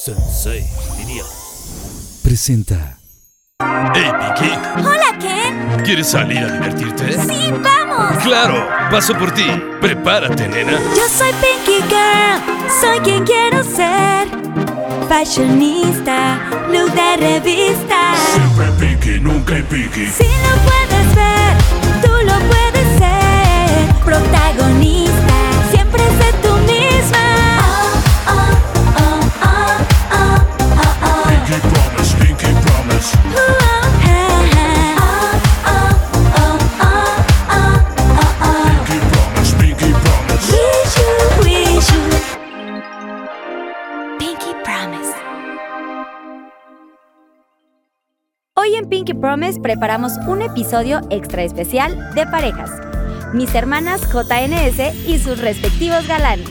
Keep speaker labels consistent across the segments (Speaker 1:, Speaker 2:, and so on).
Speaker 1: Sensei, diría.
Speaker 2: presenta
Speaker 1: Hey, Pinky,
Speaker 3: ¡Hola, Ken!
Speaker 1: ¿quieres salir a divertirte?
Speaker 3: ¡Sí, vamos!
Speaker 1: Claro, paso por ti. Prepárate, nena.
Speaker 3: Yo soy Pinky Girl, soy quien quiero ser. Fashionista, look de revista.
Speaker 1: Siempre Pinky, nunca en Pinky.
Speaker 3: Si lo puedes ver, tú lo puedes ser. Protagonista, siempre sé tú misma. Oh, oh, oh, oh, oh, oh, oh.
Speaker 1: Pinky promise, Pinky promise.
Speaker 3: Uh, oh, ah, ah. Oh, oh, oh, oh, oh, oh.
Speaker 1: Pinky promise, Pinky promise.
Speaker 3: Wish you, wish you. Pinky Promise.
Speaker 4: Hoy en Pinky Promise preparamos un episodio extra especial de parejas. Mis hermanas JNS y sus respectivos galanes.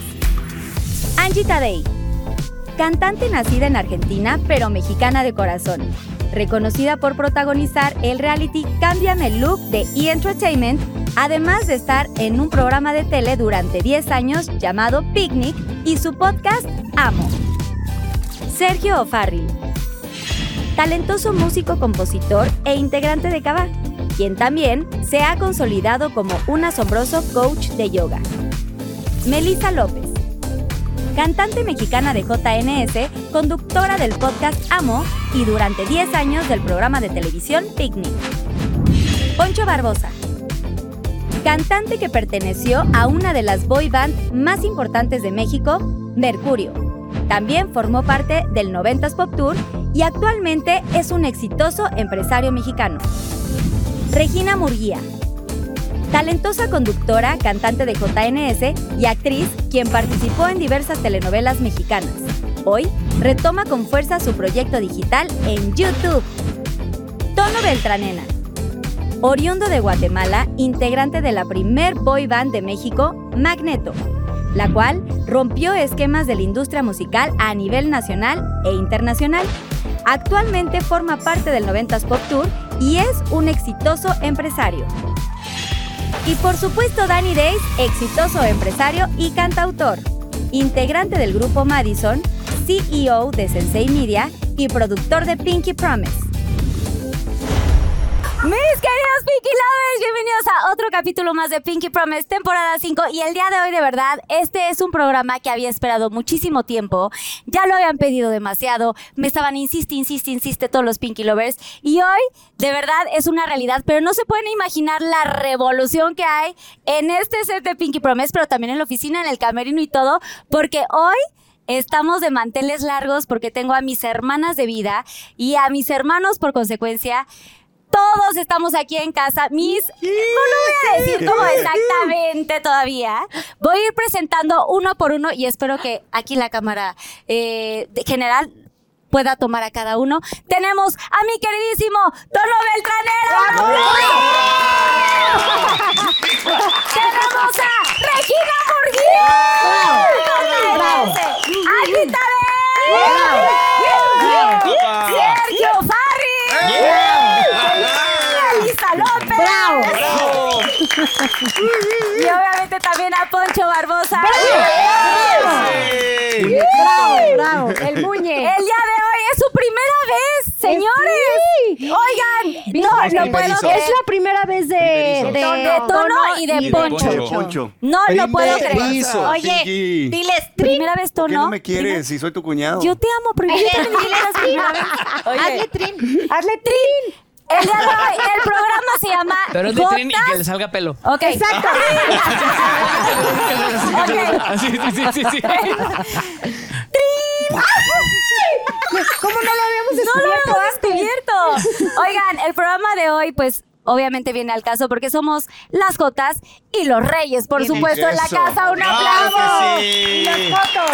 Speaker 4: Angie Tadei. Cantante nacida en Argentina, pero mexicana de corazón. Reconocida por protagonizar el reality Cámbiame el Look de E! Entertainment, además de estar en un programa de tele durante 10 años llamado Picnic y su podcast Amo. Sergio O'Farrill talentoso músico, compositor e integrante de Cava, quien también se ha consolidado como un asombroso coach de yoga. Melissa López, cantante mexicana de JNS, conductora del podcast Amo y durante 10 años del programa de televisión Picnic. Poncho Barbosa, cantante que perteneció a una de las boy band más importantes de México, Mercurio. También formó parte del 90s Pop Tour y actualmente es un exitoso empresario mexicano. Regina Murguía. Talentosa conductora, cantante de JNS y actriz, quien participó en diversas telenovelas mexicanas. Hoy retoma con fuerza su proyecto digital en YouTube. Tono Beltranena. Oriundo de Guatemala, integrante de la primer boy band de México, Magneto, la cual rompió esquemas de la industria musical a nivel nacional e internacional. Actualmente forma parte del 90s Pop Tour y es un exitoso empresario. Y por supuesto Danny Days, exitoso empresario y cantautor, integrante del grupo Madison, CEO de Sensei Media y productor de Pinky Promise. Mis queridos Pinky Lovers, bienvenidos a otro capítulo más de Pinky Promise, temporada 5. Y el día de hoy, de verdad, este es un programa que había esperado muchísimo tiempo. Ya lo habían pedido demasiado. Me estaban insiste, insiste, insiste todos los Pinky Lovers. Y hoy, de verdad, es una realidad. Pero no se pueden imaginar la revolución que hay en este set de Pinky Promise, pero también en la oficina, en el camerino y todo. Porque hoy Estamos de manteles largos porque tengo a mis hermanas de vida y a mis hermanos por consecuencia. Todos estamos aquí en casa. Mis, no lo voy a decir como exactamente todavía. Voy a ir presentando uno por uno y espero que aquí la cámara eh, de- general pueda tomar a cada uno. Tenemos a mi queridísimo Tono Beltranero. Tenemos a Regina Murguía. Agita de Sergio Farri. Lisa López. Y obviamente también a Poncho Barbosa.
Speaker 5: Bravo, el
Speaker 4: El
Speaker 5: Muñe. Eh,
Speaker 4: día de hoy es su primera vez, señores. Oigan, no, no puedo
Speaker 5: es
Speaker 4: creer.
Speaker 5: la primera vez de, de
Speaker 4: de, de Tono y de, Poncho.
Speaker 6: Poncho.
Speaker 4: No lo puedo creer.
Speaker 6: Permiso,
Speaker 5: Oye,
Speaker 6: Pinky.
Speaker 4: Diles, primera vez
Speaker 6: ¿Por qué
Speaker 4: Tono.
Speaker 6: no me
Speaker 4: Primera-
Speaker 6: quieres si soy tu cuñado?
Speaker 4: Yo te amo, pero yo también dile las primera vez. Oye,
Speaker 5: Hazle trin. Hazle trin.
Speaker 4: el día de hoy, el programa se llama
Speaker 7: Pero es de
Speaker 4: Gotas-
Speaker 7: tren y que le salga pelo.
Speaker 4: Ok.
Speaker 5: Exacto.
Speaker 4: Ok.
Speaker 7: Sí, sí, sí, sí, sí.
Speaker 5: ¿Cómo no lo habíamos
Speaker 4: No lo
Speaker 5: descubierto
Speaker 4: habíamos
Speaker 5: antes?
Speaker 4: descubierto. Oigan, el programa de hoy, pues. Obviamente viene al caso porque somos las Jotas y los Reyes, por supuesto, en la
Speaker 6: Eso.
Speaker 4: casa. ¡Un aplauso!
Speaker 5: Las fotos.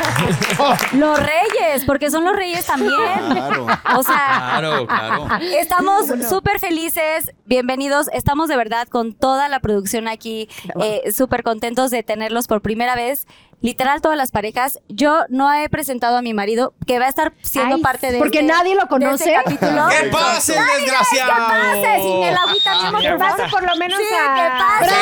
Speaker 4: Los Reyes, porque son los Reyes también.
Speaker 6: Claro.
Speaker 4: O sea,
Speaker 7: Claro, claro.
Speaker 4: Estamos súper felices, bienvenidos. Estamos de verdad con toda la producción aquí, eh, súper contentos de tenerlos por primera vez. Literal, todas las parejas. Yo no he presentado a mi marido, que va a estar siendo
Speaker 5: Ay,
Speaker 4: parte de
Speaker 5: porque
Speaker 4: este-
Speaker 5: nadie lo
Speaker 4: de este
Speaker 5: conoce.
Speaker 4: capítulo.
Speaker 6: ¿Qué pasa,
Speaker 4: Nadie sabe
Speaker 6: desgraciado?
Speaker 4: ¿Qué pasa? Sin el agüita mismo,
Speaker 5: Que
Speaker 4: por favor.
Speaker 5: pase por lo menos
Speaker 4: Sí,
Speaker 5: a...
Speaker 4: que pase.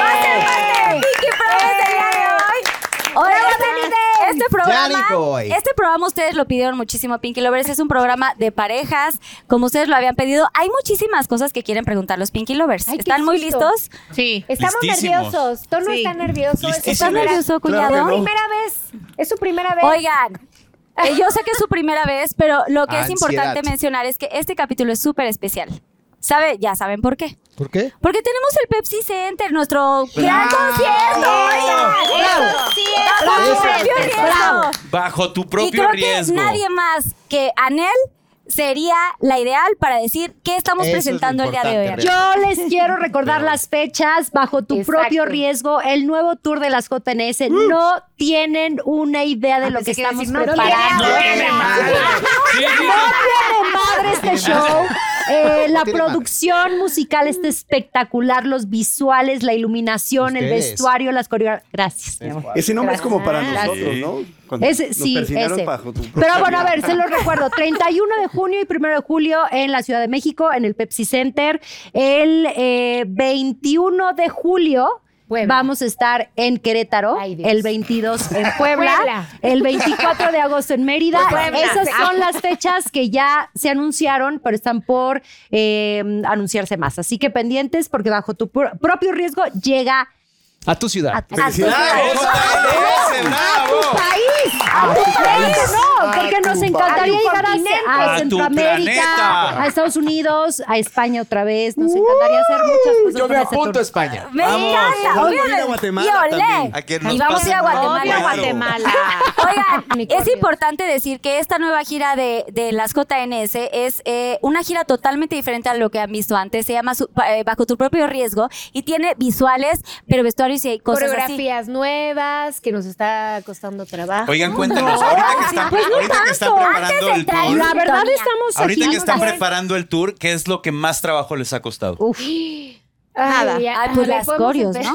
Speaker 4: Pase, pase. Pinky Promise del día de hoy. Oye, esta, Este programa,
Speaker 3: ni voy.
Speaker 4: este programa ustedes lo pidieron muchísimo, Pinky Lovers. Es un programa de parejas, como ustedes lo habían pedido. Hay muchísimas cosas que quieren preguntar los Pinky Lovers.
Speaker 8: Ay, qué
Speaker 4: ¿Están muy
Speaker 8: susto.
Speaker 4: listos?
Speaker 9: Sí.
Speaker 8: Estamos
Speaker 1: Listísimos.
Speaker 8: nerviosos. Tono
Speaker 9: Sí.
Speaker 8: está nervioso. Es su,
Speaker 4: ¿Estás
Speaker 1: Listísimos.
Speaker 8: primera,
Speaker 4: nervioso,
Speaker 3: Claro
Speaker 4: cuñado?
Speaker 3: que no.
Speaker 8: primera vez. Es su primera vez.
Speaker 4: Oigan, eh, yo sé que es su primera vez, pero lo que es
Speaker 3: Ansiedad.
Speaker 4: importante mencionar es que este capítulo es súper especial. ¿Sabe? Ya saben por qué.
Speaker 3: ¿Por qué?
Speaker 4: Porque tenemos el Pepsi Center, nuestro gran
Speaker 3: ¡Bravo!
Speaker 4: concierto.
Speaker 9: Bravo.
Speaker 4: Oigan,
Speaker 9: Sí,
Speaker 4: bajo
Speaker 3: Eso.
Speaker 4: su propio riesgo.
Speaker 1: Bajo tu
Speaker 4: Y
Speaker 1: propio
Speaker 4: creo
Speaker 1: riesgo.
Speaker 4: que nadie más que Anel sería la ideal para decir qué estamos
Speaker 3: Eso es lo
Speaker 4: presentando el día de hoy.
Speaker 1: importante,
Speaker 4: Anel.
Speaker 5: Yo les quiero recordar las fechas bajo tu
Speaker 8: Exacto.
Speaker 5: propio riesgo. El nuevo tour de las JNS. No tienen una idea de
Speaker 8: Ah,
Speaker 5: lo que
Speaker 8: pensé que iba a
Speaker 5: estamos
Speaker 8: decir, no tiene
Speaker 5: preparando.
Speaker 8: madre.
Speaker 10: Sí, sí,
Speaker 5: No
Speaker 3: este
Speaker 10: sí.
Speaker 5: tiene madre este show. Eh, la
Speaker 3: tiene madre.
Speaker 5: producción musical está espectacular, los visuales, la iluminación,
Speaker 3: Ustedes.
Speaker 5: el vestuario, las coreografías. Gracias, mi amor.
Speaker 6: Ese nombre es como para
Speaker 5: Gracias.
Speaker 6: nosotros, ¿no? Cuando
Speaker 5: Ese-
Speaker 6: nos
Speaker 5: sí,
Speaker 6: persinaron
Speaker 5: ese.
Speaker 6: bajo tu propia
Speaker 5: Pero bueno, a ver,
Speaker 6: vida.
Speaker 5: se los recuerdo. 31 de junio y 1 de julio en la Ciudad de México, en el Pepsi Center. El eh, 21 de julio
Speaker 9: Puebla.
Speaker 5: vamos a estar en Querétaro.
Speaker 8: Ay, Dios.
Speaker 5: el 22 en Puebla.
Speaker 9: Puebla.
Speaker 5: El 24 de agosto en Mérida.
Speaker 9: Puebla.
Speaker 5: Esas son las fechas que ya se anunciaron, pero están por eh, anunciarse más. Así que pendientes porque bajo tu pr- propio riesgo llega
Speaker 10: A tu ciudad.
Speaker 5: a, a tu
Speaker 1: ¡Felicidades! ¡Ese, bravo!
Speaker 5: país, a tu país, no, porque nos
Speaker 6: tu
Speaker 5: encantaría
Speaker 8: país.
Speaker 5: llegar a- a,
Speaker 1: A tu planeta.
Speaker 5: Centroamérica, a Estados Unidos, a España otra vez, nos encantaría hacer muchas cosas.
Speaker 3: Yo me
Speaker 5: con ese
Speaker 3: apunto a
Speaker 5: tour.
Speaker 3: España.
Speaker 4: Me
Speaker 1: Vamos.
Speaker 4: encanta.
Speaker 1: Vamos a ir a
Speaker 4: obviamente.
Speaker 1: Guatemala
Speaker 4: Y olé.
Speaker 1: también. A que nos
Speaker 4: y vamos a ir a
Speaker 1: pasen
Speaker 4: Guatemala.
Speaker 9: Obvio,
Speaker 1: Claro.
Speaker 9: Guatemala.
Speaker 4: Oigan, es
Speaker 8: Unicornio.
Speaker 4: importante decir que esta nueva gira de, de las JNS es eh, una gira totalmente diferente a lo que han visto antes. Se llama su- pa- eh, Bajo tu propio riesgo y tiene visuales, pero vestuarios y cosas así.
Speaker 9: Coreografías nuevas que nos está costando trabajo.
Speaker 1: Oigan, cuéntanos, ahorita que están,
Speaker 4: pues no
Speaker 1: ahorita que están
Speaker 4: tanto.
Speaker 1: preparando el
Speaker 4: entrar-
Speaker 1: tour,
Speaker 5: La verdad estamos
Speaker 1: ahorita
Speaker 5: aquí.
Speaker 1: que están preparando el tour, ¿qué es lo que más trabajo les ha costado?
Speaker 9: Nada.
Speaker 8: Ay, ya,
Speaker 4: Ay, pues
Speaker 8: a ver,
Speaker 4: las
Speaker 8: podemos
Speaker 4: coreos,
Speaker 8: empezar.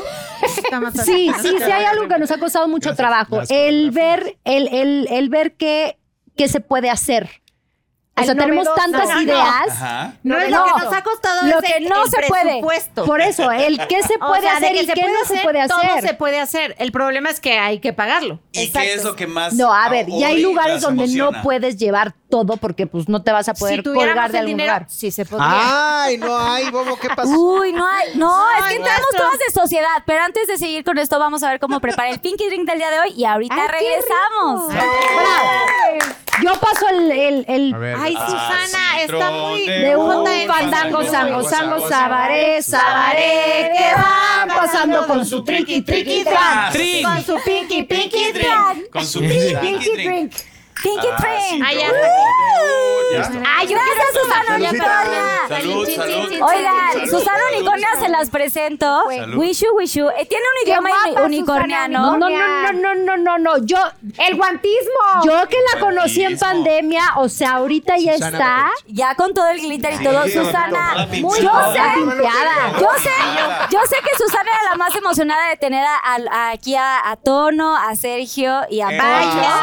Speaker 4: ¿no?
Speaker 5: Sí, sí, sí hay algo que nos ha costado mucho trabajo, el ver, el, el, el ver qué, qué se puede hacer. O
Speaker 8: Al
Speaker 5: sea, tenemos
Speaker 8: novedoso.
Speaker 5: tantas
Speaker 8: No, no, no.
Speaker 5: ideas.
Speaker 1: Ajá.
Speaker 8: No,
Speaker 5: es lo que
Speaker 8: nos ha
Speaker 9: costado
Speaker 5: Lo es que el- no el se puede. Por eso, ¿eh? el qué se puede hacer y qué no se puede
Speaker 9: Todo se
Speaker 5: hacer.
Speaker 9: puede hacer. El problema es que hay que pagarlo.
Speaker 1: ¿Y qué es lo que más
Speaker 5: No, a ver, y hay
Speaker 1: hoy
Speaker 5: lugares
Speaker 1: las
Speaker 5: donde no
Speaker 1: emociona?
Speaker 5: puedes llevar todo porque pues no te vas a poder
Speaker 9: si
Speaker 5: colgar
Speaker 9: tuviéramos
Speaker 5: de
Speaker 9: el
Speaker 5: algún
Speaker 9: dinero,
Speaker 5: lugar.
Speaker 9: sí se podría.
Speaker 1: Ah.
Speaker 3: Ay, no hay, Bobo, ¿qué pasó?
Speaker 4: Uy, no hay, no,
Speaker 9: Ay,
Speaker 4: es que entramos
Speaker 9: nuestro.
Speaker 4: todas de sociedad. Pero antes de seguir con esto, vamos a ver cómo prepara el Pinky Drink del día de hoy y ahorita
Speaker 8: Ay, qué
Speaker 4: regresamos.
Speaker 5: Yo paso el, el, el-
Speaker 9: Ay,
Speaker 1: Ah,
Speaker 9: Susana, está muy
Speaker 5: de un
Speaker 9: JN.
Speaker 5: fandango sango, sango, sabaré, sabaré, que van pasando con su triqui, triqui, tran.
Speaker 10: Trin.
Speaker 8: Con su pinky, pinky drink.
Speaker 1: Con su
Speaker 8: Pinky drink.
Speaker 4: Pinky
Speaker 6: Ah.
Speaker 4: Drink.
Speaker 9: Ay, ya.
Speaker 4: Ay, gracias, Susana Unicornia.
Speaker 1: Salud, salud.
Speaker 4: Oigan, Susana Unicornia se las presento. Wishu, wishu. Eh, tiene un idioma
Speaker 8: guapa,
Speaker 4: uni-
Speaker 8: Susana
Speaker 5: No,
Speaker 4: unicorniano.
Speaker 5: no, no, no, no, no, no. Yo,
Speaker 8: El guantismo.
Speaker 5: yo que la conocí en pandemia, o sea, ahorita ya
Speaker 3: Susana
Speaker 5: está.
Speaker 4: Ya con todo el glitter y todo, Susana.
Speaker 1: Muy
Speaker 5: Muy
Speaker 1: bien.
Speaker 4: yo sé,
Speaker 5: limpiada.
Speaker 4: yo sé, yo sé que Susana era la más emocionada de tener a- a- aquí a, a Tono, a Sergio y a
Speaker 1: Eh,
Speaker 4: Maya.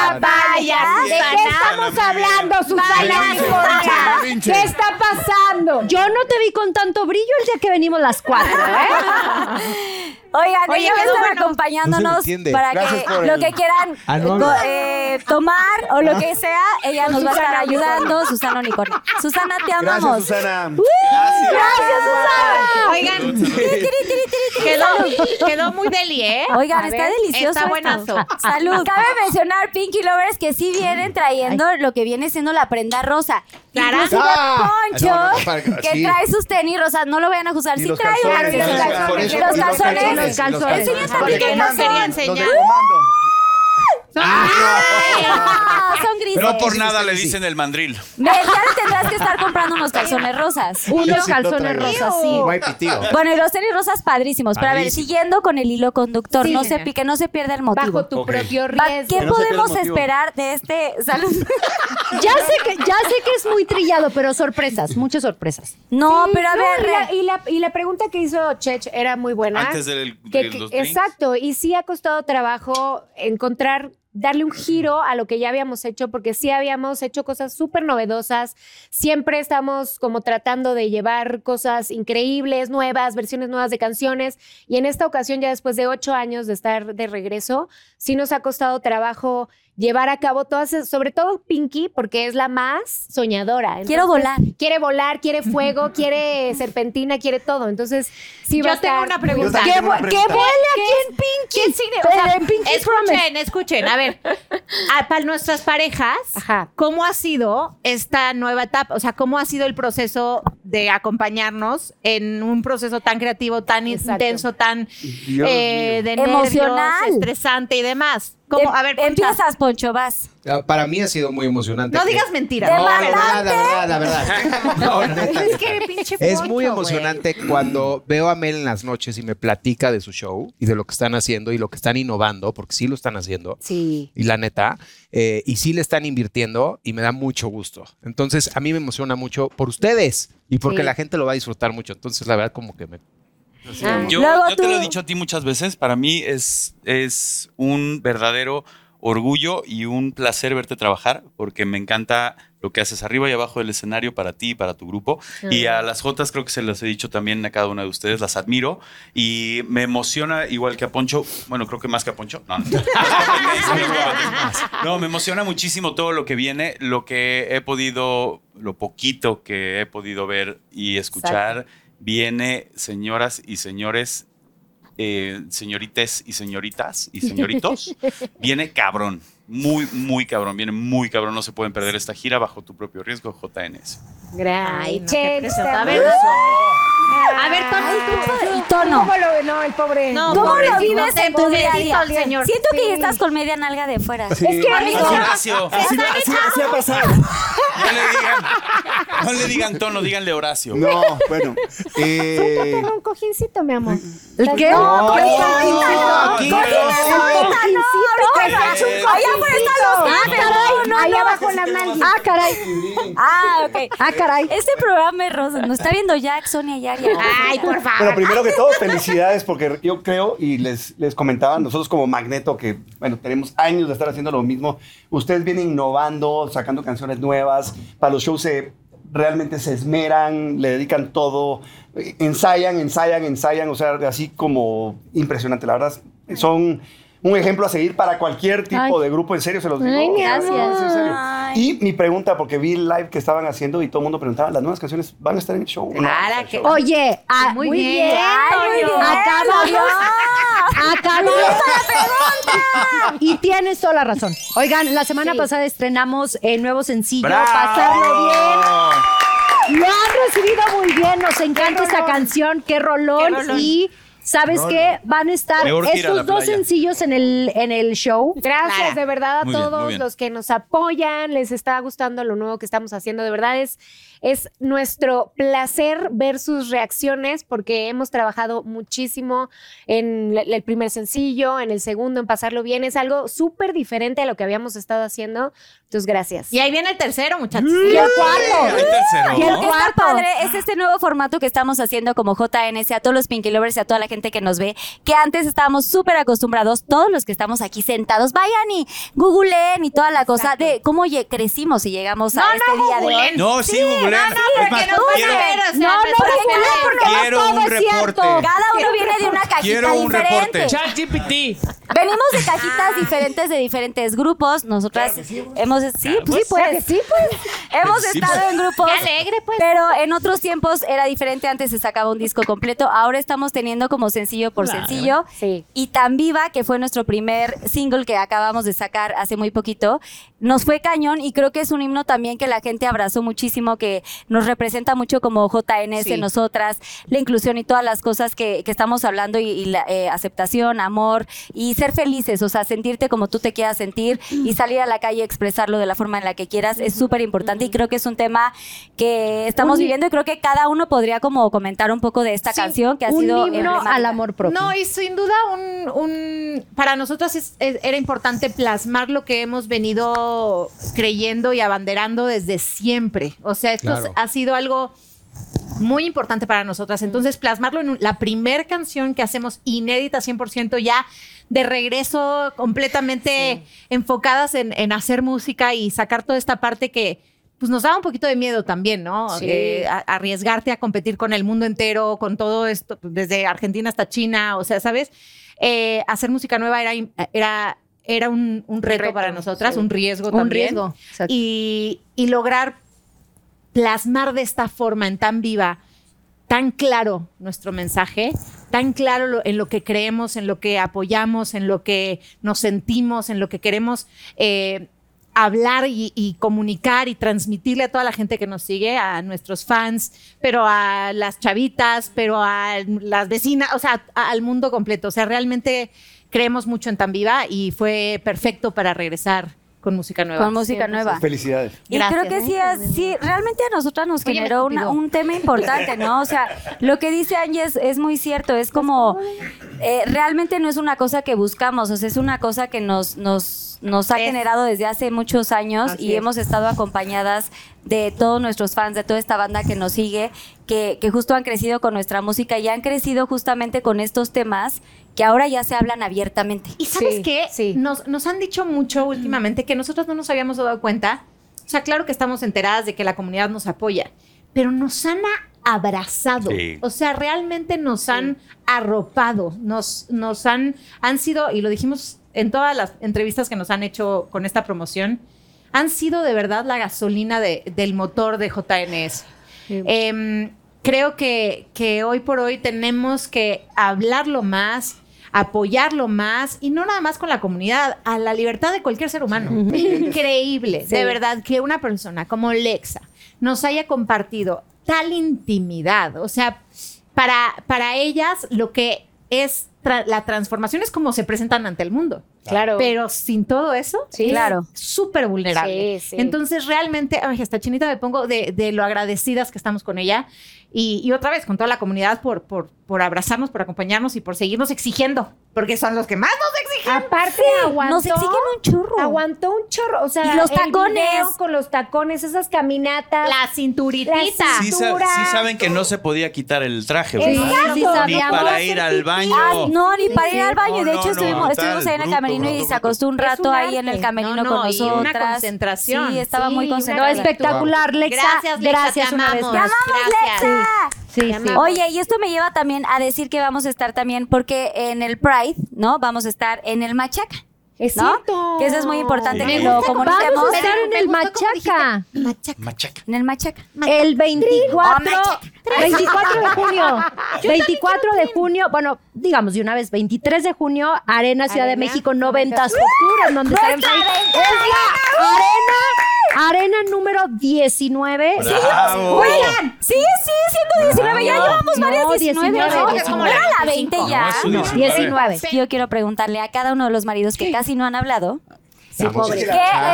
Speaker 8: Vaya, vaya, ¿de
Speaker 9: Susana.
Speaker 8: qué estamos hablando, Susana?
Speaker 4: Vaya,
Speaker 8: Nicolás?
Speaker 6: Berrinche.
Speaker 8: ¿Qué está pasando?
Speaker 5: Yo no te vi con tanto brillo el día que venimos las cuatro, ¿eh?
Speaker 4: Oigan,
Speaker 9: Oye,
Speaker 4: ellos
Speaker 9: quedó
Speaker 4: están
Speaker 9: bueno.
Speaker 3: No se
Speaker 4: acompañándonos
Speaker 3: me entiende.
Speaker 4: para
Speaker 3: Gracias
Speaker 4: que
Speaker 3: por
Speaker 4: lo
Speaker 3: el-
Speaker 4: que quieran
Speaker 3: Ah, no,
Speaker 4: eh,
Speaker 3: no.
Speaker 4: co- eh, tomar o lo que sea, ella nos va a estar ayudando. Susana Unicornio. Susana, te
Speaker 6: Gracias,
Speaker 4: amamos.
Speaker 6: Susana.
Speaker 4: Gracias, Susana.
Speaker 9: Oigan, quedó, quedó muy deli, ¿eh?
Speaker 4: Oigan,
Speaker 9: A
Speaker 4: está
Speaker 9: ver,
Speaker 4: delicioso.
Speaker 9: Está
Speaker 4: esto.
Speaker 9: buenazo.
Speaker 4: Salud. Cabe mencionar, Pinky Lovers, que sí vienen trayendo lo que viene siendo la prenda rosa.
Speaker 9: Claro.
Speaker 4: Inclusive
Speaker 3: Ah,
Speaker 4: Poncho,
Speaker 3: no, no, no, para-
Speaker 4: que
Speaker 3: sí.
Speaker 4: trae sus tenis rosas. No lo vayan a juzgar.
Speaker 3: Y
Speaker 4: Sí
Speaker 3: los
Speaker 4: trae un
Speaker 3: calzones,
Speaker 4: accesorio.
Speaker 3: y los calzones,
Speaker 4: Los
Speaker 3: y los
Speaker 4: calzones.
Speaker 3: calzones, y los calzones.
Speaker 4: Enseña
Speaker 9: Porque
Speaker 4: también qué
Speaker 9: no quería
Speaker 4: calzón.
Speaker 9: enseñar.
Speaker 4: Ah, Son grises.
Speaker 1: No por nada
Speaker 3: sí,
Speaker 1: le
Speaker 3: sí.
Speaker 1: dicen el mandril.
Speaker 4: Me ya tendrás que estar comprando unos calzones rosas.
Speaker 5: Unos
Speaker 3: sí lo
Speaker 5: calzones
Speaker 3: traigo.
Speaker 5: rosas, sí.
Speaker 3: No hay pitido.
Speaker 4: Bueno, y los tenis rosas padrísimos. Pero a ver,
Speaker 3: Padrísimo.
Speaker 4: siguiendo con el hilo conductor,
Speaker 9: Sí,
Speaker 4: no se
Speaker 9: señora.
Speaker 4: pique, no se pierda el motivo.
Speaker 8: Bajo tu propio
Speaker 4: Va-
Speaker 8: riesgo.
Speaker 4: ¿Qué
Speaker 6: no se pierda el
Speaker 4: podemos
Speaker 6: motivo.
Speaker 4: esperar de este salud?
Speaker 5: Ya sé que, ya sé que es muy trillado, pero sorpresas, muchas sorpresas.
Speaker 4: No, pero a
Speaker 8: No,
Speaker 4: ver,
Speaker 8: y la,
Speaker 4: re-
Speaker 8: y, la, y la pregunta que hizo Chech era muy buena.
Speaker 1: Antes del- de los drinks.
Speaker 8: Exacto, y sí ha costado trabajo encontrar darle un giro a lo que ya habíamos hecho, porque sí habíamos hecho cosas súper novedosas, siempre estamos como tratando de llevar cosas increíbles, nuevas, versiones nuevas de canciones, y en esta ocasión, ya después de ocho años de estar de regreso, sí nos ha costado trabajo llevar a cabo todas, es- sobre todo Pinky, porque es la más soñadora.
Speaker 4: Quiero volar.
Speaker 8: Quiere volar, quiere fuego, quiere serpentina, quiere todo. Entonces, sí
Speaker 9: Yo
Speaker 8: va a
Speaker 9: tengo
Speaker 8: estar-
Speaker 9: una pregunta.
Speaker 8: ¿Qué,
Speaker 9: Yo también tengo
Speaker 8: vu-
Speaker 9: una
Speaker 8: qué
Speaker 9: pregunta.
Speaker 8: vuela
Speaker 9: ¿Qué
Speaker 8: aquí
Speaker 9: es-
Speaker 8: en Pinky?
Speaker 9: ¿Quién sigue? O sea,
Speaker 8: En Pinky
Speaker 9: escuchen,
Speaker 8: Promise.
Speaker 9: escuchen. A ver, a- para nuestras parejas, ¿cómo ha sido esta nueva etapa? O sea, ¿cómo ha sido el proceso de acompañarnos en un proceso tan creativo, tan intenso, tan
Speaker 6: Dios
Speaker 9: eh,
Speaker 6: mío.
Speaker 9: de nervios,
Speaker 4: Emocional.
Speaker 9: estresante y demás? ¿Cómo? A ver, cuenta.
Speaker 4: Empiezas, Poncho, vas.
Speaker 10: Ah, Para mí ha sido muy emocionante.
Speaker 9: No digas mentiras.
Speaker 4: Te
Speaker 10: No, la
Speaker 4: mandaste.
Speaker 10: verdad, la verdad, la verdad. No, la neta.
Speaker 8: Es que pinche
Speaker 10: Es
Speaker 8: Poncho,
Speaker 10: muy
Speaker 8: güey.
Speaker 10: emocionante cuando veo a Mel en las noches y me platica de su show y de lo que están haciendo y lo que están innovando, porque sí lo están haciendo.
Speaker 8: Sí.
Speaker 10: Y la neta, eh, y sí le están invirtiendo y me da mucho gusto. Entonces, a mí me emociona mucho por ustedes y porque
Speaker 8: Sí.
Speaker 10: la gente lo va a disfrutar mucho. Entonces, la verdad, como que me.
Speaker 1: Yo,
Speaker 4: Luego
Speaker 1: yo te lo he
Speaker 4: tú.
Speaker 1: dicho a ti muchas veces, para mí es, es un verdadero orgullo y un placer verte trabajar porque me encanta lo que haces arriba y abajo del escenario para ti y para tu grupo. Y a las Jotas creo que se las he dicho también a cada una de ustedes, las admiro y me emociona igual que a Poncho, bueno, creo que más que a Poncho, no, no. No, me emociona muchísimo todo lo que viene, lo que he podido, lo poquito que he podido ver y escuchar. Viene, señoras y señores, eh, señorites y señoritas y señoritos, viene cabrón. Muy, muy cabrón. Viene muy cabrón. No se pueden perder esta gira bajo tu propio riesgo, JNS.
Speaker 9: Ay, no,
Speaker 8: Gracias.
Speaker 9: qué
Speaker 8: Che,
Speaker 9: precioso.
Speaker 8: está
Speaker 9: A ver,
Speaker 8: bueno.
Speaker 4: Ah,
Speaker 9: a ver,
Speaker 8: Ay,
Speaker 4: Y tono.
Speaker 8: ¿Cómo lo no, el pobre?
Speaker 9: No,
Speaker 4: ¿Cómo
Speaker 9: pobrecito,
Speaker 4: lo vives en tu día a día?
Speaker 9: pobrecito el señor.
Speaker 4: Siento que
Speaker 8: Sí.
Speaker 4: ya estás con media nalga de fuera.
Speaker 8: Es que
Speaker 1: Así, Horacio.
Speaker 6: Así, así- así ha pasado.
Speaker 1: No le digan, no le digan tono, díganle Horacio.
Speaker 6: No, bueno. eh,
Speaker 8: un cojincito, mi amor.
Speaker 5: ¿El qué?
Speaker 8: No,
Speaker 6: No,
Speaker 8: ahorita
Speaker 6: aquí
Speaker 8: no,
Speaker 6: no.
Speaker 8: ahorita no, ahorita no,
Speaker 1: Eh,
Speaker 8: ahorita no.
Speaker 4: Ah, caray, no,
Speaker 8: Ahí
Speaker 4: no.
Speaker 8: abajo la nalga.
Speaker 5: Ah, caray.
Speaker 4: Ah, ok.
Speaker 5: Ah, caray.
Speaker 4: Este programa es rosa. Nos está viendo Jack, Sonia y Aria.
Speaker 9: Ay, por favor.
Speaker 6: Pero primero que todo, felicidades, porque yo creo, y les, les comentaba nosotros como Magneto, que bueno, tenemos años de estar haciendo lo mismo. Ustedes vienen innovando, sacando canciones nuevas. Para los shows se, realmente se esmeran, le dedican todo, eh, ensayan, ensayan, ensayan. O sea, así como impresionante. La verdad, son un ejemplo a seguir para cualquier tipo
Speaker 5: Ay.
Speaker 6: de grupo. En serio, se los digo.
Speaker 5: Ay,
Speaker 6: O sea,
Speaker 5: gracias.
Speaker 6: no, es en serio.
Speaker 4: Ay.
Speaker 6: Y mi pregunta, porque vi el live que estaban haciendo y todo el mundo preguntaba, ¿las nuevas canciones van a estar en el show? o no?
Speaker 9: Claro que-
Speaker 5: Oye, ah,
Speaker 9: Muy
Speaker 5: muy,
Speaker 9: bien,
Speaker 5: bien.
Speaker 9: Toño.
Speaker 5: Acabó. Acabó. Y tienes toda la razón. Oigan, la semana
Speaker 8: Sí.
Speaker 5: pasada estrenamos el nuevo sencillo,
Speaker 1: ¡Bravo!
Speaker 5: Pasarlo Bien. Lo han recibido muy bien, nos encanta esta canción, qué rolón.
Speaker 9: Qué rolón.
Speaker 5: Y sabes qué, van a estar
Speaker 1: Mejor que ir a la
Speaker 5: estos dos
Speaker 1: playa.
Speaker 5: sencillos en el, en el show.
Speaker 8: Gracias
Speaker 9: Clara.
Speaker 8: de verdad a
Speaker 1: Muy bien, muy
Speaker 8: todos
Speaker 1: bien.
Speaker 8: los que nos apoyan, les está gustando lo nuevo que estamos haciendo, de verdad es, es nuestro placer ver sus reacciones porque hemos trabajado muchísimo en la- el primer sencillo, en el segundo, en pasarlo bien, es algo súper diferente a lo que habíamos estado haciendo, entonces gracias.
Speaker 9: Y ahí viene el tercero, muchachos.
Speaker 5: Y el cuarto.
Speaker 1: Hay tercero,
Speaker 5: Y el
Speaker 1: ¿no?
Speaker 4: Lo que está
Speaker 5: cuarto.
Speaker 4: padre es este nuevo formato que estamos haciendo como JNS, a todos los Pinky Lovers y a toda la gente que nos ve, que antes estábamos súper acostumbrados, todos los que estamos aquí sentados, vayan y googleen y toda la cosa de cómo ye- crecimos y llegamos a
Speaker 9: No,
Speaker 4: este
Speaker 9: no,
Speaker 4: día de hoy.
Speaker 9: googleen.
Speaker 1: No, sí, Google.
Speaker 9: No, no, pero que nos van a ver, o sea,
Speaker 5: No, no,
Speaker 9: nuestra
Speaker 5: porque
Speaker 9: gente.
Speaker 5: no, porque no
Speaker 1: Quiero
Speaker 5: todo
Speaker 1: un
Speaker 5: es cierto.
Speaker 1: reporte.
Speaker 4: Cada uno viene de una cajita
Speaker 1: Quiero un
Speaker 4: diferente.
Speaker 1: reporte.
Speaker 10: ChatGPT.
Speaker 4: Venimos de cajitas diferentes de diferentes grupos. Nosotras hemos sí, pues, sí, pues. Hemos
Speaker 1: Sí,
Speaker 4: estado
Speaker 1: pues.
Speaker 4: en grupos.
Speaker 9: Qué alegre, pues.
Speaker 4: Pero en otros tiempos era diferente. Antes se sacaba un disco completo. Ahora estamos teniendo como sencillo por sencillo.
Speaker 8: Sí.
Speaker 4: Y Tan Viva, que fue nuestro primer single que acabamos de sacar hace muy poquito, nos fue cañón y creo que es un himno también que la gente abrazó muchísimo, que nos representa mucho como JNS,
Speaker 9: Sí.
Speaker 4: nosotras, la inclusión y todas las cosas que, que estamos hablando y, y la eh, aceptación, amor y ser felices, o sea, sentirte como tú te quieras sentir y salir a la calle y expresarlo de la forma en la que quieras es súper importante y creo que es un tema que estamos viviendo y creo que cada uno podría como comentar un poco de esta
Speaker 9: Sí,
Speaker 4: canción que ha
Speaker 5: Un
Speaker 4: sido
Speaker 5: himno
Speaker 4: emblemática.
Speaker 5: al amor propio.
Speaker 9: No, y sin duda un, un- para nosotros es- es- era importante plasmar lo que hemos venido creyendo y abanderando desde siempre. O sea, esto
Speaker 10: Claro.
Speaker 9: ha sido algo muy importante para nosotras. Entonces, plasmarlo en un- la primer canción que hacemos inédita 100%, ya de regreso, completamente enfocadas en, en hacer música y sacar toda esta parte que pues nos daba un poquito de miedo también, ¿no?
Speaker 8: Sí.
Speaker 9: Eh, a- arriesgarte a competir con el mundo entero, con todo esto, desde Argentina hasta China, o sea, ¿sabes? Eh, hacer música nueva era, im- era, era un, un reto, para nosotras,
Speaker 5: sí.
Speaker 9: un riesgo
Speaker 5: Un
Speaker 9: también.
Speaker 5: riesgo, exacto.
Speaker 9: Y, y lograr plasmar de esta forma, en tan viva, tan claro nuestro mensaje, tan claro lo- en lo que creemos, en lo que apoyamos, en lo que nos sentimos, en lo que queremos eh, hablar y, y comunicar y transmitirle a toda la gente que nos sigue, a nuestros fans, pero a las chavitas, pero a las vecinas, o sea, a- al mundo completo. O sea, realmente creemos mucho en Tan Viva y fue perfecto para regresar con música nueva.
Speaker 4: Con música
Speaker 9: Sí,
Speaker 4: nueva.
Speaker 6: Felicidades.
Speaker 4: Y
Speaker 9: Gracias,
Speaker 4: creo que sí, es- sí, realmente a nosotras nos
Speaker 9: Oye, me
Speaker 4: generó una-
Speaker 9: escupido.
Speaker 4: un tema importante, ¿no? O sea, lo que dice Angie es, es muy cierto,
Speaker 9: Pues,
Speaker 4: es como, eh, realmente no es una cosa que buscamos, o sea, es una cosa que nos, nos, nos ha
Speaker 5: Es.
Speaker 4: generado desde hace muchos años
Speaker 5: Así
Speaker 4: y
Speaker 5: es.
Speaker 4: hemos estado acompañadas de todos nuestros fans, de toda esta banda que nos sigue, que, que justo han crecido con nuestra música y han crecido justamente con estos temas que ahora ya se hablan abiertamente.
Speaker 9: Y sabes qué? Nos, nos han dicho mucho últimamente que nosotros no nos habíamos dado cuenta. O sea, claro que estamos enteradas de que la comunidad nos apoya, pero nos han a- abrazado.
Speaker 5: Sí.
Speaker 9: O sea, realmente nos han arropado, nos, nos han, han sido, y lo dijimos en todas las entrevistas que nos han hecho con esta promoción, han sido de verdad la gasolina de- del motor de JNS. Em, creo que, que hoy por hoy tenemos que hablarlo más, apoyarlo más, y no nada más con la comunidad, a la libertad de cualquier ser humano. Increíble,
Speaker 5: Sí.
Speaker 9: de verdad, que una persona como Lexa nos haya compartido tal intimidad. O sea, para, para ellas lo que es tra- la transformación es como se presentan ante el mundo.
Speaker 8: Claro.
Speaker 9: Pero sin todo eso,
Speaker 8: Sí.
Speaker 9: es
Speaker 8: Claro.
Speaker 9: súper vulnerable.
Speaker 8: Sí, sí.
Speaker 9: Entonces, realmente, ay, hasta chinita me pongo de, de lo agradecidas que estamos con ella. Y, y otra vez, con toda la comunidad por, por, por abrazarnos, por acompañarnos y por seguirnos exigiendo. Porque son los que más nos exigen.
Speaker 8: Aparte, aguantó.
Speaker 9: nos exigen
Speaker 4: un chorro.
Speaker 8: Aguantó un chorro. O sea,
Speaker 9: Y los
Speaker 8: el
Speaker 9: tacones.
Speaker 8: video con los tacones, esas caminatas.
Speaker 9: La cinturitita.
Speaker 8: La
Speaker 1: Sí, sa-
Speaker 8: cintura.
Speaker 1: sí saben que no se podía quitar el traje, ¿verdad?
Speaker 4: Exacto.
Speaker 1: Ni para ir al baño.
Speaker 4: Ah, no, ni para ir al baño. De
Speaker 1: No,
Speaker 4: hecho,
Speaker 1: no,
Speaker 4: estuvimos,
Speaker 1: no,
Speaker 4: estuvimos
Speaker 1: brutal,
Speaker 4: ahí en el
Speaker 1: bruto,
Speaker 4: camerino
Speaker 1: bruto,
Speaker 4: y se acostó un rato ahí en el camerino
Speaker 9: No, no,
Speaker 4: con
Speaker 9: y una
Speaker 4: nosotras.
Speaker 9: concentración.
Speaker 4: Sí, estaba
Speaker 9: Sí,
Speaker 4: muy
Speaker 9: una
Speaker 4: concentrada.
Speaker 9: actitud. Espectacular, Lexa. Gracias, Lexa, Gracias te una vez amamos. más.
Speaker 4: ¡Te amamos,
Speaker 9: Gracias.
Speaker 4: Lexa!
Speaker 5: Sí, sí.
Speaker 4: Oye, y esto me lleva también a decir que vamos a estar también, porque en el Pride, ¿no? Vamos a estar en el Machaca.
Speaker 8: Es
Speaker 4: ¿no?
Speaker 8: cierto.
Speaker 4: Que eso es muy importante
Speaker 8: Me
Speaker 4: que lo
Speaker 8: gusta cómo-
Speaker 4: comuniquemos.
Speaker 8: Vamos a estar en
Speaker 4: Me
Speaker 8: el
Speaker 4: gustó cómo dijiste,
Speaker 8: Machaca.
Speaker 1: Machaca.
Speaker 4: En el Machaca.
Speaker 5: El 24,
Speaker 4: Ah,
Speaker 5: 24 de junio.
Speaker 4: Yo
Speaker 5: 24 de junio, bueno, digamos de una vez, 23 de junio, Arena Ciudad de México, 90 Cultura, en donde estaremos ahí. Es la arena, arena número 19.
Speaker 3: Sí, Bravo.
Speaker 5: Oigan,
Speaker 3: Oigan,
Speaker 4: Sí, sí, siendo 19. Ya llevamos varias 19. ¿no? Era la 20 ya.
Speaker 5: No, 19.
Speaker 4: Yo quiero preguntarle a cada uno de los maridos que casi no han hablado.
Speaker 10: Sí, pobre.
Speaker 4: ¿Qué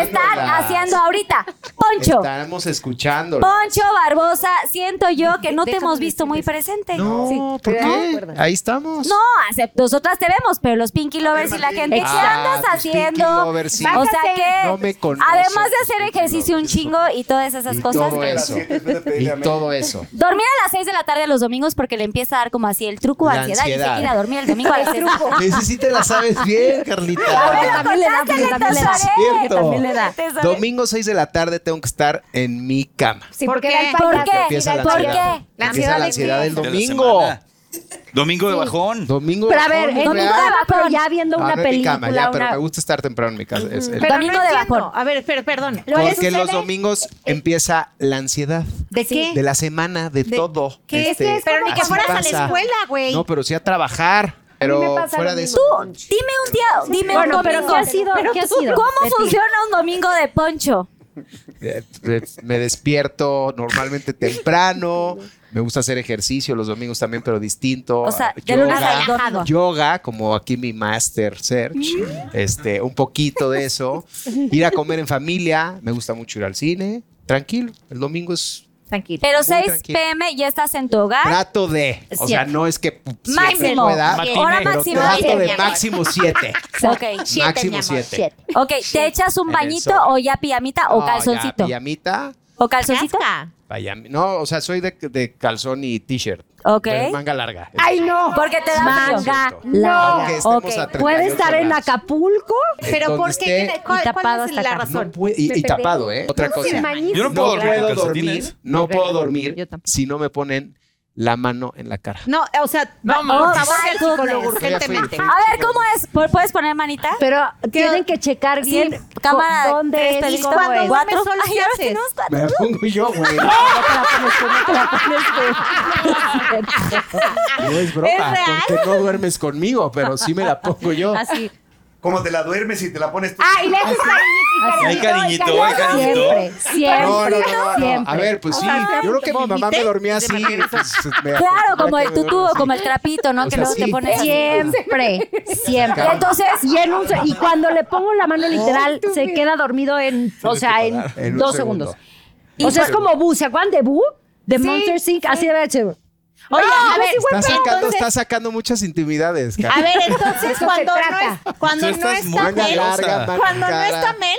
Speaker 4: están haciendo ahorita? Poncho.
Speaker 10: Estábamos escuchando.
Speaker 4: Poncho Barbosa, siento yo que no te hemos visto muy presente. No,
Speaker 10: ¿Por qué? Ahí estamos.
Speaker 4: No, ace- nosotras te vemos, pero los Pinky Lovers y la gente, ¿qué
Speaker 10: Exacto,
Speaker 4: andas
Speaker 10: Ah, los
Speaker 4: haciendo?
Speaker 10: Pinky Lovers, sí.
Speaker 4: O sea que,
Speaker 10: No me conocen,
Speaker 4: además de hacer ejercicio un chingo y todas esas
Speaker 10: Y
Speaker 4: cosas,
Speaker 10: todo eso. Y todo eso.
Speaker 4: dormir a las 6 de la tarde los domingos porque le empieza a dar como así el truco,
Speaker 10: La
Speaker 4: ansiedad, y se
Speaker 10: ansiedad.
Speaker 4: quiere ir a dormir el domingo a las seis.
Speaker 10: Necesita la sabes bien, Carlita.
Speaker 4: Ahora también le da,
Speaker 5: porque también le da.
Speaker 10: Es cierto.
Speaker 5: También le da.
Speaker 10: Domingo 6 de la tarde tengo que estar en mi cama.
Speaker 8: Sí, porque era el
Speaker 4: ¿Por
Speaker 8: payaso.
Speaker 4: qué?
Speaker 10: Empieza la
Speaker 4: ¿Por
Speaker 10: ansiedad.
Speaker 4: qué?
Speaker 10: Empieza la ansiedad del
Speaker 1: la
Speaker 10: domingo.
Speaker 1: Domingo de bajón.
Speaker 10: Domingo
Speaker 5: Pero a ver, en un trabajo ya viendo
Speaker 10: No,
Speaker 5: una
Speaker 10: no en mi
Speaker 5: película,
Speaker 10: cama, ya, pero
Speaker 5: una-
Speaker 10: me gusta estar temprano en mi casa. es el-
Speaker 9: Pero
Speaker 4: Domingo
Speaker 9: no
Speaker 4: de
Speaker 9: entiendo.
Speaker 4: bajón.
Speaker 9: A ver, per- perdón. Lo que
Speaker 10: Porque los
Speaker 9: sucede-
Speaker 10: domingos empieza la ansiedad.
Speaker 9: ¿De qué?
Speaker 10: De la semana, de,
Speaker 9: De-
Speaker 10: todo. Este,
Speaker 9: ¿Qué? Es que- pero ni que
Speaker 10: así
Speaker 9: fueras a la
Speaker 10: pasa.
Speaker 9: escuela, güey.
Speaker 10: No, pero sí a trabajar. Pero
Speaker 4: pasa
Speaker 10: fuera
Speaker 4: lo
Speaker 10: de eso.
Speaker 4: mismo. Tú, dime un día, dime
Speaker 5: Bueno,
Speaker 4: un domingo.
Speaker 5: pero ¿qué ha sido?
Speaker 4: Pero
Speaker 5: ¿Qué ha
Speaker 4: tú,
Speaker 5: sido de
Speaker 4: ¿Cómo
Speaker 5: ti?
Speaker 4: funciona un domingo de Poncho?
Speaker 10: Eh, eh, Me despierto normalmente temprano. Me gusta hacer ejercicio los domingos también, pero distinto.
Speaker 4: O sea, de lunes a
Speaker 10: yoga,
Speaker 4: domingo.
Speaker 10: yoga, como aquí mi master search,
Speaker 4: Mm.
Speaker 10: este, un poquito de eso. Ir a comer en familia, me gusta mucho ir al cine, tranquilo. El domingo es
Speaker 9: Tranquilo.
Speaker 4: Pero
Speaker 10: Muy
Speaker 4: 6
Speaker 10: tranquilo.
Speaker 4: pm ya estás en tu hogar.
Speaker 10: trato de, o sea,
Speaker 4: Siete.
Speaker 10: no es que siempre
Speaker 4: Máximo.
Speaker 10: pueda,
Speaker 4: Siete. Hora
Speaker 10: pero
Speaker 4: máxima.
Speaker 10: trato
Speaker 4: Siete.
Speaker 10: de máximo siete.
Speaker 4: Ok.
Speaker 10: Máximo siete.
Speaker 4: Ok, ¿te echas un
Speaker 10: En el
Speaker 4: bañito
Speaker 10: sol.
Speaker 4: o ya pijamita o
Speaker 10: No, Ah, ya,
Speaker 4: calzoncito?
Speaker 10: Pijamita,
Speaker 4: ¿O calzoncito?
Speaker 10: Miami. No, o sea, soy de, de calzón y t-shirt.
Speaker 4: Ok.
Speaker 10: Pero es manga larga.
Speaker 5: Ay, no.
Speaker 4: Porque te da
Speaker 5: manga
Speaker 10: frío.
Speaker 5: larga.
Speaker 10: Aunque estemos a
Speaker 5: Ok.
Speaker 10: 38
Speaker 5: Puede estar en
Speaker 10: grados.
Speaker 5: Acapulco.
Speaker 10: Donde esté-
Speaker 5: y tapado hasta acá.
Speaker 10: No puede- y- y, tapado, ¿eh? Otra cosa.
Speaker 11: Yo no puedo dormir con calcetines.
Speaker 10: dormir, no puedo dormir si no me ponen la mano en la cara.
Speaker 9: No, o sea,
Speaker 11: No,
Speaker 9: va- por favor, al psicólogo urgentemente.
Speaker 4: A ver, ¿cómo es? ¿Pu- ¿Puedes poner manita?
Speaker 5: Pero tienen que checar
Speaker 4: Sí,
Speaker 5: bien
Speaker 4: cámara
Speaker 5: co- dónde
Speaker 4: tres,
Speaker 5: es,
Speaker 4: pelito,
Speaker 5: cómo
Speaker 4: güey.
Speaker 5: es.
Speaker 4: Cuatro.
Speaker 5: Duerme sola,
Speaker 4: Ay, ya ves
Speaker 5: ¿qué
Speaker 4: que no
Speaker 5: haces?
Speaker 4: está-
Speaker 6: Me la pongo yo, güey.
Speaker 5: No te la pones tú, no te la pones tú.
Speaker 10: No es broma,
Speaker 5: ¿Es real?
Speaker 10: porque no duermes conmigo, pero sí me la pongo yo.
Speaker 5: Así.
Speaker 6: Como te la duermes y te la pones tú.
Speaker 9: Ah, y le haces cariñito.
Speaker 11: Hay cariñito, hay cariñito.
Speaker 5: Siempre, siempre,
Speaker 10: No, no, no, no,
Speaker 5: siempre.
Speaker 10: A ver, pues sí, yo creo que mi mamá me dormía así. pues, me
Speaker 4: Claro,
Speaker 10: acostumbré
Speaker 4: como
Speaker 10: a
Speaker 4: el
Speaker 10: que me
Speaker 4: tutú o
Speaker 10: duerma
Speaker 4: como el
Speaker 10: así.
Speaker 4: trapito, ¿no?
Speaker 10: O
Speaker 4: que
Speaker 10: sea,
Speaker 4: luego te
Speaker 10: sí.
Speaker 4: pones así.
Speaker 5: Siempre, siempre.
Speaker 10: Cabrón.
Speaker 5: Entonces, y, en un se- y cuando le pongo la mano literal, se queda dormido en, o sea, en,
Speaker 10: En un
Speaker 5: dos
Speaker 10: segundo.
Speaker 5: segundos. O sea, es como Boo, ¿se acuerdan de Boo? De
Speaker 9: Sí,
Speaker 5: Monster Inc. Así debe de ser.
Speaker 9: Oye, a ver,
Speaker 10: Ah, Está sacando,
Speaker 9: entonces-
Speaker 10: está sacando muchas intimidades,
Speaker 9: A
Speaker 10: cara.
Speaker 9: ver, entonces cuando no, es- cuando
Speaker 11: Tú
Speaker 9: no
Speaker 11: estás
Speaker 9: está
Speaker 11: muy
Speaker 10: Manga
Speaker 9: Mel,
Speaker 11: galosa.
Speaker 10: larga, manga
Speaker 9: cuando no
Speaker 10: cara.
Speaker 9: está Mel,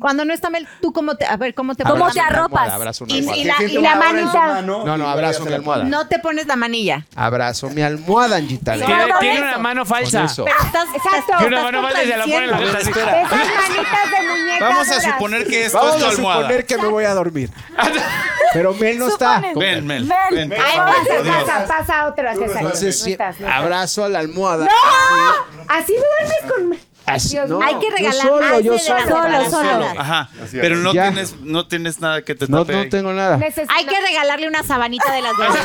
Speaker 9: cuando no está Mel, tú cómo te, a ver, cómo te
Speaker 4: ¿Cómo
Speaker 9: pones
Speaker 4: te
Speaker 9: la mano?
Speaker 10: Abrazo una
Speaker 4: arropas?
Speaker 10: almohada, abrazo una
Speaker 9: Y,
Speaker 10: almohada.
Speaker 9: y la, y
Speaker 6: Siento
Speaker 9: la
Speaker 6: una hora en su
Speaker 9: manita,
Speaker 6: mano
Speaker 10: No, no,
Speaker 6: y voy
Speaker 10: abrazo
Speaker 6: a
Speaker 10: una
Speaker 6: hacer-
Speaker 10: almohada.
Speaker 9: no te pones la manilla.
Speaker 10: Abrazo mi almohada, Angita.
Speaker 9: Tiene-
Speaker 7: Tiene,
Speaker 9: Claro,
Speaker 7: tiene
Speaker 9: eso.
Speaker 7: una mano falsa.
Speaker 10: Con eso.
Speaker 9: Pero estás, exacto.
Speaker 7: Tiene una mano falsa y se la pone en la
Speaker 11: contradiciendo.
Speaker 7: cara así.
Speaker 11: Espera.
Speaker 9: manitas de muñeca.
Speaker 11: Vamos a suponer que esto es
Speaker 10: Vamos
Speaker 11: tu
Speaker 10: a
Speaker 11: almohada.
Speaker 10: suponer que me voy a dormir.
Speaker 11: Ah,
Speaker 10: Pero Mel no está.
Speaker 11: Ven, Mel. Ven, por
Speaker 8: Ay,
Speaker 11: favor,
Speaker 8: pasa,
Speaker 11: por Dios.
Speaker 8: pasa, pasa a otra, César.
Speaker 10: Entonces,
Speaker 8: No
Speaker 10: sí,
Speaker 8: estás, no estás.
Speaker 10: abrazo a la almohada.
Speaker 8: Así duermes con...
Speaker 10: Así-
Speaker 8: Dios,
Speaker 10: no,
Speaker 9: Hay que
Speaker 10: yo
Speaker 9: regalar
Speaker 10: solo,
Speaker 9: antes
Speaker 10: yo
Speaker 9: de
Speaker 10: solo.
Speaker 9: las
Speaker 10: Yo
Speaker 9: solo,
Speaker 10: solo.
Speaker 9: solo.
Speaker 11: Ajá. Pero no
Speaker 10: Ya.
Speaker 11: tienes, no tienes nada que te
Speaker 10: No,
Speaker 11: tape.
Speaker 10: no tengo nada.
Speaker 8: Neces-
Speaker 9: Hay que regalarle una sabanita de las ¿eh? de bebé.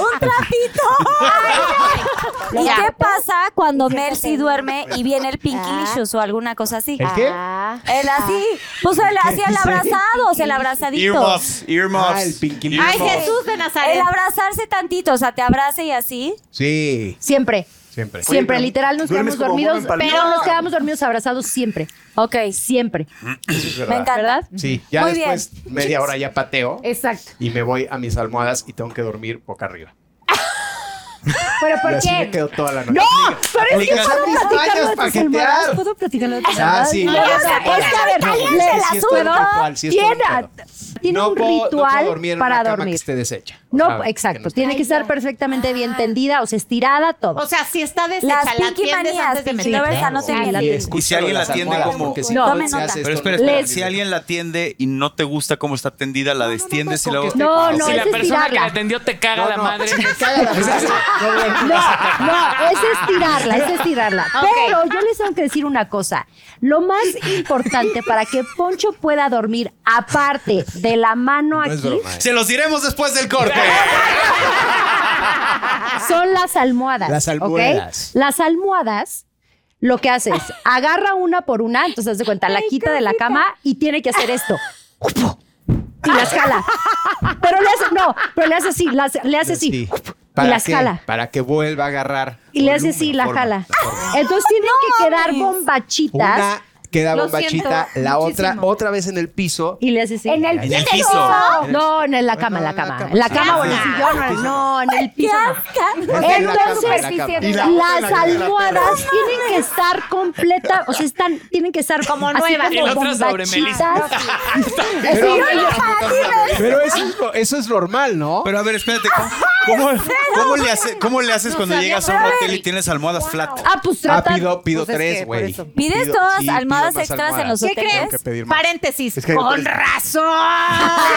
Speaker 4: ¡Un trapito! ¿Y
Speaker 9: Ya.
Speaker 4: qué pasa cuando Mercy duerme y viene el Pinky Issues o alguna cosa así?
Speaker 10: ¿El qué?
Speaker 8: Ah.
Speaker 4: El así. Pues el así, el abrazado, o sea, el abrazadito.
Speaker 11: Earmuffs, earmuffs.
Speaker 10: Ah, el Pinky Mouse.
Speaker 9: Ay,
Speaker 11: Earmuffs.
Speaker 9: Jesús de Nazaret.
Speaker 4: El abrazarse tantito, o sea, te abrace y así.
Speaker 10: Sí,
Speaker 5: Siempre.
Speaker 10: siempre.
Speaker 5: Siempre,
Speaker 6: pero
Speaker 5: literal, nos
Speaker 6: duermes
Speaker 5: quedamos
Speaker 6: como
Speaker 5: dormidos,
Speaker 6: Bob en Palmera.
Speaker 5: pero nos quedamos dormidos abrazados siempre.
Speaker 4: Ok,
Speaker 5: Siempre.
Speaker 4: me encanta.
Speaker 5: ¿Verdad?
Speaker 10: Sí, ya
Speaker 4: Muy
Speaker 10: después media hora ya pateo
Speaker 8: Exacto.
Speaker 10: y me voy a mis almohadas y tengo que dormir boca arriba.
Speaker 8: ¿Pero
Speaker 10: Y
Speaker 8: por
Speaker 10: así me
Speaker 8: qué?
Speaker 10: quedo toda la noche. ¡No!
Speaker 5: Pero
Speaker 10: es que son mis baños para jetear.
Speaker 5: ¿Puedo platicar la
Speaker 10: Ah, sí.
Speaker 5: No,
Speaker 10: no,
Speaker 5: o sea,
Speaker 10: no,
Speaker 5: es que, a ver,
Speaker 10: no,
Speaker 5: caliente
Speaker 10: sí,
Speaker 5: el
Speaker 10: sí estoy en
Speaker 5: asunto.
Speaker 10: ritual, sí estoy en
Speaker 5: Tiene,
Speaker 10: ritual.
Speaker 5: tiene
Speaker 10: No
Speaker 5: un
Speaker 10: puedo- no puedo
Speaker 5: ritual
Speaker 10: dormir en una
Speaker 5: para
Speaker 10: cama
Speaker 5: dormir.
Speaker 10: que esté deshecha.
Speaker 5: No,
Speaker 10: O sea, Ah, que
Speaker 5: exacto.
Speaker 10: no esté-
Speaker 5: tiene que estar perfectamente bien tendida, o sea, estirada, todo.
Speaker 9: Ah. O sea, si está deshecha,
Speaker 4: Las
Speaker 9: la
Speaker 4: Pinky
Speaker 9: atiendes
Speaker 4: manías,
Speaker 9: antes de
Speaker 4: Pinky
Speaker 9: meterla.
Speaker 4: Lovers, anoten
Speaker 10: Y
Speaker 4: bien.
Speaker 10: escucho
Speaker 11: Y si alguien la
Speaker 10: las
Speaker 11: atiende
Speaker 10: almohadas,
Speaker 11: como-
Speaker 10: porque si
Speaker 5: No,
Speaker 10: no,
Speaker 4: tomen
Speaker 10: se hace
Speaker 4: nota.
Speaker 10: esto,
Speaker 11: Pero espera,
Speaker 10: no
Speaker 11: espera,
Speaker 5: Les-
Speaker 11: si alguien la atiende y no te gusta cómo está tendida, la destiendes y luego...
Speaker 5: No, no,
Speaker 7: Si la
Speaker 5: es
Speaker 7: persona que la
Speaker 5: estirarla.
Speaker 7: atendió te caga la madre.
Speaker 10: Si me caga la madre, no voy a-
Speaker 5: No, no, es estirarla, es estirarla. Pero yo les tengo que decir una cosa. Lo más importante para que Poncho pueda dormir, aparte de la mano
Speaker 10: No es
Speaker 5: aquí,
Speaker 10: broma, ¿eh?
Speaker 11: Se los diremos después del corte.
Speaker 5: son las almohadas.
Speaker 10: Las
Speaker 5: ¿ok?
Speaker 10: almohadas.
Speaker 5: Las almohadas. Lo que hace es agarra una por una, entonces haz de cuenta, la quita de la cama y tiene que hacer esto. Y las jala. Pero le hace, no, pero le hace así, las- le hace así.
Speaker 10: Sí. ¿Para
Speaker 5: las
Speaker 10: qué?
Speaker 5: jala.
Speaker 10: Para que vuelva a agarrar.
Speaker 5: Y le hace
Speaker 10: volumen,
Speaker 5: así, la
Speaker 10: forma,
Speaker 5: jala.
Speaker 10: forma.
Speaker 5: Entonces tienen que quedar bombachitas.
Speaker 10: Una queda
Speaker 9: Lo
Speaker 10: bombachita,
Speaker 9: siento
Speaker 10: la otra
Speaker 9: muchísimo.
Speaker 10: otra vez en el piso.
Speaker 5: Y le hace así.
Speaker 8: En el
Speaker 11: En el
Speaker 8: piso.
Speaker 11: piso.
Speaker 5: No, no, en la cama, en la cama. En la cama o en el sillón. No, en el piso. no.
Speaker 10: En la cama,
Speaker 5: Entonces,
Speaker 10: en la cama.
Speaker 8: Y la
Speaker 5: las
Speaker 10: otra en la
Speaker 5: almohadas tienen que estar completas, o sea, están, tienen que estar como
Speaker 9: nuevas.
Speaker 5: nuevas,
Speaker 7: Y la
Speaker 5: como
Speaker 7: otra sobre
Speaker 5: bombachitas.
Speaker 10: Pero,
Speaker 5: Sí, oye,
Speaker 10: pero eso, es lo, eso es normal, ¿no?
Speaker 11: Pero a ver, espérate, ¿cómo, cómo- cómo le, hace- cómo le haces cuando llegas a un hotel y tienes almohadas flat?
Speaker 5: Ah, pues
Speaker 10: Ah,
Speaker 5: tratan.
Speaker 10: pido, pido
Speaker 9: Pues es
Speaker 10: tres,
Speaker 9: que por
Speaker 10: güey.
Speaker 9: eso.
Speaker 4: ¿Pides
Speaker 10: Pido-
Speaker 4: todas
Speaker 10: sí, pido
Speaker 4: almohadas
Speaker 10: más
Speaker 4: extras en
Speaker 10: almohadas.
Speaker 4: los
Speaker 9: ¿Qué
Speaker 4: hoteles?
Speaker 10: Tengo que
Speaker 9: crees?
Speaker 10: pedir más.
Speaker 9: Paréntesis.
Speaker 10: Es que hay
Speaker 9: con
Speaker 10: doctores-
Speaker 9: razón.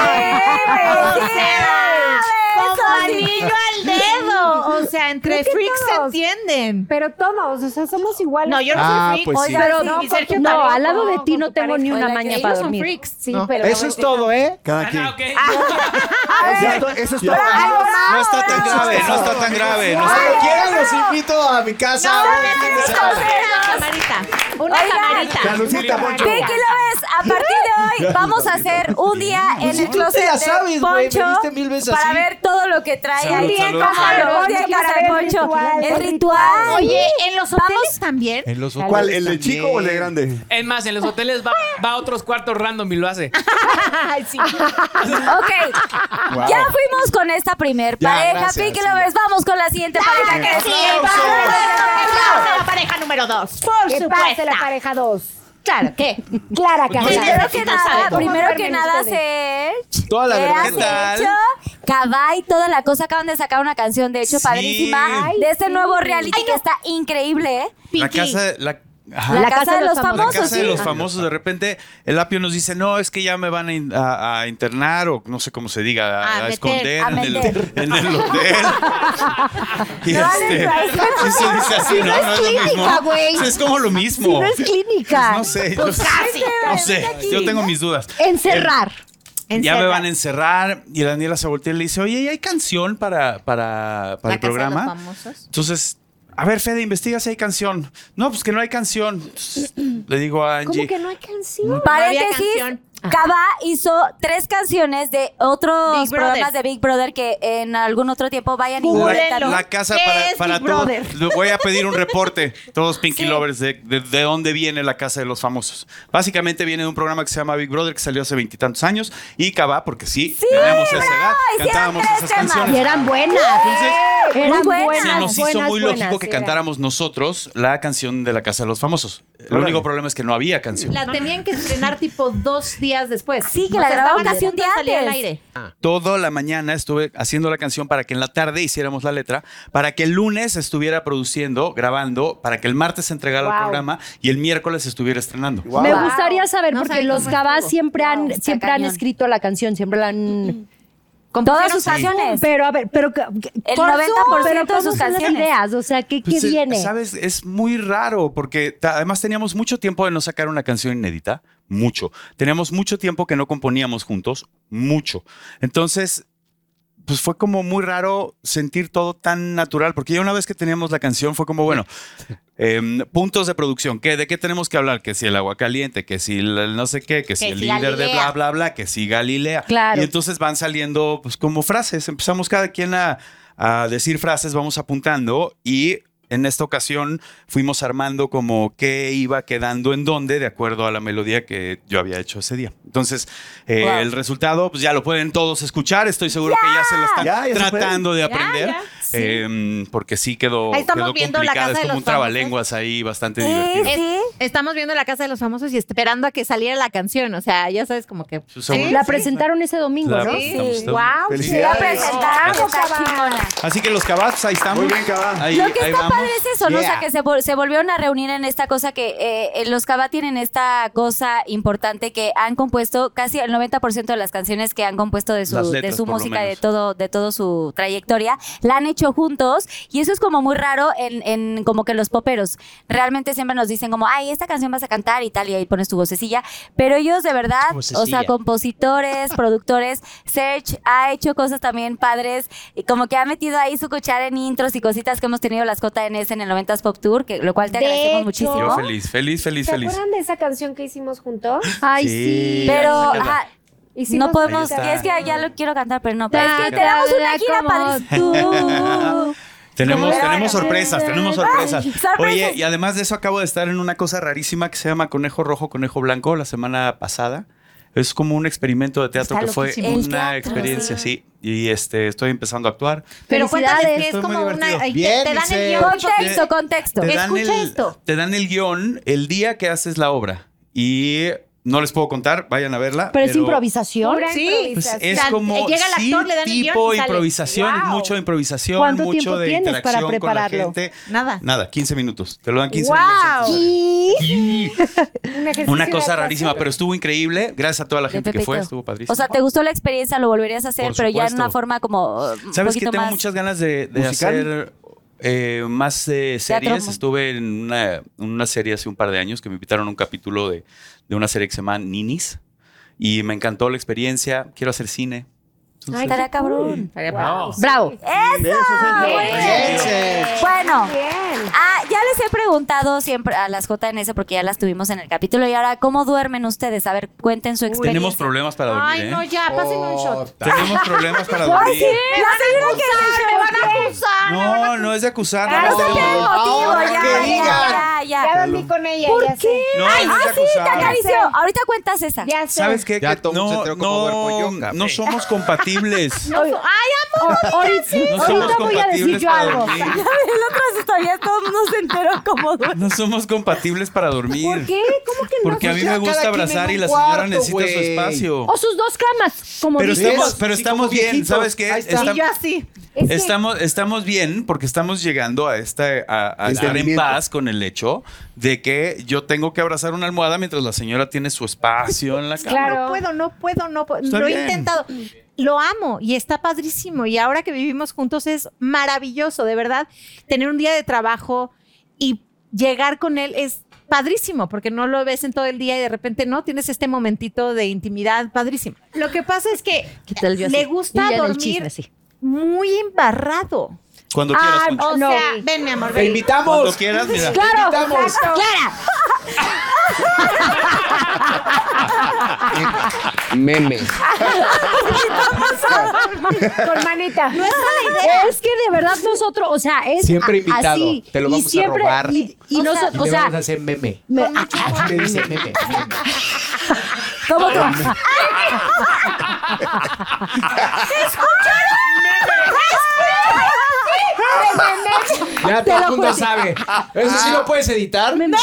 Speaker 4: güey,
Speaker 9: O
Speaker 4: sí,
Speaker 9: sea,
Speaker 4: güey,
Speaker 9: Como
Speaker 4: eso sí.
Speaker 9: anillo al dedo. O sea, entre
Speaker 8: Creo que
Speaker 9: freaks se
Speaker 8: todos.
Speaker 9: entienden.
Speaker 8: Pero todos, o sea, somos iguales.
Speaker 9: No, yo no
Speaker 10: Ah,
Speaker 9: soy freak.
Speaker 10: pues sí.
Speaker 9: Oigan,
Speaker 5: Pero
Speaker 9: sí,
Speaker 5: no,
Speaker 9: y Sergio
Speaker 5: no,
Speaker 9: también.
Speaker 5: al lado de ti
Speaker 8: con
Speaker 5: no
Speaker 8: tu
Speaker 5: tengo ni
Speaker 8: pareja.
Speaker 5: una
Speaker 8: Oiga,
Speaker 5: maña
Speaker 8: ellos
Speaker 5: para
Speaker 8: son
Speaker 5: dormir.
Speaker 8: freaks. Sí,
Speaker 10: No,
Speaker 8: pero
Speaker 10: eso es todo, ¿eh?
Speaker 6: Cada quien.
Speaker 7: Ah, ok.
Speaker 6: Eso es- Eso es todo.
Speaker 11: No está tan grave, no está tan grave. No está-
Speaker 10: Cuando quieran los invito a mi casa.
Speaker 9: Una camarita. Una
Speaker 4: Oigan.
Speaker 9: camarita.
Speaker 6: Calucita, Poncho.
Speaker 4: Pinky Lovers, a partir de hoy vamos a hacer un día en el
Speaker 10: tú te la
Speaker 4: closet de
Speaker 10: sabes, güey,
Speaker 4: Poncho
Speaker 10: me viste mil veces
Speaker 4: para
Speaker 10: así.
Speaker 4: ver todo lo que trae
Speaker 11: Salud,
Speaker 4: ahí.
Speaker 11: salud.
Speaker 4: Ajá, un día en casa de Poncho. Es ritual.
Speaker 9: Oye, en los
Speaker 4: Vamos.
Speaker 9: hoteles también.
Speaker 10: En los
Speaker 6: ¿Cuál? ¿El de chico o el de grande?
Speaker 7: Es más, en los hoteles va, va a otros cuartos random y lo hace.
Speaker 9: Ay, sí.
Speaker 4: Ok, ya fuimos con esta primer
Speaker 10: Ya,
Speaker 4: pareja.
Speaker 10: gracias,
Speaker 4: Pinky
Speaker 10: sí,
Speaker 4: Lovers, vamos con la siguiente pareja que
Speaker 9: Sí,
Speaker 4: sigue.
Speaker 9: vamos. Vamos a la pareja número dos. Por
Speaker 8: Que pase
Speaker 9: supuesto.
Speaker 8: la pareja dos.
Speaker 3: Claro, ¿qué?
Speaker 4: Clara
Speaker 3: Pues no
Speaker 4: Cabeza. Primero
Speaker 3: es que
Speaker 4: que
Speaker 3: no
Speaker 4: nada,
Speaker 3: sabe.
Speaker 4: primero que
Speaker 3: Carmen,
Speaker 4: nada, Serge. ¿Qué has hecho? Cabay, toda la cosa. Acaban de sacar una canción, de hecho,
Speaker 1: Sí.
Speaker 4: padrísima,
Speaker 1: Ay,
Speaker 4: de este
Speaker 1: sí.
Speaker 4: nuevo reality que está increíble. ¿eh?
Speaker 1: La casa, la, ajá.
Speaker 4: La La casa casa de de los los famosos,
Speaker 1: La casa de
Speaker 4: sí.
Speaker 1: los
Speaker 4: Ah.
Speaker 1: famosos. De repente, el apio nos dice: No, es que ya me van a, in- a- a internar o no sé cómo se diga, a,
Speaker 4: A
Speaker 1: Ah, a
Speaker 4: meter,
Speaker 1: esconder
Speaker 4: a
Speaker 1: en, el,
Speaker 4: meter.
Speaker 1: en el hotel. y
Speaker 4: No,
Speaker 1: este,
Speaker 4: no, no, no.
Speaker 1: y se dice así:
Speaker 4: Sí,
Speaker 1: No,
Speaker 4: no es
Speaker 1: no es lo
Speaker 4: clínica,
Speaker 1: mismo.
Speaker 4: güey.
Speaker 1: O sea, Es como lo mismo.
Speaker 5: Si no es clínica.
Speaker 1: No sé,
Speaker 5: Pues
Speaker 1: yo-
Speaker 5: casi.
Speaker 1: No sé, yo tengo mis dudas.
Speaker 5: Encerrar.
Speaker 1: Eh, Ya me van a encerrar y Daniela se voltea y le dice, oye, ¿y hay canción para, para, para el programa? Entonces, a ver, Fede, investiga si hay canción. No, pues que no hay canción. Entonces, Le digo a Angie.
Speaker 4: ¿Cómo que no hay canción?
Speaker 1: No había
Speaker 4: Paréntesis, Cava hizo tres canciones de otros
Speaker 1: Big Brother.
Speaker 4: programas de Big Brother que en algún otro tiempo vayan y
Speaker 1: La,
Speaker 4: búsquenlo.
Speaker 1: la casa para, para todos. Le Voy a pedir un reporte, todos Pinky Lovers, de, de, de dónde viene la casa de los famosos. Básicamente viene de un programa que se llama Big Brother, que salió hace veintitantos años. Y Cabá, porque sí, tenemos esa edad, cantábamos esas canciones. Uh,
Speaker 5: Y eran buenas. eran buenas.
Speaker 1: Se nos hizo
Speaker 5: buenas,
Speaker 1: muy
Speaker 5: buenas,
Speaker 1: lógico que
Speaker 5: eran.
Speaker 1: cantáramos nosotros la canción de la casa de los famosos. El único problema es que no había canción.
Speaker 3: La tenían que estrenar tipo dos días después. Sí,
Speaker 4: que la grabaron casi un día
Speaker 3: al
Speaker 4: antes.
Speaker 3: aire.
Speaker 1: Ah, Toda la mañana estuve haciendo la canción para que en la tarde hiciéramos la letra, para que el lunes estuviera produciendo, grabando, para que el martes se entregara el
Speaker 5: Wow.
Speaker 1: programa y el miércoles estuviera estrenando.
Speaker 5: Me gustaría saber,
Speaker 3: No
Speaker 5: porque
Speaker 3: sabe
Speaker 5: los
Speaker 3: cómo
Speaker 5: Cabas
Speaker 3: estuvo.
Speaker 5: siempre han, siempre han
Speaker 3: cañón.
Speaker 5: escrito la canción, siempre la han.
Speaker 4: Todas sus canciones.
Speaker 5: Pero a ver, pero.
Speaker 4: El 90% de sus canciones.
Speaker 5: ideas? O sea, ¿qué, qué
Speaker 1: Pues, eh,
Speaker 5: viene?
Speaker 1: Sabes, es muy raro porque ta- además teníamos mucho tiempo de no sacar una canción inédita, mucho. Teníamos mucho tiempo que no componíamos juntos, mucho. Entonces, pues fue como muy raro sentir todo tan natural, porque ya una vez que teníamos la canción fue como, bueno, em, puntos de producción, ¿qué, ¿de qué tenemos que hablar? Que si el agua caliente, que si el no sé qué, que, si
Speaker 3: Que
Speaker 1: el
Speaker 3: si
Speaker 1: líder de bla,
Speaker 3: Galilea.
Speaker 1: bla, bla, que si Galilea.
Speaker 3: Claro.
Speaker 1: Y entonces van saliendo pues como frases, empezamos cada quien a, a decir frases, vamos apuntando y... En esta ocasión fuimos armando como qué iba quedando en dónde de acuerdo a la melodía que yo había hecho ese día. Entonces, eh,
Speaker 10: Wow.
Speaker 1: el resultado pues ya lo pueden todos escuchar. Estoy seguro que ya se lo están
Speaker 10: Ya, ya se puede.
Speaker 1: tratando de
Speaker 10: Ya,
Speaker 1: aprender.
Speaker 10: ya.
Speaker 1: Em, porque sí quedó,
Speaker 3: Ahí estamos
Speaker 1: quedó
Speaker 3: viendo la
Speaker 1: complicada.
Speaker 3: casa
Speaker 1: Es
Speaker 3: de
Speaker 1: como
Speaker 3: los
Speaker 1: un trabalenguas ahí bastante divertido.
Speaker 3: Es- Estamos viendo la casa de los famosos y esperando a que saliera la canción. O sea, ya sabes como que.
Speaker 1: Pues somos-
Speaker 5: La presentaron ese domingo,
Speaker 1: La
Speaker 5: ¿no?
Speaker 1: presentamos este
Speaker 5: Guau,
Speaker 1: domingo.
Speaker 5: sí, la
Speaker 1: Felicidades.
Speaker 5: presentamos,
Speaker 4: Está
Speaker 5: Cabas.
Speaker 4: chingona.
Speaker 1: Así que los cabazos, ahí estamos.
Speaker 12: Muy bien, cabaz.
Speaker 1: Ahí,
Speaker 4: Lo que
Speaker 1: ahí
Speaker 4: está
Speaker 1: vamos.
Speaker 4: padre es eso, ¿no? O
Speaker 1: Yeah.
Speaker 4: sea, que se, vol- se volvieron a reunir en esta cosa que eh, eh, los Cava tienen esta cosa importante que han compuesto casi el 90% de las canciones que han compuesto de su,
Speaker 13: Las letras,
Speaker 4: de su
Speaker 13: por lo
Speaker 4: música, de
Speaker 13: menos.
Speaker 4: todo, de todo su trayectoria, la han hecho juntos y eso es como muy raro en, en como que los poperos. Realmente siempre nos dicen como, ay, esta canción vas a cantar y tal, y ahí pones tu vocecilla. Pero ellos de verdad, o sea,
Speaker 13: Vocecilla.
Speaker 4: compositores, productores, Serge ha hecho cosas también padres, y como que ha metido ahí su cuchara en intros y cositas que hemos tenido las JNS en el 90s Pop Tour, que, lo cual te
Speaker 8: De
Speaker 4: agradecemos
Speaker 8: hecho.
Speaker 4: muchísimo.
Speaker 1: Yo feliz, feliz, feliz,
Speaker 8: ¿Se
Speaker 1: feliz.
Speaker 8: acuerdan de esa canción que hicimos juntos?
Speaker 1: Ay, sí. Sí,
Speaker 4: Pero,
Speaker 1: ahí se queda.
Speaker 4: ajá,
Speaker 8: Hicimos-
Speaker 4: no podemos,
Speaker 1: Ahí está.
Speaker 4: es que ya lo quiero cantar, pero no, pero
Speaker 1: Ta,
Speaker 4: es que
Speaker 1: ta,
Speaker 4: tenemos una
Speaker 13: ta,
Speaker 4: gira
Speaker 13: como
Speaker 4: padrísima.
Speaker 1: Tenemos,
Speaker 4: Pero-
Speaker 1: tenemos sorpresas, tenemos sorpresas.
Speaker 4: Sorpresas.
Speaker 1: Oye, y además de eso acabo de estar en una cosa rarísima que se llama Conejo Rojo, Conejo Blanco la semana pasada. Es como un experimento de teatro
Speaker 3: Está
Speaker 1: que fue
Speaker 3: loquísimo. El
Speaker 1: una
Speaker 3: teatro,
Speaker 1: experiencia,
Speaker 3: sí.
Speaker 1: sí. Y este, estoy empezando a actuar.
Speaker 3: Pero cuéntales que es
Speaker 1: Estoy muy
Speaker 3: como una.
Speaker 1: divertido.
Speaker 3: ahí te-
Speaker 1: Bien,
Speaker 3: te, dan el
Speaker 1: dice.
Speaker 3: guión.
Speaker 1: Contexto,
Speaker 4: contexto.
Speaker 1: Te dan
Speaker 3: Escucha
Speaker 1: el-
Speaker 3: esto.
Speaker 1: Te dan el guión el día que haces la obra. Y no les puedo contar, vayan a verla.
Speaker 5: Pero es improvisación.
Speaker 1: Pues es como sí, tipo improvisación, mucho improvisación,
Speaker 5: ¿Cuánto
Speaker 1: mucho
Speaker 5: tiempo
Speaker 1: de
Speaker 5: tienes para
Speaker 1: interacción con
Speaker 5: prepararlo?
Speaker 1: la gente.
Speaker 3: Nada.
Speaker 1: Nada, 15 minutos. Te lo dan 15
Speaker 5: ¡Wow!
Speaker 1: minutos. Una cosa
Speaker 4: de
Speaker 1: rarísima, pero estuvo increíble. Gracias a toda la gente que
Speaker 4: Pepito.
Speaker 1: fue, estuvo padrísimo.
Speaker 4: O sea, ¿te gustó la experiencia? ¿Lo volverías a hacer?
Speaker 1: Por
Speaker 4: Pero ya en
Speaker 1: supuesto.
Speaker 4: una forma como uh, un
Speaker 1: ¿Sabes que
Speaker 4: poquito
Speaker 1: tengo
Speaker 4: más...
Speaker 1: muchas ganas de, de
Speaker 12: ¿Musical?
Speaker 1: hacer eh, más eh,
Speaker 4: Teatro,
Speaker 1: series?
Speaker 4: mo-
Speaker 1: Estuve en una, una serie hace un par de años que me invitaron a un capítulo de, de una serie que se llama Ninis y me encantó la experiencia. Quiero hacer cine.
Speaker 4: Ay, estará cabrón.
Speaker 1: bravo.
Speaker 5: Bravo.
Speaker 4: ¡Eso!
Speaker 1: Bien,
Speaker 4: Bueno. Bueno, ah, ya les he preguntado siempre a las JNS porque ya las tuvimos en el capítulo y ahora, ¿cómo duermen ustedes? A ver, cuenten su experiencia.
Speaker 1: Tenemos problemas para dormir,
Speaker 3: Ay,
Speaker 1: ¿eh?
Speaker 3: no, ya, pásenme un shot.
Speaker 1: Tenemos problemas para
Speaker 3: Ay,
Speaker 1: dormir.
Speaker 3: sí, la señora que me van a
Speaker 11: Ah,
Speaker 3: acusar.
Speaker 1: No, no es de acusar.
Speaker 3: Ah,
Speaker 1: no,
Speaker 3: no sé qué
Speaker 1: no.
Speaker 3: motivo,
Speaker 4: Ahora
Speaker 3: ya,
Speaker 4: que
Speaker 3: ya,
Speaker 4: digan.
Speaker 3: ya, ya.
Speaker 8: Ya dormí con ella. ¿Por qué?
Speaker 1: No,
Speaker 4: Ay,
Speaker 1: no es de
Speaker 4: ah, sí, te
Speaker 1: acusar.
Speaker 4: acarició. Ahorita cuentas esa.
Speaker 8: Ya
Speaker 1: ¿Sabes qué?
Speaker 10: Ya
Speaker 1: Que
Speaker 10: todo mundo
Speaker 1: no,
Speaker 10: se enteró cómo
Speaker 1: no,
Speaker 10: duermo yo, cabrón.
Speaker 1: no somos compatibles.
Speaker 4: No, so- ¡Ay, amor!
Speaker 5: Ahorita,
Speaker 1: No somos
Speaker 5: ahorita voy a decir
Speaker 1: compatibles
Speaker 5: yo
Speaker 1: para
Speaker 5: algo.
Speaker 1: dormir.
Speaker 4: El otro se todavía todo el mundo se enteró. fueron como
Speaker 1: No somos compatibles para dormir.
Speaker 5: ¿Cómo que
Speaker 1: Porque a mí me gusta abrazar y la señora necesita su espacio.
Speaker 5: O sus dos camas, como
Speaker 1: Pero
Speaker 5: dices.
Speaker 1: estamos, pero estamos bien, ¿sabes qué? Estam-
Speaker 5: Y yo así.
Speaker 1: estamos, estamos bien porque estamos llegando a esta a, a estar en
Speaker 3: Entendimiento.
Speaker 1: paz con el hecho de que yo tengo que abrazar una almohada mientras la señora tiene su espacio en la cama.
Speaker 9: No puedo, no puedo, no puedo.
Speaker 1: Está
Speaker 9: lo
Speaker 1: bien.
Speaker 9: he intentado. Lo amo y está padrísimo. Y ahora que vivimos juntos es maravilloso, de verdad. Tener un día de trabajo y llegar con él es padrísimo, porque no lo ves en todo el día y de repente no tienes este momentito de intimidad padrísimo. Lo que pasa es que
Speaker 5: tal yo así?
Speaker 9: le gusta
Speaker 5: Y ya en el
Speaker 9: dormir
Speaker 5: chisme, sí.
Speaker 9: muy embarrado.
Speaker 1: Cuando quieras. Poncho.
Speaker 9: Ah, o sea, ven mi amor,
Speaker 1: Te
Speaker 9: ven.
Speaker 1: invitamos. Cuando quieras, mira. Te invitamos.
Speaker 9: exacto. Clara.
Speaker 3: Meme.
Speaker 5: Con manita. No es mala idea. Es que de verdad nosotros, o sea, es
Speaker 3: Siempre
Speaker 5: a-
Speaker 3: invitado.
Speaker 5: así.
Speaker 3: Te lo
Speaker 5: Y
Speaker 3: vamos a
Speaker 5: siempre-
Speaker 3: robar.
Speaker 5: Y, y
Speaker 3: Y
Speaker 5: noso-
Speaker 3: le
Speaker 5: o sea,
Speaker 3: vamos a hacer meme.
Speaker 5: me-
Speaker 3: Le dice meme.
Speaker 5: ¿Cómo que?
Speaker 10: ¿Escucharon?
Speaker 3: Ya todo el mundo sabe. Eso sí lo puedes editar.
Speaker 9: ¡No!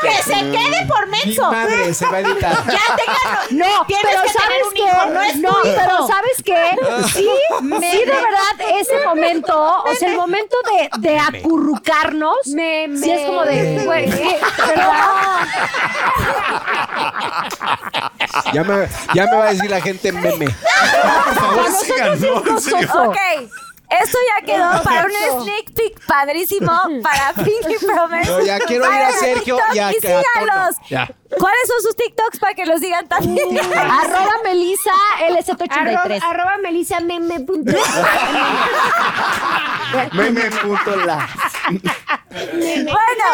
Speaker 9: ¡Que se quede por menso!
Speaker 3: Mi madre, se va a editar.
Speaker 9: ¡Ya téngalo!
Speaker 5: No,
Speaker 9: Tienes
Speaker 5: pero
Speaker 9: que tener
Speaker 5: ¿sabes
Speaker 9: un
Speaker 5: qué?
Speaker 9: hijo, no es Ah.
Speaker 5: No,
Speaker 9: tu hijo.
Speaker 5: pero ¿sabes qué? Sí,
Speaker 9: Me-
Speaker 5: sí, de verdad, ese momento, o sea, el momento de, de acurrucarnos, sí es como de, güey, ¿qué? ¿Verdad?
Speaker 9: Ah,
Speaker 3: Ya me, ya me va a decir la gente meme.
Speaker 1: Por favor, sigan, ¿no? En serio.
Speaker 4: Ok. Esto ya quedó para un sneak peek padrísimo para Pinky Promise.
Speaker 3: No, ya quiero ir a
Speaker 4: Vayan
Speaker 3: Sergio
Speaker 4: TikTok
Speaker 3: y a-
Speaker 4: y
Speaker 3: que a Tono.
Speaker 4: síganlos.
Speaker 3: Ya.
Speaker 4: ¿Cuáles son sus TikToks para que los digan también?
Speaker 5: Arroba Melisa LZ83.
Speaker 8: Arroba, arroba Melissa meme punto.
Speaker 3: Meme punto la.
Speaker 4: Bueno,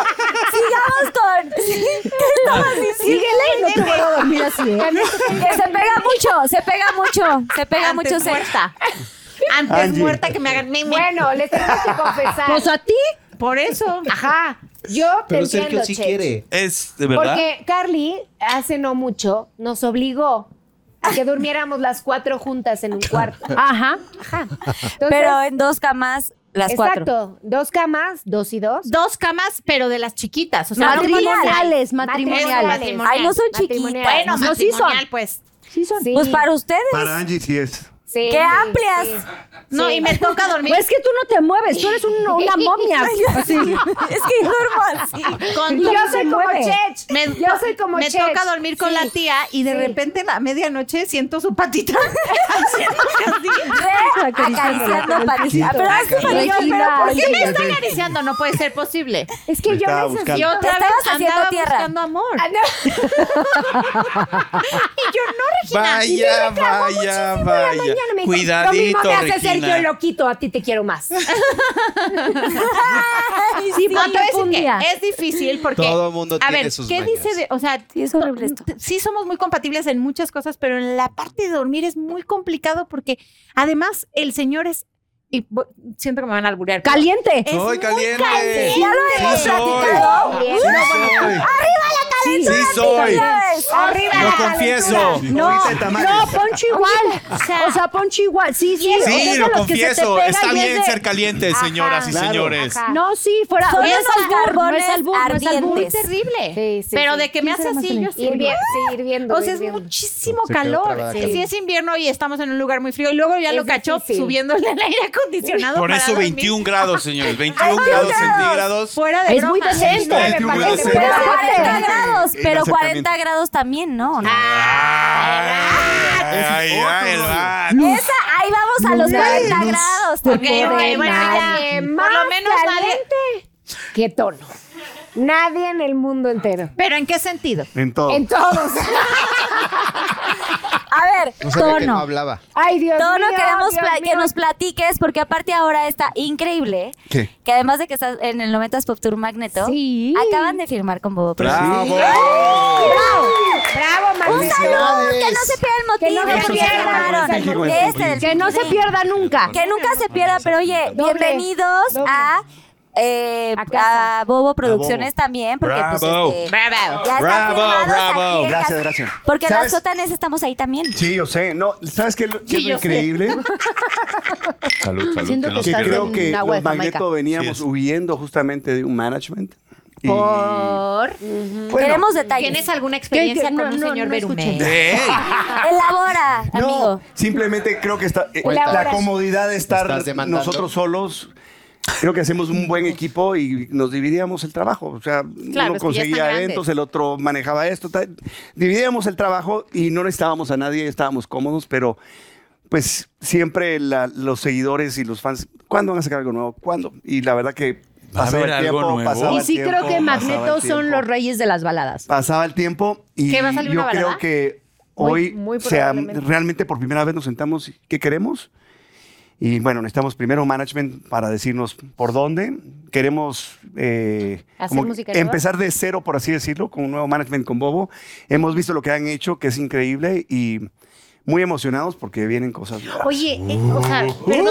Speaker 4: sigamos con.
Speaker 5: Síguele y no te vuelvo a dormir así, ¿eh?
Speaker 4: Que se pega mucho, se pega mucho, se pega
Speaker 9: Antes
Speaker 4: mucho. se-
Speaker 9: muerta. Antes
Speaker 4: Angie.
Speaker 9: muerta que me hagan meme.
Speaker 8: Bueno, les tenemos que confesar.
Speaker 5: Pues a ti.
Speaker 9: Por eso.
Speaker 8: Ajá. Yo te
Speaker 3: Pero
Speaker 8: entiendo,
Speaker 3: Sergio sí
Speaker 8: Che.
Speaker 3: quiere.
Speaker 1: Es de verdad.
Speaker 8: Porque Carly, hace no mucho, nos obligó a que durmiéramos las cuatro juntas en un cuarto.
Speaker 5: Ajá.
Speaker 8: Ajá.
Speaker 4: Pero en dos camas, las
Speaker 8: Exacto.
Speaker 4: cuatro.
Speaker 8: Dos camas, dos y dos.
Speaker 9: Dos camas, pero de las chiquitas. O sea, no matrimoniales.
Speaker 5: matrimoniales, matrimoniales.
Speaker 9: Matrimonial.
Speaker 4: Ay, no son
Speaker 8: Matrimonial.
Speaker 4: chiquitas.
Speaker 9: Bueno,
Speaker 5: No, sí son.
Speaker 9: matrimonial, pues.
Speaker 5: Sí son.
Speaker 4: Pues para ustedes.
Speaker 6: Para Angie sí es.
Speaker 8: Sí,
Speaker 4: ¡Qué amplias!
Speaker 8: sí.
Speaker 9: No, y me toca dormir
Speaker 5: Pues es que tú no te mueves, tú eres un- una momia. Así.
Speaker 4: Es que yo duermo así.
Speaker 9: con
Speaker 5: Y
Speaker 8: Yo
Speaker 5: No se
Speaker 8: soy como
Speaker 5: mueve.
Speaker 8: Chech.
Speaker 9: Me,
Speaker 8: Yo soy como
Speaker 9: me
Speaker 8: Chech.
Speaker 9: toca dormir con
Speaker 8: Sí.
Speaker 9: la tía y de
Speaker 8: Sí.
Speaker 9: repente a la medianoche siento su patita haciéndome así.
Speaker 4: Re acariciando patita. Pero es que Patricia, pero
Speaker 5: Tranquila.
Speaker 4: ¿por
Speaker 9: ¿Por
Speaker 4: qué?
Speaker 9: qué me está acariciando? No puede ser posible.
Speaker 8: Es que yo
Speaker 6: Estaba
Speaker 8: me sentí-
Speaker 6: buscando.
Speaker 9: Y otra vez
Speaker 4: Estabas haciendo
Speaker 9: andaba
Speaker 4: tierra.
Speaker 9: buscando amor.
Speaker 8: Ah, no.
Speaker 9: Y yo, no, Regina.
Speaker 1: Vaya, vaya, vaya.
Speaker 8: Mañana me dijo,
Speaker 1: Cuidadito,
Speaker 8: Lo mismo me hace
Speaker 1: Regina.
Speaker 8: Sergio Loquito, a ti te quiero más.
Speaker 4: Ay, sí.
Speaker 9: No, te voy a decir
Speaker 5: un
Speaker 9: que
Speaker 5: día.
Speaker 9: es difícil porque.
Speaker 3: Todo mundo
Speaker 9: a
Speaker 3: tiene
Speaker 9: ver,
Speaker 3: sus
Speaker 9: ¿qué
Speaker 3: mañas.
Speaker 9: dice de.? O sea,
Speaker 4: Sí, es horrible esto.
Speaker 9: t- sí somos muy compatibles en muchas cosas, pero en la parte de dormir es muy complicado porque además el señor es. Y bo- siento que me van a alburear. pero
Speaker 5: Caliente.
Speaker 9: es
Speaker 1: Soy
Speaker 9: muy
Speaker 1: caliente.
Speaker 9: caliente.
Speaker 4: Ya lo hemos
Speaker 1: Sí
Speaker 4: platicado.
Speaker 1: soy.
Speaker 8: Bien.
Speaker 1: Sí soy.
Speaker 4: Sí,
Speaker 1: Sí soy.
Speaker 4: Arriba.
Speaker 1: Lo confieso.
Speaker 5: No, no, Poncho igual. O sea, Poncho igual. Sí, sí. o sea, es
Speaker 1: Sí,
Speaker 5: de
Speaker 1: lo
Speaker 5: los que se te
Speaker 1: confieso.
Speaker 5: pega
Speaker 1: Está
Speaker 5: y es
Speaker 1: bien
Speaker 5: de-
Speaker 1: ser caliente, señoras y
Speaker 6: Claro.
Speaker 1: señores.
Speaker 8: Ajá.
Speaker 5: No, sí, fuera.
Speaker 4: Son
Speaker 5: no es
Speaker 4: unos
Speaker 5: albur, no es
Speaker 4: carbones
Speaker 5: albur, no es albur.
Speaker 9: muy
Speaker 4: ardientes.
Speaker 9: terrible.
Speaker 8: Sí, sí,
Speaker 9: pero
Speaker 8: sí.
Speaker 9: de que me
Speaker 5: ¿Quién
Speaker 9: hace
Speaker 5: será más
Speaker 9: así, yo
Speaker 5: feliz?
Speaker 9: sí.
Speaker 8: Hirviendo, sí, hirviendo.
Speaker 9: O sea, es
Speaker 8: hirviendo.
Speaker 9: muchísimo
Speaker 3: Se quedó
Speaker 9: calor.
Speaker 3: trabada,
Speaker 9: Si
Speaker 3: Carmen.
Speaker 9: es invierno y estamos en un lugar muy frío y luego ya
Speaker 8: Es
Speaker 9: lo cachó
Speaker 8: difícil.
Speaker 9: subiéndole el aire acondicionado.
Speaker 1: Por
Speaker 9: para
Speaker 1: eso
Speaker 9: dormir.
Speaker 1: 21 grados, señores. 21 grados centígrados.
Speaker 9: Fuera de
Speaker 5: Es muy
Speaker 9: broma.
Speaker 5: decente.
Speaker 1: Es muy
Speaker 5: Pero
Speaker 1: decente.
Speaker 4: Pero
Speaker 5: espérate.
Speaker 4: 40 grados.
Speaker 6: El
Speaker 4: Pero
Speaker 6: acercamiento.
Speaker 4: 40 grados también, ¿no? ¿no?
Speaker 1: Ay, ay, ay, el vato.
Speaker 4: Esa, ahí vamos a los
Speaker 5: Luz.
Speaker 4: 40 grados
Speaker 9: Ok,
Speaker 4: también.
Speaker 9: ok, bueno, ya.
Speaker 8: Nadie
Speaker 9: Por
Speaker 8: más
Speaker 9: lo menos vale.
Speaker 8: caliente que tono. Nadie en el mundo entero.
Speaker 9: ¿Pero en qué sentido?
Speaker 6: En todo.
Speaker 8: En todos.
Speaker 4: A ver,
Speaker 3: No sabía que no
Speaker 4: tono.
Speaker 3: hablaba.
Speaker 8: Ay, Dios
Speaker 4: Todo
Speaker 8: mío.
Speaker 4: lo queremos
Speaker 8: Dios
Speaker 4: pla- que
Speaker 8: mío.
Speaker 4: nos platiques, porque aparte ahora está increíble
Speaker 3: ¿Qué?
Speaker 4: que además de que estás en el 90s Pop Tour Magneto,
Speaker 5: Sí.
Speaker 4: acaban de firmar con Bobo Pro.
Speaker 1: Bravo.
Speaker 8: Bravo,
Speaker 4: Un
Speaker 8: Magneto.
Speaker 4: saludo, que no se pierda el motivo,
Speaker 8: Que no se
Speaker 4: que
Speaker 8: pierda.
Speaker 4: firmaron. Este del
Speaker 5: Que no se pierda nunca.
Speaker 4: Que nunca se pierda, pero oye,
Speaker 8: Doble,
Speaker 4: bienvenidos
Speaker 8: doble.
Speaker 4: a eh, a, Bobo Producciones también, porque pues,
Speaker 6: Bravo.
Speaker 4: este,
Speaker 6: Bravo.
Speaker 4: ya están
Speaker 6: Bravo,
Speaker 4: firmados
Speaker 6: bravo.
Speaker 4: aquí en
Speaker 6: Gracias,
Speaker 4: casa.
Speaker 6: gracias.
Speaker 4: Porque
Speaker 6: ¿Sabes?
Speaker 4: las sotanes estamos ahí también.
Speaker 6: Sí, yo sé. No, ¿Sabes qué, es lo- qué
Speaker 4: Sí,
Speaker 6: es lo
Speaker 4: yo sé.
Speaker 6: increíble?
Speaker 11: Salud, salud.
Speaker 6: que,
Speaker 11: no se pierdan.
Speaker 6: creo que
Speaker 5: agua de
Speaker 6: los
Speaker 5: Jamaica.
Speaker 6: Magneto veníamos huyendo justamente de un management. Y-
Speaker 9: Por.
Speaker 4: Queremos detalles.
Speaker 9: ¿Tienes alguna experiencia
Speaker 5: ¿Qué- qué-
Speaker 9: con
Speaker 5: no,
Speaker 9: un
Speaker 5: no,
Speaker 9: señor
Speaker 5: no
Speaker 9: Berumé?
Speaker 6: escuché.
Speaker 4: Elabora, amigo.
Speaker 6: Simplemente creo que está, eh, la
Speaker 4: Elabora.
Speaker 6: comodidad de estar
Speaker 3: ¿Estás demandando?
Speaker 6: nosotros solos. Creo que hacemos un buen equipo y nos dividíamos el trabajo. O sea,
Speaker 9: Claro,
Speaker 6: uno
Speaker 9: es que ya están
Speaker 6: conseguía
Speaker 9: grandes.
Speaker 6: eventos, el otro manejaba esto. tal. Dividíamos el trabajo y no necesitábamos a nadie, estábamos cómodos, pero pues siempre la- los seguidores y los fans, ¿cuándo van a sacar algo nuevo? ¿Cuándo? Y la verdad que
Speaker 11: Va a
Speaker 6: pasaba
Speaker 11: haber
Speaker 6: el
Speaker 11: algo
Speaker 6: tiempo,
Speaker 11: nuevo.
Speaker 6: pasaba
Speaker 5: Y
Speaker 6: el
Speaker 5: sí
Speaker 6: tiempo,
Speaker 5: creo que
Speaker 6: pasaba el
Speaker 5: Magneto son
Speaker 6: tiempo.
Speaker 5: los reyes de las baladas.
Speaker 6: Pasaba el tiempo y
Speaker 5: ¿Qué, va a salir
Speaker 6: yo
Speaker 5: una
Speaker 6: creo
Speaker 5: balada?
Speaker 6: que
Speaker 5: Muy-
Speaker 6: hoy
Speaker 5: muy
Speaker 6: o sea,
Speaker 5: probablemente.
Speaker 6: realmente por primera vez nos sentamos y qué queremos. Y bueno, necesitamos primero management para decirnos por dónde. Queremos eh,
Speaker 8: Hacer música nueva.
Speaker 6: empezar de cero, por así decirlo, con un nuevo management con Bobo. Hemos visto lo que han hecho, que es increíble y muy emocionados porque vienen cosas nuevas.
Speaker 9: Oye, eh, o sea, perdón. Pero,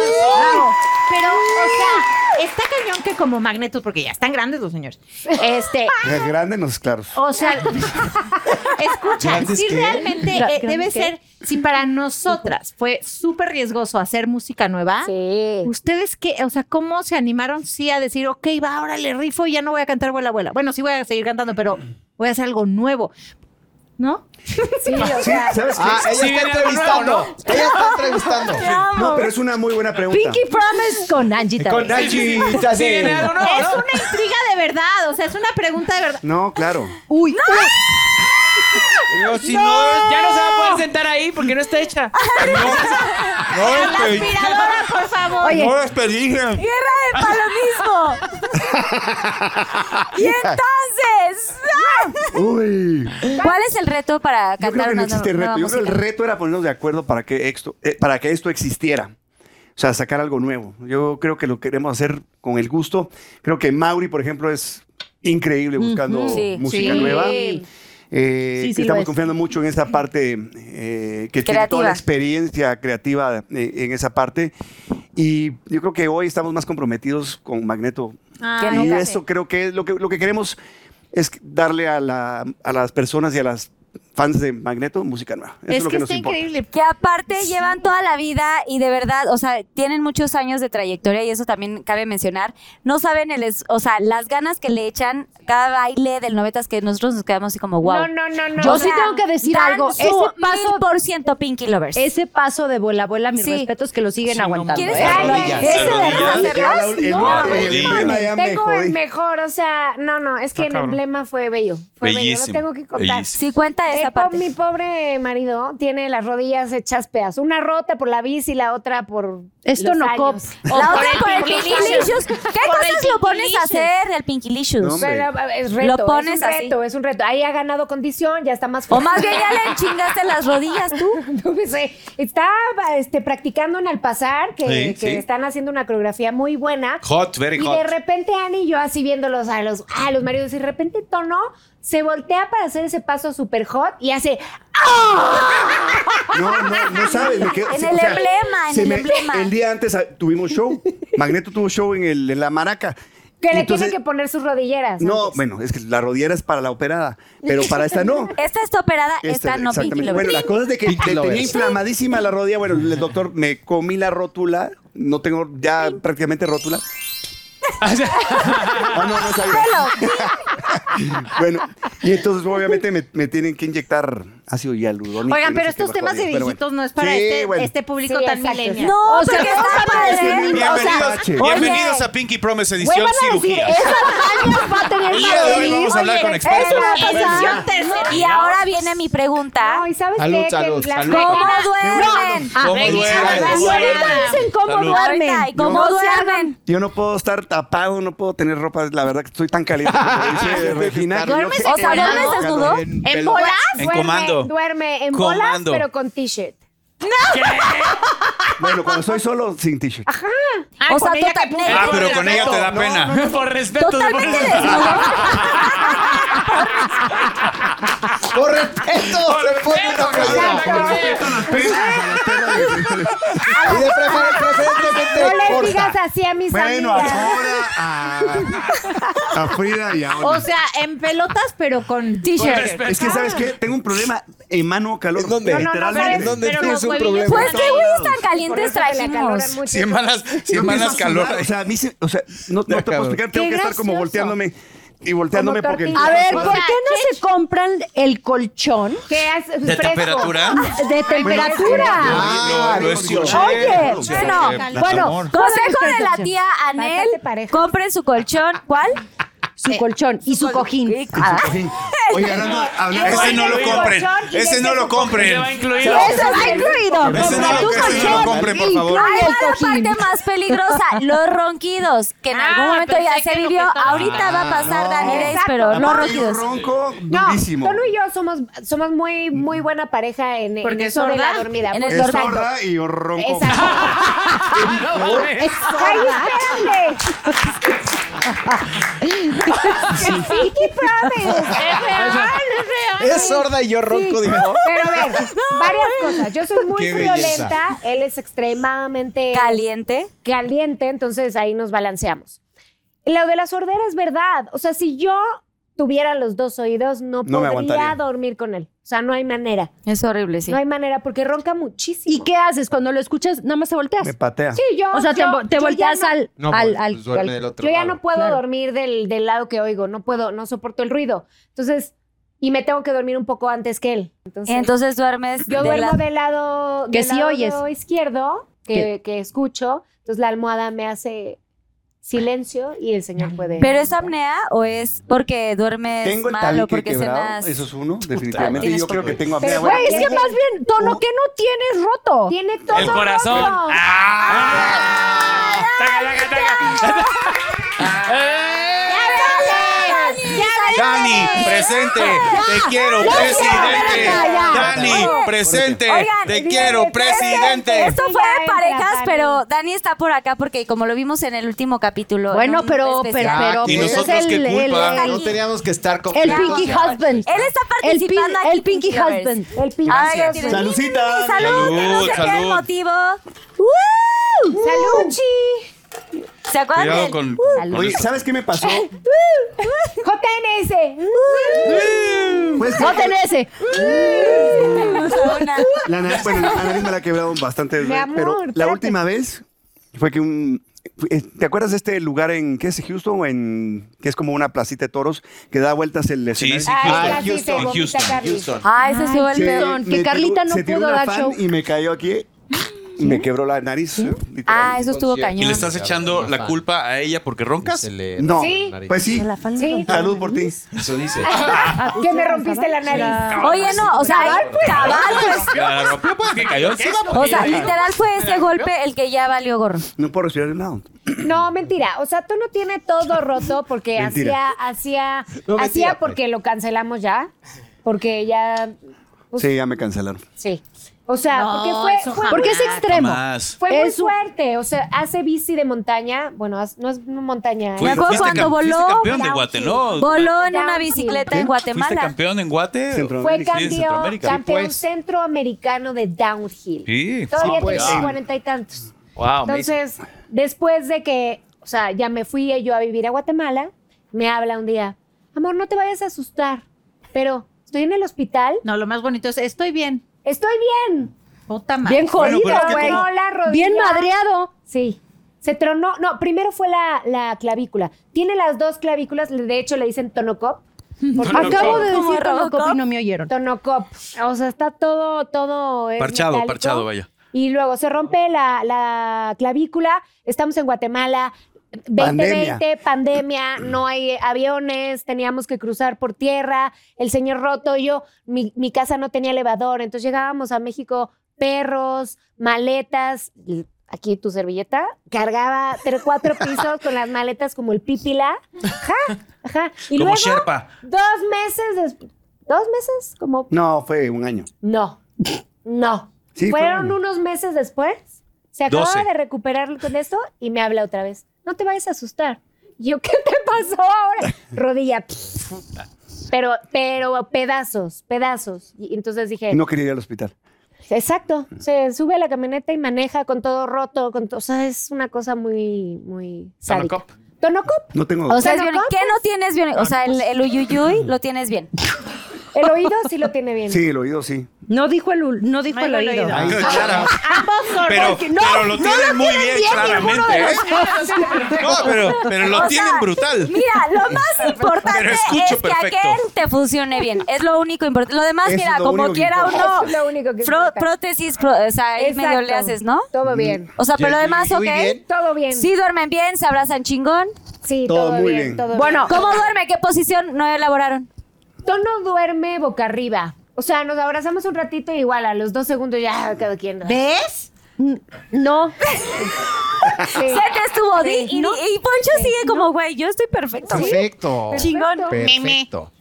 Speaker 9: o sea, está cañón que como magnetos, porque ya están grandes los señores. Este,
Speaker 6: Grandes grande nos claros.
Speaker 9: O sea, escucha,
Speaker 6: ¿Grandes
Speaker 9: si
Speaker 6: qué?
Speaker 9: realmente
Speaker 6: Gra-
Speaker 9: eh,
Speaker 6: ¿grandes
Speaker 9: debe
Speaker 6: qué?
Speaker 9: ser, si para nosotras fue súper riesgoso hacer música nueva, ¿ustedes qué? O sea, ¿cómo se animaron sí a decir, ok, va, ahora le rifo y ya no voy a cantar vuela, abuela? Bueno, sí voy a seguir cantando, pero voy a hacer algo nuevo. ¿No? Sí,
Speaker 6: Sí, ¿sabes qué?
Speaker 3: Ah, ella está entrevistando. Ella está entrevistando.
Speaker 6: No, pero es una muy buena pregunta.
Speaker 5: Pinky Promise con Angie
Speaker 6: Con
Speaker 5: Tadei.
Speaker 6: Angie Tadei. Sí, viene algo nuevo,
Speaker 9: Es una intriga de verdad, o sea, es una pregunta de verdad.
Speaker 6: No, claro.
Speaker 9: Uy, uy.
Speaker 7: Pero si no, ya no se va a poder sentar ahí porque no está hecha.
Speaker 9: No, la aspiradora, por favor.
Speaker 5: Oye. No
Speaker 7: despedí.
Speaker 4: Guerra de palomismo. y entonces,
Speaker 6: Uy.
Speaker 4: ¿cuál es el reto para
Speaker 6: Yo creo
Speaker 4: cantar
Speaker 6: que no
Speaker 4: una
Speaker 6: existe
Speaker 4: nueva
Speaker 6: reto. Yo creo que el
Speaker 4: música?
Speaker 6: reto era ponernos de acuerdo para que esto, eh, para que esto existiera. O sea, sacar algo nuevo. Yo creo que lo queremos hacer con el gusto. Creo que Mauri, por ejemplo, es increíble buscando
Speaker 3: Ujú. Sí.
Speaker 6: música
Speaker 3: Sí.
Speaker 6: nueva. Eh,
Speaker 3: Sí, sí lo
Speaker 6: estamos
Speaker 3: es.
Speaker 6: confiando mucho en esa parte eh, que tiene
Speaker 3: Creativa.
Speaker 6: toda la experiencia creativa eh, en esa parte. Y yo creo que hoy estamos más comprometidos con Magneto.
Speaker 3: Ah,
Speaker 6: y
Speaker 3: Que nunca.
Speaker 6: eso creo que es lo que, lo que queremos es darle a, la- a las personas y a las fans de Magneto música nueva. Eso es, lo que, nos importa.
Speaker 4: Que aparte llevan toda la vida y de verdad, o sea, tienen muchos años de trayectoria y eso también cabe mencionar. No saben el, es- o sea, las ganas que le echan cada baile del novetas que nosotros nos quedamos así como
Speaker 5: No,
Speaker 4: wow.
Speaker 5: no, no, no. Yo sí tengo que decir algo. Ese paso-
Speaker 4: por ciento Pinky Lovers.
Speaker 5: Ese paso de vuela abuela, mis
Speaker 4: Sí.
Speaker 5: respetos que lo siguen aguantando.
Speaker 4: ¿Quieres
Speaker 5: ¿eh?
Speaker 4: saber?
Speaker 5: Ese
Speaker 4: Ese de
Speaker 5: de
Speaker 4: hacerlas,
Speaker 5: hacerlas,
Speaker 4: no.
Speaker 5: no.
Speaker 8: Tengo el
Speaker 4: jodí.
Speaker 8: mejor, o sea, no, no, es que
Speaker 4: Ah,
Speaker 8: el
Speaker 4: cabrón.
Speaker 8: emblema fue bello. Fue
Speaker 11: Bellísimo,
Speaker 8: bello, lo tengo que contar.
Speaker 11: bellísimo.
Speaker 4: Sí, cuenta
Speaker 8: esa Mi pobre marido tiene las rodillas hechas peas. Una rota por la bici y la otra por.
Speaker 5: Esto
Speaker 8: los
Speaker 5: no
Speaker 8: años.
Speaker 4: cop. La otra por el Pinkylicious. ¿Qué cosas lo pones a hacer del Pinkylicious? No, hombre.
Speaker 8: Pero, a ver, es reto,
Speaker 4: Lo pones
Speaker 8: es un
Speaker 4: así.
Speaker 8: reto, es un reto. Ahí ha ganado condición, ya está más
Speaker 4: O más bien ya le chingaste las rodillas tú.
Speaker 8: No me sé. Está este, practicando en al pasar, que,
Speaker 11: Sí,
Speaker 8: que
Speaker 11: sí.
Speaker 8: están haciendo una coreografía muy buena.
Speaker 11: Hot, very
Speaker 8: Y
Speaker 11: hot.
Speaker 8: de repente Annie y yo así viéndolos a los, a los maridos y de repente Tono se voltea para hacer ese paso super hot y hace ¡Ah!
Speaker 6: No, no, no sabes. me quedo-
Speaker 8: En
Speaker 6: se-
Speaker 8: el emblema, en
Speaker 6: se
Speaker 8: el emblema.
Speaker 6: El día antes ah, tuvimos show. Magneto tuvo show en, el- en la maraca.
Speaker 8: que le
Speaker 6: Entonces-
Speaker 8: tienen que poner sus rodilleras.
Speaker 6: No, bueno, es que la rodillera es para la operada, pero para esta no.
Speaker 4: Esta está
Speaker 9: Ah,
Speaker 4: operada,
Speaker 6: Esta,
Speaker 4: esta no Pinky
Speaker 6: Este, exactamente. Bueno,
Speaker 4: Lovers.
Speaker 6: la cosa es de que
Speaker 3: Pinky
Speaker 6: le tenía
Speaker 3: lovers.
Speaker 6: inflamadísima la rodilla. Bueno, el doctor me comí la rótula. No tengo ya prácticamente rótula. Ah, no, no sabía. Bueno, y entonces obviamente me, me tienen que inyectar ácido hialurónico.
Speaker 9: Oigan,
Speaker 6: y no
Speaker 9: pero
Speaker 6: sé qué
Speaker 9: estos
Speaker 6: más
Speaker 9: temas de
Speaker 6: jodido, pero bueno.
Speaker 9: viejitos no es para
Speaker 6: Sí,
Speaker 9: este,
Speaker 6: bueno.
Speaker 9: este público
Speaker 8: Sí,
Speaker 9: tan
Speaker 8: exacto,
Speaker 9: millennial.
Speaker 8: No,
Speaker 9: O sea,
Speaker 5: porque está padre.
Speaker 11: Bienvenidos,
Speaker 5: sea, oye.
Speaker 11: bienvenidos a Pinky Promise edición
Speaker 5: Vuelvan a decir,
Speaker 11: cirugía.
Speaker 5: esas
Speaker 8: años va a tener
Speaker 11: El día de hoy
Speaker 8: Madeline.
Speaker 11: vamos a hablar
Speaker 8: Oye,
Speaker 11: con expertos.
Speaker 8: eso va a
Speaker 11: Bueno,
Speaker 8: pasar.
Speaker 11: ya.
Speaker 4: Y ahora viene mi pregunta.
Speaker 8: No, ¿y sabes
Speaker 11: Salud,
Speaker 8: qué?
Speaker 11: salud,
Speaker 8: que las
Speaker 11: salud.
Speaker 8: máquinas-
Speaker 4: ¿Cómo duermen?
Speaker 8: No, no.
Speaker 6: ¿Cómo
Speaker 8: Ah,
Speaker 6: duermen?
Speaker 8: ahorita
Speaker 6: ¿Cómo
Speaker 8: dicen cómo
Speaker 6: Salud.
Speaker 8: duermen.
Speaker 4: Ay, ¿Cómo
Speaker 8: No se hagan
Speaker 4: duermen?
Speaker 6: Yo no puedo estar tapado, no puedo tener ropa. La verdad que estoy tan caliente. como dice Regina, que yo
Speaker 8: ¿Duermes
Speaker 6: que-
Speaker 8: en bolas?
Speaker 6: En
Speaker 8: ¿En
Speaker 6: pelo.
Speaker 8: bolas?
Speaker 6: En
Speaker 8: Duerme-
Speaker 6: comando.
Speaker 8: Duerme en
Speaker 6: Comando.
Speaker 8: bolas, pero con t-shirt.
Speaker 6: Bueno, cuando soy solo, sin t-shirt.
Speaker 8: Ajá.
Speaker 4: O sea, total-
Speaker 11: Ah, pero con ella te da pena.
Speaker 7: Por respeto.
Speaker 4: Totalmente
Speaker 7: por-
Speaker 4: desnudo.
Speaker 3: Por respeto, se pone una playera.
Speaker 6: Y de prefer- preferentemente
Speaker 8: No les
Speaker 6: corta.
Speaker 8: digas a hacía mis
Speaker 11: Bueno,
Speaker 8: amigas.
Speaker 11: ahora a Frida
Speaker 5: Oh,
Speaker 11: y a Olga.
Speaker 9: O sea, en pelotas, pero con t-shirt.
Speaker 6: Es que, ¿sabes qué? Tengo un problema en mano calor. ¿En
Speaker 9: No, no, no, pero es- pero los huevillos
Speaker 4: Pues
Speaker 9: están
Speaker 4: qué güeyes
Speaker 9: ahí.
Speaker 4: tan
Speaker 9: Porque
Speaker 4: calientes
Speaker 9: se le acaloran
Speaker 4: trajimos.
Speaker 9: mucho.
Speaker 6: semanas
Speaker 11: si emanas calor.
Speaker 6: O sea, a mí se- o sea, no, no te puedo explicar. Tengo
Speaker 5: Qué
Speaker 6: que estar como
Speaker 5: gracioso.
Speaker 6: volteándome y volteándome porque...
Speaker 5: A ver, ¿por qué no se compran el colchón?
Speaker 8: ¿Qué haces?
Speaker 6: ¿De temperatura?
Speaker 5: De temperatura.
Speaker 6: Ah,
Speaker 1: Lo- lo
Speaker 6: rico.
Speaker 1: escuché.
Speaker 5: Oye,
Speaker 1: O sea,
Speaker 5: bueno,
Speaker 1: que-
Speaker 5: bueno,
Speaker 4: Consejo de la tía Anel, compren su colchón. ¿Cuál? Eh,
Speaker 5: Su colchón y su cojín. Ah.
Speaker 11: Oye, hablando, hablando-
Speaker 5: Ese no lo compren,
Speaker 11: ese no lo compren.
Speaker 5: Eso va incluido.
Speaker 11: Ese no
Speaker 5: Compra
Speaker 11: lo-
Speaker 5: tu
Speaker 11: ese no lo
Speaker 5: colchón,
Speaker 11: compren, por favor.
Speaker 5: incluye
Speaker 4: Ahí
Speaker 5: el
Speaker 4: va la
Speaker 5: cojín.
Speaker 4: parte más peligrosa, los ronquidos, Ah, que en
Speaker 8: Ah,
Speaker 4: algún momento ya se vivió. Ahorita
Speaker 11: Ah,
Speaker 4: va a pasar Dani Days, pero los
Speaker 6: Aparte, yo
Speaker 4: ronquidos.
Speaker 6: ronco
Speaker 8: No,
Speaker 6: durísimo.
Speaker 8: Tono y yo somos, somos muy, muy buena pareja en, en
Speaker 6: Porque es
Speaker 8: eso de la
Speaker 6: sorda.
Speaker 8: dormida. pues,
Speaker 6: En el
Speaker 8: Porque
Speaker 6: Es
Speaker 8: exacto.
Speaker 6: sorda y yo ronco.
Speaker 8: Exacto.
Speaker 6: Es
Speaker 8: ¡Ay, espérame! ¡Pinky Promise!
Speaker 3: Es sorda y yo ronco, dijo.
Speaker 8: Pero a ver, varias cosas. Yo soy muy
Speaker 3: Qué
Speaker 8: violenta,
Speaker 3: belleza.
Speaker 8: él es extremadamente
Speaker 4: caliente.
Speaker 8: Caliente, entonces ahí nos balanceamos. Lo de la sordera es verdad. O sea, si yo tuviera los dos oídos, no,
Speaker 4: No
Speaker 8: podría
Speaker 4: me aguantaría.
Speaker 8: dormir con él. O sea, no hay manera.
Speaker 4: Es horrible, sí.
Speaker 8: No hay manera porque ronca muchísimo.
Speaker 5: ¿Y qué haces cuando lo escuchas? Nada más te volteas.
Speaker 6: Me patea.
Speaker 8: Sí, yo.
Speaker 5: O sea, te
Speaker 8: yo-
Speaker 5: vo- te
Speaker 8: yo ya
Speaker 5: volteas
Speaker 8: no-
Speaker 5: al- No, al- pues, al-
Speaker 3: pues, duerme al- del otro
Speaker 8: yo ya
Speaker 3: lado.
Speaker 8: no puedo
Speaker 3: Claro.
Speaker 8: dormir del, del lado que oigo. No puedo, no soporto el ruido. Entonces, y me tengo que dormir un poco antes que él. Entonces,
Speaker 4: Entonces duermes
Speaker 8: yo
Speaker 4: de
Speaker 8: duermo
Speaker 4: lado.
Speaker 8: del lado,
Speaker 4: Que
Speaker 8: del
Speaker 4: sí
Speaker 8: lado
Speaker 4: oyes.
Speaker 8: izquierdo que, que escucho. Entonces la almohada me hace silencio y el señor puede.
Speaker 4: ¿Pero es apnea o es porque duermes
Speaker 6: Tengo el
Speaker 4: mal
Speaker 6: tabique
Speaker 4: o porque
Speaker 6: quebrado,
Speaker 4: cenas?
Speaker 6: eso es uno, definitivamente.
Speaker 4: tienes
Speaker 6: Y yo creo que tengo apnea.
Speaker 5: Pero,
Speaker 6: Bueno,
Speaker 5: güey, es que más bien,
Speaker 4: Oh.
Speaker 5: Tono, ¿qué no tienes roto?
Speaker 8: Tiene Ah,
Speaker 5: todo
Speaker 14: El corazón.
Speaker 5: roto.
Speaker 11: Dani, presente, te quiero,
Speaker 4: Ya, ya,
Speaker 11: presidente.
Speaker 4: ya, ya.
Speaker 11: Dani,
Speaker 4: Oigan,
Speaker 11: presente,
Speaker 4: oigan,
Speaker 11: te
Speaker 4: oigan,
Speaker 11: quiero, presidente.
Speaker 4: Esto fue de parejas,
Speaker 11: Dani.
Speaker 4: pero Dani está por acá porque como lo vimos en el último capítulo.
Speaker 5: Bueno,
Speaker 4: en un
Speaker 5: pero-
Speaker 4: especial.
Speaker 5: pero-
Speaker 3: y
Speaker 5: pues, es
Speaker 3: nosotros qué
Speaker 5: el-
Speaker 3: culpa.
Speaker 5: el- el- No
Speaker 3: teníamos que estar con
Speaker 5: El Pinky Husband.
Speaker 4: Él está participando
Speaker 5: El, pin- el Pinky Husband.
Speaker 8: El Pinky
Speaker 5: Husband.
Speaker 4: Salucita. Salud, que no
Speaker 11: Salud,
Speaker 4: se pierda el
Speaker 11: salud.
Speaker 4: motivo.
Speaker 8: ¡Salud,
Speaker 4: ¿Se acuerdan
Speaker 6: Cuidado
Speaker 4: del-
Speaker 6: con-
Speaker 4: ¡Uh!
Speaker 6: con Oye, eso. ¿sabes qué me pasó?
Speaker 8: JNS.
Speaker 6: Pues,
Speaker 5: No tenés ese.
Speaker 6: La nariz, bueno, la nariz me la ha quebrado bastante.
Speaker 5: Mi amor,
Speaker 6: pero la
Speaker 5: espérate.
Speaker 6: última vez fue que un... eh, ¿Te acuerdas de este lugar en, qué es Houston? o En, que es como una placita de toros que da vueltas el escenario.
Speaker 1: sí, Ay, Houston.
Speaker 5: Ah,
Speaker 1: casi Houston, se vomita Houston, Carly. Houston. Ay, se
Speaker 5: estuvo Ah, el peor. Que
Speaker 6: me tiró-
Speaker 5: Carlita no
Speaker 6: se tiró
Speaker 5: pudo
Speaker 6: una
Speaker 5: dar
Speaker 6: fan
Speaker 5: show.
Speaker 6: Y me cayó aquí y me quebró la nariz. literal.
Speaker 4: Ah, eso estuvo cañón.
Speaker 1: ¿Y le estás echando la culpa a ella porque roncas?
Speaker 6: No, pues sí.
Speaker 8: Sí.
Speaker 6: Salud por ti.
Speaker 1: Eso dice.
Speaker 4: Ah,
Speaker 8: que me rompiste la nariz.
Speaker 4: Oye, no, o sea,
Speaker 8: Cabal, pues.
Speaker 4: cabal, pues.
Speaker 1: La rompió porque cayó encima.
Speaker 4: O sea, literal fue ese golpe el que ya valió gorro.
Speaker 6: No puedo respirar de nada.
Speaker 8: No, mentira. O sea, tú no tiene todo roto porque hacía,
Speaker 6: Mentira.
Speaker 8: hacía,
Speaker 6: No, mentira,
Speaker 8: hacía porque lo cancelamos ya. Porque ya. pues,
Speaker 6: Sí, ya me cancelaron.
Speaker 8: sí. O sea,
Speaker 5: No,
Speaker 8: porque fue.
Speaker 5: eso
Speaker 8: fue-
Speaker 5: Porque es jamás. extremo.
Speaker 6: Jamás.
Speaker 8: Fue muy
Speaker 5: Es un-
Speaker 8: fuerte. O sea, hace bici de montaña. Bueno, haz- no es montaña.
Speaker 1: Fui- Me acuerdo fuiste cuando cam- voló. fuiste campeón de Guate, ¿no?
Speaker 4: Voló en una
Speaker 8: Downhill.
Speaker 4: bicicleta en
Speaker 1: ¿Fuiste
Speaker 4: Guatemala.
Speaker 1: campeón en Guate?
Speaker 8: Fue
Speaker 1: Sí, pues. en
Speaker 8: campeón,
Speaker 1: Centroamérica.
Speaker 8: campeón centroamericano de downhill.
Speaker 1: Sí.
Speaker 8: Todavía
Speaker 1: Sí, pues.
Speaker 8: tenía
Speaker 1: Ah.
Speaker 8: cuarenta y tantos.
Speaker 1: Wow,
Speaker 8: Entonces, después de que, o sea, ya me fui yo a vivir a Guatemala, me habla un día, amor, no te vayas a asustar, pero estoy en el hospital.
Speaker 9: No, lo más bonito es, estoy bien.
Speaker 8: Estoy bien.
Speaker 9: Puta madre.
Speaker 5: Bien jodido,
Speaker 8: Se
Speaker 5: güey.
Speaker 8: tronó la rodilla.
Speaker 5: Bien madreado.
Speaker 8: Sí. Se tronó. No, primero fue la, la clavícula. Tiene las dos clavículas, de hecho le dicen tonocop. porque-
Speaker 5: Acabo de decir Tonocop y no me oyeron.
Speaker 8: Tonocop. O sea, está todo, todo.
Speaker 9: Ah,
Speaker 8: es
Speaker 1: Parchado,
Speaker 8: metálico.
Speaker 1: parchado, vaya.
Speaker 8: Y luego se rompe la, la clavícula. Estamos en Guatemala. 2020, pandemia. no hay aviones, teníamos que cruzar por tierra, el señor roto, yo, mi, mi casa no tenía elevador, entonces llegábamos a México, perros, maletas, y aquí tu servilleta, cargaba tres, cuatro pisos con las maletas como el pípila, ajá, ajá. Y
Speaker 6: Como
Speaker 8: luego,
Speaker 6: Sherpa.
Speaker 8: dos meses, des- dos meses, como
Speaker 6: No, fue un año.
Speaker 8: no, no.
Speaker 6: Sí, fue
Speaker 8: Fueron
Speaker 6: bueno.
Speaker 8: unos meses después. Se acababa
Speaker 6: Doce.
Speaker 8: de recuperar con esto y me habla otra vez. No te vayas a asustar. Y Yo, ¿qué te pasó ahora? Rodilla. Pero, pero pedazos, pedazos. Y entonces dije,
Speaker 6: Y no quería ir al hospital.
Speaker 8: Exacto. Se sube a la camioneta y maneja con todo roto, con todo. O sea, es una cosa muy, muy sádica. Tonocop.
Speaker 12: No tengo.
Speaker 4: O sea, es bien- ¿qué
Speaker 8: pues?
Speaker 4: no tienes bien? O sea, el, el uyuyuy lo tienes bien.
Speaker 8: El oído sí lo tiene bien.
Speaker 12: Sí, el oído sí.
Speaker 5: No dijo el, ul- no dijo el oído.
Speaker 12: Ay,
Speaker 1: Clara.
Speaker 5: Ambos
Speaker 1: Pero,
Speaker 5: porque- no,
Speaker 1: pero lo
Speaker 5: no
Speaker 1: tienen muy bien,
Speaker 5: ninguno
Speaker 1: claramente.
Speaker 5: de
Speaker 1: ¿eh?
Speaker 5: los dos.
Speaker 1: No, pero, pero lo
Speaker 4: O sea,
Speaker 1: tienen brutal.
Speaker 4: Mira, lo más importante
Speaker 1: Pero
Speaker 4: es
Speaker 1: escucho
Speaker 4: que
Speaker 1: perfecto.
Speaker 4: aquel te funcione bien. Es lo único importante. Lo demás,
Speaker 8: Eso
Speaker 4: mira,
Speaker 8: es lo
Speaker 4: como
Speaker 8: único que
Speaker 4: quiera
Speaker 8: importa.
Speaker 4: uno.
Speaker 8: Eso es lo único que
Speaker 4: fro-
Speaker 8: importa.
Speaker 4: prótesis, pro- o sea, ahí medio
Speaker 8: Exacto.
Speaker 4: le haces, ¿no?
Speaker 8: Todo bien.
Speaker 4: O sea, pero lo demás, ok.
Speaker 8: Todo bien.
Speaker 4: Sí duermen bien, se abrazan chingón.
Speaker 8: Sí, Todo todo muy bien, bien. todo bien.
Speaker 4: bueno, ¿cómo duerme? ¿Qué posición no elaboraron?
Speaker 8: Tono duerme boca arriba. O sea, nos abrazamos un ratito y igual a los dos segundos ya cada quien. ¿Ves?
Speaker 5: No.
Speaker 4: Se te estuvo di-
Speaker 8: Sí.
Speaker 4: y,
Speaker 8: No.
Speaker 4: y Poncho sigue como, güey, yo estoy perfecto. güey".
Speaker 10: Perfecto.
Speaker 4: Chingón.
Speaker 10: Perfecto.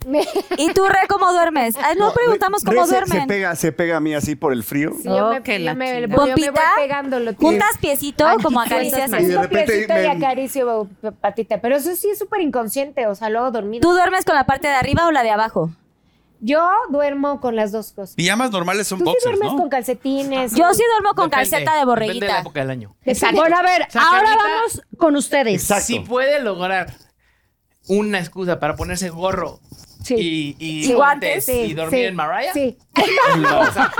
Speaker 4: ¿Y tú, Re, cómo duermes? Ay, no preguntamos cómo
Speaker 12: Re, se- Se
Speaker 4: duermen.
Speaker 12: pega, se pega a mí así por el frío.
Speaker 8: Sí, yo, me, yo, me, yo me voy
Speaker 4: Pompita,
Speaker 8: pegándolo.
Speaker 4: juntas piecito, como acaricias
Speaker 8: Y
Speaker 4: así.
Speaker 8: de repente piecito
Speaker 4: me-
Speaker 8: y acaricio pa- patita. Pero eso sí es súper inconsciente. O sea, luego dormido.
Speaker 4: ¿Tú duermes con la parte de arriba o la de abajo?
Speaker 8: Yo duermo con las dos cosas.
Speaker 1: Pijamas normales son
Speaker 8: Tú sí
Speaker 1: boxers,
Speaker 8: duermes
Speaker 1: ¿no?
Speaker 8: con calcetines.
Speaker 4: Yo sí duermo
Speaker 1: con Depende, calceta de borreguita. depende de la época del año.
Speaker 5: Exacto. Bueno, a ver,
Speaker 7: O sea,
Speaker 5: ahora
Speaker 7: Carlita-
Speaker 5: vamos con ustedes.
Speaker 7: Si puede lograr una excusa para ponerse gorro y, y
Speaker 5: Sí.
Speaker 7: guantes
Speaker 5: Sí,
Speaker 7: y dormir
Speaker 5: sí,
Speaker 7: en Mariah.
Speaker 8: Sí.
Speaker 7: no, o sea,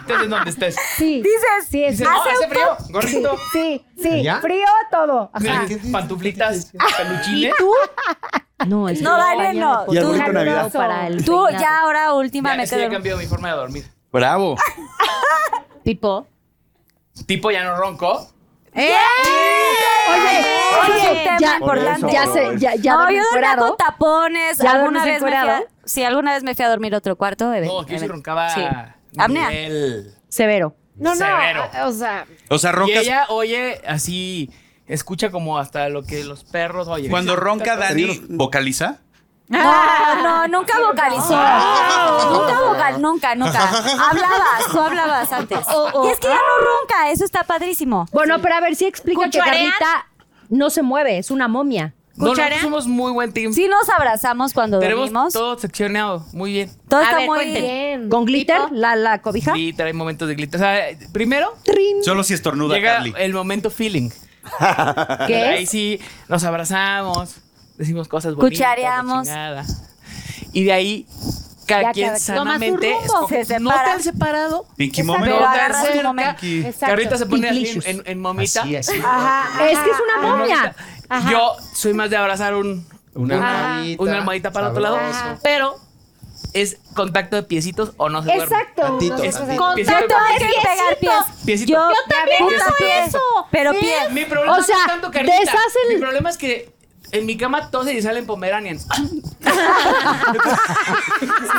Speaker 7: entonces dónde estés.
Speaker 8: Sí.
Speaker 4: Dices,
Speaker 8: sí,
Speaker 7: Dices, no, hace
Speaker 8: un
Speaker 7: frío,
Speaker 8: po-
Speaker 7: gorrito.
Speaker 8: Sí, sí, sí,
Speaker 7: ¿Ya?
Speaker 8: frío todo. Ajá.
Speaker 7: Pantuflitas, peluchines.
Speaker 5: No, es
Speaker 4: No, Daniel, no.
Speaker 7: Y arbolito
Speaker 4: Tú-
Speaker 7: de Navidad.
Speaker 5: Para el
Speaker 4: Tú
Speaker 5: peinado.
Speaker 4: ya ahora
Speaker 7: Ya,
Speaker 4: últimamente
Speaker 7: ese día
Speaker 4: duermes.
Speaker 7: cambió mi forma de dormir.
Speaker 1: Bravo.
Speaker 5: Tipo.
Speaker 7: Tipo ya no ronco.
Speaker 5: ¡Eh!
Speaker 4: Oye,
Speaker 5: Oye,
Speaker 4: es un tema
Speaker 5: ya-
Speaker 4: importante.
Speaker 5: ya se- ya- ya
Speaker 4: no,
Speaker 5: duerme
Speaker 4: yo dormía
Speaker 5: encuerado.
Speaker 4: con tapones.
Speaker 5: ¿Ya
Speaker 4: alguna
Speaker 5: duermes
Speaker 4: vez me fui
Speaker 5: encuerado?
Speaker 4: a, sí, alguna vez me fui a dormir a otro cuarto, bebé.
Speaker 7: No, que yo sí roncaba.
Speaker 4: Sí. Apnea.
Speaker 7: nivel
Speaker 5: Severo.
Speaker 8: No, no.
Speaker 7: Severo.
Speaker 8: a- O sea,
Speaker 1: O sea,
Speaker 7: Y
Speaker 1: roncas.
Speaker 7: ella oye así, escucha como hasta lo que los perros oyen.
Speaker 1: Cuando ronca Dani, ¿vocaliza?
Speaker 4: No, no, nunca vocalizó.
Speaker 7: No.
Speaker 4: Nunca vocal, nunca, nunca. Hablabas, tú hablabas antes. y es que
Speaker 5: ah.
Speaker 4: ya no ronca, eso está padrísimo.
Speaker 5: Bueno, pero a ver si explica que
Speaker 4: ¿Cucharean?
Speaker 5: Carlita no se mueve, es una momia.
Speaker 7: No, no, somos muy buen team.
Speaker 4: Sí nos abrazamos cuando
Speaker 7: Tenemos
Speaker 4: dormimos.
Speaker 7: todo seccionado, muy bien.
Speaker 4: Todo está muy bien.
Speaker 5: ¿Con glitter? ¿La, la cobija?
Speaker 7: Sí, trae momentos de glitter. O sea, primero
Speaker 1: Solo si estornuda,
Speaker 7: llega
Speaker 1: Carly.
Speaker 7: el momento feeling.
Speaker 1: ¿Qué?
Speaker 7: Ahí sí nos abrazamos, decimos cosas bonitas. la
Speaker 4: Cuchareamos.
Speaker 7: chingada. Y de ahí cada
Speaker 4: Ya cada
Speaker 7: quien
Speaker 4: quien toma su
Speaker 7: sanamente
Speaker 4: rumbo.
Speaker 7: escoge.
Speaker 4: Se
Speaker 7: no
Speaker 4: separa.
Speaker 7: tan separado.
Speaker 1: Pinky
Speaker 7: no
Speaker 1: moment.
Speaker 7: tan
Speaker 4: agarras tu
Speaker 7: cerca.
Speaker 4: momento. Exacto.
Speaker 7: Carlita se pone así
Speaker 4: Pinklicious.
Speaker 7: en, en momita.
Speaker 4: Así es.
Speaker 5: Es que es una
Speaker 7: En
Speaker 5: momia.
Speaker 7: momita. Yo soy más de abrazar un,
Speaker 10: Una almohadita.
Speaker 7: una almohadita para el otro lado.
Speaker 10: Sabroso.
Speaker 7: Pero es contacto de piecitos o no se duerme.
Speaker 8: Exacto. Tantito,
Speaker 7: Es
Speaker 8: tantito.
Speaker 7: piecito
Speaker 4: Contacto
Speaker 7: con
Speaker 4: de
Speaker 7: piecito.
Speaker 4: pies. Pegar pies.
Speaker 7: Piecito.
Speaker 4: Yo-
Speaker 7: Yo también
Speaker 4: Puta
Speaker 7: hago
Speaker 4: pie.
Speaker 7: eso.
Speaker 4: Pero pies.
Speaker 7: Mi problema
Speaker 5: O sea,
Speaker 7: no es tanto Carlita.
Speaker 5: deshaz el-
Speaker 7: Mi problema es que en mi cama todos se salen pomeranians.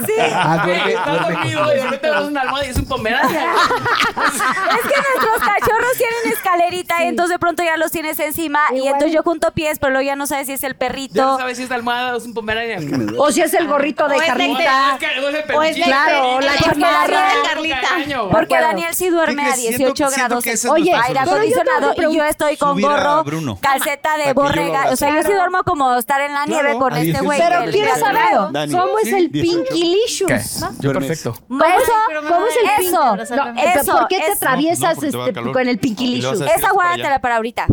Speaker 4: Sí.
Speaker 7: Ah,
Speaker 10: duerme-
Speaker 7: Estás
Speaker 10: duerme
Speaker 7: dormido y de repente abrazas una almohada y es un pomeranian.
Speaker 4: Es que nuestros cachorros tienen escalerita y entonces de pronto ya los tienes encima y entonces yo junto pies, pero luego ya no sabes si es el
Speaker 7: Ya no
Speaker 4: perrito.
Speaker 7: sabes si es la almohada o es un pomeranian.
Speaker 5: O si es el gorrito de Carlita.
Speaker 7: O
Speaker 5: es la- Claro, la
Speaker 4: Porque
Speaker 5: chamarra.
Speaker 4: Daniel-
Speaker 7: Carlita.
Speaker 4: Porque
Speaker 5: acuerdo.
Speaker 4: Daniel sí duerme
Speaker 1: ¿Qué
Speaker 4: a
Speaker 1: crees?
Speaker 4: 18
Speaker 1: Siento- siento
Speaker 4: grados.
Speaker 1: que esa es
Speaker 4: Oye,
Speaker 1: nuestra
Speaker 4: aire
Speaker 1: solución.
Speaker 4: acondicionado
Speaker 1: Pero yo
Speaker 4: y yo estoy con
Speaker 1: Subir a
Speaker 4: gorro,
Speaker 1: Bruno.
Speaker 4: calceta
Speaker 1: Para que
Speaker 4: de
Speaker 1: yo lo
Speaker 4: borrega.
Speaker 1: abrace.
Speaker 4: O sea, yo sí duermo como estar en la
Speaker 1: Claro,
Speaker 4: nieve con
Speaker 1: a
Speaker 4: este
Speaker 1: 18
Speaker 4: güey.
Speaker 1: Pero
Speaker 4: el
Speaker 1: ¿quieres
Speaker 4: calor.
Speaker 5: saber
Speaker 1: Dani.
Speaker 5: cómo es
Speaker 1: Sí,
Speaker 5: el
Speaker 1: 18.
Speaker 5: Pinkilicious?
Speaker 1: Yo perfecto.
Speaker 5: ¿Cómo es-
Speaker 4: Eso,
Speaker 5: ¿Cómo, es el
Speaker 4: eso,
Speaker 5: Pinky? No,
Speaker 4: eso,
Speaker 5: pero ¿Por qué te
Speaker 4: eso.
Speaker 1: No,
Speaker 5: atraviesas
Speaker 1: porque te va a
Speaker 5: este,
Speaker 1: calor.
Speaker 5: con el
Speaker 1: Y lo vas a
Speaker 5: Pinkilisho?
Speaker 1: decir.
Speaker 4: Esa
Speaker 1: para
Speaker 4: guárdatela para ahorita.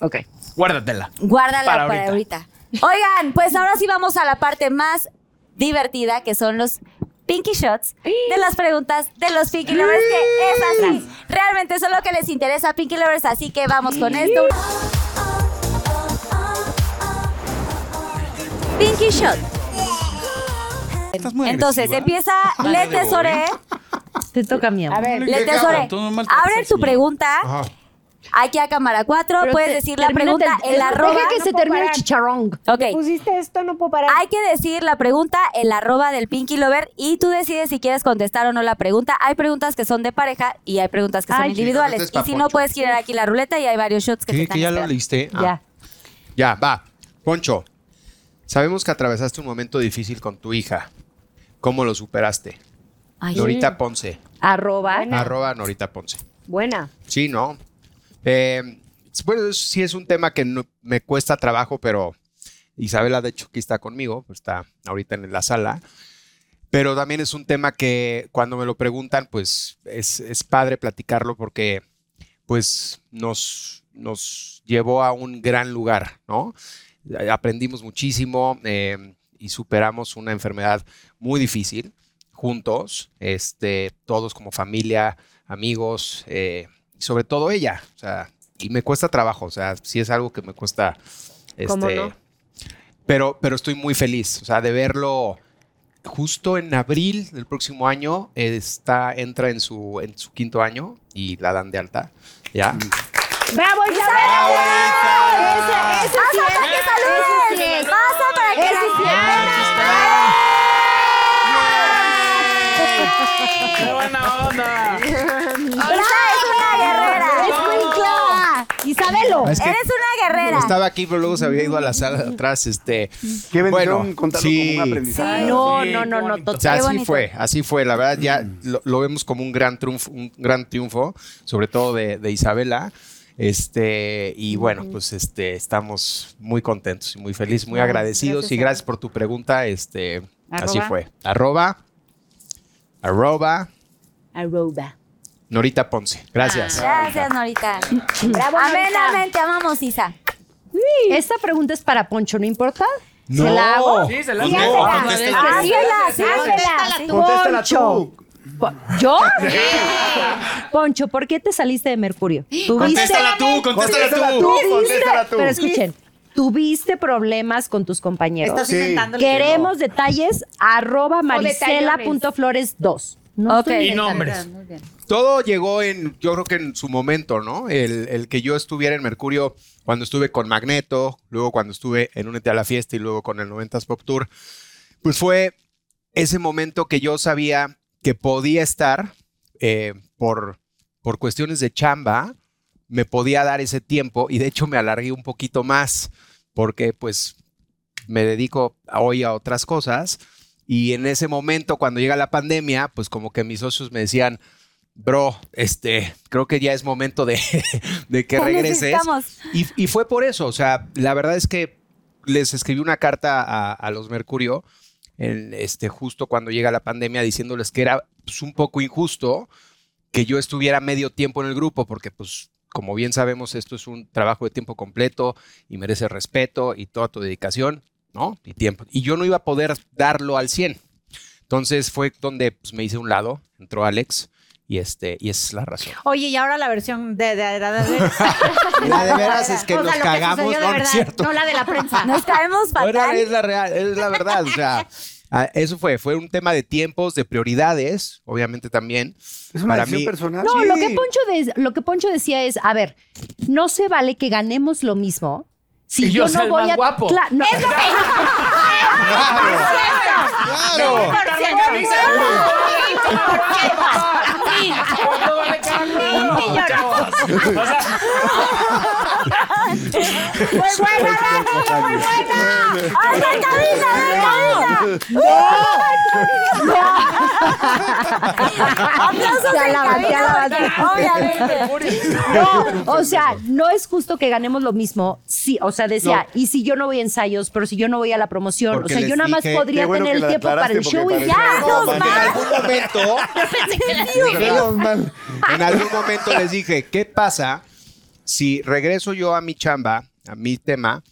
Speaker 5: Ok.
Speaker 1: Guárdatela.
Speaker 4: Guárdala para, ahorita. Oigan, pues ahora sí vamos a la parte más divertida que son los Pinky Shots de las preguntas de los Pinky Lovers, que es así. Realmente eso es lo que les interesa a Pinky Lovers, así que vamos con esto. Pinky Shot. Entonces empieza Le
Speaker 5: Dale,
Speaker 4: Tesoré.
Speaker 5: Te toca mi amor.
Speaker 4: A ver, Eh, Le Tesoré. Abre tu pregunta. Aquí a cámara 4
Speaker 5: Pero
Speaker 4: puedes
Speaker 5: te-
Speaker 4: decir la
Speaker 5: termínate
Speaker 4: pregunta,
Speaker 5: el-
Speaker 4: el arroba.
Speaker 5: Deja que se termine el chicharrón.
Speaker 4: Ok.
Speaker 8: Pusiste esto, no puedo parar.
Speaker 4: Hay que decir la pregunta, el arroba del Pinky Lover, y tú decides si quieres contestar o no la pregunta. Hay preguntas que son de pareja y hay preguntas que son
Speaker 10: Ay,
Speaker 4: individuales.
Speaker 10: sí, este
Speaker 4: y
Speaker 10: es
Speaker 4: si
Speaker 10: pa'
Speaker 4: no,
Speaker 10: Poncho.
Speaker 4: puedes girar aquí la ruleta y hay varios shots que te
Speaker 10: ¿Qué?
Speaker 4: están
Speaker 10: ¿Que ya lo
Speaker 4: esperando.
Speaker 10: leíste? Ah. Ya, va. Poncho, sabemos que atravesaste un momento difícil con tu hija. ¿Cómo lo superaste?
Speaker 5: Ay.
Speaker 10: Norita Ponce.
Speaker 5: Arroba.
Speaker 10: Arroba Norita Ponce.
Speaker 8: Buena.
Speaker 10: Sí, ¿no? Eh, bueno, es- sí es un tema que no- me cuesta trabajo, pero Isabela, de hecho, aquí está conmigo, pues está ahorita en la sala. Pero también es un tema que cuando me lo preguntan, pues es, es padre platicarlo porque pues nos, nos llevó a un gran lugar, ¿no? Aprendimos muchísimo eh, y superamos una enfermedad muy difícil juntos, este, todos como familia, amigos, eh, y sobre todo ella, o sea, y me cuesta trabajo, o sea, sí es algo que me cuesta,
Speaker 15: ¿Cómo
Speaker 10: este,
Speaker 15: no?
Speaker 10: pero, pero estoy muy feliz, o sea, de verlo justo en abril del próximo año, eh, está, entra en su, en su quinto año y la dan de alta, ya.
Speaker 12: Mm.
Speaker 5: ¡Bravo,
Speaker 13: Isabel!
Speaker 5: Ese- ese sí
Speaker 13: ¡Pasa para
Speaker 5: es.
Speaker 13: que saludes!
Speaker 5: Ese sí es.
Speaker 13: ¡Pasa para que
Speaker 5: Ese
Speaker 13: la
Speaker 5: sí es.
Speaker 7: ¡Qué buena onda!
Speaker 13: ¡Bravo!
Speaker 4: es una guerrera!
Speaker 5: ¡Isabelo!
Speaker 10: Es que-
Speaker 4: ¡Eres una guerrera!
Speaker 10: Estaba aquí, pero luego se había ido a la sala de atrás. Este,
Speaker 12: Qué
Speaker 10: bueno,
Speaker 12: contarlo como un aprendizaje.
Speaker 5: No, no, no, no.
Speaker 10: O sea,
Speaker 5: qué
Speaker 10: así
Speaker 5: bonito.
Speaker 10: fue, así fue. La verdad, ya lo, lo vemos como un gran triunfo, un gran triunfo, sobre todo de, de Isabela. Este, y bueno, pues este, estamos muy contentos y muy felices, muy
Speaker 12: Ay,
Speaker 10: agradecidos.
Speaker 12: gracias,
Speaker 10: y
Speaker 12: Ana.
Speaker 10: gracias por tu pregunta. Este, así
Speaker 5: Arroba.
Speaker 10: fue. Arroba, arroba,
Speaker 5: Arroba.
Speaker 10: Norita Ponce. Gracias.
Speaker 4: Gracias, Norita. Amenamente amamos, Isa.
Speaker 5: Esta pregunta es para Poncho, ¿no importa?
Speaker 10: No.
Speaker 5: ¿Se la hago?
Speaker 10: Sí, se la hago. No, contéstala.
Speaker 5: Hazla,
Speaker 13: Contéstala,
Speaker 5: hazla,
Speaker 13: sí.
Speaker 5: sí.
Speaker 13: Contéstala tú.
Speaker 5: Poncho. Po- ¿Yo? Poncho, ¿por qué te saliste de Mercurio?
Speaker 13: Contéstala tú, contéstala tú.
Speaker 5: ¿Tuviste-
Speaker 13: Contéstala tú.
Speaker 5: Pero escuchen, ¿tuviste problemas con tus compañeros?
Speaker 13: Estás Sí. inventándole que
Speaker 5: Queremos detalles, arroba marisela.flores2. No
Speaker 4: Ok.
Speaker 5: estoy
Speaker 4: Y
Speaker 5: inventando.
Speaker 4: nombres.
Speaker 10: Todo llegó en, yo creo que en su momento, ¿no? El, el que yo estuviera en Mercurio cuando estuve con Magneto, luego cuando estuve en Únete a la Fiesta y luego con el 90s Pop Tour, pues fue ese momento que yo sabía que podía estar eh, por, por cuestiones de chamba, me podía dar ese tiempo y de hecho me alargué un poquito más porque pues me dedico a- hoy a otras cosas y en ese momento cuando llega la pandemia, pues como que mis socios me decían, bro, este, creo que ya es momento de, de que
Speaker 4: Te
Speaker 10: regreses.
Speaker 4: necesitamos.
Speaker 10: Y, y fue por eso, o sea, la verdad es que les escribí una carta a, a los Mercurio en, este, justo cuando llega la pandemia diciéndoles que era pues, un poco injusto que yo estuviera medio tiempo en el grupo, porque pues como bien sabemos esto es un trabajo de tiempo completo y merece respeto y toda tu dedicación, ¿no? Y tiempo. Y yo no iba a poder darlo al 100. Entonces fue donde pues, me hice a un lado, entró Alex y, este, y esa es la razón.
Speaker 3: Oye, y ahora la versión de... de, de, de- de-
Speaker 10: La de veras es que
Speaker 3: O sea,
Speaker 10: nos
Speaker 3: lo
Speaker 10: cagamos,
Speaker 3: sucedió de
Speaker 10: no, no es
Speaker 3: verdad,
Speaker 10: cierto.
Speaker 3: no la de la prensa.
Speaker 4: Nos caemos fatal.
Speaker 10: Ahora es la real, es la verdad, o sea, ah, eso fue, fue un tema de tiempos, de prioridades, obviamente también.
Speaker 12: Es una decisión personal.
Speaker 5: No, lo, que Poncho de- lo que Poncho decía es, a ver, no se vale que ganemos lo mismo si
Speaker 7: Y yo
Speaker 5: yo,
Speaker 7: sea
Speaker 5: no
Speaker 7: el
Speaker 5: voy
Speaker 7: más
Speaker 5: a...
Speaker 7: guapo.
Speaker 5: Cla- no.
Speaker 13: ¡Claro!
Speaker 5: Te alaban, te alaban. No, o sea, no es justo que ganemos lo mismo. Sí, o sea, decía,
Speaker 10: No.
Speaker 5: y si yo no voy a ensayos, pero si yo no voy a la promoción,
Speaker 10: Porque
Speaker 5: o sea,
Speaker 10: les
Speaker 5: yo nada más
Speaker 10: dije-
Speaker 5: podría
Speaker 10: Qué bueno
Speaker 5: tener
Speaker 10: que
Speaker 5: el
Speaker 10: la
Speaker 5: tiempo para el
Speaker 10: aclaraste,
Speaker 5: show
Speaker 10: porque
Speaker 5: y ya.
Speaker 10: parecía
Speaker 5: ¡no
Speaker 10: broma. En
Speaker 5: más!
Speaker 10: algún momento, Menos mal. En algún momento les dije, ¿qué pasa si regreso yo a mi chamba, a mi tema,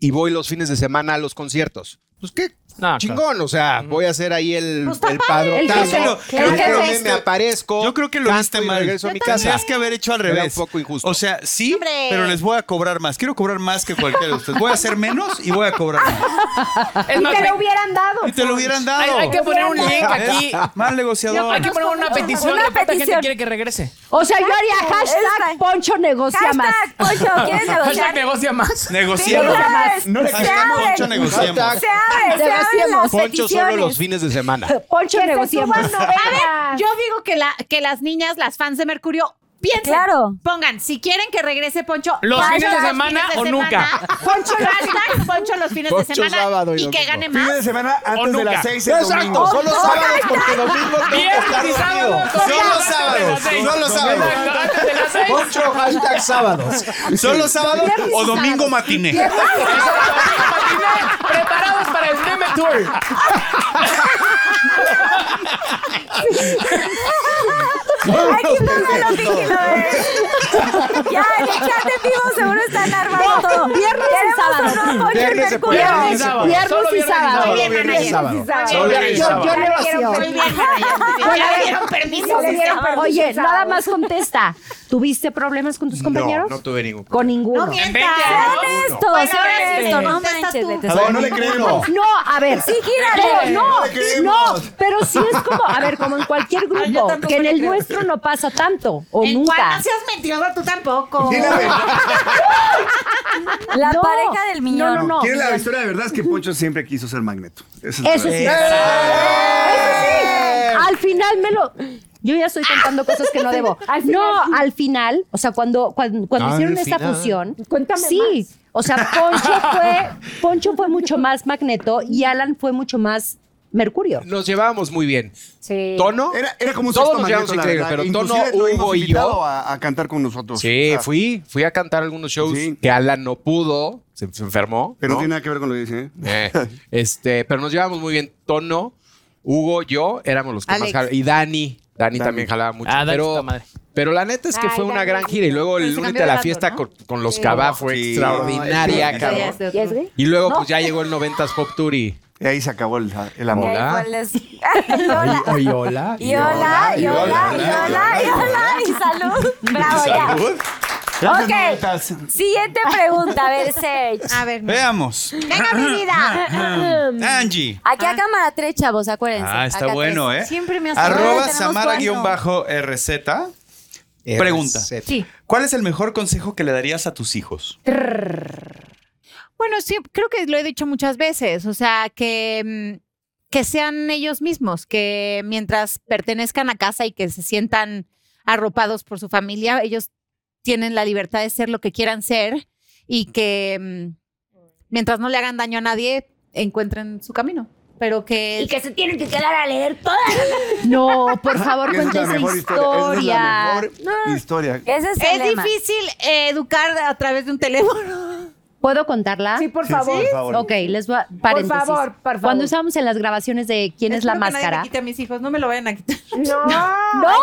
Speaker 10: y voy los fines de semana a los conciertos? Pues qué chingón, o sea, voy a hacer ahí el, el
Speaker 1: El jefe,
Speaker 10: padrotazo.
Speaker 1: claro.
Speaker 10: El jefe
Speaker 1: El jefe.
Speaker 10: me aparezco.
Speaker 1: Yo creo que lo
Speaker 10: canto
Speaker 1: viste
Speaker 10: y
Speaker 1: mal.
Speaker 10: regreso a mi
Speaker 1: Tenías
Speaker 10: casa.
Speaker 1: que haber hecho al
Speaker 10: Era un
Speaker 1: revés.
Speaker 10: poco injusto.
Speaker 1: O sea, sí, pero les voy a cobrar más. Quiero cobrar más que cualquiera de ustedes. Voy a hacer menos y voy a cobrar más.
Speaker 5: Y te lo hubieran dado.
Speaker 1: Y te lo hubieran dado.
Speaker 7: Hay, hay que poner un link aquí.
Speaker 1: Mal negociador.
Speaker 7: Hay que poner una petición.
Speaker 5: Una
Speaker 7: de cuánta gente
Speaker 5: petición.
Speaker 7: quiere que regrese?
Speaker 5: O sea, yo haría hashtag
Speaker 4: Hashtag.
Speaker 5: Poncho negocia
Speaker 4: Hashtag
Speaker 5: más.
Speaker 4: Poncho, ¿quieres negociar?
Speaker 7: Hashtag negocia más.
Speaker 10: Negociamos.
Speaker 4: Sí, ¿sabes?
Speaker 10: No le
Speaker 4: Se
Speaker 10: quitamos,
Speaker 4: abre.
Speaker 10: Poncho, negociamos.
Speaker 4: Se abre, se abren
Speaker 5: Negociemos.
Speaker 4: las
Speaker 10: Poncho solo
Speaker 4: peticiones.
Speaker 10: los fines de semana.
Speaker 5: Poncho
Speaker 3: A
Speaker 5: negocia más.
Speaker 3: ver, yo digo que, la, que las niñas, las fans de Mercurio, piensen.
Speaker 4: Claro.
Speaker 3: Pongan, si quieren que regrese Poncho.
Speaker 7: ¿Los
Speaker 3: Poncho
Speaker 7: fines de
Speaker 3: los
Speaker 7: semana
Speaker 3: fines de
Speaker 7: o nunca?
Speaker 3: Poncho, hashtag Poncho los fines
Speaker 12: Poncho
Speaker 3: de semana.
Speaker 12: sábado y
Speaker 3: y
Speaker 12: domingo.
Speaker 3: que gane
Speaker 12: Fines
Speaker 3: más.
Speaker 12: de semana antes de las seis el
Speaker 10: Exacto,
Speaker 12: domingo.
Speaker 10: solo
Speaker 12: ¡Oh,
Speaker 10: sábados
Speaker 12: no!
Speaker 10: porque domingo tengo que
Speaker 12: Viernes
Speaker 10: estar
Speaker 12: y sábado,
Speaker 10: dormido.
Speaker 12: domingo
Speaker 10: Solo
Speaker 12: antes de
Speaker 10: sábados,
Speaker 12: las seis.
Speaker 10: solo sábados.
Speaker 12: Domingo antes de las seis.
Speaker 10: Poncho, hashtag sábados.
Speaker 1: Solo sábado
Speaker 10: Viernes y
Speaker 1: o domingo
Speaker 10: sábado.
Speaker 1: matiné.
Speaker 7: Preparados para el meme tour.
Speaker 3: Aquí póngalo, Pinky Lovers. Ya, en el chat en vivo seguro están armando todo.
Speaker 5: viernes y
Speaker 3: Queremos
Speaker 5: sábado.
Speaker 3: un rojo y un
Speaker 5: Viernes se
Speaker 3: mercurio.
Speaker 5: puede. Viernes y sábado. Viernes Solo y viernes y sábado. sábado.
Speaker 3: Muy bien,
Speaker 5: Viernes y
Speaker 3: Anaí.
Speaker 5: sábado. Solo
Speaker 3: Yo-
Speaker 5: viernes y sábado.
Speaker 3: yo- yo no
Speaker 5: Ya
Speaker 3: lo
Speaker 5: quiero
Speaker 3: hacía.
Speaker 5: un Bueno, a ver, no le dieron permiso. Oye, nada más contesta. ¿Tuviste problemas con tus compañeros?
Speaker 10: No, no tuve ningún
Speaker 5: Con ninguno. No
Speaker 10: mientas.
Speaker 5: Sé honesto,
Speaker 3: Bueno,
Speaker 5: sé
Speaker 3: ahora sí,
Speaker 5: honesto, no
Speaker 3: contesta
Speaker 5: manches.
Speaker 3: tú.
Speaker 5: vete.
Speaker 3: A ver, no le creemos.
Speaker 5: No, a ver.
Speaker 3: Sí, gírale.
Speaker 5: No,
Speaker 3: No le
Speaker 5: no,
Speaker 3: creemos.
Speaker 5: no, pero sí es como, a ver, como en cualquier grupo,
Speaker 9: tampoco
Speaker 5: que en
Speaker 9: le
Speaker 5: el
Speaker 9: creo.
Speaker 5: nuestro no pasa tanto o nunca.
Speaker 9: Juan, no seas mentirosa tú tampoco.
Speaker 6: Sí, la
Speaker 3: La
Speaker 5: No,
Speaker 3: pareja del
Speaker 5: No,
Speaker 3: millón.
Speaker 5: no, no.
Speaker 6: ¿Quién la historia de verdad es que Poncho siempre quiso ser magneto? Esa es
Speaker 5: Eso
Speaker 6: la
Speaker 5: sí.
Speaker 6: verdad.
Speaker 5: Eso sí. Al final me lo. Yo ya estoy contando cosas que no debo. no, al final, o sea, cuando, cuando, cuando
Speaker 11: Ah,
Speaker 16: Al
Speaker 5: hicieron esta
Speaker 16: final.
Speaker 5: fusión. Cuéntame. Sí. O sea, Poncho fue, Poncho fue mucho más magneto y Alan fue mucho más Mercurio.
Speaker 10: Nos llevábamos muy bien.
Speaker 5: Sí.
Speaker 10: Tono.
Speaker 5: Era- era como un
Speaker 10: Todos
Speaker 5: sexto
Speaker 10: nos llevábamos
Speaker 5: magneto, la
Speaker 10: increíble,
Speaker 5: verdad.
Speaker 10: pero
Speaker 5: Inclusive
Speaker 10: Tono,
Speaker 5: lo hemos
Speaker 10: Hugo y
Speaker 5: invitado
Speaker 10: yo.
Speaker 11: A, a cantar con nosotros.
Speaker 10: Sí,
Speaker 11: Ah,
Speaker 10: fui. Fui a cantar algunos shows que Alan no pudo. Se, se enfermó.
Speaker 11: Pero no
Speaker 10: ¿no?
Speaker 11: tiene nada que ver con lo que dice. ¿eh?
Speaker 10: Eh, este, pero nos llevábamos muy bien. Tono, Hugo, yo éramos los que
Speaker 11: Alex.
Speaker 10: más jalaban. Y Dani. Dani, también jalaba mucho.
Speaker 7: Ah, Dani está
Speaker 10: pero,
Speaker 7: madre.
Speaker 10: pero la neta es que
Speaker 7: Ay,
Speaker 10: fue una
Speaker 7: Dani.
Speaker 10: gran gira. Y luego
Speaker 7: Pero
Speaker 10: el
Speaker 7: se
Speaker 10: lunes
Speaker 7: cambió
Speaker 10: de
Speaker 7: de
Speaker 10: la
Speaker 7: bando,
Speaker 10: fiesta
Speaker 7: ¿no?
Speaker 10: con, con los
Speaker 7: Sí.
Speaker 10: Cabá fue
Speaker 7: Sí.
Speaker 10: extraordinaria,
Speaker 7: No,
Speaker 10: cabrón.
Speaker 7: es de
Speaker 5: ¿Y es gay?
Speaker 10: Y luego,
Speaker 5: No.
Speaker 10: pues ya llegó el 90s Pop Tour y.
Speaker 11: ahí se acabó el,
Speaker 10: amor.
Speaker 3: Y ahí fue el des- Y hola.
Speaker 10: Oye, hola.
Speaker 3: Y hola, y hola, y hola, y hola, y salud. Bravo, ya.
Speaker 11: Gracias,
Speaker 3: Ok.
Speaker 11: netas.
Speaker 3: Siguiente pregunta, a ver, Serge. A ver.
Speaker 1: Veamos.
Speaker 3: Venga, mi vida.
Speaker 1: Angie.
Speaker 3: Aquí a cámara 3, chavos, acuérdense.
Speaker 1: Ah, está
Speaker 3: Acá
Speaker 1: bueno,
Speaker 3: tres.
Speaker 1: ¿eh? Arroba Samara-RZ. Pregunta.
Speaker 9: Sí.
Speaker 1: ¿Cuál es el mejor consejo que le darías a tus hijos?
Speaker 9: Bueno, sí, creo que lo he dicho muchas veces, o sea, que, mm, que sean ellos mismos, que mientras pertenezcan a casa y que se sientan arropados por su familia, ellos tienen la libertad de ser lo que quieran ser y que mm, mientras no le hagan daño a nadie, encuentren su camino. Pero que...
Speaker 4: Y que se tienen que quedar a leer todas.
Speaker 5: No, por favor,
Speaker 11: Esa es
Speaker 5: cuenta
Speaker 11: la
Speaker 5: esa
Speaker 11: mejor
Speaker 5: historia.
Speaker 11: historia. Esa es la mejor historia.
Speaker 3: es
Speaker 11: el lema.
Speaker 9: difícil eh, educar a través de un teléfono.
Speaker 5: ¿Puedo contarla? Sí,
Speaker 11: por Sí, favor. por favor.
Speaker 5: Ok, les voy a... paréntesis.
Speaker 9: favor, por favor.
Speaker 5: Cuando estábamos en las grabaciones de ¿Quién es la
Speaker 9: Espero que nadie
Speaker 5: máscara?
Speaker 9: me quite a mis hijos, no me lo vayan a quitar.
Speaker 5: No,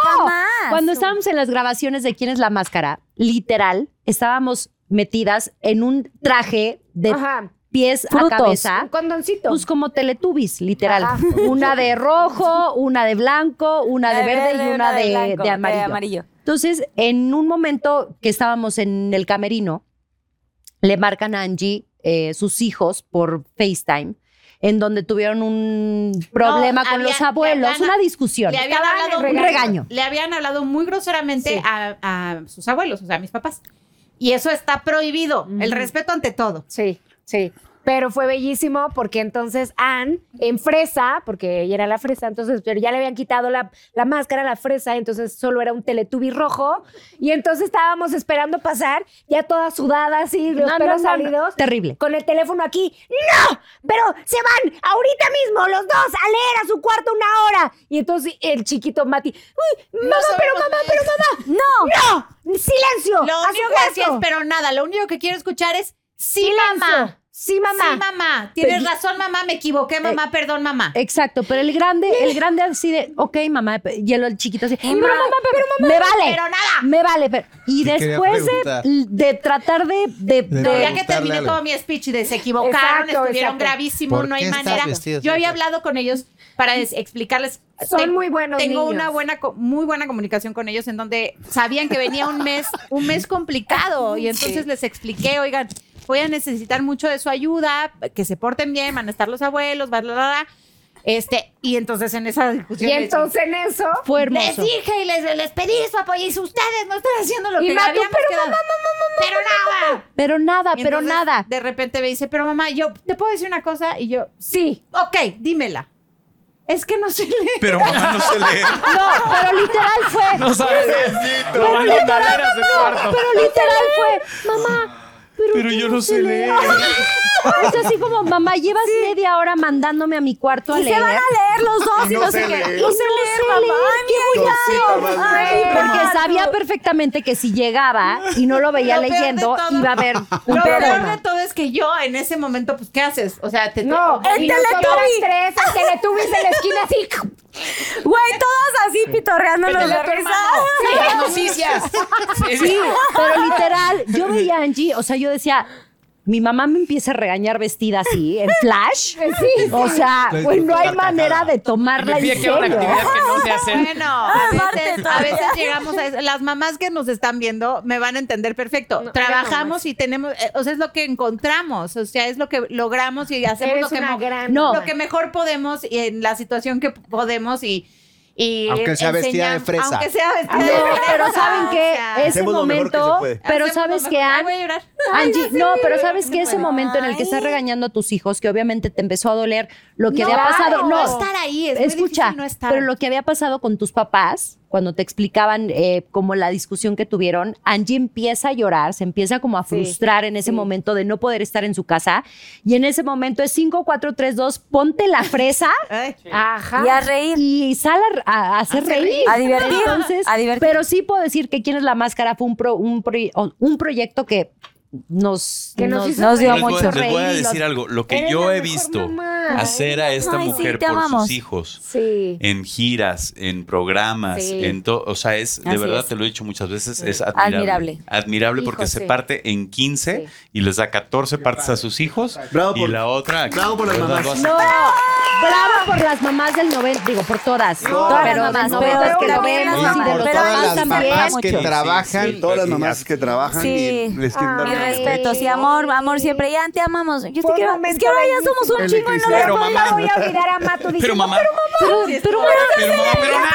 Speaker 5: cuando estábamos en las grabaciones de ¿Quién es la máscara? Literal, estábamos metidas en un traje de
Speaker 8: Ajá.
Speaker 5: pies
Speaker 8: Frutos.
Speaker 5: a cabeza.
Speaker 8: Un condoncito.
Speaker 5: Pues como teletubbies, literal.
Speaker 8: Ajá.
Speaker 5: Una de rojo, una de blanco, una de verde y una de,
Speaker 3: blanco,
Speaker 5: de
Speaker 3: de
Speaker 5: amarillo.
Speaker 3: amarillo.
Speaker 5: Entonces, en un momento que estábamos en el camerino, le marcan a Angie eh, sus hijos por FaceTime, en donde tuvieron un problema
Speaker 9: No,
Speaker 5: con
Speaker 9: había-
Speaker 5: los abuelos,
Speaker 9: habían-
Speaker 5: una discusión.
Speaker 9: Le habían
Speaker 5: Estaban
Speaker 9: hablado
Speaker 5: en
Speaker 9: muy-
Speaker 5: regaño.
Speaker 9: Le habían hablado muy groseramente a, a sus abuelos, o sea, a mis papás. Y eso está prohibido. El respeto ante todo.
Speaker 8: Sí, sí. Pero fue bellísimo porque entonces Anne, en fresa, porque ella era la fresa, entonces, pero ya le habían quitado la, la máscara a la fresa, entonces solo era un teletubi rojo. Y entonces estábamos esperando pasar, ya toda sudada, así, los
Speaker 5: No, no,
Speaker 8: pelos
Speaker 5: no, no.
Speaker 8: salidos.
Speaker 5: Terrible.
Speaker 8: Con el teléfono aquí. ¡No! Pero se van ahorita mismo los dos a leer a su cuarto una hora. Y entonces el chiquito Mati, ¡Uy, mamá, pero mamá, pero mamá!
Speaker 9: ¡No!
Speaker 8: ¡No! ¡Silencio!
Speaker 9: Lo
Speaker 8: ¡A su
Speaker 9: único así es,
Speaker 8: cuarto!
Speaker 9: pero nada, lo único que quiero escuchar es sí,
Speaker 8: Silencio.
Speaker 9: mamá.
Speaker 8: Sí, mamá.
Speaker 9: Sí, mamá. Tienes
Speaker 5: Pero-
Speaker 9: razón, mamá, me equivoqué, mamá, perdón, mamá.
Speaker 5: Exacto, pero el grande, el grande así de, ok, mamá, y el, el chiquito así, pero mamá, pero,
Speaker 9: Eh, mamá,
Speaker 5: me vale,
Speaker 9: pero nada.
Speaker 5: me vale, pero, y
Speaker 9: Te quería
Speaker 5: después
Speaker 9: preguntar.
Speaker 5: de, de tratar de, de,
Speaker 9: No,
Speaker 5: de-
Speaker 9: ya que terminé todo mi speech de se equivocaron,
Speaker 8: Exacto,
Speaker 9: estuvieron
Speaker 8: exacto.
Speaker 9: gravísimo,
Speaker 8: ¿Por
Speaker 9: no
Speaker 8: qué
Speaker 9: hay
Speaker 8: estás
Speaker 9: manera.
Speaker 8: vestido así?
Speaker 9: Yo había hablado con ellos para des- explicarles.
Speaker 8: Son
Speaker 9: Ten-
Speaker 8: muy buenos
Speaker 9: Tengo
Speaker 8: niños.
Speaker 9: una buena, co- muy buena comunicación con ellos en donde sabían que venía un mes, un mes complicado y entonces
Speaker 8: Sí.
Speaker 9: les expliqué, oigan, voy a necesitar mucho de su ayuda, que se porten bien, van a estar los abuelos, bla, bla, bla. Este, y entonces en esa discusión.
Speaker 8: Y entonces en eso
Speaker 5: fue
Speaker 9: Les dije y les, les pedí su apoyo y si ustedes no están haciendo lo
Speaker 8: Y
Speaker 9: que
Speaker 8: Matu,
Speaker 9: habíamos
Speaker 8: "Pero
Speaker 9: quedado".
Speaker 8: mamá,
Speaker 9: pero nada.
Speaker 5: pero nada,
Speaker 9: Y
Speaker 5: pero
Speaker 9: entonces,
Speaker 5: nada.
Speaker 9: De repente me dice, pero mamá, yo te puedo decir una cosa y yo, sí, ok, dímela. Es que no sé leer.
Speaker 1: Pero mamá no sé leer.
Speaker 5: No, pero literal fue.
Speaker 1: No sabes. Pobrecito,
Speaker 5: Pero
Speaker 1: van a
Speaker 5: literal,
Speaker 1: mandar a su
Speaker 5: mamá,
Speaker 1: cuarto.
Speaker 5: pero literal fue, mamá. Pero, yo no sé leer. Es así como, mamá, llevas media hora mandándome a mi cuarto a
Speaker 3: Y
Speaker 5: leer.
Speaker 3: se van a leer los dos y, no sé qué.
Speaker 5: Y no sé leer, ¡Qué voy
Speaker 17: Cosita
Speaker 5: a
Speaker 17: más
Speaker 5: hacer?
Speaker 17: linda.
Speaker 5: Porque sabía perfectamente que si llegaba y no lo veía
Speaker 9: Lo peor de
Speaker 5: leyendo,
Speaker 9: todo-
Speaker 5: iba a haber un
Speaker 9: Lo peor
Speaker 5: problema.
Speaker 9: de todo es que yo en ese momento, pues, ¿qué haces? O sea, te. No,
Speaker 8: ¡El Teletubby! tres, el Teletubby en la esquina así.
Speaker 4: Güey, todos así pitorreándonos
Speaker 8: Pégale
Speaker 4: de
Speaker 8: a tu
Speaker 4: risa.
Speaker 8: hermano. Sí, las noticias.
Speaker 5: Sí, pero literal, yo veía a Angie, o sea, yo decía. Mi mamá me empieza a regañar vestida así, en flash.
Speaker 8: Sí,
Speaker 5: o
Speaker 8: sí.
Speaker 5: sea,
Speaker 8: Estoy
Speaker 5: güey, no hay
Speaker 8: carcajada.
Speaker 5: manera de
Speaker 3: Y
Speaker 5: tomarla
Speaker 3: me
Speaker 5: en
Speaker 3: pide que haga una
Speaker 5: serio.
Speaker 3: actividad que no sé hacer.
Speaker 9: Bueno, a
Speaker 3: Aparte
Speaker 9: veces,
Speaker 3: Ah, todavía.
Speaker 9: a veces llegamos a eso. Las mamás que nos están viendo me van a entender perfecto. Trabajamos y tenemos, eh, o sea, es lo que encontramos, o sea, es lo que logramos y hacemos
Speaker 8: Eres
Speaker 9: lo que,
Speaker 8: una
Speaker 9: mo-
Speaker 8: gran
Speaker 9: lo
Speaker 8: mamá.
Speaker 9: que mejor podemos y en la situación que podemos y... y
Speaker 11: Aunque sea vestida de fresa.
Speaker 9: Aunque sea vestida
Speaker 5: No,
Speaker 9: de fresa.
Speaker 5: pero ¿saben qué? Ese
Speaker 11: Hacemos lo mejor que
Speaker 5: momento,
Speaker 11: se puede.
Speaker 5: pero
Speaker 9: Hacemos
Speaker 5: ¿sabes
Speaker 9: lo
Speaker 5: qué,
Speaker 9: mejor.
Speaker 5: Ann?
Speaker 9: Ay, voy a llorar. Ay,
Speaker 5: Angie,
Speaker 9: ya
Speaker 5: no,
Speaker 9: sé.
Speaker 5: pero ¿sabes qué?
Speaker 9: No
Speaker 5: Ese
Speaker 9: puedo.
Speaker 5: momento en el que estás regañando a tus hijos, que obviamente te empezó a doler lo que
Speaker 9: No,
Speaker 5: había pasado.
Speaker 9: claro,
Speaker 5: No,
Speaker 9: no estar ahí, es muy
Speaker 5: escucha,
Speaker 9: difícil no estar.
Speaker 5: pero lo que había pasado con tus papás, cuando te explicaban eh, como la discusión que tuvieron, Angie empieza a llorar, se empieza como a frustrar en ese momento de no poder estar en su casa. Y en ese momento es 5, 4, 3, 2, ponte la fresa.
Speaker 8: Ajá.
Speaker 5: Y a reír. Y sal a, a- a hacer reír.
Speaker 4: A divertir, a divertir.
Speaker 5: Pero sí puedo decir que Quién es la Máscara fue un, pro- un, proye- o- un proyecto que nos,
Speaker 4: Que nos hizo Nos dio
Speaker 1: les voy,
Speaker 4: mucho
Speaker 1: les voy a
Speaker 4: reír,
Speaker 1: decir
Speaker 4: los-
Speaker 1: algo. Lo que
Speaker 4: Eres
Speaker 1: yo
Speaker 4: la
Speaker 1: he
Speaker 4: mejor
Speaker 1: visto
Speaker 4: mamá.
Speaker 1: hacer a esta
Speaker 4: Ay, sí,
Speaker 1: mujer
Speaker 4: te
Speaker 1: por
Speaker 4: amamos.
Speaker 1: sus hijos,
Speaker 8: Sí.
Speaker 1: en giras, en programas,
Speaker 4: Sí.
Speaker 1: en todo. O sea, es, de
Speaker 4: Así
Speaker 1: verdad,
Speaker 4: es.
Speaker 1: te lo he dicho muchas veces,
Speaker 4: Sí.
Speaker 1: es admirable.
Speaker 4: Admirable.
Speaker 1: Admirable
Speaker 4: Hijo,
Speaker 1: porque
Speaker 4: sí.
Speaker 1: se parte en 15 y les da 14 partes a sus hijos. y la otra. Bravo por las
Speaker 5: No, bravo por las mamás del 90, digo, por todas.
Speaker 1: No,
Speaker 5: todas
Speaker 1: pero
Speaker 5: las
Speaker 1: mamás,
Speaker 5: noventas
Speaker 1: pero
Speaker 5: que lo
Speaker 1: también
Speaker 5: vemos
Speaker 1: las
Speaker 5: y de
Speaker 1: mamás,
Speaker 5: los
Speaker 1: pero
Speaker 5: papás
Speaker 1: además
Speaker 5: también.
Speaker 11: mamás que
Speaker 1: Sí, sí,
Speaker 11: trabajan.
Speaker 1: sí, todas las
Speaker 6: mamás que trabajan
Speaker 4: Sí. Ah,
Speaker 6: y les quieren dar
Speaker 4: Mi
Speaker 6: un
Speaker 4: respeto, sí, amor, amor siempre. Ya te amamos. Yo te quiero. Es que ahora ya somos un
Speaker 6: El
Speaker 4: chingo y no
Speaker 6: Pero,
Speaker 4: les voy
Speaker 6: mamá.
Speaker 4: a voy a olvidar a
Speaker 8: Mato
Speaker 4: diciendo,
Speaker 1: Pero, mamá.
Speaker 4: Pero, pero, mamá,
Speaker 1: Pero, mamá, pero nada.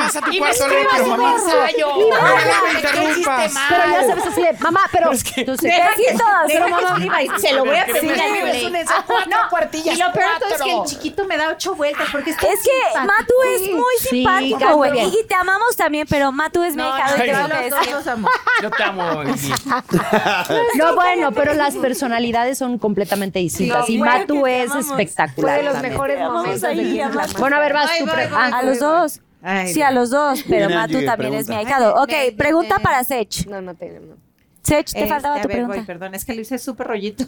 Speaker 1: Vas a tu cuarto, lee, pero, mamá.
Speaker 5: Y mamá,
Speaker 1: No me
Speaker 5: ¿qué hiciste
Speaker 1: interrumpas.
Speaker 5: mal? Pero ya sabes así de,
Speaker 3: Ah,
Speaker 5: mamá, pero. Entonces,
Speaker 9: Deja que-
Speaker 5: besitos.
Speaker 9: deja
Speaker 5: Pero
Speaker 9: que
Speaker 5: mamá,
Speaker 9: escriba y se lo voy a
Speaker 5: pero que
Speaker 9: pedir
Speaker 5: me
Speaker 9: al
Speaker 5: escribes
Speaker 9: Blake.
Speaker 5: un mensaje, cuatro
Speaker 9: No,
Speaker 5: cuartillas,
Speaker 9: Y lo peor de todo es que el
Speaker 5: cuatro.
Speaker 9: chiquito me da ocho vueltas porque está
Speaker 4: Es que
Speaker 9: simpático.
Speaker 4: Matu es
Speaker 9: Sí.
Speaker 4: muy
Speaker 9: Sí,
Speaker 4: simpático,
Speaker 9: canta
Speaker 4: güey.
Speaker 9: bien.
Speaker 4: Y te amamos también, pero Matu es mi
Speaker 9: No,
Speaker 4: hija.
Speaker 9: no,
Speaker 4: y te
Speaker 9: no,
Speaker 4: lo
Speaker 9: los
Speaker 4: que
Speaker 9: dos
Speaker 4: decir.
Speaker 9: los amo.
Speaker 3: Yo te amo, Angie.
Speaker 5: No, bueno, pero las personalidades son completamente distintas.
Speaker 4: Sí,
Speaker 5: y
Speaker 4: bueno,
Speaker 5: Matu
Speaker 4: que te
Speaker 5: es
Speaker 4: amamos.
Speaker 5: espectacular.
Speaker 4: Fue de los
Speaker 5: también.
Speaker 4: mejores Te amamos momentos de ahí, Quién es la amamos.
Speaker 5: Bueno, a ver, vas tú. pre- ah,
Speaker 4: A los dos. Sí, a los dos, pero
Speaker 5: Mira,
Speaker 4: Matu
Speaker 5: Angie,
Speaker 4: también es mi
Speaker 5: pregunta.
Speaker 4: ahijado. Ok, pregunta para Sech.
Speaker 8: No, no tenemos.
Speaker 4: Sech, te
Speaker 9: Este,
Speaker 4: faltaba
Speaker 9: a
Speaker 4: tu
Speaker 9: ver, voy,
Speaker 4: pregunta.
Speaker 9: perdón, es que lo hice súper rollito.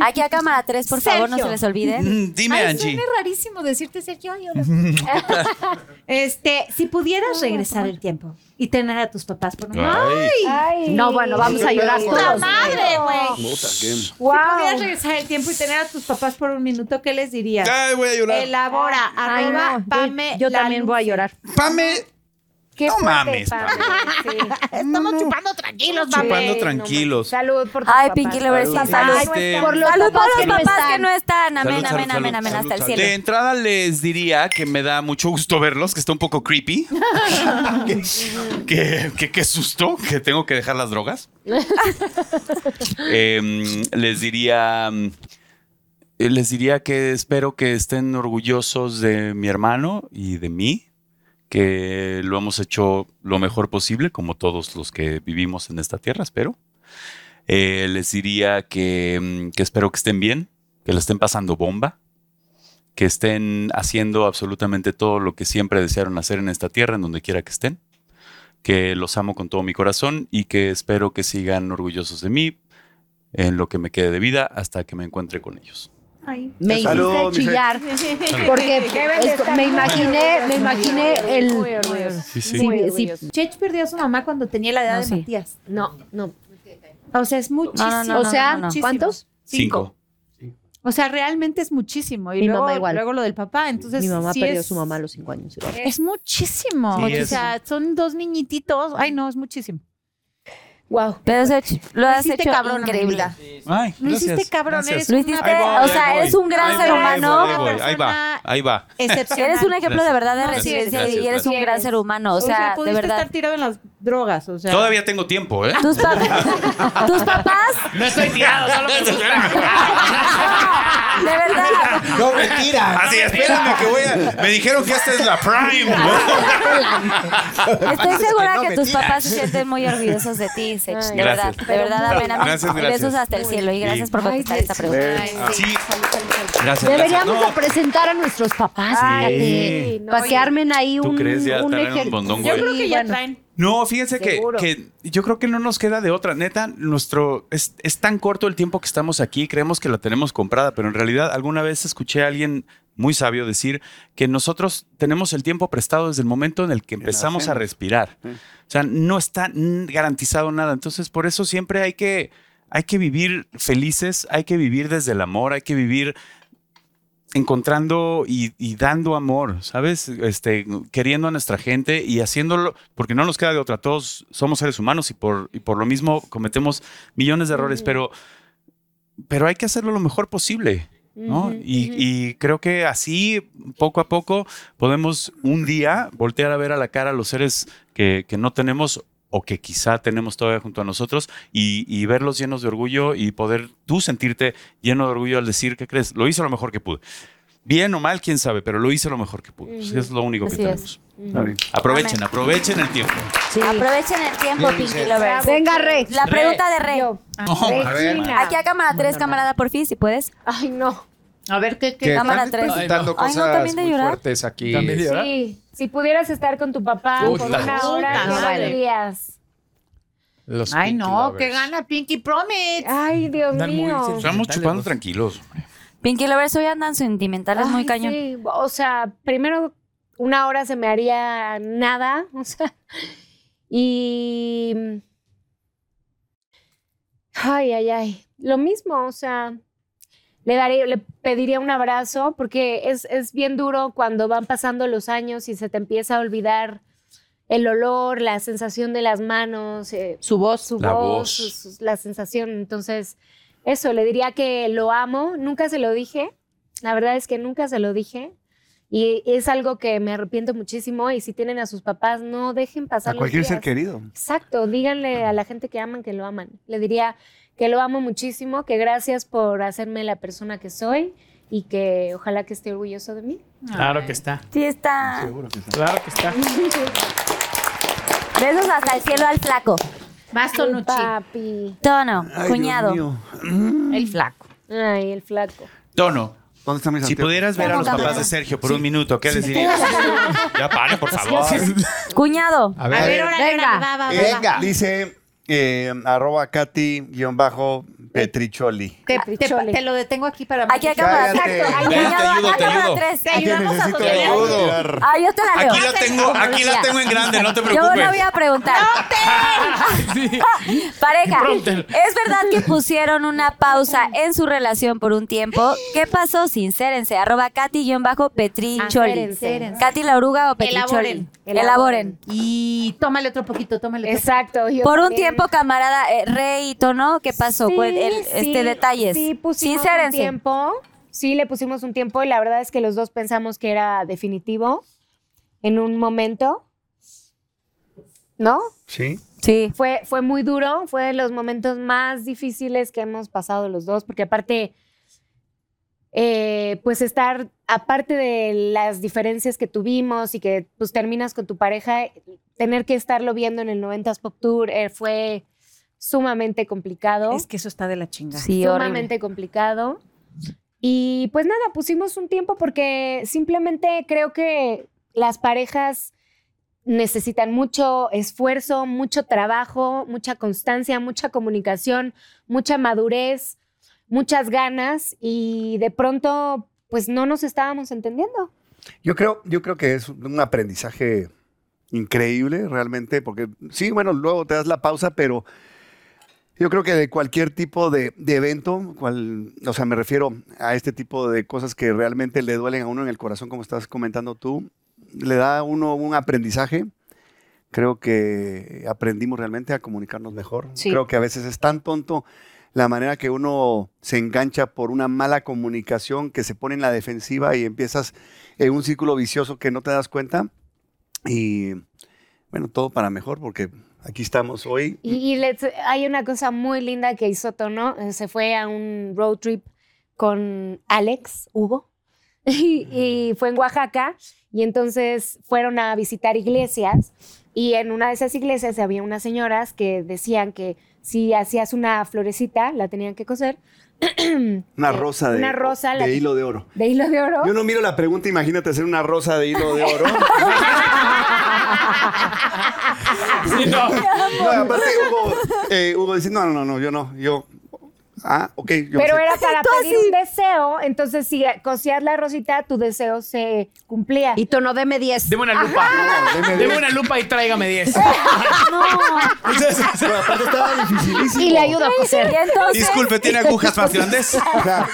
Speaker 4: Aquí a cámara 3, por favor, no se
Speaker 9: Sergio.
Speaker 4: les olvide.
Speaker 1: Mm, dime,
Speaker 9: Ay,
Speaker 1: Angie.
Speaker 9: Suena rarísimo decirte Sergio. ay, hola. este, si pudieras regresar el tiempo y tener a tus papás por un
Speaker 1: Ay.
Speaker 5: Ay. No, bueno, vamos a llorar
Speaker 9: ¡Puta
Speaker 5: todos.
Speaker 9: madre, güey!
Speaker 6: Puta, qué-
Speaker 9: Si pudieras regresar el tiempo y tener a tus papás por un minuto, ¿qué les dirías?
Speaker 5: Ay, voy a llorar.
Speaker 9: Elabora,
Speaker 5: Ay,
Speaker 9: arroba,
Speaker 5: no, yo-
Speaker 9: pame.
Speaker 5: Yo también voy a llorar.
Speaker 1: Pame. No mames,
Speaker 9: Estamos chupando tranquilos,
Speaker 1: Chupando tranquilos.
Speaker 8: Salud por tus
Speaker 4: Ay,
Speaker 8: papás.
Speaker 4: Pinky Lovers, sí,
Speaker 8: Salud.
Speaker 4: salud.
Speaker 1: Este-
Speaker 4: Por los
Speaker 5: Salud
Speaker 4: papás,
Speaker 5: por
Speaker 4: que,
Speaker 5: los
Speaker 4: no
Speaker 5: papás que
Speaker 4: están.
Speaker 5: no
Speaker 4: Amén,
Speaker 1: Salud,
Speaker 4: amén,
Speaker 1: salud,
Speaker 4: amén, amén,
Speaker 1: salud,
Speaker 4: hasta el
Speaker 1: salud.
Speaker 4: cielo.
Speaker 1: De entrada les diría que me da mucho gusto verlos, que está un poco creepy. que, que- que- qué susto, que tengo que dejar las drogas. Eh, les diría. mm, eh, Les diría que espero que estén orgullosos de mi hermano y de mí, que lo hemos hecho lo mejor posible, como todos los que vivimos en esta tierra, espero. Eh, les diría que, mm, que espero que estén bien, que la estén pasando bomba, que estén haciendo absolutamente todo lo que siempre desearon hacer en esta tierra, en donde quiera que estén, que los amo con todo mi corazón y que espero que sigan orgullosos de mí en lo que me quede de vida hasta que me encuentre con ellos.
Speaker 5: Me hiciste
Speaker 1: Salud, mi Fer.
Speaker 5: chillar
Speaker 1: Salud.
Speaker 5: porque
Speaker 9: Deben de
Speaker 5: esto-
Speaker 9: estar
Speaker 5: me
Speaker 9: muy
Speaker 5: imaginé, Eh, me
Speaker 9: orgullosos.
Speaker 5: imaginé
Speaker 9: Muy
Speaker 5: el
Speaker 9: orgullosos.
Speaker 1: Sí, sí.
Speaker 5: Muy
Speaker 9: Sí, sí. Chech perdió a su mamá cuando tenía la edad de Matías.
Speaker 8: No, no.
Speaker 9: O sea, es muchísimo.
Speaker 5: No, no, no,
Speaker 9: o
Speaker 5: no,
Speaker 9: sea,
Speaker 5: no, no.
Speaker 9: muchísimo.
Speaker 5: ¿Cuántos?
Speaker 1: Cinco.
Speaker 9: O sea, realmente es muchísimo. Y
Speaker 5: Mi
Speaker 9: luego,
Speaker 5: mamá igual.
Speaker 9: luego lo del papá. Entonces,
Speaker 5: Mi mamá
Speaker 9: sí
Speaker 5: perdió a
Speaker 9: es- Eh,
Speaker 5: su mamá a los cinco años. igual.
Speaker 9: Es muchísimo.
Speaker 5: Sí,
Speaker 9: o
Speaker 5: es-
Speaker 9: sea, son dos niñititos. Ay, no, es muchísimo.
Speaker 8: Wow.
Speaker 4: Pero Sech, lo has
Speaker 9: hiciste
Speaker 4: hecho
Speaker 9: cabrón,
Speaker 4: increíble.
Speaker 9: amiga.
Speaker 1: Ay,
Speaker 9: Lo hiciste
Speaker 1: gracias,
Speaker 9: cabrón,
Speaker 1: gracias.
Speaker 9: eres Lo hiciste-
Speaker 1: Ahí voy,
Speaker 4: o sea,
Speaker 1: ahí voy.
Speaker 4: eres un gran
Speaker 1: Ahí
Speaker 4: ser
Speaker 1: voy,
Speaker 4: humano.
Speaker 1: Ahí voy, ahí va, ahí va.
Speaker 9: excepcional.
Speaker 4: Eres un ejemplo de verdad de
Speaker 9: No, sí eres.
Speaker 4: resiliencia y
Speaker 9: Gracias,
Speaker 4: eres un
Speaker 9: gracias.
Speaker 4: gran ser humano. O
Speaker 9: O sea,
Speaker 4: sea, de
Speaker 9: pudiste
Speaker 4: verdad.
Speaker 9: estar tirado en las drogas, o sea.
Speaker 1: Todavía tengo tiempo, ¿eh?
Speaker 9: Tus papás.
Speaker 4: Tus papás.
Speaker 1: No estoy tirado, solo me
Speaker 4: De verdad.
Speaker 3: No, mentira.
Speaker 1: Así, espérame que voy a. Me dijeron que esta es la Prime.
Speaker 4: Estoy segura que tus
Speaker 1: mentira.
Speaker 4: papás se sienten muy orgullosos de ti, Sech.
Speaker 1: Ay,
Speaker 4: de
Speaker 1: gracias.
Speaker 4: verdad, de
Speaker 1: Pero
Speaker 4: verdad,
Speaker 1: mucho.
Speaker 4: amén, amén.
Speaker 1: Gracias, gracias.
Speaker 4: Besos hasta el cielo y gracias por
Speaker 5: Ay,
Speaker 4: contestar
Speaker 5: Dios.
Speaker 4: esta pregunta.
Speaker 5: Ay, sí.
Speaker 1: Sí. Gracias,
Speaker 5: Deberíamos
Speaker 1: gracias.
Speaker 5: a presentar a nuestros papás,
Speaker 1: Sí.
Speaker 5: fíjate,
Speaker 1: Sí,
Speaker 5: para que armen ahí
Speaker 1: ¿Tú
Speaker 5: un,
Speaker 1: crees ya
Speaker 5: un
Speaker 1: traen un
Speaker 5: ejer-
Speaker 1: bondón, güey? Yo creo que
Speaker 5: Sí,
Speaker 9: ya
Speaker 5: bueno.
Speaker 1: No, fíjense que,
Speaker 5: Seguro.
Speaker 1: que yo creo que no nos queda de otra. Neta, nuestro es, es tan corto el tiempo que estamos aquí, creemos que la tenemos comprada, pero en realidad alguna vez escuché a alguien muy sabio decir que nosotros tenemos el tiempo prestado desde el momento en el que empezamos a
Speaker 7: hacemos.
Speaker 1: respirar. O sea, no está mm, garantizado nada. Entonces, por eso siempre hay que, hay que vivir felices, hay que vivir desde el amor, hay que vivir encontrando y, y dando amor, ¿sabes? Este, queriendo a nuestra gente y haciéndolo, porque no nos queda de otra, todos somos seres humanos y por, y por lo mismo cometemos millones de errores, pero, pero hay que hacerlo lo mejor posible, ¿no?
Speaker 7: Ujú,
Speaker 1: y, y creo que así, poco a poco, podemos un día voltear a ver a la cara a los seres que, que no tenemos o que quizá tenemos todavía junto a nosotros y, y verlos llenos de orgullo y poder tú sentirte lleno de orgullo al decir, ¿qué crees? Lo hice lo mejor que pude. Bien o mal, quién sabe, pero lo hice lo mejor que pude. Pues
Speaker 4: Ujú.
Speaker 1: Es lo único que
Speaker 4: Así es.
Speaker 1: tenemos.
Speaker 4: Ujú. Amén.
Speaker 1: Aprovechen,
Speaker 4: Amén.
Speaker 1: aprovechen el tiempo.
Speaker 4: Aprovechen el tiempo,
Speaker 1: Bien,
Speaker 4: Pinky
Speaker 1: Sech.
Speaker 4: Lovers.
Speaker 5: Venga, Rey.
Speaker 4: La
Speaker 1: Re.
Speaker 4: pregunta de Rey. Ah.
Speaker 1: No, a ver. Regina.
Speaker 4: Aquí a cámara 3, camarada, por fin, si puedes.
Speaker 8: Ay, no.
Speaker 9: A ver, ¿qué?
Speaker 10: Que
Speaker 4: cámara
Speaker 10: están
Speaker 4: 3.
Speaker 10: presentando
Speaker 4: Ay, no,
Speaker 10: cosas
Speaker 4: también de
Speaker 10: muy
Speaker 4: llorar.
Speaker 10: fuertes aquí.
Speaker 8: Sí, si pudieras estar con tu papá
Speaker 10: Puta.
Speaker 8: por una hora,
Speaker 9: Puta
Speaker 8: ¿qué
Speaker 9: madre.
Speaker 8: dirías?
Speaker 10: Los
Speaker 9: Ay,
Speaker 10: Pinky
Speaker 9: no,
Speaker 10: Lovers.
Speaker 9: que gana Pinky Promise.
Speaker 8: Ay, Dios mío.
Speaker 1: Estamos
Speaker 8: pues.
Speaker 1: chupando
Speaker 10: pues.
Speaker 1: tranquilos.
Speaker 4: Pinky Lovers hoy andan sentimentales muy
Speaker 8: Ay,
Speaker 4: cañón.
Speaker 8: sí, o sea, primero una hora se me haría nada, o sea, y... Ay, ay, ay, lo mismo, o sea, le, daría, le pediría un abrazo porque es, es bien duro cuando van pasando los años y se te empieza a olvidar el olor, la sensación de las manos, eh,
Speaker 9: su voz,
Speaker 8: su
Speaker 9: La
Speaker 8: voz,
Speaker 9: voz.
Speaker 8: su- su- la sensación. Entonces, eso, le diría que lo amo, nunca se lo dije, la verdad es que nunca se lo dije. Y es algo que me arrepiento muchísimo. Y si tienen a sus papás, no dejen pasar
Speaker 6: A
Speaker 8: los
Speaker 6: cualquier ser
Speaker 8: días.
Speaker 6: querido.
Speaker 8: Exacto, díganle a la gente que aman que lo aman. Le diría que lo amo muchísimo, que gracias por hacerme la persona que soy y que ojalá que esté orgulloso de mí.
Speaker 7: Claro que está.
Speaker 4: Sí está.
Speaker 7: Claro que está.
Speaker 4: Besos hasta el cielo al flaco.
Speaker 9: Más Tonucci.
Speaker 8: Papi.
Speaker 4: Tono, cuñado.
Speaker 9: El flaco.
Speaker 8: Ay, el flaco.
Speaker 1: Tono.
Speaker 6: ¿Dónde están mis
Speaker 1: Si
Speaker 6: anteojos?
Speaker 1: pudieras ver a los papás de Sergio por un minuto, ¿qué les dirías? Ya paren, por favor.
Speaker 4: Cuñado.
Speaker 6: A ver, A ver, órale,
Speaker 4: venga.
Speaker 6: Dice eh, arroba Katy guión bajo Petricholi.
Speaker 9: Te, te- te lo detengo aquí para
Speaker 4: Aquí a cámara.
Speaker 6: Cállate.
Speaker 4: Exacto.
Speaker 1: Eh,
Speaker 4: Aquí
Speaker 6: Ven,
Speaker 4: a
Speaker 6: te ayudo,
Speaker 4: cámara- a
Speaker 6: te
Speaker 4: cámara
Speaker 6: ayudo.
Speaker 4: tres.
Speaker 9: Te ayudamos a
Speaker 6: Necesito
Speaker 9: sostener.
Speaker 6: ayuda.
Speaker 4: Ah, yo te la veo.
Speaker 1: Aquí la tengo, aquí la tengo en grande, no te
Speaker 4: Yo
Speaker 1: preocupes.
Speaker 4: la voy a preguntar.
Speaker 3: Ah,
Speaker 4: Pareja,
Speaker 1: Prompter.
Speaker 4: ¿es verdad que pusieron una pausa en su relación por un tiempo? ¿Qué pasó? Sincérense. Arroba Katy-Petricholi.
Speaker 8: Sincérense.
Speaker 4: Katy la oruga o Petricholi.
Speaker 9: Elaboren.
Speaker 4: Ah, Elaboren.
Speaker 9: Y tómale otro poquito, tómale otro
Speaker 8: Exacto. yo
Speaker 4: Por un
Speaker 8: también.
Speaker 4: tiempo, camarada eh, Rey y Tono, ¿qué pasó?
Speaker 8: Sí,
Speaker 4: Cuál- el-
Speaker 8: sí,
Speaker 4: este, detalles.
Speaker 8: Sí, pusimos un
Speaker 4: Sincérense.
Speaker 8: tiempo. Sí, le pusimos un tiempo y la verdad es que los dos pensamos que era definitivo en un momento. ¿No?
Speaker 6: Sí.
Speaker 4: Sí.
Speaker 8: Fue, fue muy duro, fue de los momentos más difíciles que hemos pasado los dos, porque aparte, eh, pues estar, aparte de las diferencias que tuvimos y que pues terminas con tu pareja, tener que estarlo viendo en el 90s Pop Tour eh, fue sumamente complicado
Speaker 9: Es que eso está de la chingada.
Speaker 8: sumamente complicado. Y pues nada, pusimos un tiempo porque simplemente creo que las parejas necesitan mucho esfuerzo, mucho trabajo, mucha constancia, mucha comunicación, mucha madurez, muchas ganas y de pronto pues no nos estábamos entendiendo.
Speaker 6: Yo creo, yo creo que es un aprendizaje increíble realmente, porque sí, bueno, luego te das la pausa, pero yo creo que de cualquier tipo de, de evento, cual, o sea, me refiero a este tipo de cosas que realmente le duelen a uno en el corazón, como estás comentando tú, le da a uno un aprendizaje. Creo que aprendimos realmente a comunicarnos mejor.
Speaker 8: Sí.
Speaker 6: Creo que a veces es tan tonto la manera que uno se engancha por una mala comunicación que se pone en la defensiva y empiezas en un círculo vicioso que no te das cuenta. Y bueno, todo para mejor porque Aquí estamos hoy.
Speaker 8: Y, y les- hay una cosa muy linda que hizo Tono. eh, Se fue a un road trip con Alex, Hugo, y, y fue en Oaxaca. Y entonces fueron a visitar iglesias. Y en una de esas iglesias había unas señoras que decían que si hacías una florecita, la tenían que coser.
Speaker 6: Una rosa de,
Speaker 8: una rosa la-
Speaker 6: de hilo de oro.
Speaker 8: De hilo de oro.
Speaker 6: Yo no miro la pregunta, imagínate hacer una rosa de hilo de oro.
Speaker 18: Sí, no.
Speaker 6: No, aparte Hugo, eh, Hugo dice, no, no, no, no, yo no, yo, ah, ok. Yo
Speaker 8: Pero
Speaker 6: sé".
Speaker 8: era para pedir un deseo, entonces si cosías la rosita, tu deseo se cumplía. Y
Speaker 5: tono de M10.
Speaker 7: Deme una lupa.
Speaker 8: deme
Speaker 7: Deme,
Speaker 8: diez.
Speaker 7: una lupa y tráigame 10.
Speaker 6: Pero aparte estaba dificilísimo.
Speaker 5: Y le ayudo a coser.
Speaker 1: Disculpe, ¿tiene agujas más grandes?
Speaker 6: O sea,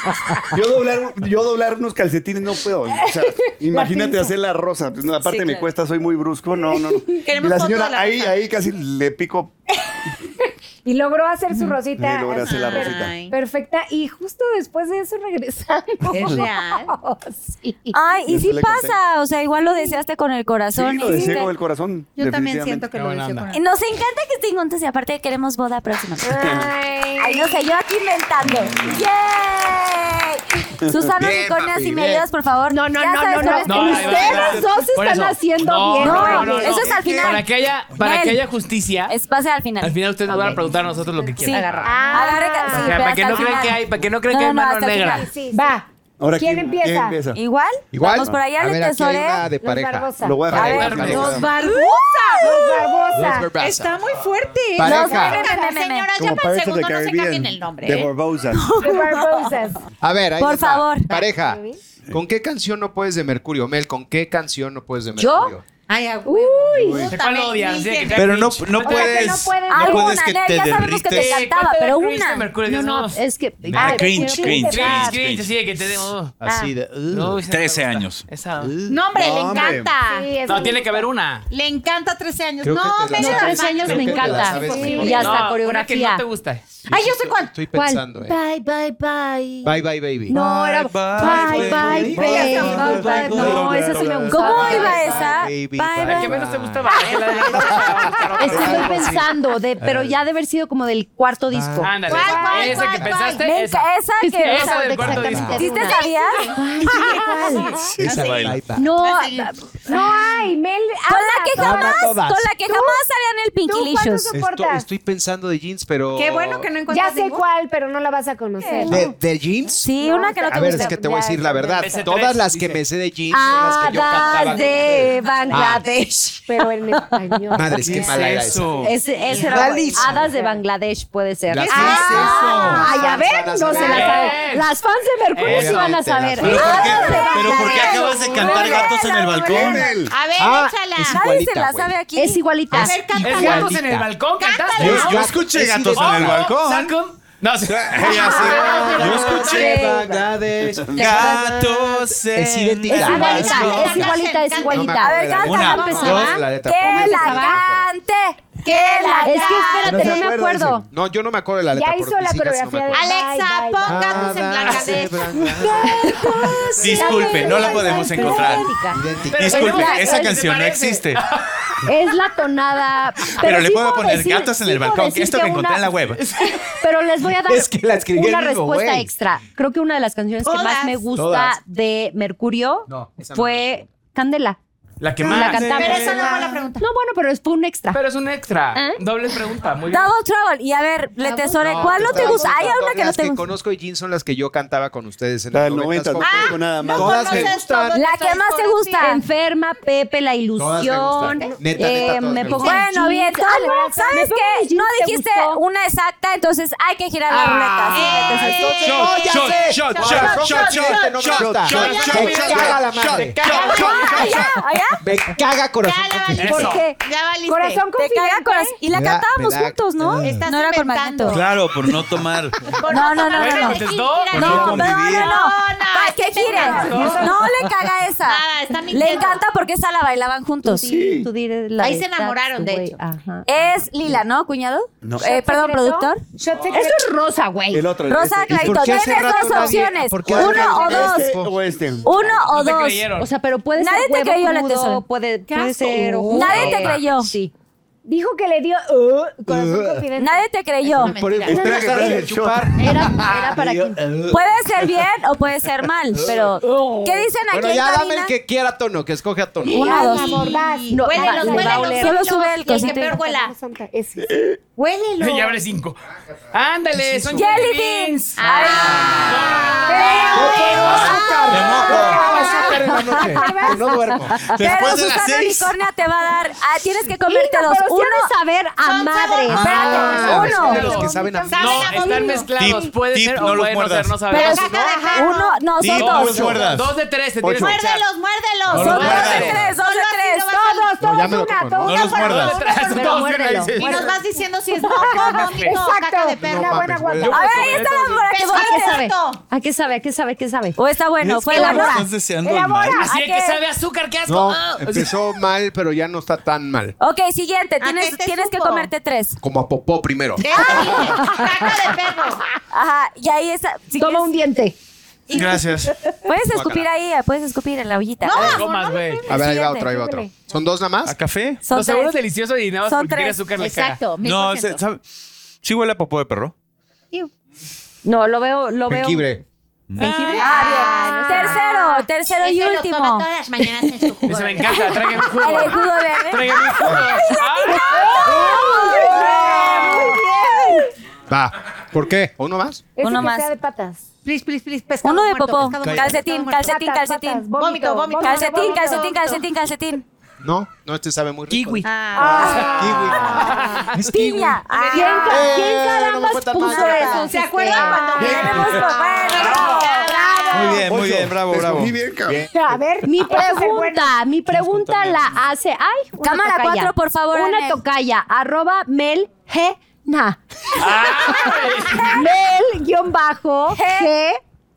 Speaker 6: yo doblar, yo doblar unos calcetines no puedo. O sea, imagínate hacer la rosa. Pues, no, aparte
Speaker 3: Sí,
Speaker 6: me
Speaker 3: claro.
Speaker 6: cuesta, soy muy brusco. No, no, no. Y
Speaker 8: Queremos
Speaker 6: la
Speaker 8: foto
Speaker 6: señora
Speaker 8: de la
Speaker 6: ahí,
Speaker 8: rosa.
Speaker 6: ahí casi le pico.
Speaker 8: Y logró hacer su rosita.
Speaker 6: Sí, logró hacer la
Speaker 8: per-
Speaker 6: rosita.
Speaker 8: Perfecta. Y justo después de eso regresamos.
Speaker 4: ¿Es
Speaker 8: real?
Speaker 4: Ah.
Speaker 8: sí.
Speaker 4: Ay, y
Speaker 6: Yo
Speaker 4: sí
Speaker 6: le conté.
Speaker 4: pasa, o sea, igual lo deseaste con el corazón.
Speaker 6: Sí, lo deseé
Speaker 4: hiciste-
Speaker 6: con el corazón.
Speaker 4: Yo también
Speaker 6: definitivamente.
Speaker 4: siento que lo Qué buena deseo con Y Nos encanta que estén juntos y aparte queremos boda próxima.
Speaker 8: Ay,
Speaker 4: no sé, yo aquí inventando. ¡Yay! Susana
Speaker 5: Bien,
Speaker 4: Unicornia,
Speaker 5: papi,
Speaker 4: si me
Speaker 5: bien.
Speaker 4: ayudas, por favor. No,
Speaker 5: no, no, no, no. Ustedes dos
Speaker 7: Por
Speaker 5: están
Speaker 7: eso.
Speaker 5: haciendo
Speaker 7: No,
Speaker 5: bien.
Speaker 7: no, no, no,
Speaker 4: eso
Speaker 7: no.
Speaker 4: es al final.
Speaker 7: Para que haya, para
Speaker 4: Nel.
Speaker 7: que haya justicia,
Speaker 4: Es pase al final.
Speaker 7: al final ustedes nos van a preguntar a nosotros lo que
Speaker 4: Sí,
Speaker 7: quieran.
Speaker 4: agarra. Agarra que-
Speaker 7: Para
Speaker 4: sí,
Speaker 7: que-
Speaker 4: pero
Speaker 7: para que
Speaker 4: hasta
Speaker 7: no
Speaker 4: el
Speaker 7: crean
Speaker 4: final.
Speaker 7: que hay, para que no crean que hay mano
Speaker 4: hasta el
Speaker 7: negra.
Speaker 4: final. Sí, sí.
Speaker 8: Va.
Speaker 6: Ahora,
Speaker 8: ¿Quién, empieza?
Speaker 4: Igual.
Speaker 10: Igual.
Speaker 4: Vamos por allá,
Speaker 10: A
Speaker 4: le
Speaker 10: ver, aquí hay
Speaker 4: tesoré.
Speaker 10: una de pareja.
Speaker 4: Barbosa.
Speaker 10: Lo voy a dejar ahí,
Speaker 4: ver,
Speaker 10: Barbosa.
Speaker 4: los
Speaker 10: Los
Speaker 4: Barbosa.
Speaker 8: Barbosa.
Speaker 10: Los Barbosa. Está
Speaker 4: muy fuerte.
Speaker 10: Pareja.
Speaker 4: Señora,
Speaker 10: Como Pirates of the Caribbean, De Barbosas.
Speaker 8: De Barbosas.
Speaker 10: A ver, ahí
Speaker 4: Por
Speaker 10: está.
Speaker 4: favor.
Speaker 10: Pareja. ¿Con qué canción no puedes de Mercurio? Mel, ¿con qué canción no puedes de
Speaker 4: ¿Yo?
Speaker 10: Mercurio?
Speaker 4: Ay,
Speaker 10: Uy.
Speaker 4: uy.
Speaker 10: ¿De cuál
Speaker 7: odias? Sí, que sea
Speaker 10: Pero no,
Speaker 7: cringe.
Speaker 10: no
Speaker 7: O sea, que
Speaker 10: puedes.
Speaker 7: no puedes-
Speaker 10: no puedes
Speaker 4: Alguna,
Speaker 10: que
Speaker 4: Nel,
Speaker 10: te
Speaker 4: ya sabemos que te
Speaker 10: derrites.
Speaker 4: cantaba,
Speaker 7: ¿Cuánto
Speaker 4: pero
Speaker 7: de cringe de
Speaker 4: una.
Speaker 7: Mercurio? Dios,
Speaker 5: No,
Speaker 7: no.
Speaker 5: no, es que.
Speaker 1: Me- cringe, cringe,
Speaker 7: Cringe,
Speaker 1: cringe,
Speaker 7: cringe, así de que te demos.
Speaker 1: Así de,
Speaker 7: Ah. No, esa-
Speaker 1: 13 años. Uh.
Speaker 7: esa-
Speaker 3: No, hombre, le encanta.
Speaker 7: No, tiene que haber una.
Speaker 3: Le encanta 13 años.
Speaker 7: Creo
Speaker 3: no,
Speaker 7: que te la
Speaker 3: menos
Speaker 7: sabes.
Speaker 3: tres
Speaker 7: Creo
Speaker 3: años
Speaker 7: que
Speaker 3: me
Speaker 7: te la
Speaker 3: encanta.
Speaker 7: sabes
Speaker 3: Sí.
Speaker 7: mejor.
Speaker 3: Y hasta
Speaker 7: No, una que
Speaker 3: coreografía.
Speaker 7: no te gusta.
Speaker 3: Ay, yo sé cuál.
Speaker 10: Estoy
Speaker 3: ¿Cuál?
Speaker 10: pensando, eh.
Speaker 3: Bye, bye, bye.
Speaker 10: Bye, bye, baby.
Speaker 3: No, era bye, bye, baby.
Speaker 5: Bye, No, esa sí me gustaba.
Speaker 4: ¿Cómo iba esa?
Speaker 10: Baby,
Speaker 5: Bye,
Speaker 7: La que menos te gustaba. Es la de-
Speaker 5: ah, Es que estoy pensando, de, pero ya de haber sido como del cuarto disco.
Speaker 7: Ándale. Esa que pensaste.
Speaker 4: Me enca- Esa
Speaker 5: Es
Speaker 4: que.
Speaker 5: que
Speaker 4: o sea,
Speaker 7: Esa del cuarto disco.
Speaker 4: ¿Sí te sabías?
Speaker 10: Esa baila.
Speaker 5: No,
Speaker 8: ah, No hay, Mel.
Speaker 4: Ah, Con
Speaker 8: habla
Speaker 4: la que
Speaker 8: todas.
Speaker 4: jamás, con
Speaker 10: todas.
Speaker 4: la que jamás harían el Pinky
Speaker 8: ¿Tú cuánto
Speaker 4: Licious.
Speaker 10: Esto-
Speaker 8: soportas?
Speaker 10: estoy pensando de jeans, pero.
Speaker 8: Ya sé cuál, pero no la vas a conocer.
Speaker 10: ¿De, de jeans?
Speaker 4: Sí, una que no te
Speaker 10: A ver,
Speaker 4: gusta.
Speaker 10: es que te voy a
Speaker 8: Ya,
Speaker 10: decir la verdad.
Speaker 7: ese
Speaker 10: Todas
Speaker 7: tres,
Speaker 10: las que me sé de jeans son las que yo cantaba.
Speaker 5: Hadas
Speaker 10: con-
Speaker 5: de Eh,
Speaker 7: Ah.
Speaker 5: Bangladesh.
Speaker 8: Pero en español.
Speaker 10: Madre, es que mala era esa.
Speaker 5: Ese, ese era
Speaker 10: Malísimo.
Speaker 5: Hadas de Bangladesh puede ser.
Speaker 10: ¿Qué es
Speaker 5: Ah,
Speaker 10: eso?
Speaker 5: Ay, a ver,
Speaker 10: Las
Speaker 5: no
Speaker 10: van a
Speaker 5: se la
Speaker 10: saber.
Speaker 5: saben. Las fans de Mercurio sí van a
Speaker 10: Obviamente, las
Speaker 5: saber.
Speaker 10: fans.
Speaker 5: Ah,
Speaker 11: Pero ¿por qué acabas de cantar gatos en el balcón?
Speaker 3: A ver,
Speaker 10: Ah,
Speaker 3: échala.
Speaker 10: es Nadie igualita, se
Speaker 5: pues.
Speaker 10: la güey.
Speaker 11: pues.
Speaker 4: sabe aquí.
Speaker 5: Es igualita.
Speaker 3: A ver, cántala.
Speaker 7: Es gatos en el balcón, cantaste.
Speaker 11: Yo,
Speaker 7: ¿no?
Speaker 11: yo escuché
Speaker 7: Es
Speaker 11: gatos en el
Speaker 7: idéntico.
Speaker 11: balcón.
Speaker 7: Sacum. Ah, No, sí.
Speaker 11: Ya sé. Yo escuché gatos en
Speaker 10: Es idéntica.
Speaker 11: el
Speaker 5: Igualita,
Speaker 11: balcón.
Speaker 5: Es igualita, es igualita.
Speaker 4: A ver, canta,
Speaker 11: Una,
Speaker 4: canta,
Speaker 11: dos,
Speaker 4: empezaba.
Speaker 10: la letra.
Speaker 4: Que la
Speaker 5: Empezaba.
Speaker 4: cante, que la
Speaker 5: Es que
Speaker 4: cante.
Speaker 5: espérate, no me acuerdo.
Speaker 10: ese. No, yo no Ah, me acuerdo de la letra.
Speaker 8: Ya hizo la coreografía de
Speaker 3: Alexa,
Speaker 8: Bye, bye,
Speaker 3: pon
Speaker 8: bye.
Speaker 3: gatos en Bangladesh.
Speaker 11: Disculpe, no la podemos encontrar.
Speaker 5: Pero
Speaker 11: Disculpe,
Speaker 5: es la-
Speaker 11: esa
Speaker 5: ¿qué te
Speaker 11: canción no
Speaker 7: parece?
Speaker 11: existe.
Speaker 5: Es la tonada. Pero,
Speaker 11: Pero le
Speaker 5: sí
Speaker 11: puedo poner
Speaker 5: decir-
Speaker 11: gatos en
Speaker 5: sí
Speaker 11: el
Speaker 5: puedo
Speaker 11: balcón, que
Speaker 5: decir
Speaker 11: esto que encontré
Speaker 5: una-
Speaker 11: en la web.
Speaker 5: Pero les voy a dar
Speaker 11: Es que la escribí
Speaker 5: una
Speaker 11: el mismo,
Speaker 5: respuesta
Speaker 11: güey.
Speaker 5: extra. Creo que una de las canciones que más
Speaker 3: Todas.
Speaker 5: me gusta
Speaker 11: Todas.
Speaker 5: de Mercurio
Speaker 11: No, esa no
Speaker 5: fue Candela.
Speaker 7: La que
Speaker 5: La
Speaker 7: más.
Speaker 5: cantamos.
Speaker 3: Pero esa no fue la pregunta.
Speaker 5: No, bueno, pero fue un extra.
Speaker 7: Pero es un extra. Doble pregunta. Muy bien.
Speaker 4: ¿Eh? Double Trouble. Y a ver, le tesore, ¿cuál no te gusta? Hay una que no
Speaker 10: las
Speaker 4: te
Speaker 10: que
Speaker 4: gusta.
Speaker 10: conozco de jeans son las que yo cantaba con ustedes en
Speaker 6: Las
Speaker 10: los
Speaker 6: 90,
Speaker 10: 90.
Speaker 5: Ah,
Speaker 6: tampoco nada más.
Speaker 10: Todas me gustan.
Speaker 4: La que más te gusta.
Speaker 5: Enferma, Pepe, la
Speaker 10: Todas me
Speaker 5: ilusión.
Speaker 10: gustan. Neta, neta,
Speaker 5: eh,
Speaker 10: todas
Speaker 5: me
Speaker 10: me
Speaker 5: pongo mis
Speaker 4: Bueno,
Speaker 5: jeans.
Speaker 4: bien,
Speaker 5: Ah,
Speaker 4: entonces,
Speaker 5: bueno,
Speaker 4: ¿sabes
Speaker 5: me pongo mis
Speaker 4: qué?
Speaker 5: jeans
Speaker 4: No
Speaker 5: que
Speaker 4: dijiste
Speaker 5: gustó.
Speaker 4: una exacta, entonces hay que girar la ruleta. sí, entonces, eh,
Speaker 3: sí.
Speaker 10: ¡Oh, ya
Speaker 11: Shot,
Speaker 10: sé!
Speaker 11: shot, shot,
Speaker 10: Shot, shot,
Speaker 11: shot,
Speaker 10: shot,
Speaker 11: shot,
Speaker 10: shot,
Speaker 11: shot, shot,
Speaker 10: shot, shot,
Speaker 11: shot,
Speaker 10: me caga la
Speaker 11: shot,
Speaker 10: madre.
Speaker 11: shot, shot,
Speaker 4: Ah, ya, allá.
Speaker 10: Me caga corazón.
Speaker 3: Ya la valiste.
Speaker 7: ¿Por
Speaker 4: qué?
Speaker 3: Ya valiste.
Speaker 8: Corazón
Speaker 4: Te caga
Speaker 8: confidente.
Speaker 4: corazón. Y la
Speaker 11: Me da-
Speaker 4: cantábamos
Speaker 11: me da-
Speaker 4: juntos, ¿no?
Speaker 3: Estás
Speaker 4: No era con
Speaker 3: inventando.
Speaker 4: Magneto.
Speaker 11: Claro, por no tomar.
Speaker 4: No, no, no,
Speaker 7: Bueno,
Speaker 4: no. no.
Speaker 7: contestó.
Speaker 3: Mira,
Speaker 4: No,
Speaker 11: No
Speaker 4: no, no,
Speaker 11: convivir.
Speaker 4: no.
Speaker 3: No, no,
Speaker 4: ¿Para qué
Speaker 3: sí,
Speaker 4: quieren?
Speaker 7: no.
Speaker 4: No le caga esa.
Speaker 3: Nada, está mintiendo.
Speaker 4: Le encanta porque esa la bailaban juntos.
Speaker 5: Sí. Tú diré la
Speaker 3: Ahí
Speaker 5: de
Speaker 3: se enamoraron,
Speaker 5: That's the
Speaker 3: de
Speaker 5: way.
Speaker 3: hecho.
Speaker 5: Ajá.
Speaker 4: Es Lila, ¿no, cuñado?
Speaker 6: No.
Speaker 4: Eh, perdón, productor.
Speaker 8: Shot secreto.
Speaker 5: Eso es rosa, güey.
Speaker 6: El otro. el
Speaker 4: Rosa
Speaker 6: este.
Speaker 4: Clarito,
Speaker 10: qué hace
Speaker 4: tienes
Speaker 10: rato
Speaker 4: dos
Speaker 10: nadie-
Speaker 4: opciones.
Speaker 10: por qué hace
Speaker 4: Uno o
Speaker 10: rato nadie-
Speaker 4: dos.
Speaker 6: ¿Este o este?
Speaker 4: Uno o
Speaker 7: No te
Speaker 4: dos.
Speaker 7: creyeron.
Speaker 5: O sea, pero puede
Speaker 4: Nadie
Speaker 5: ser
Speaker 4: te creyó,
Speaker 5: huevo
Speaker 4: le tesoro.
Speaker 5: crudo, puede, puede ser...
Speaker 4: Nadie te creyó.
Speaker 5: Sí.
Speaker 8: Dijo que le dio uh, corazón
Speaker 4: Uh.
Speaker 8: confidente.
Speaker 4: Nadie te creyó.
Speaker 8: Es una Por- mentira.
Speaker 4: Ustedes
Speaker 8: Era-
Speaker 4: estaban en
Speaker 8: era-
Speaker 4: el chupar.
Speaker 8: era para
Speaker 10: Yo-
Speaker 4: Puede ser bien o puede ser mal, pero ¿qué dicen aquí
Speaker 10: Bueno,
Speaker 4: en
Speaker 10: ya dame
Speaker 4: cabina?
Speaker 10: el que quiera tono, que escoge a tono.
Speaker 4: Uno, dos.
Speaker 8: No,
Speaker 4: Huele,
Speaker 8: va-
Speaker 4: los
Speaker 8: le
Speaker 4: huele,
Speaker 8: va a
Speaker 4: los
Speaker 8: oler.
Speaker 4: solo sube el
Speaker 8: Y
Speaker 4: cosito.
Speaker 8: que peor huela. Ese. Huélelo.
Speaker 7: Ya abre cinco. Ándale, son
Speaker 8: Jelly
Speaker 7: beans. Ah.
Speaker 4: Ay.
Speaker 7: azúcar en la noche, que no duermo.
Speaker 4: Pero
Speaker 7: Después de las
Speaker 4: Susana
Speaker 7: seis.
Speaker 4: Unicornia te va a dar. ah, tienes que comerte
Speaker 5: Hija,
Speaker 4: dos.
Speaker 5: pero si
Speaker 4: Uno.
Speaker 5: ha de saber a
Speaker 4: Son
Speaker 5: madres.
Speaker 4: sabores.
Speaker 5: Ah,
Speaker 4: Espérate,
Speaker 5: son de
Speaker 4: uno.
Speaker 5: los que
Speaker 10: saben
Speaker 5: a-
Speaker 7: No,
Speaker 5: Saben a
Speaker 7: están
Speaker 5: vino.
Speaker 7: mezclados.
Speaker 5: Tip,
Speaker 7: Puede
Speaker 5: tip,
Speaker 7: ser
Speaker 5: no
Speaker 7: o
Speaker 5: los
Speaker 7: puede no ser,
Speaker 5: muerdas.
Speaker 7: no sabemos.
Speaker 5: Pero saca de acá. Uno, no, son
Speaker 7: Tip,
Speaker 5: dos.
Speaker 7: mucho.
Speaker 5: muerdas.
Speaker 7: Dos de tres, te tienes que echar.
Speaker 3: Muérdelos, muérdelos.
Speaker 7: No los
Speaker 3: Son dos
Speaker 7: muerdas.
Speaker 3: de tres,
Speaker 4: dos de tres.
Speaker 3: Todos,
Speaker 7: No, ya
Speaker 3: todos,
Speaker 7: me lo
Speaker 3: una,
Speaker 7: toco, no.
Speaker 3: todos.
Speaker 7: No
Speaker 3: una
Speaker 7: los
Speaker 3: para
Speaker 7: muerdas.
Speaker 3: todos.
Speaker 7: Tres,
Speaker 3: Pero
Speaker 7: dos,
Speaker 3: muérdelo.
Speaker 7: sí,
Speaker 3: Y
Speaker 7: narices.
Speaker 3: nos vas diciendo si es moco, vómito, caca de perro.
Speaker 5: buena guata.
Speaker 3: huele.
Speaker 5: A ver,
Speaker 3: Yo
Speaker 5: ahí
Speaker 3: me
Speaker 5: está la
Speaker 3: comí
Speaker 5: mora,
Speaker 3: todo.
Speaker 5: que voy a
Speaker 3: Pescado
Speaker 5: saber.
Speaker 3: frito.
Speaker 5: ¿A qué sabe? ¿A qué sabe? ¿A qué sabe?
Speaker 4: O está bueno,
Speaker 10: Es fue que la lo hora. estás deseando
Speaker 5: Elabora.
Speaker 10: mal.
Speaker 7: Así
Speaker 4: ¿A
Speaker 7: es
Speaker 4: qué?
Speaker 7: que sabe a azúcar, qué asco.
Speaker 10: No,
Speaker 7: Ah.
Speaker 10: empezó mal, pero ya no está tan mal.
Speaker 4: Ok, siguiente. Tienes, tienes que comerte tres.
Speaker 10: Como a popó primero.
Speaker 4: Caca de perro. Ajá, y ahí está. Toma un
Speaker 5: diente.
Speaker 10: Gracias.
Speaker 4: Puedes escupir ahí, puedes escupir en la ollita. Eh,
Speaker 7: No,
Speaker 4: A ver.
Speaker 7: no comas, güey.
Speaker 10: A ver, ahí va
Speaker 4: Siguiente.
Speaker 10: otro, ahí va otro. ¿Son dos nada más? ¿A
Speaker 1: café?
Speaker 4: Son
Speaker 7: No, seguro
Speaker 4: tres.
Speaker 7: es delicioso y nada más
Speaker 4: Son
Speaker 7: porque tiene
Speaker 4: tres.
Speaker 7: azúcar le
Speaker 5: Exacto, mil
Speaker 1: No,
Speaker 5: por ciento.
Speaker 1: se- sabe- sí huele a popó de perro.
Speaker 5: No, lo veo, lo veo.
Speaker 1: Jengibre.
Speaker 5: Jengibre.
Speaker 4: Ah, bien. Tercero, tercero y
Speaker 5: Ese lo
Speaker 4: último.
Speaker 5: toma
Speaker 4: todas las mañanas en su
Speaker 7: Ese me encanta, tráigame un jugo.
Speaker 4: El jugo verde.
Speaker 7: Tráigame un jugo.
Speaker 10: Va. ¿Por qué? ¿Uno más?
Speaker 8: Ese
Speaker 4: Uno
Speaker 8: que
Speaker 4: más.
Speaker 8: sea de patas.
Speaker 3: Please, please, please. Pescado
Speaker 4: Uno de
Speaker 3: muerto,
Speaker 4: popó.
Speaker 3: pescado muerto,
Speaker 4: Calcetín,
Speaker 3: pescado muerto.
Speaker 4: calcetín,
Speaker 3: Patas,
Speaker 4: calcetín.
Speaker 3: patas, Vómito, vómito.
Speaker 4: Calcetín,
Speaker 3: vómito.
Speaker 4: calcetín, calcetín, calcetín.
Speaker 10: No, no, este sabe muy rico. Kiwi. Kiwi. Es
Speaker 4: Piña. Ah.
Speaker 10: ¿Quién ca- quién
Speaker 4: Eh,
Speaker 10: carambas
Speaker 4: no me fue tan
Speaker 10: puso
Speaker 4: mal.
Speaker 10: eso?
Speaker 4: ¿Se acuerdan cuando tenemos
Speaker 1: Muy bien, muy bien, bravo, bravo.
Speaker 6: Muy bien, cabrón.
Speaker 5: A ver, mi Ah. pregunta, mi pregunta la hace. Ay, una
Speaker 4: Cámara
Speaker 5: tocaya.
Speaker 4: cuatro, por favor,
Speaker 5: Una
Speaker 4: Anel.
Speaker 5: tocaya, arroba Mel G. Na. Mel guión bajo G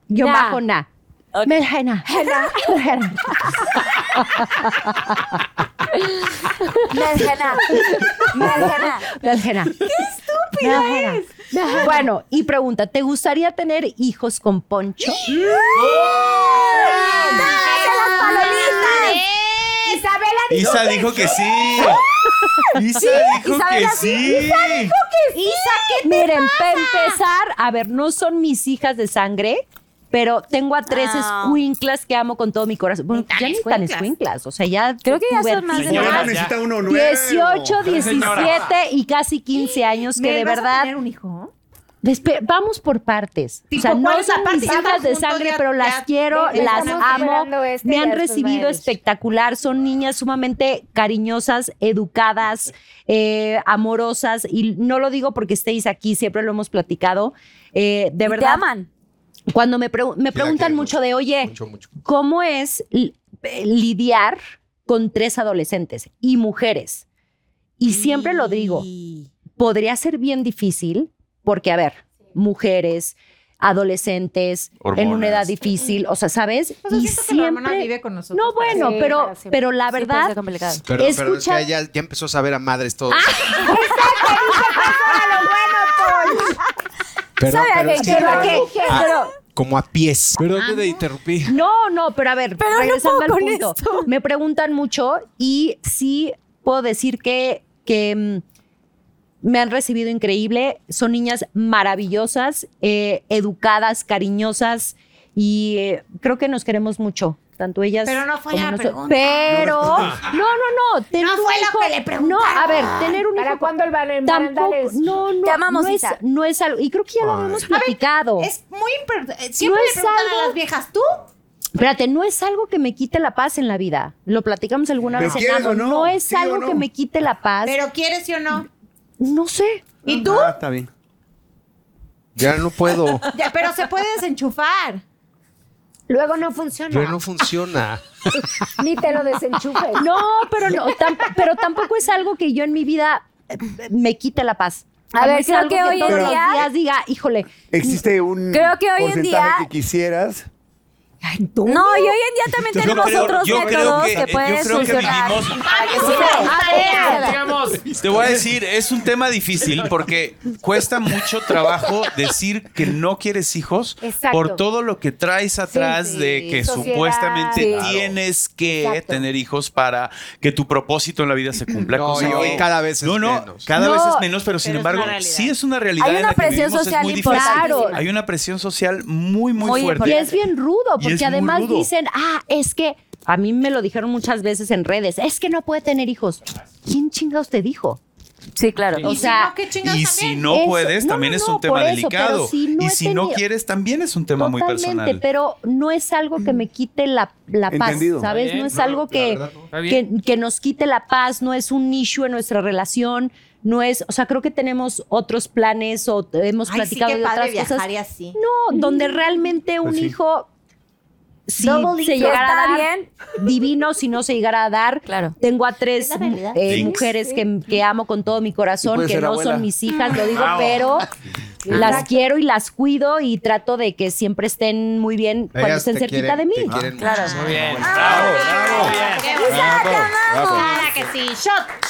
Speaker 5: guión
Speaker 4: Na.
Speaker 5: bajo na. Mel G. Na. Mel G. Na.
Speaker 4: Melgena. Melgena.
Speaker 5: Melgena. ¡Qué estúpido Bueno, y pregunta, ¿te gustaría tener hijos con Poncho?
Speaker 8: Isabela dijo
Speaker 1: Isa
Speaker 8: que
Speaker 1: dijo que sí. Isa
Speaker 5: Sí,
Speaker 1: dijo que
Speaker 5: Isabela,
Speaker 1: sí.
Speaker 5: Isa dijo que sí. Miren, para empezar, a ver, no son mis hijas de sangre, pero tengo a tres
Speaker 4: Ah.
Speaker 5: escuinclas que amo con todo mi corazón. Bueno, ya ni tan
Speaker 4: escuinclas.
Speaker 5: escuinclas, o sea, ya.
Speaker 4: Creo que ya son más
Speaker 5: pubertitas.
Speaker 4: de Señora, edad. no
Speaker 6: necesita uno nuevo.
Speaker 5: 18,
Speaker 6: Señora.
Speaker 5: 17 y casi 15 años que de verdad.
Speaker 3: un hijo?
Speaker 5: Despe- vamos por partes. o
Speaker 3: Tipo,
Speaker 5: sea, no
Speaker 3: ¿cuál es la
Speaker 5: son
Speaker 3: parte?
Speaker 5: mis
Speaker 3: Ya
Speaker 5: hijas
Speaker 3: vamos
Speaker 5: de
Speaker 3: juntos,
Speaker 5: sangre,
Speaker 3: ya-
Speaker 5: pero
Speaker 3: ya-
Speaker 5: las quiero,
Speaker 8: ya
Speaker 5: las
Speaker 8: estamos
Speaker 5: amo.
Speaker 8: superando este
Speaker 5: Me
Speaker 8: y
Speaker 5: han
Speaker 8: ya después va
Speaker 5: recibido
Speaker 8: a ir.
Speaker 5: espectacular. Son niñas sumamente cariñosas, educadas, eh, amorosas. Y no lo digo porque estéis aquí, siempre lo hemos platicado. Eh, de
Speaker 4: Y
Speaker 5: verdad.
Speaker 4: Te aman.
Speaker 5: Cuando me, pregu- me preguntan
Speaker 10: queremos.
Speaker 5: mucho de, oye,
Speaker 10: Mucho, mucho.
Speaker 5: ¿cómo es li- eh, lidiar con tres adolescentes y mujeres? Y siempre lo digo, podría ser bien difícil porque, a ver, mujeres, adolescentes, en una
Speaker 4: Hormonas.
Speaker 5: edad difícil, o sea, ¿sabes? y siempre...
Speaker 3: con nosotros.
Speaker 5: no, bueno,
Speaker 8: Sí,
Speaker 5: pero,
Speaker 8: para siempre.
Speaker 5: pero la
Speaker 4: Sí, puede
Speaker 5: verdad,
Speaker 4: ser complicado.
Speaker 10: Pero,
Speaker 5: he
Speaker 10: pero es
Speaker 5: escuchado-
Speaker 10: que ya, ya empezó a saber a madres todo.
Speaker 3: pues.
Speaker 10: Pero,
Speaker 5: ¿Sabe a
Speaker 10: pero
Speaker 5: qué?
Speaker 10: es que-
Speaker 5: ¿Pero a qué?
Speaker 10: Ah,
Speaker 5: Pero-
Speaker 10: Como a pies. Perdón que te interrumpí.
Speaker 5: No, no, pero a ver,
Speaker 4: Pero no
Speaker 5: regresando
Speaker 4: puedo
Speaker 5: al
Speaker 4: con
Speaker 5: punto. Me preguntan mucho y sí puedo decir que, que mm, me han recibido increíble. Son niñas maravillosas, eh, educadas, cariñosas y eh, creo que nos queremos mucho. Tanto ellas.
Speaker 3: Pero no fue
Speaker 5: como
Speaker 3: la
Speaker 5: nosotros.
Speaker 3: pregunta.
Speaker 5: Pero.
Speaker 3: No.
Speaker 5: No, no, no. tener
Speaker 3: No
Speaker 5: un
Speaker 3: fue lo
Speaker 5: hijo-
Speaker 3: que le
Speaker 5: No,
Speaker 3: preguntaron.
Speaker 5: a ver, tener un
Speaker 8: ¿Para
Speaker 5: hijo.
Speaker 8: cuándo el van en
Speaker 5: Tampoco.
Speaker 8: barandales?
Speaker 5: No, no.
Speaker 4: Te amamos,
Speaker 5: no es,
Speaker 4: Isa.
Speaker 5: no es algo. Y creo que ya lo hemos platicado.
Speaker 3: Es muy importante. Siempre
Speaker 5: No
Speaker 3: le
Speaker 5: es
Speaker 3: preguntan
Speaker 5: algo-
Speaker 3: a las viejas, ¿tú?
Speaker 5: Espérate, no es algo que me quite la paz en la vida. Lo platicamos alguna
Speaker 6: ¿Me
Speaker 5: vez.
Speaker 6: quieres
Speaker 5: Enano.
Speaker 6: o no?
Speaker 5: No es
Speaker 6: ¿Sí o
Speaker 5: algo
Speaker 6: no?
Speaker 5: que me quite la paz.
Speaker 3: ¿Pero quieres sí o no?
Speaker 5: no sé.
Speaker 3: ¿Y tú?
Speaker 12: Ah, está bien.
Speaker 10: Ya no puedo.
Speaker 3: Ya, pero se puede desenchufar.
Speaker 8: Luego no funciona.
Speaker 10: Pero no funciona.
Speaker 8: Ni te lo desenchufes.
Speaker 5: No, pero no, tam- pero tampoco es algo que yo en mi vida eh, me quite la paz.
Speaker 4: A ver,
Speaker 5: es
Speaker 4: creo
Speaker 5: algo
Speaker 4: que hoy en
Speaker 5: todos los
Speaker 4: día-
Speaker 5: días diga, híjole,
Speaker 6: Existe un
Speaker 4: Creo que hoy en
Speaker 6: porcentaje
Speaker 4: día-
Speaker 6: que quisieras.
Speaker 4: No, y hoy en día también
Speaker 6: Yo
Speaker 4: tenemos
Speaker 6: creo-
Speaker 4: otros
Speaker 6: yo creo
Speaker 4: métodos
Speaker 6: que-
Speaker 4: que,
Speaker 6: yo
Speaker 4: pueden
Speaker 6: creo que
Speaker 4: solucionar.
Speaker 6: vivimos-
Speaker 4: Ah, que sí,
Speaker 7: Vamos,
Speaker 4: ah,
Speaker 7: tarea, digamos,
Speaker 1: Te voy a decir, es un tema difícil porque cuesta mucho trabajo decir que no quieres hijos
Speaker 8: Exacto.
Speaker 1: por todo lo que traes atrás
Speaker 8: Sí, sí.
Speaker 1: de que
Speaker 8: Sociedad.
Speaker 1: supuestamente
Speaker 8: Sí. Claro.
Speaker 1: tienes que
Speaker 8: Exacto.
Speaker 1: tener hijos para que tu propósito en la vida se cumpla.
Speaker 10: No,
Speaker 1: cosa
Speaker 10: y hoy
Speaker 1: que-
Speaker 10: cada vez es
Speaker 1: no, no,
Speaker 10: menos.
Speaker 1: cada
Speaker 10: No,
Speaker 1: vez es menos, pero sin
Speaker 10: pero es una
Speaker 1: embargo
Speaker 10: realidad.
Speaker 1: sí es una realidad.
Speaker 10: Hay
Speaker 1: en
Speaker 10: una
Speaker 1: la que
Speaker 10: presión
Speaker 1: vivimos, es
Speaker 5: social
Speaker 1: muy difícil.
Speaker 5: importantísima.
Speaker 1: Hay una presión social muy, muy, fuerte.
Speaker 5: Y es bien rudo,
Speaker 1: Y
Speaker 5: porque
Speaker 1: es muy
Speaker 5: además
Speaker 1: rudo.
Speaker 5: dicen, ah, es que a mí me lo dijeron muchas veces en redes, es que no puede tener hijos. ¿Quién chingados te dijo?
Speaker 4: Sí, claro.
Speaker 5: O sea,
Speaker 1: Y si no
Speaker 5: Eso-
Speaker 1: puedes,
Speaker 5: no,
Speaker 1: también
Speaker 5: no,
Speaker 1: es
Speaker 5: no,
Speaker 1: un tema
Speaker 5: por eso,
Speaker 1: delicado.
Speaker 5: pero si no
Speaker 1: y
Speaker 5: he
Speaker 1: si no
Speaker 5: tenido-
Speaker 1: quieres, también es un tema muy
Speaker 5: Totalmente,
Speaker 1: personal.
Speaker 5: pero no es algo que
Speaker 9: Mm.
Speaker 5: me quite la, la paz,
Speaker 1: Entendido.
Speaker 5: ¿sabes?
Speaker 1: Está bien,
Speaker 5: No es
Speaker 1: no,
Speaker 5: algo
Speaker 1: la
Speaker 5: que,
Speaker 1: verdad, no. Está
Speaker 5: que,
Speaker 1: bien.
Speaker 5: que nos quite la paz, no es un issue en nuestra relación, no es, o sea, creo que tenemos otros planes o t- hemos
Speaker 9: Ay, sí,
Speaker 5: platicado
Speaker 9: qué
Speaker 5: de
Speaker 9: padre
Speaker 5: otras
Speaker 9: viajar
Speaker 5: cosas.
Speaker 9: y así.
Speaker 5: No, donde realmente un
Speaker 9: Pues sí.
Speaker 5: hijo si
Speaker 9: Double
Speaker 5: se
Speaker 9: income.
Speaker 5: llegara
Speaker 9: Está
Speaker 5: a dar, divino, si no se llegara a dar. Tengo a tres eh,
Speaker 9: Sí.
Speaker 5: mujeres que, que amo con todo mi
Speaker 9: Y
Speaker 5: corazón,
Speaker 9: puede
Speaker 5: que
Speaker 9: ser
Speaker 5: no
Speaker 9: abuela.
Speaker 5: son mis hijas, lo digo,
Speaker 9: Bravo.
Speaker 5: pero las
Speaker 9: Exacto.
Speaker 5: quiero y las cuido y trato de que siempre estén muy bien cuando
Speaker 10: Ellas
Speaker 5: estén
Speaker 10: te
Speaker 5: cerquita
Speaker 10: quieren-
Speaker 5: de mí.
Speaker 10: te quieren
Speaker 5: claro.
Speaker 10: Muy bien.
Speaker 5: Bravo, bravo.
Speaker 9: Claro que sí. Shot,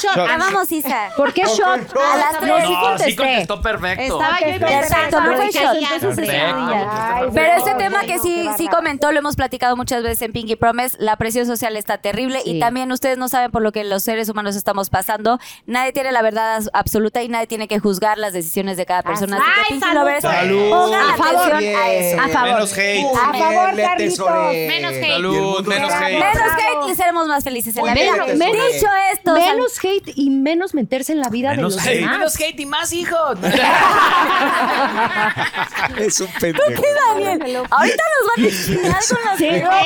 Speaker 9: shot.
Speaker 5: Shot.
Speaker 4: Amamos, Isa.
Speaker 5: ¿por qué
Speaker 4: Ok,
Speaker 5: shot?
Speaker 4: shot.
Speaker 5: A las tres
Speaker 4: No,
Speaker 5: sí
Speaker 4: sí
Speaker 5: contesté.
Speaker 7: contestó perfecto.
Speaker 5: Estaba yo
Speaker 4: Perfecto,
Speaker 5: pensando,
Speaker 4: no fue
Speaker 5: dije,
Speaker 4: shot.
Speaker 5: entonces
Speaker 3: este,
Speaker 7: Perfecto.
Speaker 5: es ella. Ay,
Speaker 4: Pero este
Speaker 5: no,
Speaker 4: tema
Speaker 5: no,
Speaker 4: que
Speaker 5: no,
Speaker 4: sí,
Speaker 5: qué
Speaker 4: sí
Speaker 5: bárbaro.
Speaker 4: comentó, lo hemos platicado muchas veces en Pinky Promise, la presión social está terrible
Speaker 5: Sí.
Speaker 4: y también ustedes no saben por lo que los seres humanos estamos pasando. Nadie tiene la verdad as- absoluta y nadie tiene que juzgar las decisiones de cada persona. Así que
Speaker 9: ¡Ay,
Speaker 4: Pinky
Speaker 9: salud!
Speaker 4: Lovers,
Speaker 9: ¡Salud!
Speaker 4: pongan
Speaker 9: A favor.
Speaker 4: atención a eso.
Speaker 9: Bien. A favor. Menos hate.
Speaker 4: A
Speaker 9: Muy
Speaker 4: favor,
Speaker 9: bien, le
Speaker 4: Carlitos.
Speaker 9: tesoré. Menos hate.
Speaker 1: Salud,
Speaker 9: Y el mundo
Speaker 1: menos
Speaker 9: será
Speaker 1: hate.
Speaker 4: Menos hate y seremos más felices en la vida.
Speaker 5: Menos,
Speaker 4: Dicho esto,
Speaker 5: menos hate y menos meterse en la vida
Speaker 4: Menos
Speaker 5: de los
Speaker 4: hate.
Speaker 5: demás.
Speaker 7: Menos Katie, más hijos.
Speaker 10: Es un
Speaker 4: ¿Por
Speaker 10: pendejo.
Speaker 4: qué, Daniel? Ahorita nos van a chingar con las
Speaker 5: Sí,
Speaker 4: que-
Speaker 5: no, bueno, o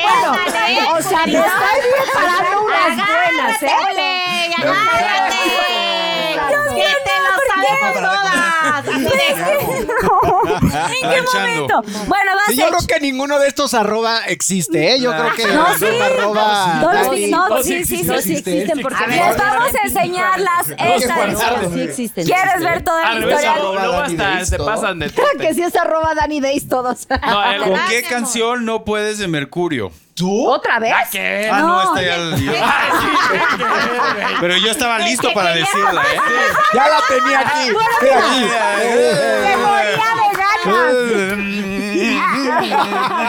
Speaker 5: sea, me estoy preparando unas buenas, ¿eh?
Speaker 4: Dios mío, no, ¿por qué?
Speaker 10: ¿En
Speaker 4: qué momento? Bueno, va a
Speaker 10: yo
Speaker 4: ser-
Speaker 10: creo que ninguno de estos arroba existe, ¿eh? Yo creo que
Speaker 4: Ah, No,
Speaker 10: los
Speaker 4: sí.
Speaker 10: arroba
Speaker 4: No, los-
Speaker 10: Dani-
Speaker 4: no, sí, sí, sí,
Speaker 10: No
Speaker 4: sí existen, porque
Speaker 10: ¿eh? A ver,
Speaker 4: les vamos a enseñar las
Speaker 10: Hay que guardarlas.
Speaker 4: estas. ¿Quieres ver todo el
Speaker 7: Al revés,
Speaker 4: historial?
Speaker 7: arroba luego
Speaker 1: Dani
Speaker 7: hasta
Speaker 1: Days
Speaker 7: se
Speaker 1: todo.
Speaker 7: pasan de
Speaker 5: que sí es arroba Dani Days todos.
Speaker 1: eh, ¿Con qué canción no puedes de Mercurio? ¿Tú?
Speaker 5: ¿Otra vez?
Speaker 1: ¿A qué? Ah, no, esta ya la dio. Pero yo estaba listo para decirla, ¿eh?
Speaker 10: Ya la tenía
Speaker 4: Ah,
Speaker 10: aquí. Ve aquí.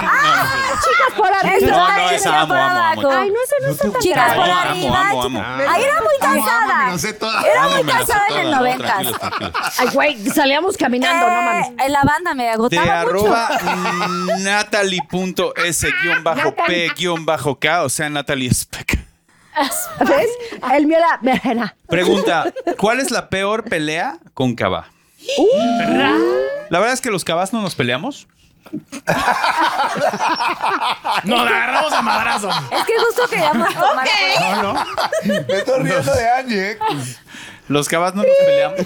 Speaker 4: Ah,
Speaker 5: Chicas por arriba.
Speaker 4: Esto
Speaker 1: No, no,
Speaker 4: está bien,
Speaker 1: esa
Speaker 4: chicas
Speaker 1: amo, amo,
Speaker 4: por abajo.
Speaker 1: amo.
Speaker 5: Ay, no, eso no está tan
Speaker 4: Chicas por
Speaker 1: Amo,
Speaker 4: arriba.
Speaker 1: amo,
Speaker 4: chicas-
Speaker 1: amo.
Speaker 4: Ahí era muy cansada. Era muy cansada en el 90.
Speaker 5: Ay, güey, salíamos caminando, no mames.
Speaker 4: Eh, En la banda me
Speaker 1: De
Speaker 4: agotaba mucho.
Speaker 1: arroba natalie.s-p-k, o sea, Natalie Speck.
Speaker 5: ¿Ves? El mío era Verena.
Speaker 1: Pregunta, ¿cuál es la peor pelea con Cava?
Speaker 5: uh,
Speaker 1: La verdad es que los Cavas no nos peleamos.
Speaker 7: Nos agarramos a madrazo.
Speaker 4: Es que justo queríamos tomar.
Speaker 7: No, no.
Speaker 12: Me estoy riendo de Angie, ¿eh?
Speaker 1: Los Cavas no nos peleamos.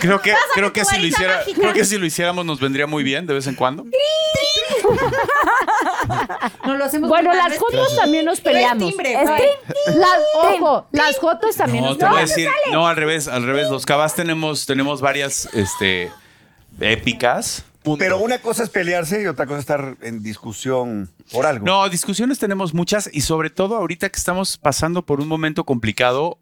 Speaker 1: Creo que,
Speaker 9: Pásame
Speaker 1: creo
Speaker 9: tu
Speaker 1: que si lo
Speaker 9: varita
Speaker 1: hiciera,
Speaker 9: mágica.
Speaker 1: creo que si lo hiciéramos nos vendría muy bien de vez en cuando.
Speaker 5: No lo hacemos bueno,
Speaker 9: una
Speaker 5: las
Speaker 9: vez.
Speaker 5: Jotos también nos
Speaker 9: Pero es
Speaker 5: peleamos.
Speaker 9: timbre,
Speaker 5: Es
Speaker 9: güey.
Speaker 5: tim- Las, ojo, las Jotos también
Speaker 1: No,
Speaker 5: nos
Speaker 1: te voy a
Speaker 5: peleamos.
Speaker 1: decir, no, al revés, al revés. Los Cavas tenemos, tenemos varias este, épicas.
Speaker 12: Pero una cosa es pelearse y otra cosa es estar en discusión por algo.
Speaker 1: No, discusiones tenemos muchas y sobre todo ahorita que estamos pasando por un momento complicado.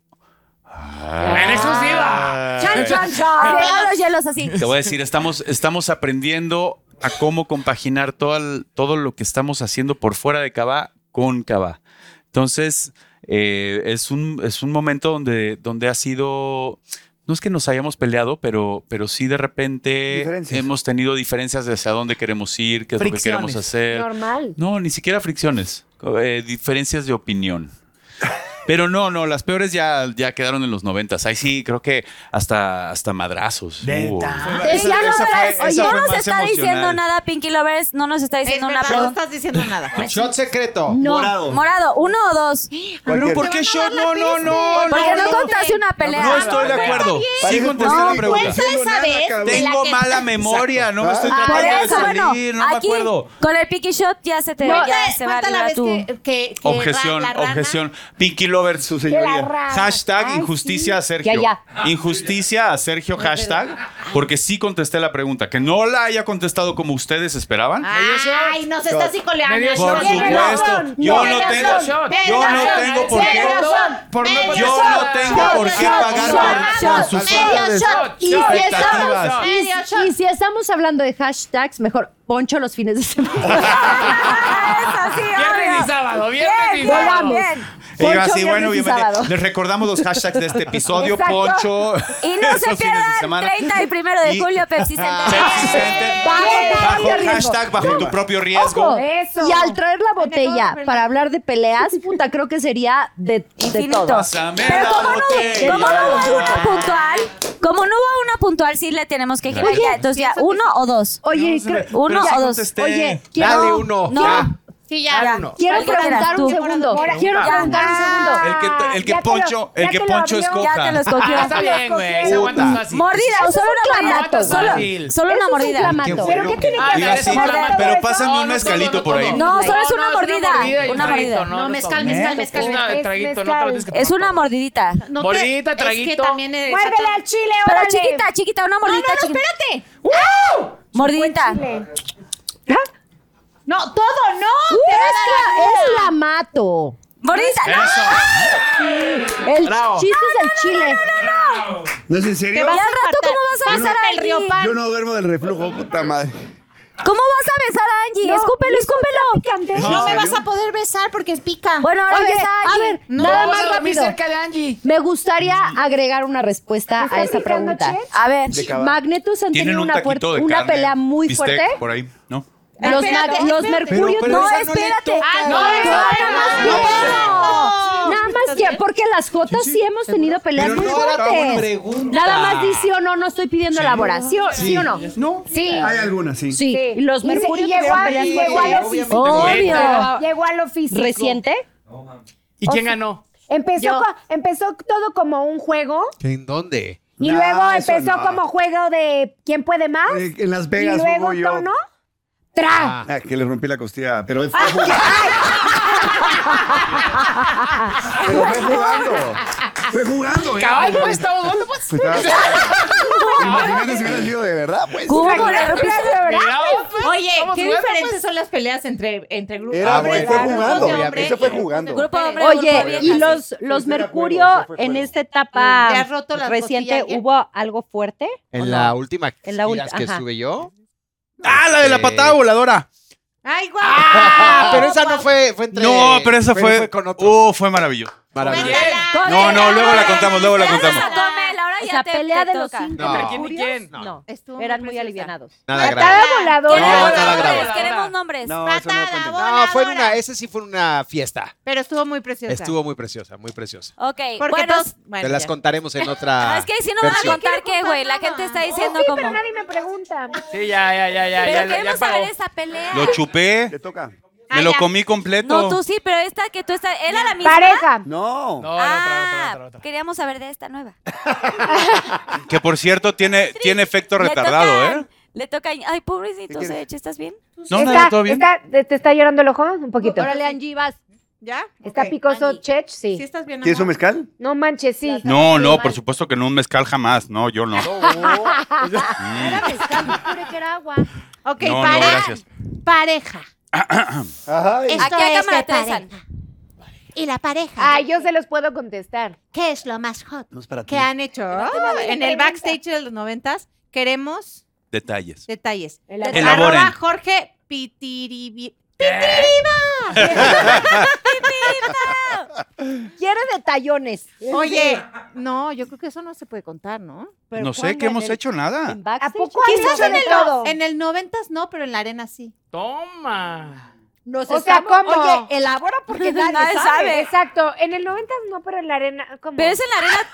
Speaker 7: En exclusiva.
Speaker 4: Chan, chan, chan. Pegado los hielos así.
Speaker 1: Te voy a decir, estamos, estamos aprendiendo a cómo compaginar todo, el- todo lo que estamos haciendo por fuera de Cava con Cava. Entonces, eh, es, un, es un momento donde, donde ha sido... No es que nos hayamos peleado, pero, pero sí de repente hemos tenido diferencias de hacia dónde queremos ir, qué es lo que
Speaker 7: Fricciones.
Speaker 1: queremos hacer.
Speaker 8: Normal.
Speaker 1: No, ni siquiera fricciones, eh, diferencias de opinión. Pero no, no, las peores ya, ya quedaron en los noventas. Ahí sí, creo que hasta, hasta madrazos. hubo.
Speaker 4: Oye,
Speaker 1: Esa-
Speaker 4: ya no,
Speaker 1: esa
Speaker 4: pero
Speaker 1: fue-
Speaker 4: es-
Speaker 1: esa
Speaker 4: oye,
Speaker 1: fue
Speaker 4: no nos
Speaker 1: más
Speaker 4: está diciendo
Speaker 1: emocional.
Speaker 4: nada, Pinky Lovers. No nos está diciendo una
Speaker 9: No
Speaker 4: pregunta.
Speaker 9: estás diciendo nada.
Speaker 10: Shot secreto.
Speaker 4: No.
Speaker 10: Morado.
Speaker 4: Morado, uno o dos.
Speaker 10: Pero ¿por qué shot? No, no, no.
Speaker 4: Porque no contaste una pelea.
Speaker 1: No estoy de acuerdo. Sí contesté la pregunta.
Speaker 9: pues,
Speaker 1: Tengo mala memoria, no me estoy
Speaker 4: Ah, por
Speaker 1: tratando de
Speaker 4: eso, bueno,
Speaker 1: salir, no me
Speaker 4: aquí,
Speaker 1: acuerdo.
Speaker 4: Con el Pinky Shot ya se te
Speaker 9: No,
Speaker 4: ya
Speaker 9: te-
Speaker 4: se va
Speaker 9: cuenta la
Speaker 4: arriba
Speaker 9: vez que-
Speaker 4: tú.
Speaker 9: que- que
Speaker 1: Objeción,
Speaker 9: ra- la rana-
Speaker 1: objeción. Pinky Lover, su
Speaker 9: señoría. rana.
Speaker 1: Hashtag
Speaker 9: Ay,
Speaker 1: injusticia a Sergio.
Speaker 9: Ya,
Speaker 1: Injusticia a Sergio, hashtag. Porque sí contesté la pregunta. Que no la haya contestado como ustedes esperaban.
Speaker 9: Ay, nos está psicoleando.
Speaker 1: Por supuesto. Yo no tengo- yo no tengo por qué-
Speaker 7: Por no
Speaker 1: Yo no tengo por qué pagar por- por sus
Speaker 5: Y si,
Speaker 1: expectativas.
Speaker 5: estamos, y si- y si estamos hablando de hashtags, mejor poncho los fines de semana.
Speaker 7: Viernes y sábado, viernes y
Speaker 5: Bien,
Speaker 7: sábado.
Speaker 5: volamos.
Speaker 1: Y yo así,
Speaker 5: viernes
Speaker 1: bueno,
Speaker 5: y
Speaker 1: bienvenido.
Speaker 5: sábado.
Speaker 1: Les recordamos los hashtags de este episodio,
Speaker 4: Exacto.
Speaker 1: Poncho.
Speaker 4: Y no se
Speaker 1: esos fines de
Speaker 4: pierdan
Speaker 1: semana.
Speaker 4: 30 y 1 de
Speaker 1: Y-
Speaker 4: julio Pepsi
Speaker 1: Ah.
Speaker 4: Center.
Speaker 1: Bajo hashtag, bajo tu propio riesgo.
Speaker 5: Ojo, Y al traer la botella para hablar de peleas, puta, creo que sería de, de todo.
Speaker 1: Pásame la botella.
Speaker 4: Como no hubo una puntual, como no hubo una puntual, sí le tenemos que girar.
Speaker 5: Oye,
Speaker 4: ya. Entonces ya, uno o dos.
Speaker 5: Oye, creo-
Speaker 4: uno
Speaker 5: ya
Speaker 4: o dos.
Speaker 5: contesté. Oye, quiero- Dale uno,
Speaker 4: No.
Speaker 5: ya.
Speaker 9: Sí, ya.
Speaker 5: Quiero
Speaker 4: ¿Cuál quieras
Speaker 5: preguntar
Speaker 4: tú?
Speaker 5: un segundo.
Speaker 4: Ahora,
Speaker 5: Quiero
Speaker 4: ya.
Speaker 5: preguntar un segundo.
Speaker 1: El que, te- el que
Speaker 5: Ya te lo-
Speaker 1: Poncho, el
Speaker 5: ya
Speaker 1: que
Speaker 5: te lo
Speaker 1: Poncho
Speaker 5: abrió.
Speaker 1: escoja. Ah,
Speaker 5: Ya te lo escogió.
Speaker 7: Ah, Está bien, güey. Se aguanta fácil.
Speaker 4: Mordida,
Speaker 5: Eso
Speaker 4: o
Speaker 5: es un
Speaker 4: solo una mordida.
Speaker 5: clamato.
Speaker 4: Solo,
Speaker 7: Fácil.
Speaker 4: solo
Speaker 5: Eso
Speaker 4: una
Speaker 5: es un
Speaker 4: mordida.
Speaker 5: clamato. Qué bueno
Speaker 4: qué tiene
Speaker 1: Ah, y así, pero pásame un mezcalito por ahí.
Speaker 4: No, solo es una
Speaker 7: no, es una mordida
Speaker 4: mordida.
Speaker 7: y un
Speaker 4: Una
Speaker 7: traguito,
Speaker 4: mordida.
Speaker 7: no, No, no mezcal, son- mezcal, mezcal, Una mezcal. de traguito, no te lo tienes que
Speaker 4: Es una mordidita.
Speaker 9: No te-
Speaker 7: Mordidita,
Speaker 9: es que
Speaker 7: traguito.
Speaker 9: también eres-
Speaker 4: Muévele al
Speaker 9: chile,
Speaker 4: Pero
Speaker 9: órale.
Speaker 4: chiquita, chiquita, una mordidita.
Speaker 9: no,
Speaker 4: chiquita.
Speaker 9: espérate.
Speaker 4: Mordidita.
Speaker 3: ¿Ah?
Speaker 9: No, todo no.
Speaker 5: Uh,
Speaker 9: te va a
Speaker 5: es,
Speaker 9: dar
Speaker 5: la, es
Speaker 9: una.
Speaker 5: la mato.
Speaker 4: Mordidita. ¡No!
Speaker 5: El
Speaker 3: ¡Ah!
Speaker 6: Bravo.
Speaker 5: chiste es el chile.
Speaker 6: ¿No es en serio?
Speaker 4: ¿Y al rato cómo vas a
Speaker 6: Yo no-
Speaker 4: besar a Angie?
Speaker 6: Yo no duermo del reflujo, puta madre.
Speaker 4: ¿Cómo vas a besar a Angie? escúpelo, escúpelo.
Speaker 6: ¿Es en
Speaker 9: No me
Speaker 6: serio?
Speaker 9: vas a poder besar porque es pica.
Speaker 4: Bueno, ahora
Speaker 5: Oye,
Speaker 4: besa a
Speaker 5: a
Speaker 4: Angie.
Speaker 5: ver, nada
Speaker 9: vamos
Speaker 5: más
Speaker 9: a dormir
Speaker 5: rápido.
Speaker 9: cerca de Angie.
Speaker 5: Me gustaría
Speaker 1: Mm.
Speaker 5: agregar una respuesta a esa pregunta.
Speaker 4: A ver,
Speaker 1: De cabal.
Speaker 5: Magnetos han
Speaker 1: Tienen
Speaker 5: tenido
Speaker 1: un
Speaker 5: una,
Speaker 1: taquito
Speaker 5: fuerte-
Speaker 1: de
Speaker 5: una
Speaker 1: carne,
Speaker 5: pelea muy
Speaker 1: bistec
Speaker 5: fuerte.
Speaker 1: por ahí, ¿no?
Speaker 5: Los,
Speaker 9: Espérate,
Speaker 5: mag- los
Speaker 9: espérate. Pero-
Speaker 5: mercurios
Speaker 9: pero
Speaker 5: no
Speaker 9: esa
Speaker 5: es
Speaker 9: no le toca. Ah, no,
Speaker 5: Todavía
Speaker 9: esa no.
Speaker 5: más tiempo. Nada más que porque las Jotas sí hemos tenido peleas
Speaker 6: Pero
Speaker 5: muy
Speaker 6: no hagan
Speaker 5: fuertes.
Speaker 6: preguntas.
Speaker 5: Nada más di sí o no, no estoy pidiendo elaboración, sí, o no.
Speaker 6: No.
Speaker 5: Sí.
Speaker 6: Hay algunas, sí.
Speaker 5: Sí, y los
Speaker 8: Y se- y
Speaker 5: mercurios
Speaker 8: llegó
Speaker 5: tuvieron
Speaker 8: a-
Speaker 5: peleas
Speaker 8: llegó a
Speaker 5: fuertes.
Speaker 8: lo físico.
Speaker 5: Obvio.
Speaker 8: Llegó a lo físico.
Speaker 5: ¿Reciente?
Speaker 7: ¿Y quién ganó?
Speaker 8: Empezó, co- empezó todo como un juego
Speaker 10: ¿En dónde? Ah,
Speaker 8: y
Speaker 6: Nah,
Speaker 8: luego
Speaker 6: eso
Speaker 8: empezó
Speaker 6: no.
Speaker 8: como juego de ¿quién puede más?
Speaker 6: Eh, en Las Vegas
Speaker 8: y luego
Speaker 6: hubo yo.
Speaker 8: tono, tra.
Speaker 6: Ah, que le rompí la costilla, pero fue,
Speaker 4: Ah.
Speaker 6: pero fue jugando. Fue jugando, ¿eh?
Speaker 7: Caballo, ¿cómo estaba jugando, pues?
Speaker 6: Pues estaba- Imagínate si hubiera sido de verdad, pues.
Speaker 4: ¿Cómo le rompiste?
Speaker 9: Oye,
Speaker 7: Vamos
Speaker 9: qué
Speaker 7: jugando,
Speaker 9: diferentes
Speaker 7: pues.
Speaker 9: son las peleas entre, entre grupos.
Speaker 6: Era,
Speaker 9: Hombres,
Speaker 6: fue
Speaker 9: grupos de
Speaker 6: jugando,
Speaker 9: hombres.
Speaker 6: obviamente, fue jugando.
Speaker 4: Grupo de hombre, grupo de
Speaker 5: Oye, y
Speaker 4: viejas.
Speaker 5: los, los Mercurio en esta etapa
Speaker 9: ¿Le has roto la costilla a
Speaker 5: reciente
Speaker 9: alguien?
Speaker 5: hubo algo fuerte.
Speaker 10: En la última
Speaker 5: En la
Speaker 10: giras
Speaker 5: ulti-
Speaker 10: que
Speaker 5: ajá.
Speaker 10: estuve yo. ¡Ah, la de la patada voladora!
Speaker 9: Ay, guau.
Speaker 10: Ah, pero esa no fue, fue entre...
Speaker 1: No, pero esa fue.
Speaker 10: con otro.
Speaker 1: Uh, fue maravilloso.
Speaker 10: Maravilloso.
Speaker 1: No, no, luego la contamos, luego la contamos.
Speaker 4: ahora
Speaker 5: O
Speaker 4: ya
Speaker 5: sea,
Speaker 4: te-
Speaker 5: pelea
Speaker 4: te
Speaker 5: de los
Speaker 4: toca.
Speaker 5: cinco
Speaker 10: No.
Speaker 7: ¿Entre quién y quién?
Speaker 5: No,
Speaker 9: Estuvo
Speaker 5: eran muy
Speaker 9: preciosa.
Speaker 5: alivianados.
Speaker 10: Nada
Speaker 8: Patada
Speaker 10: grave.
Speaker 8: voladora.
Speaker 10: No, nada grave.
Speaker 4: Nombres, Queremos nombres.
Speaker 6: No, eso no cuenta.
Speaker 10: No, fue en una, ese sí fue una fiesta.
Speaker 9: Pero estuvo muy preciosa.
Speaker 10: Estuvo muy preciosa, muy preciosa.
Speaker 4: Ok,
Speaker 9: Porque
Speaker 4: bueno.
Speaker 9: todos-
Speaker 10: Te
Speaker 9: bueno,
Speaker 10: las
Speaker 9: ya.
Speaker 10: contaremos en otra.
Speaker 4: Oh, es que si no van a
Speaker 10: versión.
Speaker 4: contar qué, güey. La gente está diciendo
Speaker 8: Oh, sí,
Speaker 4: como.
Speaker 8: pero nadie me pregunta.
Speaker 7: Sí, ya, ya, ya, ya. ya,
Speaker 4: Pero
Speaker 7: ya,
Speaker 4: queremos
Speaker 7: pagó.
Speaker 4: saber esa pelea.
Speaker 1: Lo chupé,
Speaker 6: Te toca.
Speaker 11: Ah,
Speaker 1: me
Speaker 5: Ah,
Speaker 1: lo comí completo.
Speaker 4: No, tú sí, pero esta que tú estás. ¿Era la misma?
Speaker 8: Pareja.
Speaker 6: No.
Speaker 7: No, la otra, otra,
Speaker 4: Ah,
Speaker 7: otra, otra.
Speaker 4: queríamos saber de esta nueva.
Speaker 1: Que por cierto, tiene, tiene efecto
Speaker 4: Le
Speaker 1: retardado,
Speaker 4: tocan-
Speaker 1: ¿eh?
Speaker 4: Le toca. Ay, pobrecito,
Speaker 6: ¿Qué quieres?
Speaker 4: Sech, ¿estás bien?
Speaker 1: No,
Speaker 8: Está-
Speaker 1: nada, todo bien.
Speaker 8: está- ¿Te te está llorando el ojo? Un poquito.
Speaker 5: Órale, Angie, vas.
Speaker 9: ¿Ya?
Speaker 8: ¿Está
Speaker 9: Ok.
Speaker 8: picoso Chech? Sí.
Speaker 9: ¿Sí estás bien,
Speaker 6: ¿Tienes un
Speaker 9: amor?
Speaker 6: mezcal?
Speaker 8: No manches, sí.
Speaker 1: No, no, por supuesto que no un mezcal jamás. No, yo
Speaker 8: Ah,
Speaker 1: no.
Speaker 8: Era mezcal, yo juré que era agua.
Speaker 9: Ok,
Speaker 1: No, no,
Speaker 9: para-
Speaker 1: gracias.
Speaker 9: pareja.
Speaker 6: Ajá.
Speaker 9: Esto
Speaker 4: Aquí a
Speaker 9: es
Speaker 4: cámara
Speaker 9: de
Speaker 4: tres,
Speaker 9: pareja. Y la pareja.
Speaker 8: Ay, Ah, yo se los puedo contestar.
Speaker 9: ¿Qué es lo más hot
Speaker 6: No es para ti.
Speaker 9: que han hecho en el backstage de los noventas? Queremos
Speaker 1: Detalles.
Speaker 9: detalles.
Speaker 1: Elaboren.
Speaker 9: Arroba Jorge Pitiribi.
Speaker 5: Quiere detallones.
Speaker 9: Oye, no, yo creo que eso no se puede contar, ¿no?
Speaker 5: Pero
Speaker 1: No sé
Speaker 5: ¿cuándo?
Speaker 1: que
Speaker 5: ¿En
Speaker 1: hemos
Speaker 5: el-
Speaker 1: hecho nada.
Speaker 5: en backstage?
Speaker 8: ¿A poco han
Speaker 9: Quizás
Speaker 8: hecho
Speaker 9: en
Speaker 8: de
Speaker 9: el,
Speaker 8: todo?
Speaker 9: en el 90 no, pero en la arena sí.
Speaker 7: Toma.
Speaker 5: Nos
Speaker 8: O sea,
Speaker 5: estamos-
Speaker 8: ¿cómo?
Speaker 5: Oye, elabora porque nadie,
Speaker 4: Nadie
Speaker 5: sabe.
Speaker 4: sabe.
Speaker 8: Exacto. En el 90 no, pero en la arena. ¿cómo?
Speaker 4: Pero es en la arena.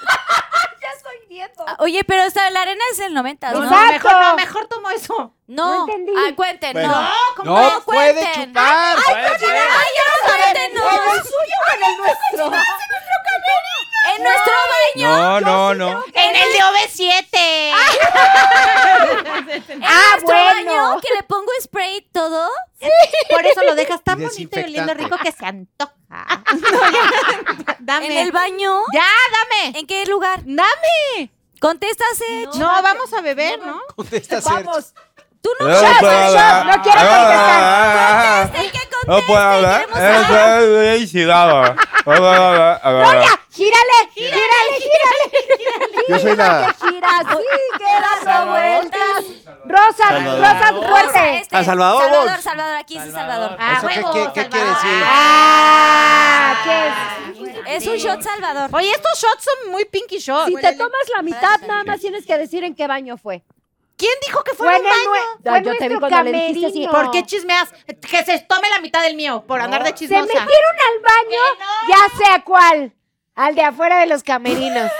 Speaker 8: ya soy nieto.
Speaker 4: Ah, Oye, pero esta, la arena es el 90,
Speaker 9: No,
Speaker 4: ¿no?
Speaker 8: Exacto.
Speaker 9: mejor, no, mejor tomo eso.
Speaker 4: No,
Speaker 8: No entendí.
Speaker 4: ah, cuenten,
Speaker 6: Bueno.
Speaker 4: no.
Speaker 10: No,
Speaker 4: No
Speaker 10: puede
Speaker 4: cuenten.
Speaker 10: chupar.
Speaker 7: Puede ser.
Speaker 4: Ay, ya cuenten, no.
Speaker 5: suyo o en el nuestro?
Speaker 4: En nuestro
Speaker 1: No,
Speaker 4: baño.
Speaker 1: no, no.
Speaker 9: En el de OV7.
Speaker 4: En
Speaker 8: Ah,
Speaker 4: nuestro
Speaker 8: bueno.
Speaker 4: baño que le pongo spray y todo.
Speaker 9: Por eso lo dejas tan
Speaker 10: Y
Speaker 9: bonito y oliendo
Speaker 10: desinfectante.
Speaker 9: rico que se antoja. No, ya, ya, dame.
Speaker 4: En el baño.
Speaker 9: Ya, dame.
Speaker 4: ¿En qué lugar?
Speaker 9: Dame.
Speaker 4: Contestas, eh.
Speaker 9: No, vamos a beber, ¿no?
Speaker 10: Contestas,
Speaker 9: Vamos.
Speaker 4: Tú
Speaker 9: no quieres contestar. No quiero
Speaker 11: Ah.
Speaker 1: Ah.
Speaker 9: contestar.
Speaker 11: No
Speaker 1: pues,
Speaker 11: puedo hablar.
Speaker 1: ¿eh?
Speaker 11: Estoy suicidado.
Speaker 1: Ah,
Speaker 11: No puedo hablar.
Speaker 9: Gloria, gírale, gírale, gírale.
Speaker 11: Yo soy la-
Speaker 9: Que giras, sí, que das la vuelta.
Speaker 5: Rosa,
Speaker 11: Salvador.
Speaker 5: Rosa fuerte.
Speaker 4: Este,
Speaker 11: ¿A Salvador, vos?
Speaker 4: Salvador, Salvador, aquí sí Salvador. Ah,
Speaker 11: ¿Eso qué-
Speaker 4: huevo,
Speaker 11: qué- qué
Speaker 4: Salvador.
Speaker 11: quiere decir?
Speaker 4: Ah, ¿qué es? Es un shot Salvador.
Speaker 9: Oye, estos shots son muy pinky shots.
Speaker 5: Si te tomas la mitad, nada más tienes que decir en qué baño fue.
Speaker 9: ¿Quién dijo que fue en un baño?
Speaker 5: No, yo te vi cuando le dijiste así.
Speaker 9: ¿Por qué chismeas? Que se tome la mitad del mío por andar de
Speaker 8: oh. Se
Speaker 9: chismosa.
Speaker 8: metieron al baño, ya sea cuál. Al de afuera de los camerinos.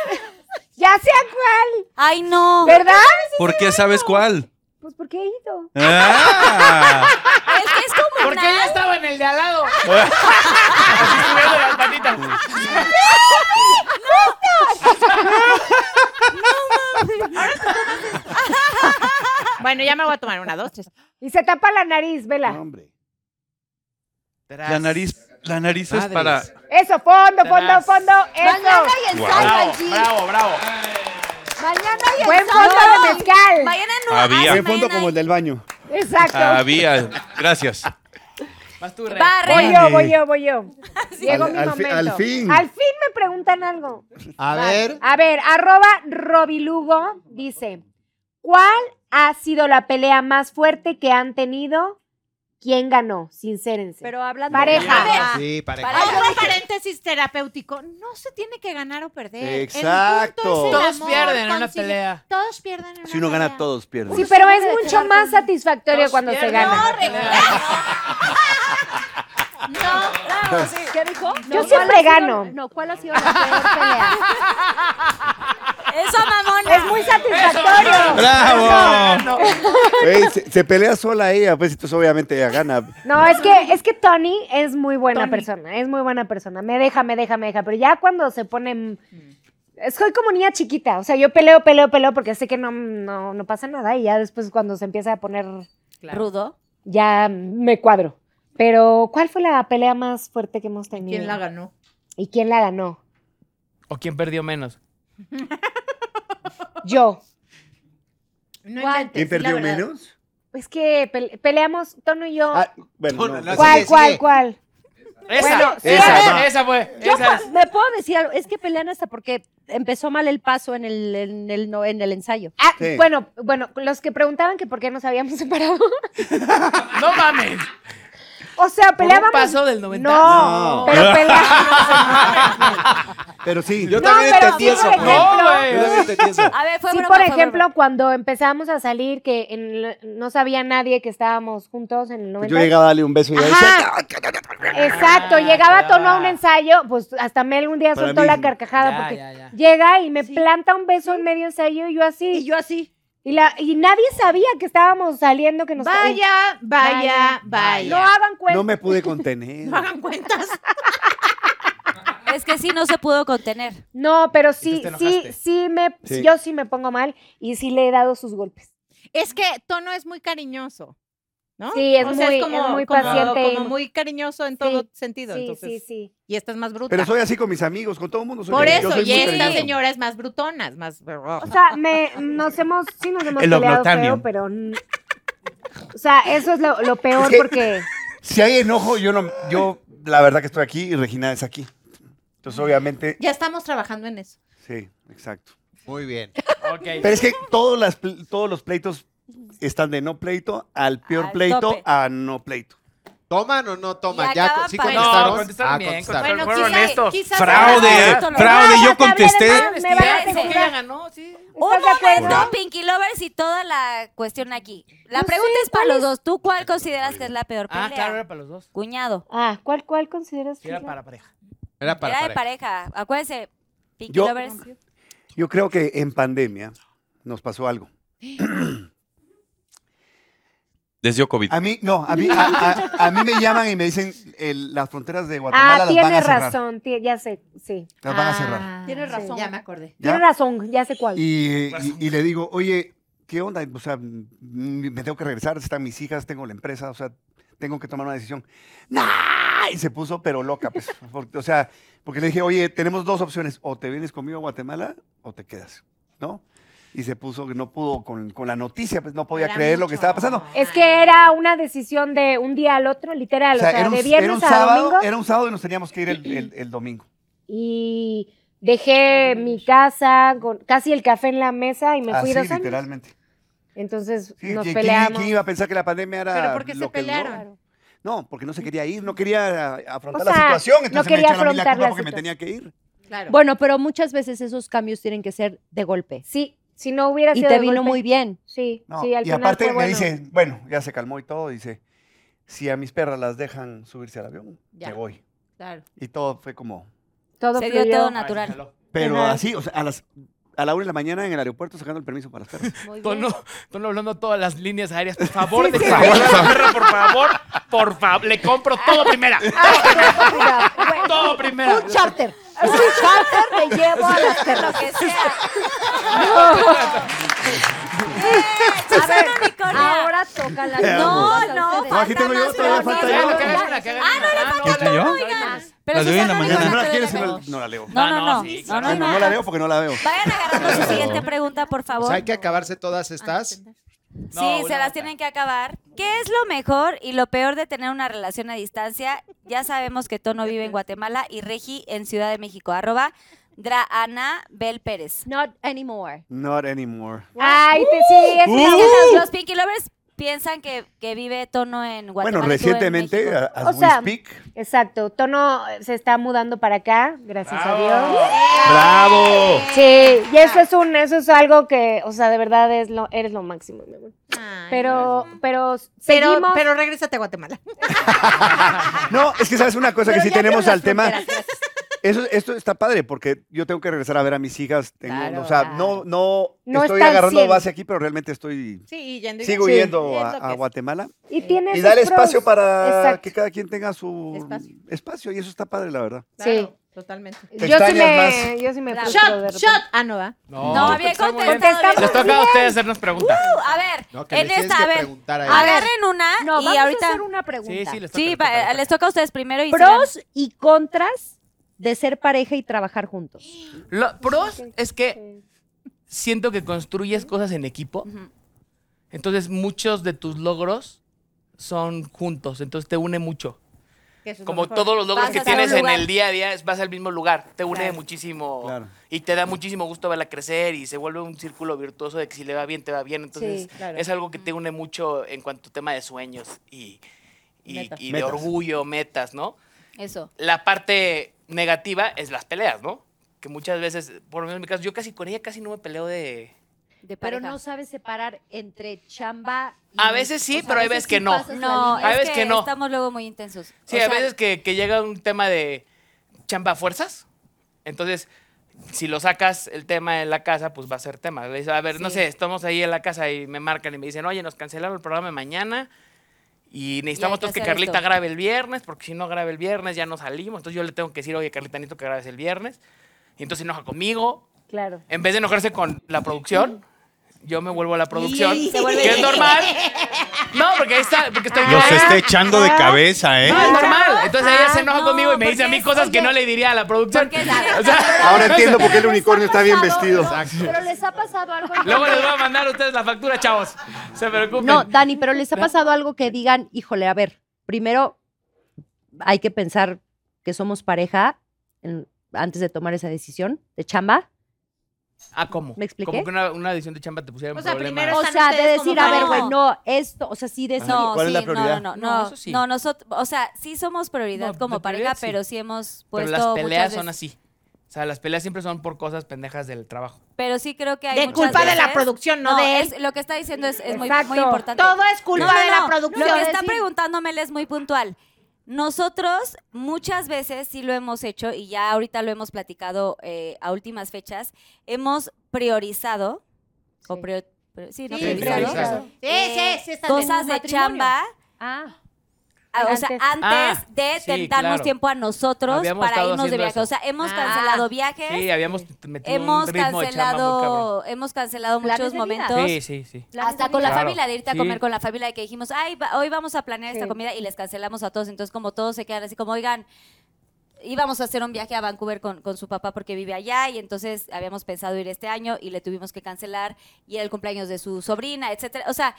Speaker 8: ya sea cuál.
Speaker 4: Ay, no.
Speaker 8: ¿Verdad?
Speaker 11: ¿Por qué sabes cuál?
Speaker 5: Pues porque he ido.
Speaker 11: Ah.
Speaker 4: Es como
Speaker 7: Porque yo estaba en el de al lado.
Speaker 11: Subiendo
Speaker 7: las patitas.
Speaker 9: Bueno, ya me voy a tomar una, dos, tres.
Speaker 8: Y se tapa la nariz, vela.
Speaker 1: La nariz, la nariz es
Speaker 11: Madres.
Speaker 1: para.
Speaker 8: Eso, fondo, fondo,
Speaker 1: Tras.
Speaker 8: fondo. Eso.
Speaker 9: Mañana
Speaker 1: y el Wow. sábado, Bravo, Angie. bravo,
Speaker 8: Mañana
Speaker 9: y el
Speaker 8: Buen fondo
Speaker 9: sábado.
Speaker 8: de mezcal.
Speaker 4: Mañana
Speaker 11: Había.
Speaker 6: Buen fondo como el del baño.
Speaker 8: Exacto.
Speaker 11: Había. Gracias.
Speaker 8: Barre. Voy yo, voy yo, voy yo. Llegó
Speaker 6: Al-
Speaker 8: mi
Speaker 6: al fi-
Speaker 8: momento.
Speaker 6: al fin.
Speaker 8: Al fin me preguntan algo.
Speaker 6: A
Speaker 8: Vale.
Speaker 6: ver.
Speaker 8: A ver, arroba Robilugo dice, ¿cuál ha sido la pelea más fuerte que han tenido? ¿Quién ganó? Sincérense. Pero hablando pareja.
Speaker 6: Sí, pareja.
Speaker 9: Hago un paréntesis terapéutico. No se tiene que ganar o perder.
Speaker 6: Exacto.
Speaker 9: El punto es el
Speaker 6: Todos
Speaker 9: amor,
Speaker 7: pierden en una
Speaker 9: concili-
Speaker 7: pelea.
Speaker 9: Todos pierden en una
Speaker 6: Si uno gana, todos pierden.
Speaker 8: Sí, pero es mucho más satisfactorio cuando se
Speaker 7: pierden.
Speaker 8: gana.
Speaker 5: ¿Qué dijo?
Speaker 8: Yo
Speaker 5: ¿cuál
Speaker 8: siempre
Speaker 5: ha sido-
Speaker 8: gano.
Speaker 5: No, ¿cuál ha sido la peor pelea?
Speaker 4: Eso, mamón.
Speaker 8: Es muy satisfactorio.
Speaker 6: ¡Bravo! Ey, se, se pelea sola ella, pues entonces obviamente ella gana.
Speaker 8: No, es que, es que Tony es muy buena persona, es muy buena persona. Me deja, me deja, me deja. Pero ya cuando se pone. mm, Soy como niña chiquita. O sea, yo peleo, peleo, peleo porque sé que no, no, no pasa nada. Y ya después cuando se empieza a poner
Speaker 4: Rudo.
Speaker 8: ya me cuadro. Pero, ¿cuál fue la pelea más fuerte que hemos tenido?
Speaker 9: ¿Quién la ganó?
Speaker 8: ¿Y quién la ganó?
Speaker 7: ¿O quién perdió menos?
Speaker 8: Yo.
Speaker 9: No
Speaker 8: ¿Cuál?
Speaker 6: ¿Quién
Speaker 9: inventes, sí, la
Speaker 6: perdió
Speaker 9: verdad.
Speaker 6: menos?
Speaker 8: Es que pele- peleamos, Tono y yo.
Speaker 6: Ah, bueno, no.
Speaker 8: ¿Cuál, cuál, cuál?
Speaker 7: Esa,
Speaker 8: Bueno, sí,
Speaker 7: esa,
Speaker 8: a ver.
Speaker 7: esa fue.
Speaker 5: Yo
Speaker 7: esa
Speaker 5: pa- me puedo decir algo, es que pelean hasta porque empezó mal el paso en el, en el, no- en el ensayo.
Speaker 8: Ah, Bueno, bueno, los que preguntaban que por qué nos habíamos separado.
Speaker 7: No mames.
Speaker 8: O sea,
Speaker 7: un
Speaker 8: peleábamos.
Speaker 7: paso del Ah, 90.
Speaker 8: No,
Speaker 7: No.
Speaker 8: pero peleábamos.
Speaker 6: Pero sí.
Speaker 10: Yo
Speaker 8: No,
Speaker 10: también
Speaker 8: pero
Speaker 10: entendí
Speaker 8: sí,
Speaker 10: eso.
Speaker 8: por ejemplo-
Speaker 10: Yo también entendí eso.
Speaker 4: A ver, fue
Speaker 8: sí,
Speaker 4: broma,
Speaker 8: por
Speaker 4: fue
Speaker 8: ejemplo, cuando empezamos a salir, que en el- no sabía nadie que estábamos juntos en el 90.
Speaker 6: Yo llegaba a darle un beso y ella
Speaker 8: Ajá. Exacto, llegaba Tono a un ensayo, pues hasta Mel un día
Speaker 6: Para
Speaker 8: soltó
Speaker 6: mí,
Speaker 8: la carcajada
Speaker 6: ya,
Speaker 8: porque
Speaker 6: ya, ya.
Speaker 8: llega y me planta un beso en medio ensayo y yo así. Y
Speaker 5: yo así.
Speaker 8: Y, la, y nadie sabía que estábamos saliendo, que nos
Speaker 9: Vaya, vaya, vaya.
Speaker 8: No hagan cuenta.
Speaker 6: no me pude contener.
Speaker 9: hagan cuentas.
Speaker 4: Es que sí, no se pudo contener.
Speaker 8: No, pero sí,
Speaker 4: Entonces te
Speaker 8: sí, sí
Speaker 4: enojaste.
Speaker 8: me,
Speaker 4: Sí.
Speaker 8: yo sí me pongo mal y sí le he dado sus golpes.
Speaker 9: Es que Tono es muy cariñoso, ¿no?
Speaker 8: Sí, es
Speaker 9: O sea,
Speaker 8: muy- es muy paciente y-
Speaker 9: Como muy cariñoso en todo sentido.
Speaker 8: sí,
Speaker 9: entonces,
Speaker 8: sí, sí.
Speaker 9: Y esta es más bruta.
Speaker 6: Pero soy así con mis amigos, con todo el mundo. Soy
Speaker 9: Por
Speaker 6: yo
Speaker 9: eso,
Speaker 6: soy
Speaker 9: y
Speaker 6: muy
Speaker 9: esta
Speaker 6: cariñoso.
Speaker 9: señora es más brutona, es más... oh,
Speaker 8: O sea, me, nos hemos, sí nos hemos
Speaker 6: El
Speaker 8: peleado
Speaker 6: Oglotamium.
Speaker 8: feo, pero... n- O sea, eso es lo, lo peor
Speaker 6: Es que-
Speaker 8: porque...
Speaker 6: Si hay enojo, yo no, yo la verdad que estoy aquí y Regina es aquí. Entonces obviamente,
Speaker 9: Ya estamos trabajando en eso.
Speaker 6: sí, exacto.
Speaker 10: Muy bien.
Speaker 6: Pero es que todos, las, pl- todos los pleitos están de no pleito al peor pleito
Speaker 10: tope.
Speaker 6: a no pleito.
Speaker 10: ¿Toman o no toman?
Speaker 6: Y
Speaker 10: ¿Ya
Speaker 6: acaban
Speaker 10: sí
Speaker 6: parejo.
Speaker 10: contestaron?
Speaker 6: No, contestaron bien, contestaron,
Speaker 10: Bueno,
Speaker 6: fueron
Speaker 10: quizá-
Speaker 6: honestos.
Speaker 10: quizá-
Speaker 11: Fraude, fraude, yo contesté.
Speaker 8: Me van a
Speaker 4: Espérense.
Speaker 8: censurar.
Speaker 4: Un
Speaker 8: ¿Estás de acuerdo? Pues
Speaker 4: momento, pues, Pinky Lovers y toda la cuestión aquí. La pregunta es para los dos. ¿Tú cuál consideras que es la peor pelea?
Speaker 7: Ah, claro, era para los dos.
Speaker 4: Cuñado.
Speaker 8: Ah, ¿cuál, cuál consideras
Speaker 7: Era para pareja.
Speaker 10: Era
Speaker 4: Era de pareja. Acuérdense, Pinky
Speaker 6: Yo-
Speaker 4: Lovers.
Speaker 6: Yo creo que en pandemia nos pasó algo.
Speaker 1: Desde COVID.
Speaker 6: A mí, no, a mí, a, a- a mí me llaman y me dicen el- las fronteras de Guatemala
Speaker 8: ah,
Speaker 6: las van a
Speaker 8: tienes
Speaker 6: cerrar.
Speaker 8: razón, tie- ya sé, sí.
Speaker 6: Las van a cerrar.
Speaker 8: Tienes razón.
Speaker 9: ya me acordé.
Speaker 6: ¿Ya?
Speaker 8: Tienes razón, ya sé cuál.
Speaker 6: Y, y- y le digo, oye, ¿qué onda? O sea, mm, me tengo que regresar, están mis hijas, tengo la empresa, o sea, tengo que tomar una decisión. ¡Nah! Y se puso pero loca, pues. porque- o sea, porque le dije, oye, tenemos dos opciones, o te vienes conmigo a Guatemala o te quedas, ¿no? y se puso que no pudo con, con la noticia, pues no podía creer lo que estaba pasando.
Speaker 8: Es que era una decisión de un día al otro, literal. O sea,
Speaker 6: era un,
Speaker 8: de viernes
Speaker 6: era un
Speaker 8: a
Speaker 6: sábado,
Speaker 8: domingo.
Speaker 6: era un sábado y nos teníamos que ir el, el- el domingo.
Speaker 8: Y dejé mi casa, con casi el café en la mesa y me fui
Speaker 6: Así,
Speaker 8: dos años.
Speaker 6: literalmente.
Speaker 8: Entonces
Speaker 6: Sí,
Speaker 8: nos
Speaker 6: ¿quién-
Speaker 8: peleamos.
Speaker 6: ¿quién, quién iba a pensar que la pandemia era
Speaker 8: ¿Pero por qué se
Speaker 6: lo que duró?
Speaker 8: pelearon?
Speaker 6: No, porque no se quería ir, no quería eh, afrontar
Speaker 5: O sea,
Speaker 6: la situación,
Speaker 5: no
Speaker 6: entonces
Speaker 5: quería
Speaker 6: me echaron a mí la
Speaker 5: afrontar
Speaker 6: culpa
Speaker 5: la
Speaker 6: porque me
Speaker 5: situación.
Speaker 6: tenía que ir.
Speaker 5: Bueno, pero muchas veces esos cambios tienen que ser de golpe.
Speaker 8: Sí, si no hubiera
Speaker 5: y
Speaker 8: sido
Speaker 5: te
Speaker 8: de
Speaker 5: vino
Speaker 8: golpe.
Speaker 5: muy bien.
Speaker 8: Sí,
Speaker 6: No,
Speaker 8: sí, al
Speaker 6: y
Speaker 8: final
Speaker 6: aparte
Speaker 8: fue
Speaker 6: me
Speaker 8: bueno.
Speaker 6: dice, bueno, ya se calmó y todo, dice, si a mis perras las dejan subirse al avión,
Speaker 9: Ya.
Speaker 6: me voy.
Speaker 9: Claro.
Speaker 6: Y todo fue como,
Speaker 8: Todo
Speaker 4: Se dio
Speaker 8: fluyó.
Speaker 4: todo natural.
Speaker 6: pero
Speaker 7: Ajá.
Speaker 6: así, o sea, a las a la una de la mañana en el aeropuerto sacando el permiso para las perras.
Speaker 7: Tono, tono hablando todas las líneas aéreas. Por favor, de
Speaker 6: sí.
Speaker 7: favor, por favor, por favor. Le compro todo primera.
Speaker 3: Ah.
Speaker 7: todo primera.
Speaker 5: Un charter. Un charter me llevo a las perras.
Speaker 4: que sea.
Speaker 5: A ver, ahora toca la
Speaker 4: No, no,
Speaker 6: No, aquí tengo yo, todavía falta yo.
Speaker 3: Ah,
Speaker 4: Pero
Speaker 6: Las de
Speaker 4: eso
Speaker 6: hoy en
Speaker 4: está
Speaker 6: la
Speaker 4: anónimo,
Speaker 6: mañana.
Speaker 4: no
Speaker 6: ¿No
Speaker 4: te
Speaker 6: la quieres? No
Speaker 4: debemos.
Speaker 6: la- no la leo.
Speaker 4: No, no,
Speaker 6: Ah,
Speaker 4: no.
Speaker 6: no, sí,
Speaker 4: No,
Speaker 6: claro.
Speaker 4: no,
Speaker 6: Bueno, no la veo porque no Pues la veo.
Speaker 4: Vayan agarrando su siguiente pregunta, por
Speaker 10: Pues
Speaker 19: O sea,
Speaker 4: favor.
Speaker 19: hay que acabarse todas estas.
Speaker 4: Sí, se las tienen que acabar. ¿Qué es lo mejor y lo peor de tener una relación a distancia? Ya sabemos que Tono vive en Guatemala y Regi en Ciudad de México. Arroba Draana Bel Pérez.
Speaker 5: Not anymore.
Speaker 6: Not anymore.
Speaker 4: Ah,
Speaker 8: Ay, te- sí, es
Speaker 4: Es
Speaker 6: una-
Speaker 4: que los, los Pinky Lovers piensan que, que vive Tono en Guatemala.
Speaker 6: Bueno,
Speaker 4: y tú en
Speaker 6: recientemente, a- as
Speaker 8: O sea,
Speaker 6: we speak.
Speaker 8: exacto. Tono se está mudando para acá, gracias a Dios.
Speaker 6: ¡Bravo!
Speaker 8: Sí, y eso es un, eso es algo que, o sea, de verdad es lo, eres lo máximo, mi amor. pero, pero,
Speaker 9: Pero,
Speaker 8: seguimos.
Speaker 9: pero regrésate a Guatemala.
Speaker 6: No, es que sabes una cosa que sí tenemos al tema.
Speaker 9: Gracias.
Speaker 6: Eso, esto está padre porque yo tengo que regresar a ver a mis hijas. Tengo- o sea, no, no,
Speaker 8: No
Speaker 6: estoy
Speaker 8: están
Speaker 6: agarrando
Speaker 8: siendo.
Speaker 6: base aquí, pero realmente estoy.
Speaker 9: Sí, yendo y
Speaker 6: sigo
Speaker 9: viniendo.
Speaker 6: yendo a,
Speaker 9: Sí, es lo
Speaker 6: a
Speaker 9: que es.
Speaker 6: Guatemala.
Speaker 8: Y tiene
Speaker 6: Y
Speaker 8: sus
Speaker 6: darle
Speaker 8: pros.
Speaker 6: espacio para
Speaker 8: Exacto.
Speaker 6: que cada quien tenga su espacio.
Speaker 9: Espacio.
Speaker 6: y eso está padre, la verdad.
Speaker 8: Sí.
Speaker 9: Totalmente.
Speaker 6: Te Yo sí extrañas me-
Speaker 8: más. yo sí me frustro de
Speaker 9: Shot,
Speaker 8: repente.
Speaker 9: shot. Ah, no va.
Speaker 7: No,
Speaker 4: No, había
Speaker 7: está muy bien.
Speaker 4: contestado
Speaker 7: Les
Speaker 4: bien.
Speaker 7: toca a ustedes hacernos preguntas.
Speaker 4: Uh, a ver,
Speaker 7: No, que
Speaker 4: en
Speaker 7: les tienes
Speaker 4: esta, a
Speaker 7: que
Speaker 4: ver,
Speaker 7: preguntar a ellos.
Speaker 4: agarren una
Speaker 5: No,
Speaker 4: y
Speaker 5: vamos a
Speaker 4: ahorita...
Speaker 5: hacer una pregunta.
Speaker 4: Sí, va, les toca a ustedes primero y
Speaker 5: Pros
Speaker 4: sigan.
Speaker 5: y contras de ser pareja y trabajar juntos.
Speaker 7: Lo pros es que siento que construyes cosas en equipo. Entonces, muchos de tus logros son juntos. Entonces, te une mucho. Como todos los logros
Speaker 1: Vas
Speaker 7: que
Speaker 1: hacia un
Speaker 7: tienes en
Speaker 1: lugar.
Speaker 7: el día a día, es- vas al mismo lugar. Te une
Speaker 1: Claro.
Speaker 7: muchísimo. Y te da muchísimo gusto verla crecer y se vuelve un círculo virtuoso de que si le va bien, te va bien. Entonces,
Speaker 1: Sí, claro.
Speaker 7: es algo que te une mucho en cuanto a tema de sueños y, y-
Speaker 1: Metas.
Speaker 7: y de
Speaker 1: Metas.
Speaker 7: orgullo, metas, ¿no?
Speaker 4: Eso.
Speaker 7: La parte negativa es las peleas, ¿no? Que muchas veces, por lo menos en mi caso, yo casi con ella casi no me peleo de...
Speaker 5: Pero no sabes separar entre chamba y...
Speaker 7: A veces sí,
Speaker 5: o sea,
Speaker 7: pero hay
Speaker 5: a veces
Speaker 7: veces que
Speaker 5: sí
Speaker 7: no.
Speaker 5: pasas la
Speaker 4: No,
Speaker 5: línea.
Speaker 7: Hay
Speaker 4: es
Speaker 7: veces
Speaker 4: que
Speaker 7: que no.
Speaker 4: estamos luego muy intensos.
Speaker 7: Sí,
Speaker 4: O
Speaker 7: a
Speaker 4: sea,
Speaker 7: veces que, que llega un tema de chamba a fuerzas. Entonces, si lo sacas el tema en la casa, pues va a ser tema. Le dices, A ver, no
Speaker 1: Sí.
Speaker 7: sé, estamos ahí en la casa y me marcan y me dicen, oye, nos cancelaron el programa de mañana y
Speaker 1: Y hay
Speaker 7: necesitamos
Speaker 1: que
Speaker 7: todos que,
Speaker 1: hacer
Speaker 7: Carlita
Speaker 1: esto".
Speaker 7: grabe el viernes, porque si no grabe el viernes ya no salimos. Entonces yo le tengo que decir, oye, Carlita, necesito que grabes el viernes. Y entonces se enoja conmigo.
Speaker 8: Claro.
Speaker 7: En vez de enojarse con la producción, yo me vuelvo a la producción,
Speaker 1: Y-
Speaker 7: que es normal. No, porque ahí está, porque
Speaker 3: Ah.
Speaker 7: estoy
Speaker 11: Los está echando de cabeza, ¿eh?
Speaker 7: no, es normal. Entonces ella
Speaker 4: Ah,
Speaker 7: se enoja
Speaker 4: no,
Speaker 7: conmigo y me dice a mí
Speaker 4: porque
Speaker 7: cosas
Speaker 4: es-
Speaker 7: que no
Speaker 4: oye,
Speaker 7: le diría a la producción. O sea,
Speaker 6: Ahora entiendo por qué el unicornio está bien vestido.
Speaker 5: Pero les ha pasado algo...
Speaker 7: Luego les voy a mandar a ustedes la factura, chavos. Se preocupen.
Speaker 5: No, Dani, pero les ha pasado algo que digan, híjole, a ver, primero hay que pensar que somos pareja en- antes de tomar esa decisión de chamba.
Speaker 7: Ah, ¿cómo?
Speaker 5: ¿Me expliqué?
Speaker 7: Como que una, una edición de chamba te pusiera en
Speaker 5: O sea,
Speaker 7: problemas.
Speaker 5: O sea, de decir, a ver, güey, no, esto, o sea, sí decir.
Speaker 4: No,
Speaker 7: ¿Cuál es
Speaker 4: sí,
Speaker 7: la
Speaker 4: no,
Speaker 7: prioridad?
Speaker 4: no, no,
Speaker 7: No,
Speaker 4: no,
Speaker 7: eso sí.
Speaker 4: no, nosotros, o sea, sí somos prioridad
Speaker 7: No,
Speaker 4: como
Speaker 7: de
Speaker 4: pareja,
Speaker 7: prioridad sí.
Speaker 4: pero sí hemos
Speaker 7: Pero
Speaker 4: puesto
Speaker 7: las
Speaker 4: pues muchas
Speaker 7: peleas son
Speaker 4: veces-
Speaker 7: así. O sea, las peleas siempre son por cosas pendejas del trabajo.
Speaker 4: Pero sí creo que hay
Speaker 7: De
Speaker 4: muchas
Speaker 7: culpa de la
Speaker 4: veces-
Speaker 9: producción, no de él.
Speaker 4: es- lo que está diciendo es, es muy,
Speaker 9: Exacto.
Speaker 4: muy importante.
Speaker 9: Todo es culpa de la producción.
Speaker 4: Lo que
Speaker 9: Es
Speaker 4: está
Speaker 9: decir-
Speaker 4: preguntándome él es muy puntual. Nosotros muchas veces sí lo hemos hecho y ya ahorita lo hemos platicado eh, a últimas fechas. Hemos priorizado o prior- pri- sí, ¿no?
Speaker 9: Sí,
Speaker 4: priorizado,
Speaker 9: priorizado. Sí,
Speaker 4: eh,
Speaker 9: sí, sí, está bien.
Speaker 4: cosas de
Speaker 9: Matrimonio.
Speaker 4: chamba. Ah, o sea,
Speaker 9: Antes.
Speaker 4: antes
Speaker 7: Ah,
Speaker 4: de
Speaker 7: sí,
Speaker 4: darnos
Speaker 7: claro.
Speaker 4: tiempo a nosotros
Speaker 7: Habíamos
Speaker 4: para
Speaker 7: estado
Speaker 4: irnos de
Speaker 7: haciendo
Speaker 4: viaje.
Speaker 7: eso.
Speaker 4: O sea, hemos
Speaker 7: Ah.
Speaker 4: cancelado viajes. eh,
Speaker 7: Sí, habíamos metido
Speaker 4: Hemos
Speaker 7: un ritmo de chamba muy cabrón.
Speaker 4: cancelado, hemos cancelado
Speaker 5: Planes
Speaker 4: muchos
Speaker 5: de vida.
Speaker 4: momentos.
Speaker 7: Sí, sí, sí.
Speaker 4: Hasta con la
Speaker 7: Claro,
Speaker 4: familia, de irte a
Speaker 7: sí.
Speaker 4: comer con la familia, de que dijimos, ay, va- hoy vamos a planear esta comida y les cancelamos a todos. Entonces, como todos se quedan así como, oigan, íbamos a hacer un viaje a Vancouver con, con su papá porque vive allá y entonces habíamos pensado ir este año y le tuvimos que cancelar y era el cumpleaños de su sobrina, etcétera. O sea,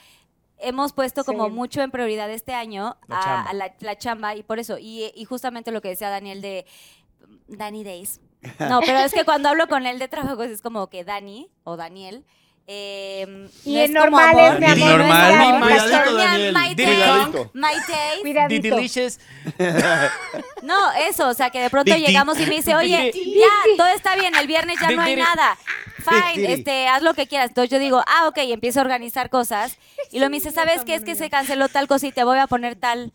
Speaker 4: hemos puesto como
Speaker 20: Sí.
Speaker 4: mucho en prioridad este año
Speaker 20: La
Speaker 4: a,
Speaker 20: chamba.
Speaker 4: a la, la chamba y por eso, y, y justamente lo que decía Daniel de Danny Days. No, pero es que cuando hablo con él de trabajo es como que Dani o Daniel. eh,
Speaker 8: Y
Speaker 4: no
Speaker 8: en
Speaker 4: es como
Speaker 8: normal
Speaker 4: amor,
Speaker 8: es
Speaker 4: no
Speaker 8: mi amor, no es
Speaker 4: normal.
Speaker 8: amor.
Speaker 4: Mi my day,
Speaker 7: Cuidadito.
Speaker 4: my day.
Speaker 7: The delicious.
Speaker 4: No, eso, o sea, que de pronto
Speaker 7: Didi.
Speaker 4: llegamos y me dice, oye,
Speaker 7: Didi.
Speaker 4: ya, todo está bien, el viernes ya no hay
Speaker 7: Didi.
Speaker 4: nada.
Speaker 7: Didi.
Speaker 4: Fine, este, haz lo que quieras. Entonces yo digo, ah, ok, y empiezo a organizar cosas. Y lo me dice, ¿sabes qué? Es que se canceló tal cosa y te voy a poner tal.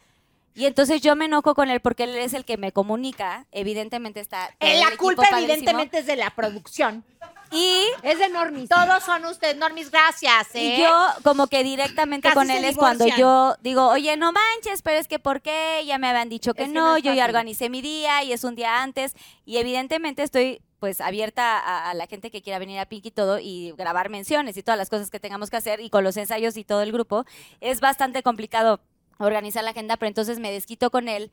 Speaker 4: Y entonces yo me enojo con él porque él es el que me comunica. Evidentemente está. todo el
Speaker 9: la
Speaker 4: equipo
Speaker 9: culpa
Speaker 4: padrísimo.
Speaker 9: evidentemente es de la producción.
Speaker 4: Y
Speaker 9: es de Normis. Todos son ustedes, Normis, gracias. ¿eh?
Speaker 4: Y yo como que directamente
Speaker 9: Casi
Speaker 4: con
Speaker 9: se
Speaker 4: él es cuando
Speaker 9: divorcian.
Speaker 4: yo digo, oye, no manches, pero es que ¿por qué? Ya me habían dicho que
Speaker 9: Es que
Speaker 4: no,
Speaker 9: no es
Speaker 4: yo ya
Speaker 9: fácil.
Speaker 4: organicé mi día y es un día antes. Y evidentemente estoy pues abierta a, a la gente que quiera venir a Pink y todo y grabar menciones y todas las cosas que tengamos que hacer y con los ensayos y todo el grupo. Es bastante complicado organizar la agenda, pero entonces me desquito con él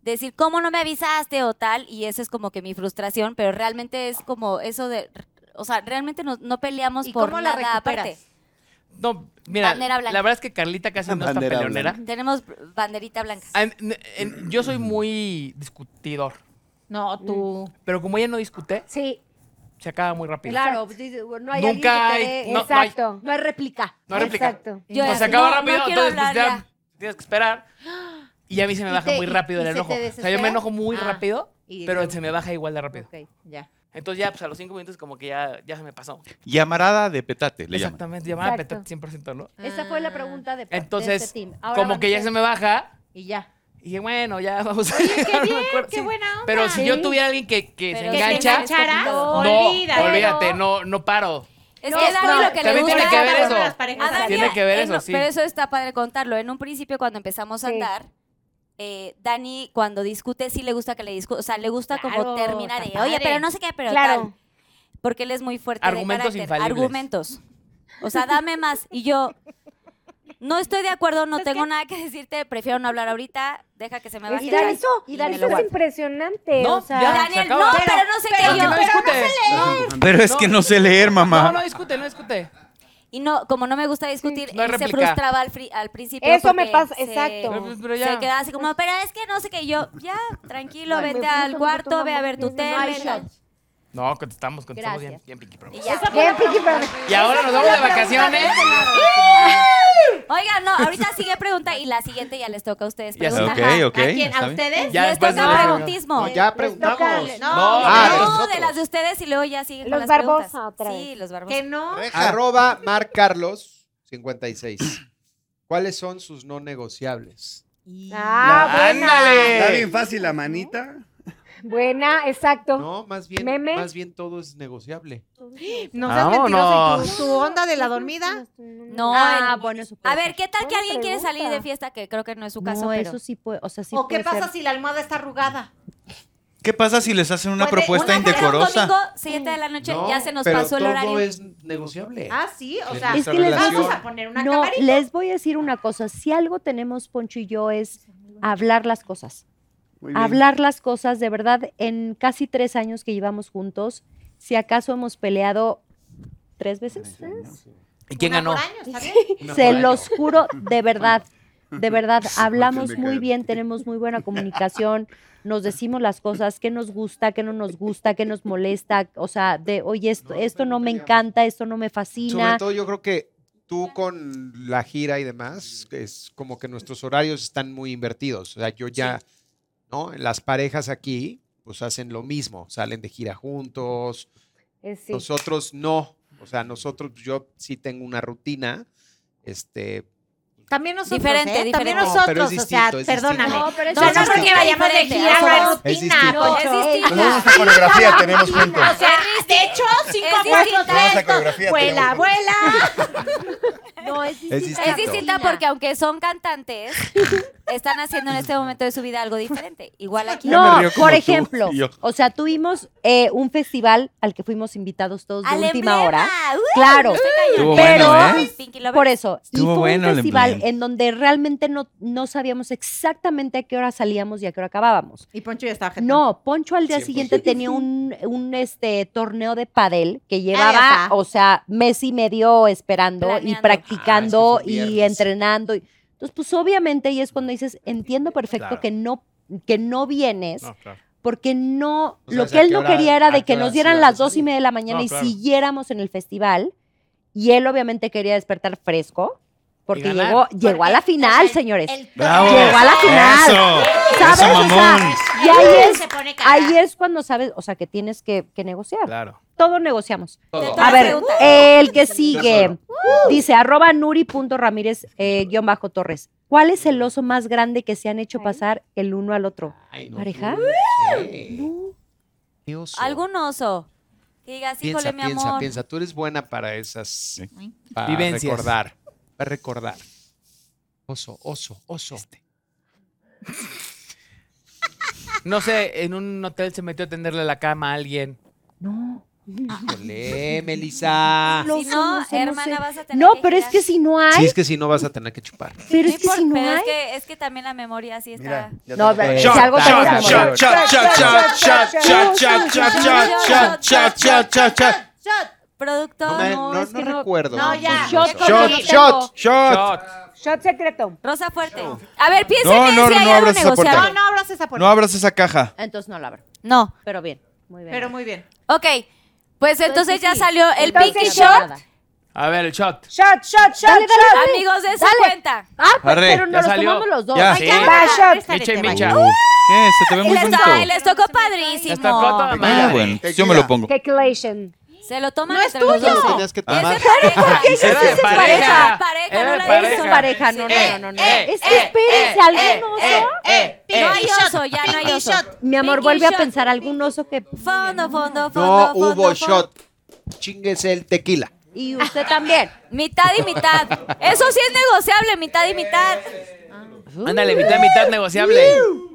Speaker 4: decir cómo no me avisaste o tal, y esa es como que mi frustración, pero realmente es como eso de, o sea, realmente no, no peleamos
Speaker 9: ¿Y
Speaker 4: por
Speaker 9: cómo la
Speaker 4: nada
Speaker 9: recuperas?
Speaker 4: aparte.
Speaker 7: No, mira,
Speaker 4: Bandera blanca.
Speaker 7: la verdad es que Carlita casi no está
Speaker 12: Bandera
Speaker 7: peleonera.
Speaker 4: Tenemos banderita blanca.
Speaker 7: Am- n- en- Yo soy muy discutidor,
Speaker 9: No, tú.
Speaker 7: pero como ella no discute,
Speaker 8: sí.
Speaker 7: se acaba muy rápido.
Speaker 5: Claro, pues, dice, bueno, no hay
Speaker 7: Nunca
Speaker 5: alguien
Speaker 7: hay-
Speaker 5: que te dé-
Speaker 7: no, no hay-
Speaker 5: Exacto. No hay réplica.
Speaker 7: No replica.
Speaker 5: Exacto.
Speaker 7: O se acaba rápido, entonces pues, ya tienes que esperar. Y a mí se me
Speaker 9: Y
Speaker 7: baja
Speaker 9: te-
Speaker 7: muy
Speaker 9: y-
Speaker 7: rápido el
Speaker 9: y se te
Speaker 7: enojo. O sea, yo
Speaker 9: desespera.
Speaker 7: me enojo muy
Speaker 9: Ah,
Speaker 7: rápido,
Speaker 9: y
Speaker 7: pero
Speaker 9: luego-
Speaker 7: se me baja igual de rápido.
Speaker 9: Ok, ya.
Speaker 7: Entonces ya, pues a los cinco minutos como que ya, ya se me pasó.
Speaker 1: Llamarada de petate, le llaman.
Speaker 7: Exactamente, llamada a
Speaker 5: Exacto.
Speaker 7: petar 100%, ¿no?
Speaker 5: Esa fue la pregunta de,
Speaker 7: Entonces,
Speaker 5: de este team. Ahora
Speaker 7: como
Speaker 5: van
Speaker 7: que ya
Speaker 5: ustedes.
Speaker 7: se me baja.
Speaker 9: Y ya.
Speaker 7: Y dije, bueno, ya vamos a
Speaker 5: Oye,
Speaker 9: qué
Speaker 7: no me
Speaker 9: bien,
Speaker 7: acuerdo,
Speaker 9: qué buena onda.
Speaker 7: Pero si
Speaker 9: Sí.
Speaker 7: yo tuviera alguien que, que se
Speaker 9: Pero que te
Speaker 7: engancha.
Speaker 9: enganchara,
Speaker 7: no,
Speaker 9: olvídate.
Speaker 7: olvídate, no, no paro.
Speaker 4: Es
Speaker 9: No,
Speaker 4: que Dani
Speaker 9: no,
Speaker 4: lo que le
Speaker 7: también
Speaker 4: gusta
Speaker 7: tiene que ver eso.
Speaker 4: A Dani,
Speaker 7: Tiene que ver
Speaker 4: en-
Speaker 7: eso, sí.
Speaker 4: Pero eso está padre contarlo. En un principio, cuando empezamos a andar, eh, Dani, cuando discute, sí le gusta que le discuta. O sea, le gusta
Speaker 20: Claro,
Speaker 4: como terminar de,
Speaker 20: está
Speaker 4: oye,
Speaker 20: padre.
Speaker 4: pero no sé qué, pero
Speaker 20: Claro.
Speaker 4: tal. Porque él es muy fuerte
Speaker 20: Argumentos
Speaker 4: de carácter.
Speaker 20: infalibles.
Speaker 4: Argumentos. O sea, dame más. Y yo, no estoy de acuerdo, no tengo nada que decirte, prefiero no hablar ahorita, deja que se me
Speaker 8: Es
Speaker 4: baje.
Speaker 8: que eso,
Speaker 4: y me
Speaker 8: Dani,
Speaker 4: lo
Speaker 8: eso es
Speaker 4: guardo.
Speaker 8: impresionante.
Speaker 4: No,
Speaker 8: o sea,
Speaker 4: ya, Daniel, se acabó. no, pero no sé qué yo.
Speaker 7: no
Speaker 4: Pero no
Speaker 7: discute.
Speaker 11: Pero es que no sé leer, mamá.
Speaker 7: No, no discute, no discute.
Speaker 4: Y no, como no me gusta discutir,
Speaker 7: No hay
Speaker 4: él se
Speaker 7: réplica.
Speaker 4: frustraba al, fri- al principio.
Speaker 8: Eso
Speaker 4: porque
Speaker 8: me pasa,
Speaker 4: se-
Speaker 8: exacto.
Speaker 7: Pero, pues, pero ya.
Speaker 4: Se quedaba así como, pero es que no sé qué. Y Yo, ya, tranquilo,
Speaker 8: Ay, me
Speaker 4: vete
Speaker 8: gusta
Speaker 4: al
Speaker 8: mucho
Speaker 4: cuarto,
Speaker 8: tu
Speaker 4: ve a ver tu
Speaker 8: mamá, que es
Speaker 4: tele.
Speaker 8: nice shot.
Speaker 7: No, contestamos, contestamos
Speaker 4: Gracias.
Speaker 7: bien, bien, Pinky Promise.
Speaker 4: Y ya.
Speaker 8: Bien, Pinky Promise.
Speaker 7: Y ahora nos vamos de vacaciones.
Speaker 4: Oiga, no, ahorita sigue pregunta y la siguiente ya les toca a ustedes
Speaker 11: Ya sé.
Speaker 4: preguntar.
Speaker 11: Ok, ok,
Speaker 4: ¿A quién?
Speaker 11: está
Speaker 4: ¿A
Speaker 11: bien.
Speaker 4: ustedes?
Speaker 11: Ya
Speaker 4: les
Speaker 11: después
Speaker 4: toca
Speaker 11: de-
Speaker 4: preguntismo.
Speaker 21: No, ya preguntamos.
Speaker 4: No,
Speaker 21: No,
Speaker 10: Ah,
Speaker 4: no,
Speaker 21: no,
Speaker 4: no,
Speaker 21: nosotros.
Speaker 4: de las de ustedes y luego ya siguen
Speaker 8: Los
Speaker 4: con las
Speaker 8: Barbosa
Speaker 4: preguntas.
Speaker 8: otra vez.
Speaker 4: Sí, los barbosa.
Speaker 9: Que no.
Speaker 21: Arroba Mar Carlos 56. ¿Cuáles son sus no negociables?
Speaker 8: Ah, buena.
Speaker 6: Está bien fácil la manita.
Speaker 8: Buena, exacto.
Speaker 21: No, más bien,
Speaker 8: Meme.
Speaker 21: más bien todo es negociable.
Speaker 9: No seas
Speaker 7: Vámonos.
Speaker 9: mentiroso. ¿y tu- tu onda de la dormida?
Speaker 4: No,
Speaker 5: Ah,
Speaker 4: el-
Speaker 5: bueno, eso puede
Speaker 4: A ver,
Speaker 5: ser.
Speaker 4: ¿qué tal que
Speaker 5: Buena
Speaker 4: alguien quiere salir de
Speaker 5: pregunta.
Speaker 4: fiesta? Que creo que no es su caso,
Speaker 5: No,
Speaker 4: pero...
Speaker 5: eso sí puede, o sea, sí
Speaker 9: ¿O qué
Speaker 5: puede ser.
Speaker 9: pasa si la almohada está arrugada?
Speaker 11: ¿Qué pasa si les hacen una
Speaker 9: Puede-
Speaker 11: propuesta
Speaker 9: una
Speaker 4: Pero un
Speaker 11: indecorosa?
Speaker 4: domingo, 7 de la noche,
Speaker 21: No,
Speaker 4: ya se nos
Speaker 21: pero
Speaker 4: pasó el
Speaker 21: todo
Speaker 4: horario.
Speaker 21: es negociable.
Speaker 9: Ah, sí, o
Speaker 21: Es
Speaker 9: sea,
Speaker 21: nuestra
Speaker 9: vamos
Speaker 21: relación.
Speaker 9: a poner una
Speaker 5: no,
Speaker 9: camarita.
Speaker 5: les voy a decir una cosa. Si algo tenemos, Poncho y yo, es hablar las cosas.
Speaker 6: Muy bien.
Speaker 5: Hablar las cosas, de verdad, en casi tres años que llevamos juntos, si acaso hemos peleado tres veces,
Speaker 7: ¿Y quién ganó? Una
Speaker 5: se
Speaker 7: por año.
Speaker 5: los juro, de verdad, de verdad, hablamos
Speaker 7: Martín
Speaker 5: muy
Speaker 7: Becker.
Speaker 5: bien, tenemos muy buena comunicación, nos decimos las cosas, qué nos gusta, qué no nos gusta, qué nos molesta, o sea, de, oye, esto, esto no me encanta, esto no me
Speaker 21: Sobre
Speaker 5: fascina.
Speaker 21: todo yo creo que tú con la gira y demás, es como que nuestros horarios están muy invertidos. O sea, yo ya, ¿no? Las parejas aquí, pues hacen lo mismo, salen de gira juntos.
Speaker 8: Eh, sí.
Speaker 21: Nosotros no. O sea, nosotros, yo sí tengo una rutina, este,
Speaker 9: También nosotros,
Speaker 4: Diferente,
Speaker 9: ¿eh? También
Speaker 4: diferente.
Speaker 21: No,
Speaker 9: nosotros,
Speaker 21: pero es
Speaker 9: o sea,
Speaker 21: distinto, es
Speaker 9: perdóname.
Speaker 21: distinto. No, pero es
Speaker 9: No, no
Speaker 21: distinto.
Speaker 9: porque vayamos de
Speaker 4: Diferente,
Speaker 9: gira,
Speaker 4: eso
Speaker 9: no
Speaker 4: es.
Speaker 9: es
Speaker 21: Es
Speaker 9: rutina.
Speaker 21: distinto.
Speaker 9: Poncho.
Speaker 4: Es distinta.
Speaker 9: Nos vamos
Speaker 6: Esa coreografía tenemos juntos.
Speaker 9: O sea, de hecho, cinco
Speaker 4: Es
Speaker 9: cuatro,
Speaker 4: distinta.
Speaker 9: tres,
Speaker 6: Esa coreografía
Speaker 9: Vuela,
Speaker 6: tenemos
Speaker 9: vuela.
Speaker 6: juntos.
Speaker 4: No, es distinta. Es distinta porque aunque son cantantes, están haciendo en este momento de su vida algo diferente. Igual aquí.
Speaker 5: No, por ejemplo, o sea, tuvimos eh, un festival al que fuimos invitados todos de
Speaker 4: Al ¡Uh!
Speaker 5: última
Speaker 4: Emblema.
Speaker 5: hora.
Speaker 4: ¡Uy!
Speaker 5: claro,
Speaker 4: Estuvo
Speaker 5: pero
Speaker 4: bueno, ¿eh? Pinky Lovers.
Speaker 5: por eso, y
Speaker 4: Estuvo
Speaker 5: fue
Speaker 4: bueno
Speaker 5: un
Speaker 4: el
Speaker 5: festival
Speaker 4: Emblema.
Speaker 5: en donde realmente no, no sabíamos exactamente a qué hora salíamos y a qué hora acabábamos.
Speaker 9: Y Poncho ya estaba
Speaker 5: No, Poncho al día siguiente tenía un, un este torneo de padel que
Speaker 9: ya
Speaker 5: llevaba,
Speaker 9: está.
Speaker 5: o sea, mes y medio esperando y
Speaker 4: Ah,
Speaker 5: practicando y entrenando. y- Entonces, pues obviamente, y es cuando dices, entiendo perfecto
Speaker 9: Claro.
Speaker 5: que no que no vienes
Speaker 9: claro.
Speaker 5: porque no,
Speaker 9: No
Speaker 5: lo
Speaker 9: sabes
Speaker 5: que
Speaker 9: a
Speaker 5: él
Speaker 9: qué
Speaker 5: no
Speaker 9: hora-
Speaker 5: quería era
Speaker 9: a
Speaker 5: de
Speaker 9: qué
Speaker 5: que
Speaker 9: hora
Speaker 5: nos
Speaker 9: sí
Speaker 5: dieran
Speaker 9: vas a
Speaker 5: las dos y
Speaker 9: salir.
Speaker 5: media de la mañana
Speaker 9: No,
Speaker 5: y
Speaker 9: claro.
Speaker 5: siguiéramos en el festival. Y él obviamente quería despertar fresco. Porque
Speaker 9: ganar.
Speaker 5: llegó, llegó a la final, señores.
Speaker 15: Bravo.
Speaker 5: Llegó a la final.
Speaker 15: Eso.
Speaker 5: ¿Sabes?
Speaker 15: Eso,
Speaker 5: O sea,
Speaker 15: mamón.
Speaker 5: y ahí es,
Speaker 15: Se pone cara.
Speaker 5: ahí es cuando sabes, o sea, que tienes que, que negociar.
Speaker 7: Claro.
Speaker 5: Todo negociamos.
Speaker 15: Todo.
Speaker 5: A ver,
Speaker 15: Pregunta.
Speaker 5: el que sigue dice arroba nuri.ramírez eh, guión bajo torres. ¿Cuál es el oso más grande que se han hecho pasar el uno al otro? ¿Pareja?
Speaker 4: Algún oso. Que digas,
Speaker 21: Piensa,
Speaker 4: híjole, mi
Speaker 21: piensa,
Speaker 4: amor.
Speaker 21: piensa. Tú eres buena para esas para
Speaker 7: Vivencias.
Speaker 21: recordar. Para recordar. Oso, oso, oso.
Speaker 7: No sé, en un hotel se metió a tenderle la cama a alguien.
Speaker 5: No.
Speaker 4: Ah,
Speaker 21: Híjole, Melissa.
Speaker 5: Lo-
Speaker 4: Si no,
Speaker 5: oso, no
Speaker 4: hermana,
Speaker 5: sé.
Speaker 4: vas a tener
Speaker 5: No,
Speaker 4: que
Speaker 5: pero es
Speaker 4: girar.
Speaker 5: que si no hay.
Speaker 21: Sí, es que si no vas a tener que chupar.
Speaker 5: Pero es que
Speaker 4: Por-
Speaker 5: si no
Speaker 4: pero es
Speaker 5: hay.
Speaker 4: que, es que también la memoria sí está.
Speaker 5: No,
Speaker 15: Eh,
Speaker 5: si algo
Speaker 15: shot,
Speaker 5: tenemos
Speaker 15: shot,
Speaker 5: memoria.
Speaker 15: shot, shot, shot, shot, shot, shot, shot, shot, shot, shot, shot, shot.
Speaker 4: Productor.
Speaker 15: No me- no-
Speaker 4: es
Speaker 15: no
Speaker 4: que
Speaker 21: recuerdo.
Speaker 4: No, ya.
Speaker 5: Shot,
Speaker 4: Shot,
Speaker 15: shot, shot.
Speaker 5: Shot secreto.
Speaker 4: Rosa fuerte. A ver, piensa
Speaker 11: No,
Speaker 4: en
Speaker 11: no,
Speaker 4: si hay
Speaker 11: no
Speaker 4: algo
Speaker 11: abras esa puerta.
Speaker 4: negociable.
Speaker 11: No, no
Speaker 4: abras esa
Speaker 11: No abras esa caja.
Speaker 5: Entonces no la abro.
Speaker 4: No.
Speaker 5: Pero bien. Muy bien.
Speaker 4: Pero
Speaker 5: muy bien.
Speaker 4: Ok. Pues entonces ya salió el
Speaker 5: Entonces ya
Speaker 4: pinky shot.
Speaker 5: nada.
Speaker 7: A ver, el shot.
Speaker 5: Shot, shot, shot,
Speaker 4: Dale, dale,
Speaker 5: shot.
Speaker 4: dale. Amigos, de
Speaker 5: Dale.
Speaker 4: 50.
Speaker 5: Ah, pues,
Speaker 11: Arre, ya
Speaker 5: pero nos los
Speaker 11: salió.
Speaker 5: tomamos los dos.
Speaker 11: Ya.
Speaker 5: Ay,
Speaker 11: Sí.
Speaker 5: Va, shot.
Speaker 11: Micha y
Speaker 5: Déjate,
Speaker 11: micha.
Speaker 5: bye.
Speaker 11: ¿Qué? Se te ve
Speaker 4: Y
Speaker 11: muy
Speaker 4: les,
Speaker 11: bonito.
Speaker 4: ay, les tocó padrísimo.
Speaker 11: Ah,
Speaker 15: Eh,
Speaker 11: bueno, yo me lo pongo.
Speaker 4: Se lo toman
Speaker 5: No es
Speaker 4: entre los
Speaker 5: tuyo.
Speaker 4: dos.
Speaker 5: Lo tenías
Speaker 21: que
Speaker 4: Es de pareja.
Speaker 5: ¿Qué hiciste?
Speaker 4: Es de pareja. Eh, pareja, Eh, no la
Speaker 5: Es
Speaker 4: hizo.
Speaker 5: pareja, no, no, no, no. Es que
Speaker 4: eh,
Speaker 5: espérense, ¿algún oso?
Speaker 4: No hay oso, ya no hay oso.
Speaker 5: Mi amor,
Speaker 4: Pinky
Speaker 5: vuelve a
Speaker 4: shot.
Speaker 5: pensar algún oso que...
Speaker 4: Fondo, fondo,
Speaker 21: No
Speaker 4: fondo.
Speaker 21: hubo shot. Chinguese el tequila.
Speaker 5: Y usted también.
Speaker 4: Mitad y mitad. Eso sí es negociable, mitad y mitad.
Speaker 7: Ándale, mitad, mitad negociable.
Speaker 4: ¡Ole!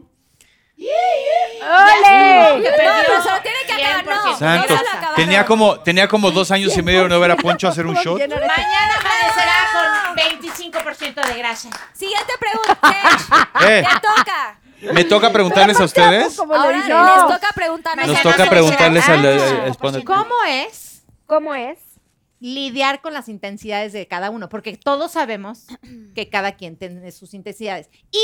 Speaker 15: Ya
Speaker 4: No,
Speaker 15: perdió.
Speaker 4: no, se lo tiene que acabar. No, no se
Speaker 11: Santo.
Speaker 4: lo acabaron.
Speaker 11: Tenía como, tenía como dos años y medio de no ver a Poncho hacer un shot.
Speaker 9: Mañana amanecerá con 25% de grasa.
Speaker 4: Siguiente pregunta.
Speaker 11: Eh,
Speaker 4: Te toca.
Speaker 11: ¿Me toca preguntarles a ustedes?
Speaker 4: Ahora
Speaker 9: dice.
Speaker 4: les toca preguntarnos.
Speaker 11: Nos toca preguntarles a
Speaker 9: Ah,
Speaker 15: eh,
Speaker 11: la- a- a-
Speaker 9: pues ¿Cómo es? ¿Cómo es? Lidiar con las intensidades de cada uno, porque todos sabemos que cada quien tiene sus intensidades. Y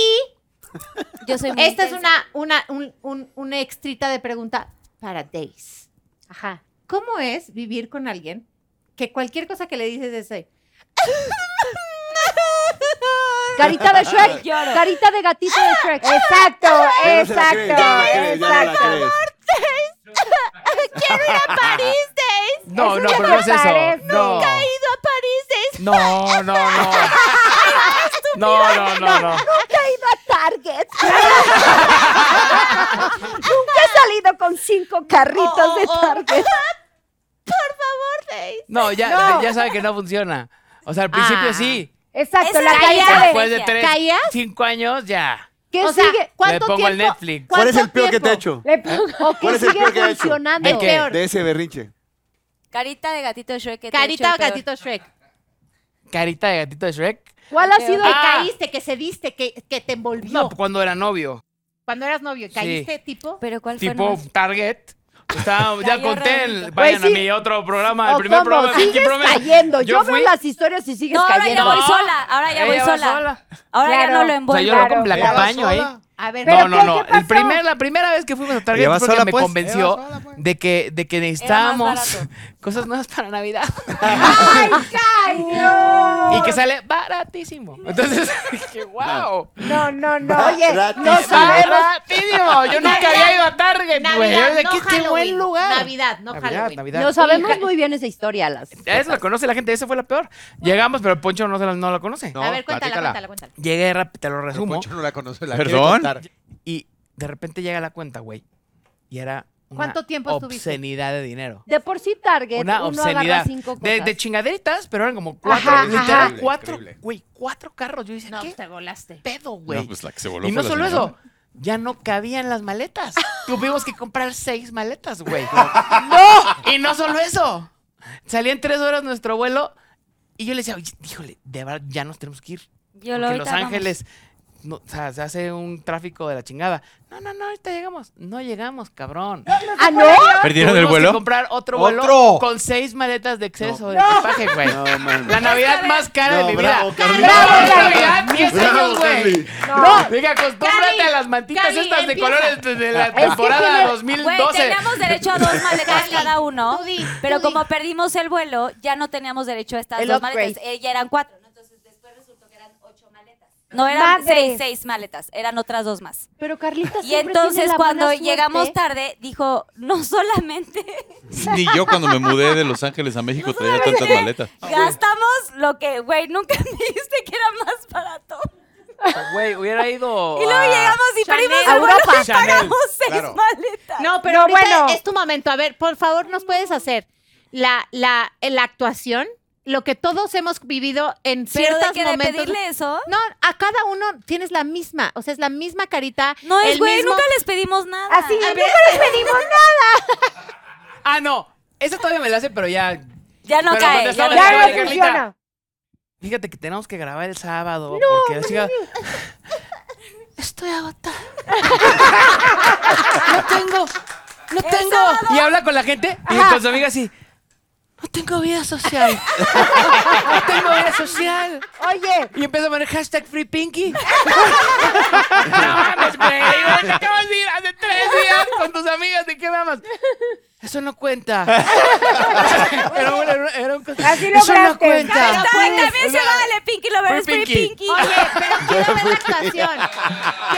Speaker 4: Yo soy muy
Speaker 9: esta es
Speaker 4: intensa.
Speaker 9: una, una, un- un- una extrita de pregunta para Days. Ajá. ¿Cómo es vivir con alguien que cualquier cosa que le dices es de-
Speaker 5: Carita de Shrek.
Speaker 9: Lloro.
Speaker 5: Carita de gatito de
Speaker 4: Ah.
Speaker 5: Shrek.
Speaker 9: Exacto,
Speaker 5: Ya no se la
Speaker 9: exacto,
Speaker 5: cree, ya no la cree, ya no la exacto. cree.
Speaker 15: Quiero ir a París, Days.
Speaker 7: No, no, pero no es eso. No.
Speaker 15: Nunca he ido a París, Days.
Speaker 7: No, no, no. No, no, no, no.
Speaker 5: Nunca he ido a Target. Nunca he salido con cinco carritos
Speaker 4: Oh,
Speaker 5: de Target.
Speaker 15: Por favor, Days.
Speaker 7: No, ya, ya sabe que no funciona. O sea, al principio
Speaker 9: Ah.
Speaker 7: sí.
Speaker 5: Exacto,
Speaker 9: la caída de-
Speaker 7: Después de tres,
Speaker 9: ¿Callas?
Speaker 7: cinco años, ya.
Speaker 5: ¿Qué
Speaker 9: O sea,
Speaker 5: sigue?
Speaker 7: Le pongo el Netflix.
Speaker 9: ¿Cuál
Speaker 7: ¿Cuál
Speaker 9: es el peor que te he hecho?
Speaker 5: Le pongo- ¿O
Speaker 6: ¿Cuál
Speaker 5: qué
Speaker 6: es el
Speaker 5: sigue
Speaker 6: peor que he hecho?
Speaker 5: funcionando?
Speaker 6: ¿De qué? De ese berrinche.
Speaker 4: Carita de gatito de Shrek. que te
Speaker 9: Carita
Speaker 4: echo
Speaker 9: o
Speaker 4: el
Speaker 9: gatito Shrek.
Speaker 7: Carita de gatito de Shrek.
Speaker 5: ¿Cuál ha
Speaker 9: Que
Speaker 5: sido? Ah.
Speaker 9: caíste, que se diste, que, que te envolvió.
Speaker 7: No, cuando era novio.
Speaker 9: Cuando eras novio, ¿caíste tipo?
Speaker 4: ¿Pero cuál
Speaker 7: Tipo Target. Estaba- ya
Speaker 9: Cayó
Speaker 7: conté, el-
Speaker 9: redondito.
Speaker 7: vayan
Speaker 5: Güey,
Speaker 7: a
Speaker 5: sí.
Speaker 7: mi otro programa, el
Speaker 5: ¿O
Speaker 7: primer
Speaker 5: cómo?
Speaker 7: programa de Pinky
Speaker 5: Sigues
Speaker 7: Promise.
Speaker 5: cayendo. Yo, veo
Speaker 7: fui-
Speaker 5: las historias y sigues
Speaker 4: No, ahora
Speaker 5: cayendo.
Speaker 4: ya voy sola. Ahora ya
Speaker 7: Ella
Speaker 4: voy
Speaker 7: va
Speaker 4: sola.
Speaker 7: sola.
Speaker 4: Ahora
Speaker 5: Claro.
Speaker 4: ya no lo
Speaker 7: O sea,
Speaker 4: envuelvo.
Speaker 7: yo lo acom- la
Speaker 4: Claro.
Speaker 7: acompaño ahí.
Speaker 9: A ver,
Speaker 7: No, no, no. El primer, la primera vez que fuimos a Target
Speaker 11: Ella va
Speaker 7: fue porque
Speaker 11: sola,
Speaker 7: me
Speaker 11: pues.
Speaker 7: convenció
Speaker 11: Ella va
Speaker 7: de que, de que necesitábamos
Speaker 11: barato.
Speaker 7: cosas nuevas para Navidad.
Speaker 15: ¡Ay,
Speaker 7: Y que sale baratísimo. Entonces, dije, wow.
Speaker 5: No, no, no.
Speaker 15: Oye, no sabemos.
Speaker 7: Baratísimo. Yo nunca había ido a Target, güey. Yo de
Speaker 9: no
Speaker 7: aquí, qué buen
Speaker 9: Halloween,
Speaker 7: lugar.
Speaker 9: Navidad, no
Speaker 7: Navidad,
Speaker 9: Halloween.
Speaker 7: Navidad.
Speaker 5: No sabemos muy bien esa historia. Las...
Speaker 7: Eso la conoce la gente, esa fue la peor. Llegamos, pero el Poncho no, se la, no la conoce.
Speaker 9: a ver, cuéntala, cuéntala, cuéntala.
Speaker 7: Llegué rápido, te lo resumo.
Speaker 21: Poncho no la conoce, la quiere
Speaker 7: Perdón.
Speaker 21: contar.
Speaker 7: Y de repente llega la cuenta, güey. Y era una
Speaker 9: ¿Cuánto tiempo estuviste?
Speaker 7: obscenidad de dinero.
Speaker 5: De por sí Target,
Speaker 7: Una
Speaker 5: uno
Speaker 7: obscenidad.
Speaker 5: agarra cinco cosas.
Speaker 7: De, de chingaderitas, pero eran como cuatro.
Speaker 5: Ajá,
Speaker 7: literal,
Speaker 5: ajá.
Speaker 7: Increíble, cuatro,
Speaker 5: increíble.
Speaker 7: güey, cuatro carros. Yo dije, ¿qué?
Speaker 9: te volaste.
Speaker 7: Pedo, güey.
Speaker 15: No, pues la que se voló
Speaker 7: y
Speaker 15: fue
Speaker 7: no
Speaker 15: la
Speaker 7: solo
Speaker 15: señora.
Speaker 7: eso, ya no cabían las maletas. Tuvimos que comprar seis maletas, güey. Como, ¡No! Y no solo eso. Salía en tres horas nuestro vuelo y yo le decía, oye, híjole, de verdad, ya nos tenemos que ir.
Speaker 4: Yo lo
Speaker 7: Porque
Speaker 4: ahorita
Speaker 7: Los
Speaker 4: vamos.
Speaker 7: Ángeles, no, o sea, se hace un tráfico de la chingada. No, no, no, ahorita llegamos. No llegamos, cabrón.
Speaker 5: ¿Ah, no?
Speaker 15: ¿Perdieron el
Speaker 7: Tuvimos
Speaker 15: vuelo?
Speaker 7: que comprar otro vuelo
Speaker 15: ¿Otro?
Speaker 7: con seis maletas de exceso de
Speaker 15: No.
Speaker 7: equipaje, güey.
Speaker 15: No, mames.
Speaker 7: la Navidad más cara
Speaker 15: No,
Speaker 7: de mi
Speaker 15: bravo,
Speaker 7: vida.
Speaker 15: Carly.
Speaker 7: ¡Bravo, Navidad!
Speaker 15: Bravo,
Speaker 7: 10 años,
Speaker 15: Carly.
Speaker 7: güey.
Speaker 15: No.
Speaker 7: No, diga, acostúmbrate
Speaker 4: Carly,
Speaker 7: a las mantitas
Speaker 4: Carly,
Speaker 7: estas de
Speaker 4: empieza.
Speaker 7: colores de la
Speaker 4: Es que
Speaker 7: temporada
Speaker 4: tiene-
Speaker 7: 2012.
Speaker 4: Güey, teníamos derecho a dos maletas cada uno, pero
Speaker 9: tú
Speaker 4: como perdimos el vuelo, ya no teníamos derecho a estas
Speaker 9: El
Speaker 4: dos
Speaker 9: upgrade.
Speaker 4: maletas. Eh, ya eran cuatro, ¿no? Entonces después resultó que eran ocho maletas. No eran
Speaker 9: Madre.
Speaker 4: seis, seis maletas, eran otras dos más.
Speaker 5: Pero Carlita
Speaker 4: Y entonces cuando llegamos tarde, dijo, no solamente
Speaker 15: Ni yo cuando me mudé de Los Ángeles a México traía tantas maletas.
Speaker 4: gastamos lo que, güey, nunca me dijiste que era más barato.
Speaker 7: Güey, hubiera ido.
Speaker 4: Y luego
Speaker 7: a-
Speaker 4: llegamos y perdimos el vuelo
Speaker 7: Europa.
Speaker 4: y pagamos seis
Speaker 7: Claro.
Speaker 4: maletas.
Speaker 9: No, pero ahorita es tu momento. A ver, por favor, ¿nos puedes hacer la, la, la actuación? Lo que todos hemos vivido en
Speaker 4: Pero de
Speaker 9: ciertos
Speaker 4: que de
Speaker 9: momentos.
Speaker 4: pedirle eso.
Speaker 9: No, a cada uno tienes la misma. O sea, es la misma carita.
Speaker 4: No es,
Speaker 9: el
Speaker 4: güey,
Speaker 9: mismo-
Speaker 4: nunca les pedimos nada.
Speaker 9: Así, nunca les pedimos
Speaker 4: nada.
Speaker 7: Ah, no. Esa todavía me la hace, pero ya.
Speaker 4: Ya no
Speaker 7: Pero
Speaker 4: cae,
Speaker 7: cuando
Speaker 4: ya
Speaker 7: estaba
Speaker 4: no
Speaker 7: en la
Speaker 4: cae.
Speaker 7: escuela,
Speaker 4: Ya no
Speaker 7: Carlita,
Speaker 4: funciona.
Speaker 7: Fíjate que tenemos que grabar el sábado.
Speaker 4: No,
Speaker 7: porque la chica-
Speaker 4: Estoy agotada.
Speaker 7: No tengo. No tengo. Y habla con la gente y
Speaker 15: Ajá.
Speaker 7: con su amiga así. No tengo vida social. No tengo vida social. Oye. Y empiezo a poner hashtag Free Pinky. no mames, güey. ¿dónde Acabas de ir hace tres días con tus amigas. ¿De qué mamas? Eso no cuenta. era un, era un- era un-
Speaker 15: Así
Speaker 7: Eso no
Speaker 15: lograste.
Speaker 7: cuenta.
Speaker 15: Hashtag,
Speaker 4: también se vale, Pinky Lovers, Free
Speaker 7: Free Pinky.
Speaker 4: Pinky.
Speaker 9: Oye, pero quiero ver la actuación.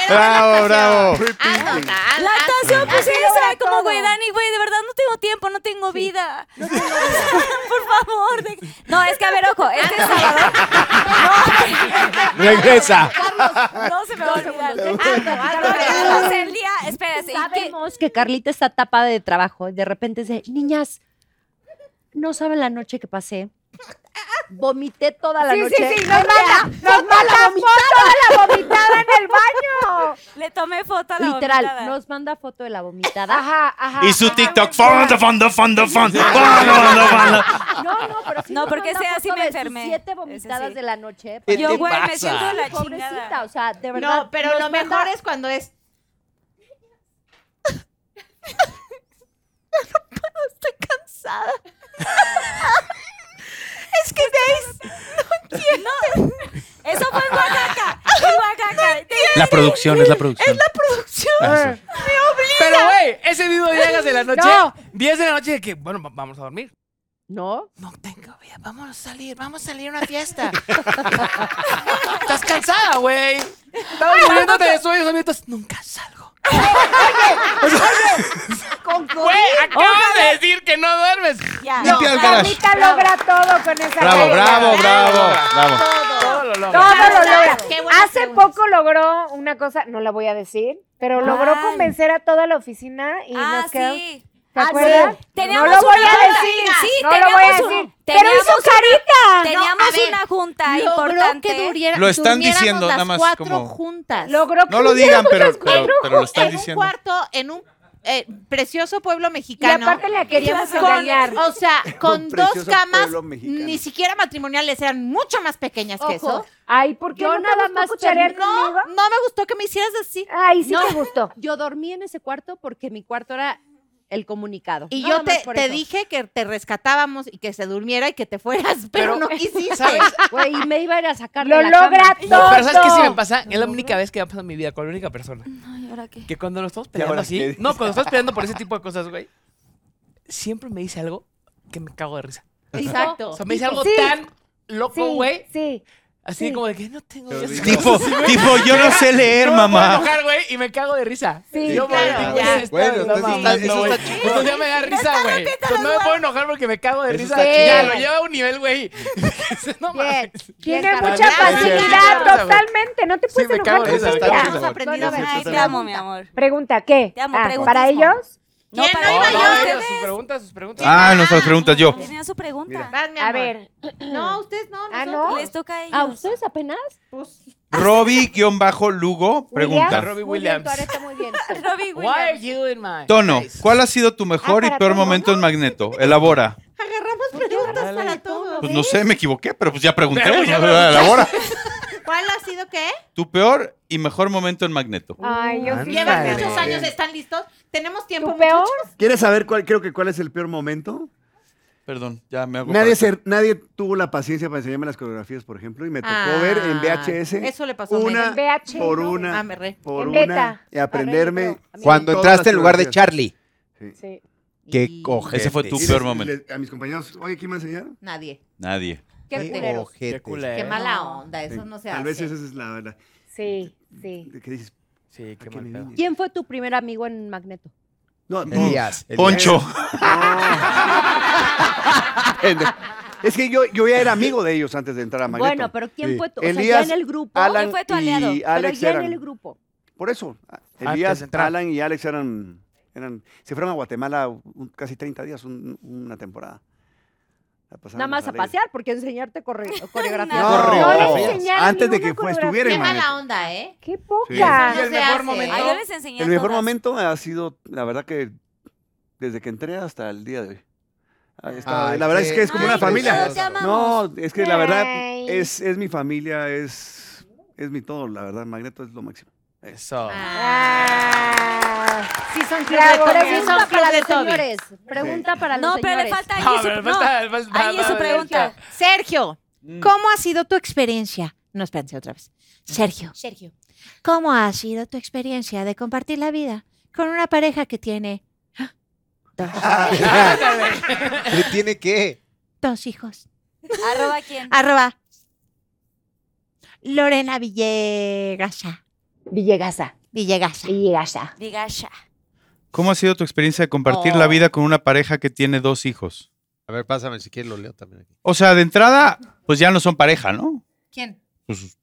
Speaker 15: Bravo, bravo.
Speaker 4: La actuación, pues
Speaker 15: Así
Speaker 4: ella
Speaker 15: logra
Speaker 4: se ve como,
Speaker 15: todo.
Speaker 4: güey, Dani, güey, de verdad no tengo tiempo, no tengo vida. Por favor. de- No, es que, a ver, ojo, este sábado.
Speaker 15: Regresa.
Speaker 4: No se me va a olvidar.
Speaker 5: ando.
Speaker 4: O sea, el día, espérate. ¿y qué?
Speaker 5: Sabemos que Carlita está tapada de trabajo. De repente dice, niñas, no saben la noche que pasé. Vomité toda la
Speaker 15: Sí, sí,
Speaker 5: noche.
Speaker 15: sí, nos manda- nos manda
Speaker 5: foto de la vomitada en el baño.
Speaker 4: Le tomé foto a la
Speaker 5: Literal,
Speaker 4: vomitada.
Speaker 5: nos manda foto de la vomitada. Ajá, ajá.
Speaker 15: Y su TikTok. Fondo, fondo, fondo, fondo. Fondo, fondo, fondo.
Speaker 5: No, no, pero sí
Speaker 4: No,
Speaker 5: nos
Speaker 4: porque
Speaker 5: manda
Speaker 4: ese así
Speaker 5: foto
Speaker 4: me
Speaker 5: de sus
Speaker 4: enfermé.
Speaker 5: siete
Speaker 4: Ese
Speaker 5: vomitadas
Speaker 4: sí.
Speaker 5: de la noche.
Speaker 4: ¿Qué Yo, te güey, me pasa? siento de la
Speaker 5: Pobrecita,
Speaker 4: chingada.
Speaker 5: o sea, de verdad.
Speaker 9: No, pero
Speaker 5: nos
Speaker 9: lo
Speaker 5: manda-
Speaker 9: mejor es cuando es.
Speaker 4: Estoy cansada. es que veis, no entiendo. Eso fue en Oaxaca. En Oaxaca.
Speaker 15: La producción, es la producción.
Speaker 4: Es la producción.
Speaker 15: Ah, eso.
Speaker 4: Me obliga.
Speaker 7: Pero, güey, ese mismo día las de la noche,
Speaker 4: No.
Speaker 7: 10 de la noche, de que, bueno, va- vamos a dormir.
Speaker 5: No.
Speaker 7: No tengo vida, vamos a salir, vamos a salir a una fiesta. Estás cansada, güey. Estamos muriéndote de sueños, amiguitos. Nunca salgo. Güey, acabas de decir que no duermes.
Speaker 4: Ya.
Speaker 15: No, Limpia el garage.
Speaker 22: Carlita logra todo con esa
Speaker 15: Bravo,
Speaker 22: regla.
Speaker 15: bravo, bravo, bravo.
Speaker 7: Todo lo
Speaker 22: Todo
Speaker 7: logra.
Speaker 22: lo logra. Hace poco logró una cosa, no la voy a decir, pero logró
Speaker 4: ¿Cuál?
Speaker 22: convencer a toda la oficina y
Speaker 4: Ah,
Speaker 22: nos quedó.
Speaker 4: sí.
Speaker 22: ¿Te
Speaker 4: Ah, sí.
Speaker 22: acuerdas?
Speaker 4: Teníamos
Speaker 22: no lo voy
Speaker 4: una
Speaker 22: a
Speaker 4: junta.
Speaker 22: decir.
Speaker 4: Sí,
Speaker 22: no lo voy a
Speaker 4: teníamos un-
Speaker 22: decir. Pero
Speaker 4: teníamos
Speaker 22: hizo
Speaker 4: una-
Speaker 22: carita.
Speaker 4: Teníamos una junta
Speaker 9: logró
Speaker 4: importante.
Speaker 9: que duriera-
Speaker 15: Lo están
Speaker 9: durmiéramos
Speaker 15: diciendo,
Speaker 9: las
Speaker 15: nada más
Speaker 9: cuatro
Speaker 15: como-
Speaker 9: juntas.
Speaker 22: Logró
Speaker 15: No lo digan, pero, pero, pero lo están diciendo.
Speaker 9: cuarto en un eh, precioso pueblo mexicano.
Speaker 22: Y aparte la queríamos
Speaker 9: Con-
Speaker 22: engañar.
Speaker 9: O sea, con
Speaker 22: Un
Speaker 9: dos
Speaker 22: precioso
Speaker 9: camas,
Speaker 22: pueblo mexicano.
Speaker 9: ni siquiera matrimoniales, eran mucho más pequeñas que
Speaker 22: Ojo.
Speaker 9: eso.
Speaker 22: Ay, ¿por qué
Speaker 9: Yo
Speaker 22: no te
Speaker 9: nada
Speaker 22: gustó
Speaker 9: más
Speaker 22: cucharear
Speaker 9: termi- No,
Speaker 22: conmigo?
Speaker 9: no me gustó que me hicieras así.
Speaker 22: Ay, sí
Speaker 9: No.
Speaker 22: me gustó.
Speaker 5: Yo dormí en ese cuarto porque mi cuarto era el comunicado.
Speaker 9: Y yo
Speaker 5: Nada más
Speaker 9: te,
Speaker 5: por
Speaker 9: te
Speaker 5: eso.
Speaker 9: dije que te rescatábamos y que se durmiera y que te fueras, pero, no quisiste.
Speaker 5: Güey, y me iba a ir a sacar
Speaker 22: Lo
Speaker 5: de la
Speaker 22: logra
Speaker 5: cama.
Speaker 7: No, pero ¿sabes qué sí me pasa? Es la única vez que me ha pasado en mi vida con la única persona.
Speaker 4: ¿Y ahora qué?
Speaker 7: Que cuando nos estamos
Speaker 15: ¿Y ahora
Speaker 7: peleando
Speaker 15: qué
Speaker 7: así.
Speaker 15: dices?
Speaker 7: No, cuando estamos peleando por ese tipo de cosas, güey. Siempre me dice algo que me cago de risa.
Speaker 9: Exacto.
Speaker 7: O sea, me dice
Speaker 9: Tipo,
Speaker 7: algo
Speaker 9: sí.
Speaker 7: tan loco,
Speaker 9: Sí,
Speaker 7: güey.
Speaker 22: Sí.
Speaker 7: Así
Speaker 9: sí.
Speaker 7: como de que no tengo.
Speaker 15: Pero digo-
Speaker 7: vida.
Speaker 15: Tipo,
Speaker 7: Sí, güey.
Speaker 15: tipo, yo no sé leer,
Speaker 7: No me puedo
Speaker 15: mamá.
Speaker 7: enojar, güey, y me cago de risa.
Speaker 15: Sí,
Speaker 7: yo
Speaker 15: claro, ya. Bueno, entonces está- eso está chido.
Speaker 7: Entonces ya me da risa, güey. Entonces no me puedo enojar porque me cago de
Speaker 15: Eso
Speaker 7: risa.
Speaker 15: está chido.
Speaker 7: Ya, lo lleva a un nivel, güey. no mames.
Speaker 22: Tiene
Speaker 7: Carla.
Speaker 22: mucha
Speaker 7: Gracias,
Speaker 22: facilidad,
Speaker 7: Carla.
Speaker 22: totalmente. No te
Speaker 7: Sí,
Speaker 22: puedes
Speaker 7: me
Speaker 22: enojar
Speaker 7: cago en
Speaker 22: con
Speaker 7: eso, está
Speaker 22: ella.
Speaker 7: chido. Hemos
Speaker 22: Bueno,
Speaker 7: aprendido
Speaker 22: a ver,
Speaker 7: mucho. Ay, te
Speaker 22: pregunta.
Speaker 7: amo, mi amor.
Speaker 22: Pregunta, ¿qué?
Speaker 4: Te amo,
Speaker 22: Ah,
Speaker 4: preguntismo.
Speaker 22: ¿Para ellos?
Speaker 4: No,
Speaker 8: ¿Quién
Speaker 4: para
Speaker 8: no
Speaker 4: para
Speaker 8: iba yo?
Speaker 4: ustedes.
Speaker 7: Sus preguntas, sus preguntas.
Speaker 1: Ah, nuestras preguntas yo.
Speaker 4: Tenía su pregunta.
Speaker 3: A ver. No,
Speaker 9: ustedes no.
Speaker 3: Ah,
Speaker 4: nosotros.
Speaker 3: no.
Speaker 4: Les toca a
Speaker 3: ¿A
Speaker 4: ellos.
Speaker 3: ustedes apenas?
Speaker 1: Robbie-Lugo pregunta.
Speaker 7: Robbie
Speaker 3: Muy bien,
Speaker 7: Williams.
Speaker 3: tú ahora está muy bien.
Speaker 4: Robbie
Speaker 7: Why are you in my
Speaker 1: Tono,
Speaker 7: place?
Speaker 1: ¿cuál ha sido tu mejor
Speaker 7: Ah,
Speaker 1: y
Speaker 7: para
Speaker 1: peor
Speaker 7: todo,
Speaker 1: momento en Magneto? Elabora.
Speaker 9: Agarramos preguntas para todo.
Speaker 1: Pues no sé, me equivoqué, pero pues ya pregunté.
Speaker 8: Pero
Speaker 1: güey,
Speaker 8: ya
Speaker 1: ¿no?
Speaker 8: preguntaste.
Speaker 1: Elabora.
Speaker 9: ¿Cuál ha sido qué?
Speaker 1: Tu peor y mejor momento en Magneto.
Speaker 3: Ay,
Speaker 1: yo sí.
Speaker 9: Llevan
Speaker 1: Ándale.
Speaker 9: muchos años, ¿están listos? ¿Tenemos tiempo,
Speaker 3: peor?
Speaker 9: muchachos?
Speaker 6: ¿Quieres saber cuál, creo que cuál es el peor momento?
Speaker 1: Perdón, ya me hago.
Speaker 6: Nadie,
Speaker 1: para-
Speaker 6: se- nadie tuvo la paciencia para enseñarme las coreografías, por ejemplo, y me tocó
Speaker 9: Ah,
Speaker 6: ver en VHS.
Speaker 9: eso le pasó a
Speaker 6: una
Speaker 9: Megan. VH,
Speaker 6: por
Speaker 9: ¿no?
Speaker 6: una,
Speaker 9: Ah, me re.
Speaker 6: por
Speaker 9: En
Speaker 6: una,
Speaker 9: beta.
Speaker 6: y aprenderme.
Speaker 10: Cuando
Speaker 6: todas
Speaker 10: entraste
Speaker 6: las
Speaker 10: en lugar de
Speaker 6: coreografías.
Speaker 10: Charlie.
Speaker 3: Sí.
Speaker 10: Qué coge.
Speaker 1: Ese fue tu
Speaker 6: Y les-
Speaker 1: peor
Speaker 6: y
Speaker 1: momento.
Speaker 6: les- a mis compañeros, oye, ¿quién me enseñó?
Speaker 9: Nadie.
Speaker 1: Nadie.
Speaker 9: Qué
Speaker 6: Qué
Speaker 9: culeros.
Speaker 6: ojetes. Qué culeros.
Speaker 9: Qué mala onda, eso no se hace.
Speaker 6: Tal vez esa es la verdad.
Speaker 3: Sí, sí.
Speaker 6: ¿Qué dices?
Speaker 7: Sí,
Speaker 6: qué mal pedo.
Speaker 5: ¿Quién fue tu primer amigo en Magneto?
Speaker 6: No,
Speaker 10: Elías,
Speaker 6: no.
Speaker 10: Poncho.
Speaker 6: Pendejo. Es que yo, yo ya era amigo de ellos antes de entrar a Magneto.
Speaker 5: Bueno, pero ¿quién
Speaker 6: Sí.
Speaker 5: fue tu, o sea, ya
Speaker 6: Elías,
Speaker 5: en el grupo?
Speaker 6: Alan
Speaker 5: ¿Quién fue tu
Speaker 6: y
Speaker 5: aliado? Pero
Speaker 6: Alex
Speaker 5: ya
Speaker 6: eran-
Speaker 5: en el grupo.
Speaker 6: Por eso, a-
Speaker 11: Antes de
Speaker 6: Elías,
Speaker 11: entrar.
Speaker 6: Alan y Alex eran, eran, se fueron a Guatemala un- casi 30 días, un- una temporada. La
Speaker 5: Nada
Speaker 6: pasábamos
Speaker 5: más a
Speaker 6: alegre.
Speaker 5: pasear, porque enseñarte corre- coreografía.
Speaker 6: No,
Speaker 5: No le
Speaker 6: no.
Speaker 5: enseñaron
Speaker 6: antes de
Speaker 5: ni
Speaker 6: que
Speaker 5: una
Speaker 6: fue- estuviera
Speaker 5: coreografía.
Speaker 6: en Magneto.
Speaker 9: onda, ¿eh?
Speaker 5: Qué
Speaker 6: Sí.
Speaker 3: Ah,
Speaker 5: poca.
Speaker 9: Y el mejor momento-
Speaker 4: Ay, yo les enseñé
Speaker 6: El
Speaker 4: a
Speaker 6: mejor
Speaker 4: todas.
Speaker 6: momento ha sido, la verdad que desde que entré hasta el día de hoy. Ah, está-
Speaker 11: Ay,
Speaker 6: la verdad
Speaker 11: qué
Speaker 6: es que es como una
Speaker 11: precioso.
Speaker 6: familia.
Speaker 11: Ay, te
Speaker 6: No,
Speaker 11: amamos.
Speaker 6: es que la verdad
Speaker 11: Ay.
Speaker 6: es, es mi familia, es, es mi todo, la verdad. Magneto es lo máximo.
Speaker 7: Eso.
Speaker 5: Ah.
Speaker 3: Ah. Sí son
Speaker 9: Claro,
Speaker 3: club de
Speaker 9: sí
Speaker 3: Toby.
Speaker 9: son
Speaker 3: Pregunta
Speaker 9: club
Speaker 3: para
Speaker 9: de
Speaker 3: los
Speaker 9: Toby.
Speaker 3: señores. Pregunta para los
Speaker 9: No,
Speaker 3: señores.
Speaker 9: pero le falta ahí
Speaker 7: No, su- pero no, falta-
Speaker 9: Ahí es su pregunta. Sergio, ¿cómo ha sido tu experiencia? No, espérense otra vez.
Speaker 6: Mm.
Speaker 9: Sergio, Sergio. ¿cómo ha sido tu experiencia de compartir la vida con una pareja que tiene
Speaker 6: Ah.
Speaker 10: ¿Qué tiene qué?
Speaker 9: dos hijos?
Speaker 4: Arroba quién.
Speaker 9: Arroba. Lorena Villegasa.
Speaker 3: Villegasa.
Speaker 9: Villegasa.
Speaker 3: Villegasa.
Speaker 4: Diga ya.
Speaker 1: ¿Cómo ha sido tu experiencia de compartir
Speaker 4: Oh.
Speaker 1: la vida con una pareja que tiene dos hijos?
Speaker 10: A ver, pásame si quieres lo leo también. aquí.
Speaker 1: O sea, de entrada, pues ya no son pareja, ¿no?
Speaker 9: ¿Quién?
Speaker 1: Pues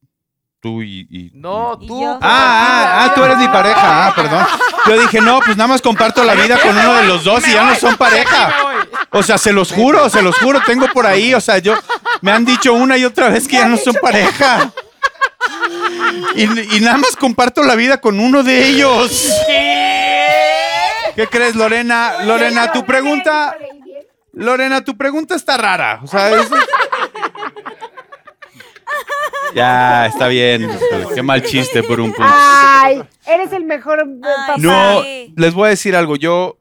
Speaker 1: tú y. y-
Speaker 7: No, tú.
Speaker 1: Ah, ah, ah, tú eres mi pareja. Ah, perdón. Yo dije, no, pues nada más comparto la vida con uno de los dos y ya no son pareja. O sea, se los juro, se los juro. Tengo por ahí, o sea, yo. Me han dicho una y otra vez que ya no son pareja. Y, y nada más comparto la vida con uno de ellos. ¿Qué crees, Lorena? Lorena, tu pregunta. Lorena, tu pregunta está rara. O sea, es- Ya, está bien. Qué mal chiste por un punto.
Speaker 3: Ay, eres el mejor eh, papá.
Speaker 1: No, les voy a decir algo. Yo.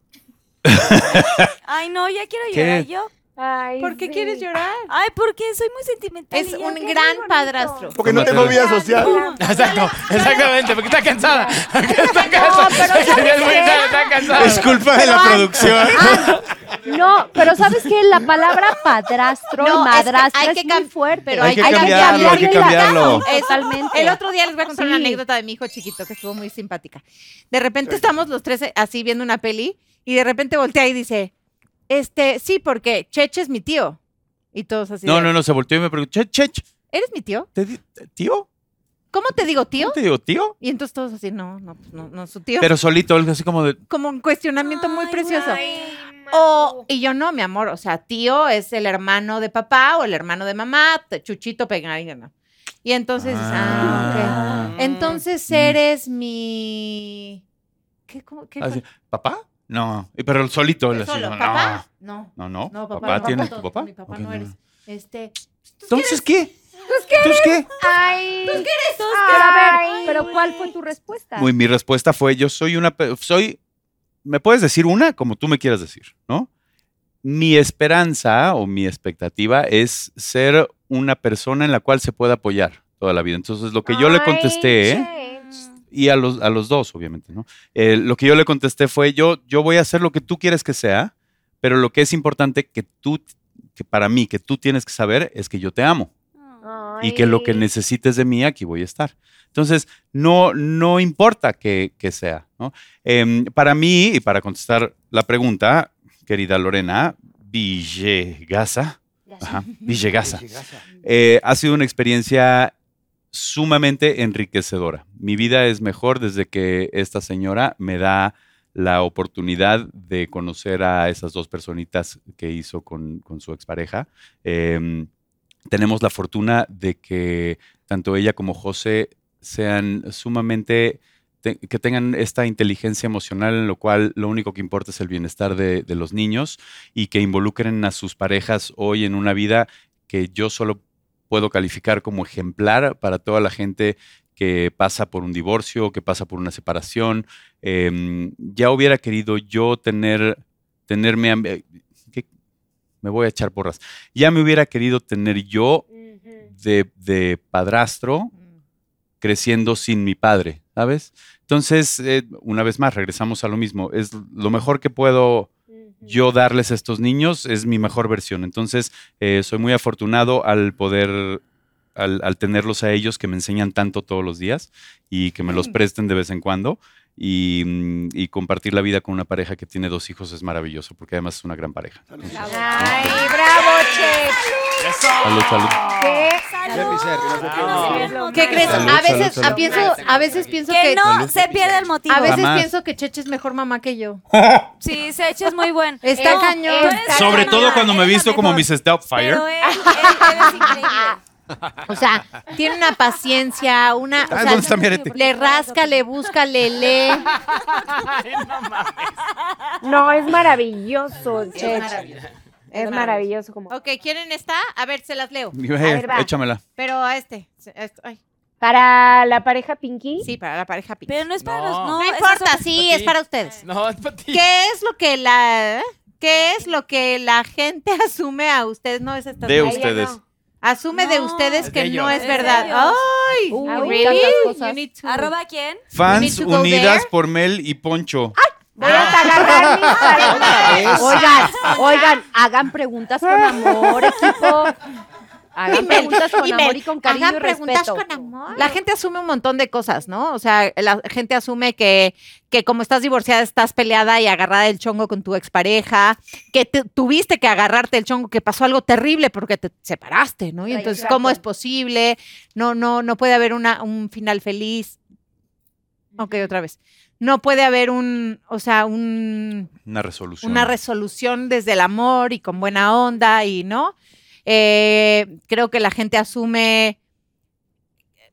Speaker 4: Ay, no, ya quiero
Speaker 1: ¿Qué?
Speaker 4: llorar yo.
Speaker 3: Ay,
Speaker 4: ¿Por qué
Speaker 3: quieres
Speaker 9: llorar?
Speaker 4: Ay, porque soy muy sentimental.
Speaker 9: Es
Speaker 4: y ya
Speaker 9: un
Speaker 4: quedé
Speaker 9: gran
Speaker 4: bonito.
Speaker 9: padrastro.
Speaker 6: Porque no tengo vida social.
Speaker 7: Exacto, exactamente, porque está cansada. Está cansada.
Speaker 3: pero ¿sabes qué?
Speaker 7: Está cansada.
Speaker 1: Es culpa de la producción.
Speaker 5: No, pero ¿sabes qué? La palabra
Speaker 9: No,
Speaker 5: padrastro y
Speaker 9: es que
Speaker 5: madrastra
Speaker 9: hay que
Speaker 5: es
Speaker 9: cam-
Speaker 5: muy fuerte.
Speaker 9: pero
Speaker 1: Hay hay que que cambiarlo, hay que cambiarlo.
Speaker 9: Es-
Speaker 5: Totalmente.
Speaker 9: El otro día les voy a contar una
Speaker 5: Sí.
Speaker 9: anécdota de mi hijo chiquito que estuvo muy simpática. De repente estamos los tres eh, así viendo una peli y de repente voltea y dice, este, sí, porque Cheche es mi tío. Y todos así.
Speaker 1: No,
Speaker 9: de,
Speaker 1: no, no, se volteó y me preguntó, che, che, che,
Speaker 9: ¿Eres mi tío?
Speaker 1: ¿te di- ¿tío?
Speaker 9: ¿Cómo te digo tío?
Speaker 1: ¿Cómo te digo, tío?
Speaker 9: Y entonces todos así, no, no, pues no, no, su tío.
Speaker 1: Pero solito, algo así como de.
Speaker 9: como un cuestionamiento muy precioso. O, y yo no, mi amor, o sea, tío es el hermano de papá o el hermano de mamá, t- chuchito pegadino. Y entonces, dices, ah,
Speaker 7: Mm.
Speaker 9: ok. Entonces eres mi...
Speaker 3: Ah.
Speaker 9: ¿Qué, cómo- qué
Speaker 1: así,
Speaker 9: fue?
Speaker 1: Ah, ¿Papá? No. Y Pero solito, él así,
Speaker 9: ¿Solo?
Speaker 1: no,
Speaker 9: ¿Papá?
Speaker 1: No. No,
Speaker 9: No.
Speaker 1: no.
Speaker 9: No,
Speaker 1: papá,
Speaker 9: papá no.
Speaker 1: tiene
Speaker 9: Papá
Speaker 1: tu
Speaker 9: no,
Speaker 1: papá.
Speaker 9: mi papá
Speaker 1: Ok,
Speaker 9: no
Speaker 1: no,
Speaker 9: eres.
Speaker 1: no.
Speaker 9: Este,
Speaker 1: Entonces, ¿qué?
Speaker 3: ¿Tus qué?
Speaker 1: ¿Tus qué?
Speaker 3: Ay.
Speaker 9: ¿Tus qué eres?
Speaker 3: Pero a
Speaker 9: Ay,
Speaker 3: ver, pero pues, ¿cuál fue tu respuesta?
Speaker 1: Muy, mi respuesta fue: yo soy una. pe- Soy. Me puedes decir una como tú me quieras decir, ¿no? Mi esperanza o mi expectativa es ser una persona en la cual se pueda apoyar toda la vida. Entonces, lo que yo le contesté. y a los, a los dos, obviamente, ¿no? Eh, lo que yo le contesté fue, yo, yo voy a hacer lo que tú quieres que sea, pero lo que es importante que tú, que para mí, que tú tienes que saber es que yo te amo y que lo que necesites de mí, aquí voy a estar. Entonces, no, no importa que, que sea, ¿no? Em, para mí, y para contestar la pregunta, querida Lorena, Villegasa, ajá, Villegasa, eh, ha sido una experiencia sumamente enriquecedora. Mi vida es mejor desde que esta señora me da la oportunidad de conocer a esas dos personitas que hizo con, con su expareja. Eh, tenemos la fortuna de que tanto ella como José sean sumamente te- que tengan esta inteligencia emocional en lo cual lo único que importa es el bienestar de, de los niños y que involucren a sus parejas hoy en una vida que yo solo puedo calificar como ejemplar para toda la gente que pasa por un divorcio, que pasa por una separación. Eh, ya hubiera querido yo tener, tenerme, a- eh, ¿qué? me voy a echar porras, ya me hubiera querido tener yo de, de padrastro creciendo sin mi padre, ¿sabes? Entonces, eh, una vez más, regresamos a lo mismo. Es lo mejor que puedo yo darles a estos niños, es mi mejor versión. Entonces, eh, soy muy afortunado al poder, al, al tenerlos a ellos que me enseñan tanto todos los días y que me los presten de vez en cuando. Y, mm, y compartir la vida con una pareja que tiene dos hijos es maravilloso, porque además es una gran pareja.
Speaker 8: ¡Ay, bravo, Che!
Speaker 1: Salud, salud.
Speaker 8: ¿Qué?
Speaker 11: Ya, mi ser.
Speaker 9: ¿Qué crees?
Speaker 1: Salud,
Speaker 9: a veces,
Speaker 1: salud, salud.
Speaker 9: a pienso, a veces pienso que,
Speaker 3: Que no se pierde el motivo.
Speaker 9: A veces
Speaker 3: Jamás.
Speaker 9: pienso que Cheche es mejor mamá que yo.
Speaker 3: Sí, Seche es muy buen.
Speaker 9: Está
Speaker 3: No,
Speaker 9: cañón.
Speaker 3: tú eres-
Speaker 1: Sobre todo cuando me he visto como Mrs. Doubtfire.
Speaker 3: Pero él, él- él es increíble.
Speaker 9: O sea, tiene una paciencia, una. o
Speaker 1: Ah,
Speaker 9: sea,
Speaker 1: ¿dónde está mi arete?
Speaker 9: Le rasca, le busca, le lee.
Speaker 8: No, es maravilloso, el
Speaker 9: Es
Speaker 8: Che.
Speaker 9: maravilloso.
Speaker 8: Es maravilloso como.
Speaker 9: Ok, ¿quieren esta? A ver, se las leo.
Speaker 1: Yo,
Speaker 9: A
Speaker 1: eh,
Speaker 9: ver, va.
Speaker 1: échamela.
Speaker 9: Pero a este. a este, ay.
Speaker 8: ¿Para la pareja Pinky?
Speaker 9: Sí, para la pareja Pinky.
Speaker 3: Pero no es para los.
Speaker 9: No,
Speaker 3: No, esas
Speaker 9: importa,
Speaker 3: son-
Speaker 9: sí, es para ustedes.
Speaker 7: No, es para ti.
Speaker 9: ¿Qué es lo que la qué es lo que la gente asume a ustedes? No es esta
Speaker 1: De ustedes.
Speaker 9: Asume de ustedes
Speaker 1: Es
Speaker 9: que
Speaker 1: de
Speaker 9: no
Speaker 1: ellos.
Speaker 9: es
Speaker 3: Es
Speaker 9: verdad.
Speaker 3: de ellos.
Speaker 9: Ay,
Speaker 3: Uy,
Speaker 9: really?
Speaker 3: tantas
Speaker 9: You need to-
Speaker 3: ¿Arroba quién?
Speaker 1: Fans
Speaker 9: You need to go
Speaker 1: unidas
Speaker 9: there.
Speaker 1: por Mel y Poncho.
Speaker 5: Voy a agarrar mis palomas.
Speaker 1: Eso.
Speaker 5: Oigan, oigan, hagan preguntas con amor, equipo. Hagan
Speaker 9: Imer,
Speaker 5: preguntas con
Speaker 9: Imer,
Speaker 5: amor y con cariño
Speaker 9: hagan
Speaker 5: y
Speaker 9: preguntas
Speaker 5: respeto.
Speaker 9: con amor. La gente asume un montón de cosas, ¿no? O sea, la gente asume que, que como estás divorciada, estás peleada y agarrada del chongo con tu expareja, que te- tuviste que agarrarte el chongo, que pasó algo terrible porque te separaste, ¿no? Y entonces,
Speaker 8: Exacto.
Speaker 9: ¿cómo es posible? No, no, no puede haber una, un final feliz. Ok, otra vez. No puede haber un, o sea, un
Speaker 1: Una resolución.
Speaker 9: una resolución desde el amor y con buena onda y no. Eh, creo que la gente asume,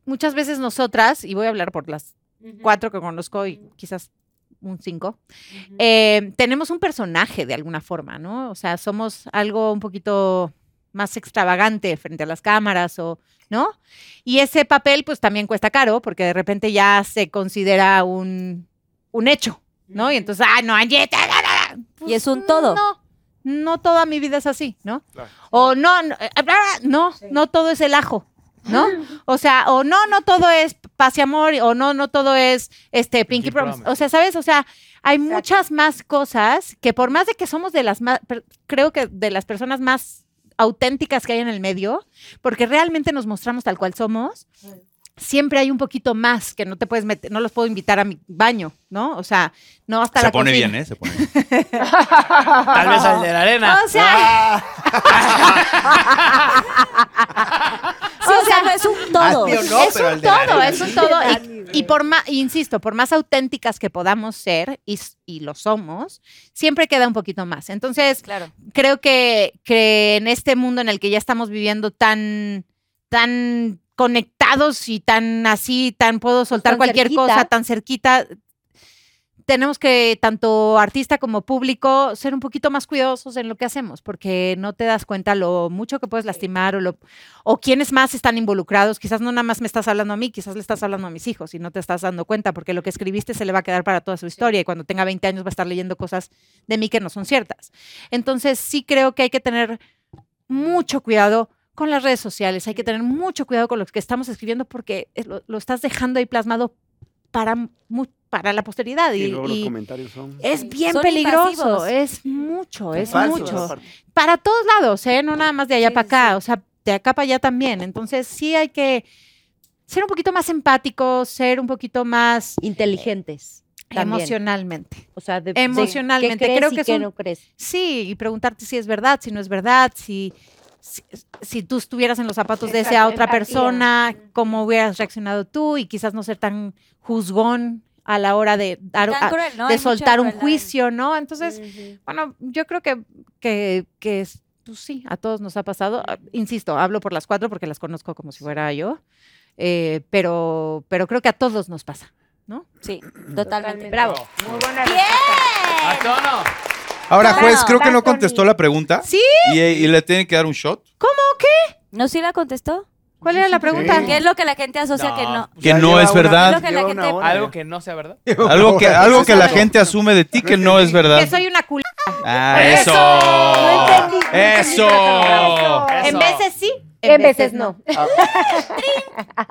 Speaker 9: muchas veces nosotras, y voy a hablar por las cuatro que conozco y quizás un cinco, eh, tenemos un personaje de alguna forma, ¿no? O sea, somos algo un poquito más extravagante frente a las cámaras o, ¿no? Y ese papel pues también cuesta caro porque de repente ya se considera un, un hecho, ¿no? Y entonces, ah, no, Angie,
Speaker 3: Y es un todo.
Speaker 9: Pues, no, no toda mi vida es así, ¿no? O no, no, eh, bla, bla, no, no todo es el ajo, ¿no? O sea, o no, no todo es paz y amor, o no, no todo es este Pinky, Promise.
Speaker 7: Promise.
Speaker 9: O sea, ¿sabes? O sea, hay muchas más cosas que por más de que somos de las más, per- creo que de las personas más auténticas que hay en el medio, porque realmente nos mostramos tal cual somos, siempre hay un poquito más que no te puedes meter, no los puedo invitar a mi baño, ¿no? O sea, no hasta
Speaker 1: Se
Speaker 9: la
Speaker 1: pone
Speaker 9: cocina.
Speaker 1: bien, ¿eh? Se pone.
Speaker 7: Tal vez al de la arena.
Speaker 3: Ah.
Speaker 7: Ah.
Speaker 9: O sea,
Speaker 3: Sí, o sea, no es un todo.
Speaker 9: es un todo, es un todo. Y, y por más, insisto, por más auténticas que podamos ser, y, s- y lo somos, siempre queda un poquito más. Entonces, creo que, que en este mundo en el que ya estamos viviendo tan, tan conectados y tan así, tan puedo soltar
Speaker 5: Tan
Speaker 9: cualquier
Speaker 5: cerquita.
Speaker 9: cosa, tan cerquita, tenemos que, tanto artista como público, ser un poquito más cuidadosos en lo que hacemos, porque no te das cuenta lo mucho que puedes lastimar o, lo, o quiénes más están involucrados. Quizás no nada más me estás hablando a mí, quizás le estás hablando a mis hijos y no te estás dando cuenta, porque lo que escribiste se le va a quedar para toda su historia y cuando tenga 20 años va a estar leyendo cosas de mí que no son ciertas. Entonces, sí creo que hay que tener mucho cuidado con las redes sociales, hay que tener mucho cuidado con lo que estamos escribiendo porque es- lo, lo estás dejando ahí plasmado para, mu- para la posteridad. Y,
Speaker 6: Y luego los
Speaker 9: y
Speaker 6: comentarios son.
Speaker 9: es bien
Speaker 3: Son
Speaker 9: peligroso,
Speaker 3: invasivos.
Speaker 9: es mucho, es
Speaker 6: Falsos,
Speaker 9: mucho.
Speaker 6: aparte.
Speaker 9: Para todos lados, ¿eh? no nada más de allá para acá, o sea, de acá para allá también. Entonces sí hay que ser un poquito más empáticos, ser un poquito más
Speaker 5: Inteligentes. también.
Speaker 9: emocionalmente.
Speaker 5: O sea, de- de-
Speaker 9: Emocionalmente,
Speaker 5: ¿qué crees
Speaker 9: creo
Speaker 5: y
Speaker 9: que es
Speaker 5: qué
Speaker 9: un-
Speaker 5: no crees.
Speaker 9: Sí, y preguntarte si es verdad, si no es verdad, si, si, si tú estuvieras en los zapatos de esa
Speaker 8: Exacto,
Speaker 9: otra
Speaker 8: empatía.
Speaker 9: persona, cómo hubieras reaccionado tú y quizás no ser tan juzgón a la hora de, dar,
Speaker 4: Tan
Speaker 9: a-
Speaker 4: cruel, ¿no?
Speaker 9: de
Speaker 4: Hay mucha
Speaker 9: soltar un
Speaker 4: crueldad.
Speaker 9: juicio, ¿no? Entonces, bueno, yo creo que, que, que es- pues sí, a todos nos ha pasado. Ah, Insisto, hablo por las cuatro porque las conozco como si fuera yo, eh, pero, pero creo que a todos nos pasa, ¿no?
Speaker 4: Sí,
Speaker 9: totalmente.
Speaker 4: Bravo.
Speaker 8: Muy buena
Speaker 4: ¡Bien!
Speaker 3: Ahora,
Speaker 4: Claro.
Speaker 3: juez, creo que
Speaker 4: Vas,
Speaker 3: no contestó la pregunta.
Speaker 4: Sí.
Speaker 3: Y, y le tienen que dar un shot.
Speaker 4: ¿Cómo? ¿Qué? ¿No sí la contestó?
Speaker 9: ¿Cuál era la
Speaker 3: pregunta?
Speaker 4: ¿Qué es lo que la gente asocia que no?
Speaker 3: Que no es verdad.
Speaker 4: Creo que la gente-
Speaker 7: Algo que no sea verdad.
Speaker 3: Algo que, algo que la gente asume de ti que no es verdad.
Speaker 9: Que soy una culera.
Speaker 3: Ah,
Speaker 9: Eso.
Speaker 3: eso.
Speaker 9: No entendí, no entendí
Speaker 3: Eso.
Speaker 9: la pregunta. En veces sí, en, veces no.
Speaker 8: Ah.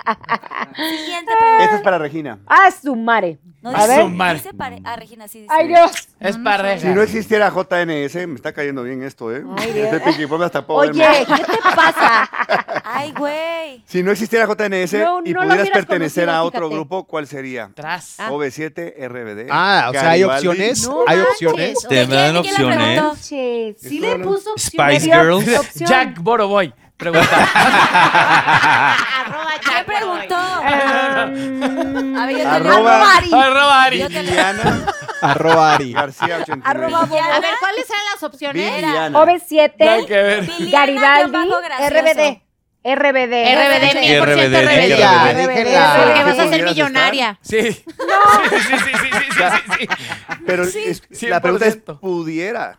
Speaker 4: Siguiente
Speaker 6: Esta es para Regina.
Speaker 8: Ah, su mare.
Speaker 4: No,
Speaker 6: A
Speaker 4: dice-
Speaker 6: ver.
Speaker 4: dice
Speaker 6: Sumar.
Speaker 4: pare- ah, Regina, sí dice.
Speaker 8: Ay, Dios.
Speaker 7: Es para
Speaker 6: Si no existiera JNS, me está cayendo bien esto, ¿eh?
Speaker 4: Ay, Dios.
Speaker 6: Este Pinky Promise hasta puedo
Speaker 4: Oye,
Speaker 6: verme.
Speaker 4: ¿qué te pasa? Ay, güey.
Speaker 6: Si no existiera JNS
Speaker 4: No,
Speaker 6: y
Speaker 4: no
Speaker 6: pudieras
Speaker 4: lo hubieras
Speaker 6: pertenecer
Speaker 4: conocido,
Speaker 6: a otro
Speaker 4: fíjate. Ah.
Speaker 6: grupo, ¿cuál sería?
Speaker 7: Tras.
Speaker 3: Ah,
Speaker 6: OV7, RBD.
Speaker 11: Ah, o sea, hay
Speaker 6: Garibaldi.
Speaker 11: opciones, No hay manches. opciones.
Speaker 6: Te
Speaker 3: Te dan opciones.
Speaker 8: Sí le puso
Speaker 3: Spice Girls.
Speaker 7: Jack Boroboy. Pregunta.
Speaker 3: Ah,
Speaker 4: ¿Qué preguntó?
Speaker 3: Em,
Speaker 4: A ver, yo te leo.
Speaker 23: Arroba- Arroba Ari.
Speaker 4: Yo te leo.
Speaker 11: Arroba Ari.
Speaker 6: García
Speaker 4: Arroba
Speaker 9: A ver, ¿cuáles eran las opciones?
Speaker 8: OV7,
Speaker 4: Viliana,
Speaker 8: Garibaldi,
Speaker 4: guión bajo,
Speaker 8: RBD. RBD.
Speaker 9: RBD,
Speaker 8: mil por
Speaker 9: RBD,
Speaker 8: ciento
Speaker 9: RBD.
Speaker 8: RBD.
Speaker 9: Déjenla. Porque vas a ser
Speaker 6: ¿Pudieras
Speaker 9: millonaria.
Speaker 7: Sí.
Speaker 6: Pero es- la pregunta es, ¿pudiera?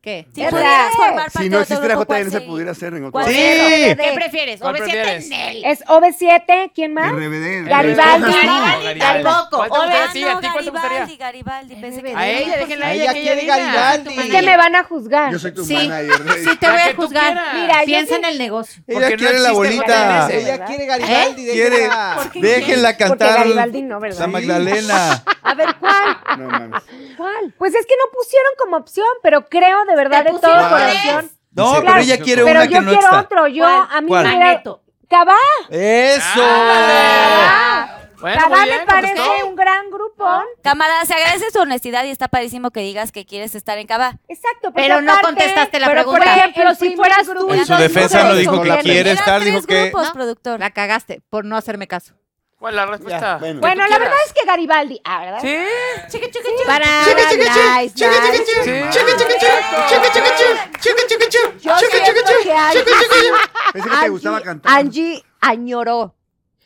Speaker 9: ¿Qué?
Speaker 4: Si pudieras formar parte
Speaker 6: Si
Speaker 4: de
Speaker 6: no
Speaker 4: otro
Speaker 6: existiera
Speaker 4: grupo, ¿cuál
Speaker 6: JNS,
Speaker 4: sería?
Speaker 6: ¿pudiera ser en otro
Speaker 4: ¿Cuál
Speaker 6: grupo?
Speaker 4: sería?
Speaker 8: ¿Qué
Speaker 9: prefieres?
Speaker 8: ¿Cuál
Speaker 9: OV7
Speaker 8: prefieres?
Speaker 9: Nel.
Speaker 8: Es OV7, ¿quién más?
Speaker 6: RBD.
Speaker 8: Garibaldi.
Speaker 7: Garibaldi.
Speaker 8: Tampoco.
Speaker 7: ¿Cuál te gustaría?
Speaker 8: Obvio,
Speaker 7: Sí, ¿a ti cuál te gustaría?
Speaker 4: Garibaldi, Garibaldi. Pensé que
Speaker 7: A ella, déjenla a ella que ella diga.
Speaker 8: Es que me van a juzgar.
Speaker 6: Yo soy tu
Speaker 8: Sí.
Speaker 6: manager.
Speaker 9: Sí, te voy
Speaker 8: La
Speaker 9: a
Speaker 8: que tú
Speaker 9: juzgar.
Speaker 8: quieras. Mira, yo
Speaker 9: Piensa
Speaker 8: sí-
Speaker 9: en el negocio.
Speaker 8: Ella Porque no quiere la existe
Speaker 3: bolita. JNS,
Speaker 8: Ella quiere Garibaldi,
Speaker 3: Quiere,
Speaker 8: déjenla. ¿Por qué?
Speaker 3: déjenla
Speaker 8: Porque
Speaker 3: cantar.
Speaker 8: Garibaldi no, ¿verdad?
Speaker 3: San Magdalena.
Speaker 8: A ver, ¿cuál? ¿Cuál? Pues es que no pusieron como opción, pero creo de verdad de todo
Speaker 3: pusieron
Speaker 8: corazón.
Speaker 3: No, pero ella quiere
Speaker 8: pero
Speaker 3: una
Speaker 8: yo
Speaker 3: que no
Speaker 8: quiero
Speaker 3: está.
Speaker 8: otro. Yo, a mí
Speaker 3: ¿Cuál?
Speaker 8: me hubiera... Cabá.
Speaker 3: ¡Eso!
Speaker 4: Bueno,
Speaker 8: Cabá
Speaker 4: Ah, muy
Speaker 8: me
Speaker 4: bien, Ah.
Speaker 8: parece
Speaker 4: contestó.
Speaker 8: un gran grupo.
Speaker 4: Cámara, se agradece su honestidad y está padrísimo que digas que quieres estar en Cava.
Speaker 8: Exacto, pues
Speaker 4: porque
Speaker 9: Pero no
Speaker 4: pues aparte-
Speaker 9: contestaste la
Speaker 4: pero
Speaker 9: pregunta.
Speaker 4: Por ejemplo,
Speaker 8: El
Speaker 4: si
Speaker 8: primer
Speaker 4: fueras
Speaker 8: grupo.
Speaker 4: tú,
Speaker 3: En su defensa no dijo que quiere estar, dijo que.
Speaker 4: grupos,
Speaker 9: productor. La cagaste por no hacerme caso.
Speaker 7: ¿Cuál es la respuesta?
Speaker 3: bueno.
Speaker 8: Bueno, la verdad es que Garibaldi. Ah, ¿verdad? Sí. Para.
Speaker 23: Chiqui, chiqui, chiqui.
Speaker 8: nice,
Speaker 23: Chiqui,
Speaker 8: nice.
Speaker 23: chiqui, chiqui. Chiqui, chiqui, chiqui. Chiqui, chiqui, chiqui. Chiqui, chiqui, chiqui.
Speaker 5: Yo
Speaker 23: Chiqui, chiqui,
Speaker 5: siento
Speaker 23: chiqui.
Speaker 5: que Angie-
Speaker 23: Chiqui, chiqui, chiqui.
Speaker 6: Pensé que te
Speaker 5: Angie-
Speaker 6: gustaba cantar.
Speaker 5: Angie añoró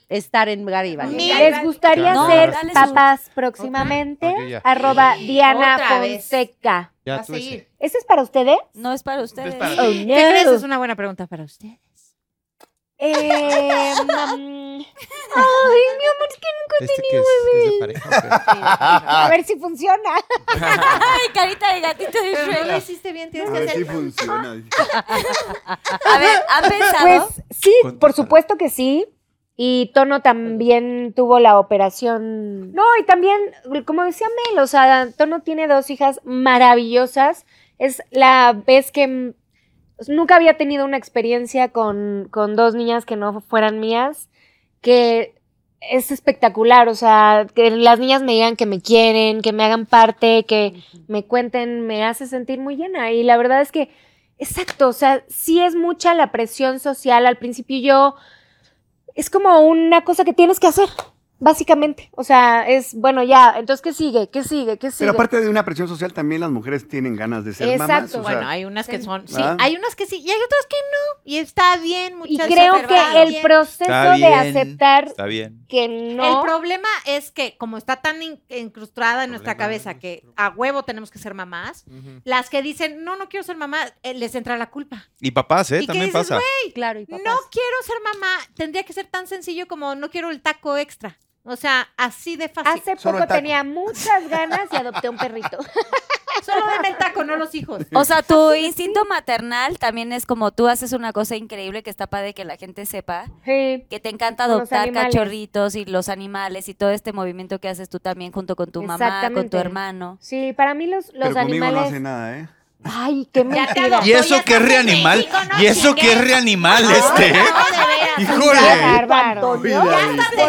Speaker 5: estar en Garibaldi.
Speaker 8: Mira, ¿Les gustaría
Speaker 5: No,
Speaker 8: ser
Speaker 5: dale sus-
Speaker 8: papás próximamente?
Speaker 5: Ok, ya.
Speaker 8: Arroba Diana
Speaker 4: Otra vez.
Speaker 8: Fonseca.
Speaker 4: Ya, Va tú a ese. seguir.
Speaker 8: ¿Ese es para ustedes?
Speaker 4: No es para ustedes.
Speaker 8: para Oh, mí. no.
Speaker 9: ¿Qué crees? Es una buena pregunta para usted.
Speaker 8: Eh, mam- Ay, mi amor, es que nunca he
Speaker 11: Este que
Speaker 8: tenido
Speaker 11: es, Ah.
Speaker 8: bebé.
Speaker 11: es de pareja. ok.
Speaker 8: A ver si funciona.
Speaker 4: Ay, carita de gatito de
Speaker 9: Pero no lo
Speaker 4: Shrek.
Speaker 9: hiciste bien,
Speaker 6: A
Speaker 9: tienes que
Speaker 6: ver si
Speaker 9: hacer.
Speaker 6: funciona.
Speaker 4: A ver, ¿han pensado?
Speaker 8: Pues sí, por supuesto que sí. Y Tono también tuvo la operación. No, y también, como decía Mel, o sea, Tono tiene dos hijas maravillosas. Es la vez que mm, nunca había tenido una experiencia con, con dos niñas que no fueran mías, que es espectacular, o sea, que las niñas me digan que me quieren, que me hagan parte, que me cuenten, me hace sentir muy llena. Y la verdad es que, exacto, o sea, sí es mucha la presión social. Al principio yo, es como una cosa que tienes que hacer, básicamente. O sea, es, bueno, ya, entonces, ¿qué sigue? ¿Qué sigue?
Speaker 4: Ah,
Speaker 8: ¿Qué sigue?
Speaker 6: Pero aparte de una presión social, también las mujeres tienen ganas de ser mamás. o sea,
Speaker 9: bueno, hay unas que son. Sí,
Speaker 6: ¿verdad?
Speaker 9: hay unas que sí y hay otras que no. Y está bien,
Speaker 8: y
Speaker 9: muchachos.
Speaker 8: creo
Speaker 9: pero
Speaker 8: que
Speaker 9: está
Speaker 8: el
Speaker 9: bien.
Speaker 8: proceso de
Speaker 3: bien.
Speaker 8: aceptar
Speaker 3: Está bien.
Speaker 8: que no...
Speaker 9: El problema es que, como está tan in- incrustada en nuestra cabeza que a huevo tenemos que ser mamás, las que dicen, no, no quiero ser mamá, eh, les entra la culpa.
Speaker 3: Y papás, ¿eh?
Speaker 9: ¿Y qué
Speaker 3: También
Speaker 9: dices,
Speaker 3: pasa.
Speaker 9: güey? No quiero ser mamá. Tendría que ser tan sencillo como no quiero el taco extra. O sea, así de fácil.
Speaker 8: Hace poco tenía muchas ganas y adopté un perrito.
Speaker 9: Solo denme el taco, no los hijos.
Speaker 4: O sea, tu instinto maternal también es como tú haces una cosa increíble que está padre que la gente sepa. Que te encanta
Speaker 8: con los
Speaker 4: adoptar
Speaker 8: animales.
Speaker 4: cachorritos y los animales y todo este movimiento que haces tú también junto con tu mamá, con tu
Speaker 8: Exactamente.
Speaker 4: hermano.
Speaker 8: Sí, para mí los, los
Speaker 6: Pero conmigo no
Speaker 8: animales...
Speaker 6: hace nada, ¿eh?
Speaker 8: Ay, qué mentira.
Speaker 3: ¿Y eso qué es reanimal? ¿Y eso qué es reanimal este? eh?
Speaker 8: Qué
Speaker 3: ¡Híjole!
Speaker 8: bárbaro.
Speaker 3: Cuidado.
Speaker 5: Porque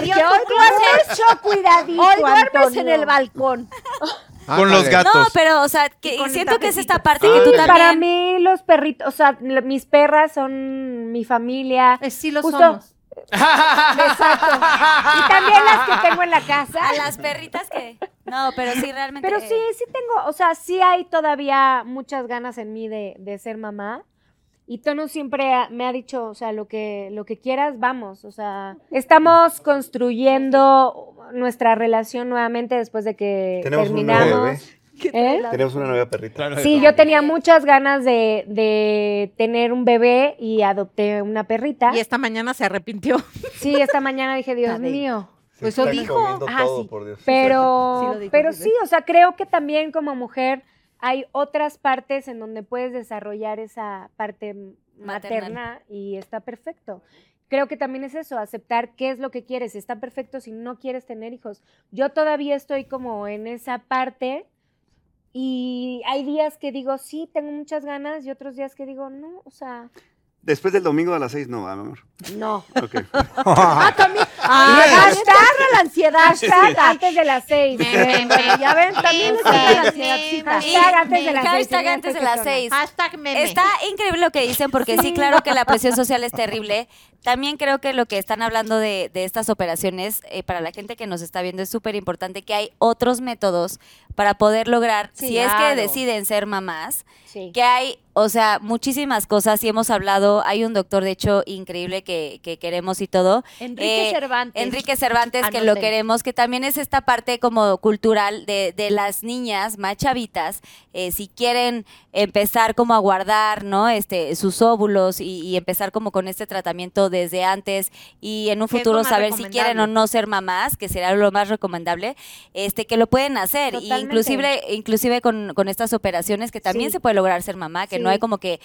Speaker 8: dio
Speaker 5: hoy
Speaker 8: tu
Speaker 5: duermes,
Speaker 8: cuidadito,
Speaker 5: hoy duermes en
Speaker 8: Antonio.
Speaker 5: el balcón.
Speaker 3: Con los gatos.
Speaker 4: No, pero, o sea, que siento que es esta parte que tú
Speaker 8: Sí,
Speaker 4: también.
Speaker 8: Ah, Para mí los perritos, o sea, l- mis perras son mi familia.
Speaker 9: Eh, sí lo
Speaker 8: Justo,
Speaker 9: somos.
Speaker 8: Exacto. Y también las que tengo en la casa.
Speaker 4: A las perritas que. No, pero sí realmente.
Speaker 8: Pero sí, sí tengo, o sea, sí hay todavía muchas ganas en mí de, de ser mamá. Y Tono siempre ha- me ha dicho, o sea, lo que, lo que quieras, vamos. O sea, estamos construyendo nuestra relación nuevamente después de que
Speaker 6: Tenemos un nuevo bebé.
Speaker 8: terminamos. ¿Eh?
Speaker 6: Tenemos una nueva perrita.
Speaker 8: Sí, yo tenía muchas ganas de, de tener un bebé y adopté una perrita.
Speaker 9: Y esta mañana se arrepintió.
Speaker 8: Sí, esta mañana dije, Dios mío.
Speaker 9: Pues eso dijo.
Speaker 6: comiendo
Speaker 9: Ajá,
Speaker 6: todo,
Speaker 9: sí.
Speaker 6: por Dios.
Speaker 8: Pero,
Speaker 9: Sí lo dijo,
Speaker 8: pero
Speaker 9: sí
Speaker 8: sí, o sea, creo que también como mujer hay otras partes en donde puedes desarrollar esa parte m- materna y está perfecto. Creo que también es eso, aceptar qué es lo que quieres. Está perfecto si no quieres tener hijos. Yo todavía estoy como en esa parte y hay días que digo, sí, tengo muchas ganas y otros días que digo, no, o sea,
Speaker 6: Después del domingo a las seis, no, va, mi amor.
Speaker 8: no.
Speaker 6: Ok.
Speaker 8: Ah, hashtag la ansiedad.
Speaker 6: Sí.
Speaker 8: Hashtag antes de las seis.
Speaker 6: me,
Speaker 8: Bueno, ya ven, también les quita la ansiedad. Hashtag antes de las seis. ¿eh?
Speaker 4: Hashtag
Speaker 8: señor,
Speaker 4: antes de
Speaker 8: soy
Speaker 4: las
Speaker 8: persona.
Speaker 4: seis.
Speaker 9: Hashtag meme.
Speaker 4: Está increíble lo que dicen, porque sí,
Speaker 9: Sí.
Speaker 4: claro que la presión social es terrible. También creo que lo que están hablando de, de estas operaciones, eh, para la gente que nos está viendo, es súper importante que hay otros métodos para poder lograr,
Speaker 5: Sí,
Speaker 4: si es
Speaker 5: claro.
Speaker 4: que deciden ser mamás,
Speaker 5: Sí.
Speaker 4: que hay, o sea, muchísimas cosas. Y hemos hablado, hay un doctor, de hecho, increíble que, que queremos y todo. eh,
Speaker 5: Enrique Cervantes.
Speaker 4: Enrique Cervantes, que lo
Speaker 5: Anoten.
Speaker 4: queremos, que también es esta parte como cultural de, de las niñas más chavitas, eh, si quieren empezar como a guardar, ¿no? Este, sus óvulos y, y empezar como con este tratamiento desde antes y en un
Speaker 5: Que es lo
Speaker 4: futuro
Speaker 5: más
Speaker 4: saber si quieren o
Speaker 5: recomendable.
Speaker 4: no ser mamás, que será lo más recomendable, este, que lo pueden hacer. Y
Speaker 5: Totalmente.
Speaker 4: inclusive, inclusive con, con estas operaciones que también
Speaker 5: Sí.
Speaker 4: se puede lograr ser mamá, que no
Speaker 5: Sí.
Speaker 4: hay como que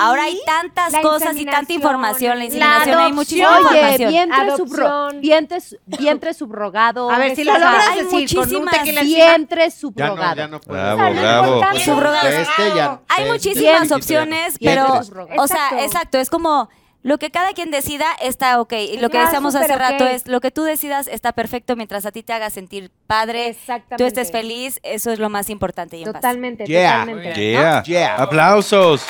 Speaker 4: ahora hay tantas
Speaker 5: La
Speaker 4: cosas y tanta
Speaker 5: inseminación,
Speaker 4: información, la
Speaker 5: la
Speaker 4: inseminación, hay muchísima
Speaker 5: adopción. Oye,
Speaker 4: información.
Speaker 5: vientre
Speaker 4: Adopción.
Speaker 5: subro- vientre su- vientre subrogado.
Speaker 4: A ver si
Speaker 5: O
Speaker 4: lo
Speaker 5: sea,
Speaker 4: logras
Speaker 5: hay
Speaker 4: decir con un
Speaker 5: muchísimas
Speaker 4: tequila encima.
Speaker 5: Vientres
Speaker 10: Ya
Speaker 5: subrogados.
Speaker 10: no, ya no puedes.
Speaker 1: Bravo, Salud, bravo. contame.
Speaker 4: Subrogados.
Speaker 10: Este ya-
Speaker 4: Hay
Speaker 10: este,
Speaker 4: muchísimas
Speaker 10: este,
Speaker 4: opciones,
Speaker 10: este,
Speaker 4: pero,
Speaker 10: este.
Speaker 4: o sea, exacto, es como lo que cada quien decida está ok. Y lo que
Speaker 5: Está
Speaker 4: decíamos hace
Speaker 5: súper ok.
Speaker 4: rato es, lo que tú decidas está perfecto mientras a ti te haga sentir padre, tú estés feliz, eso es lo más importante y en paz.
Speaker 8: Totalmente,
Speaker 1: Yeah,
Speaker 8: totalmente.
Speaker 1: yeah. Aplausos.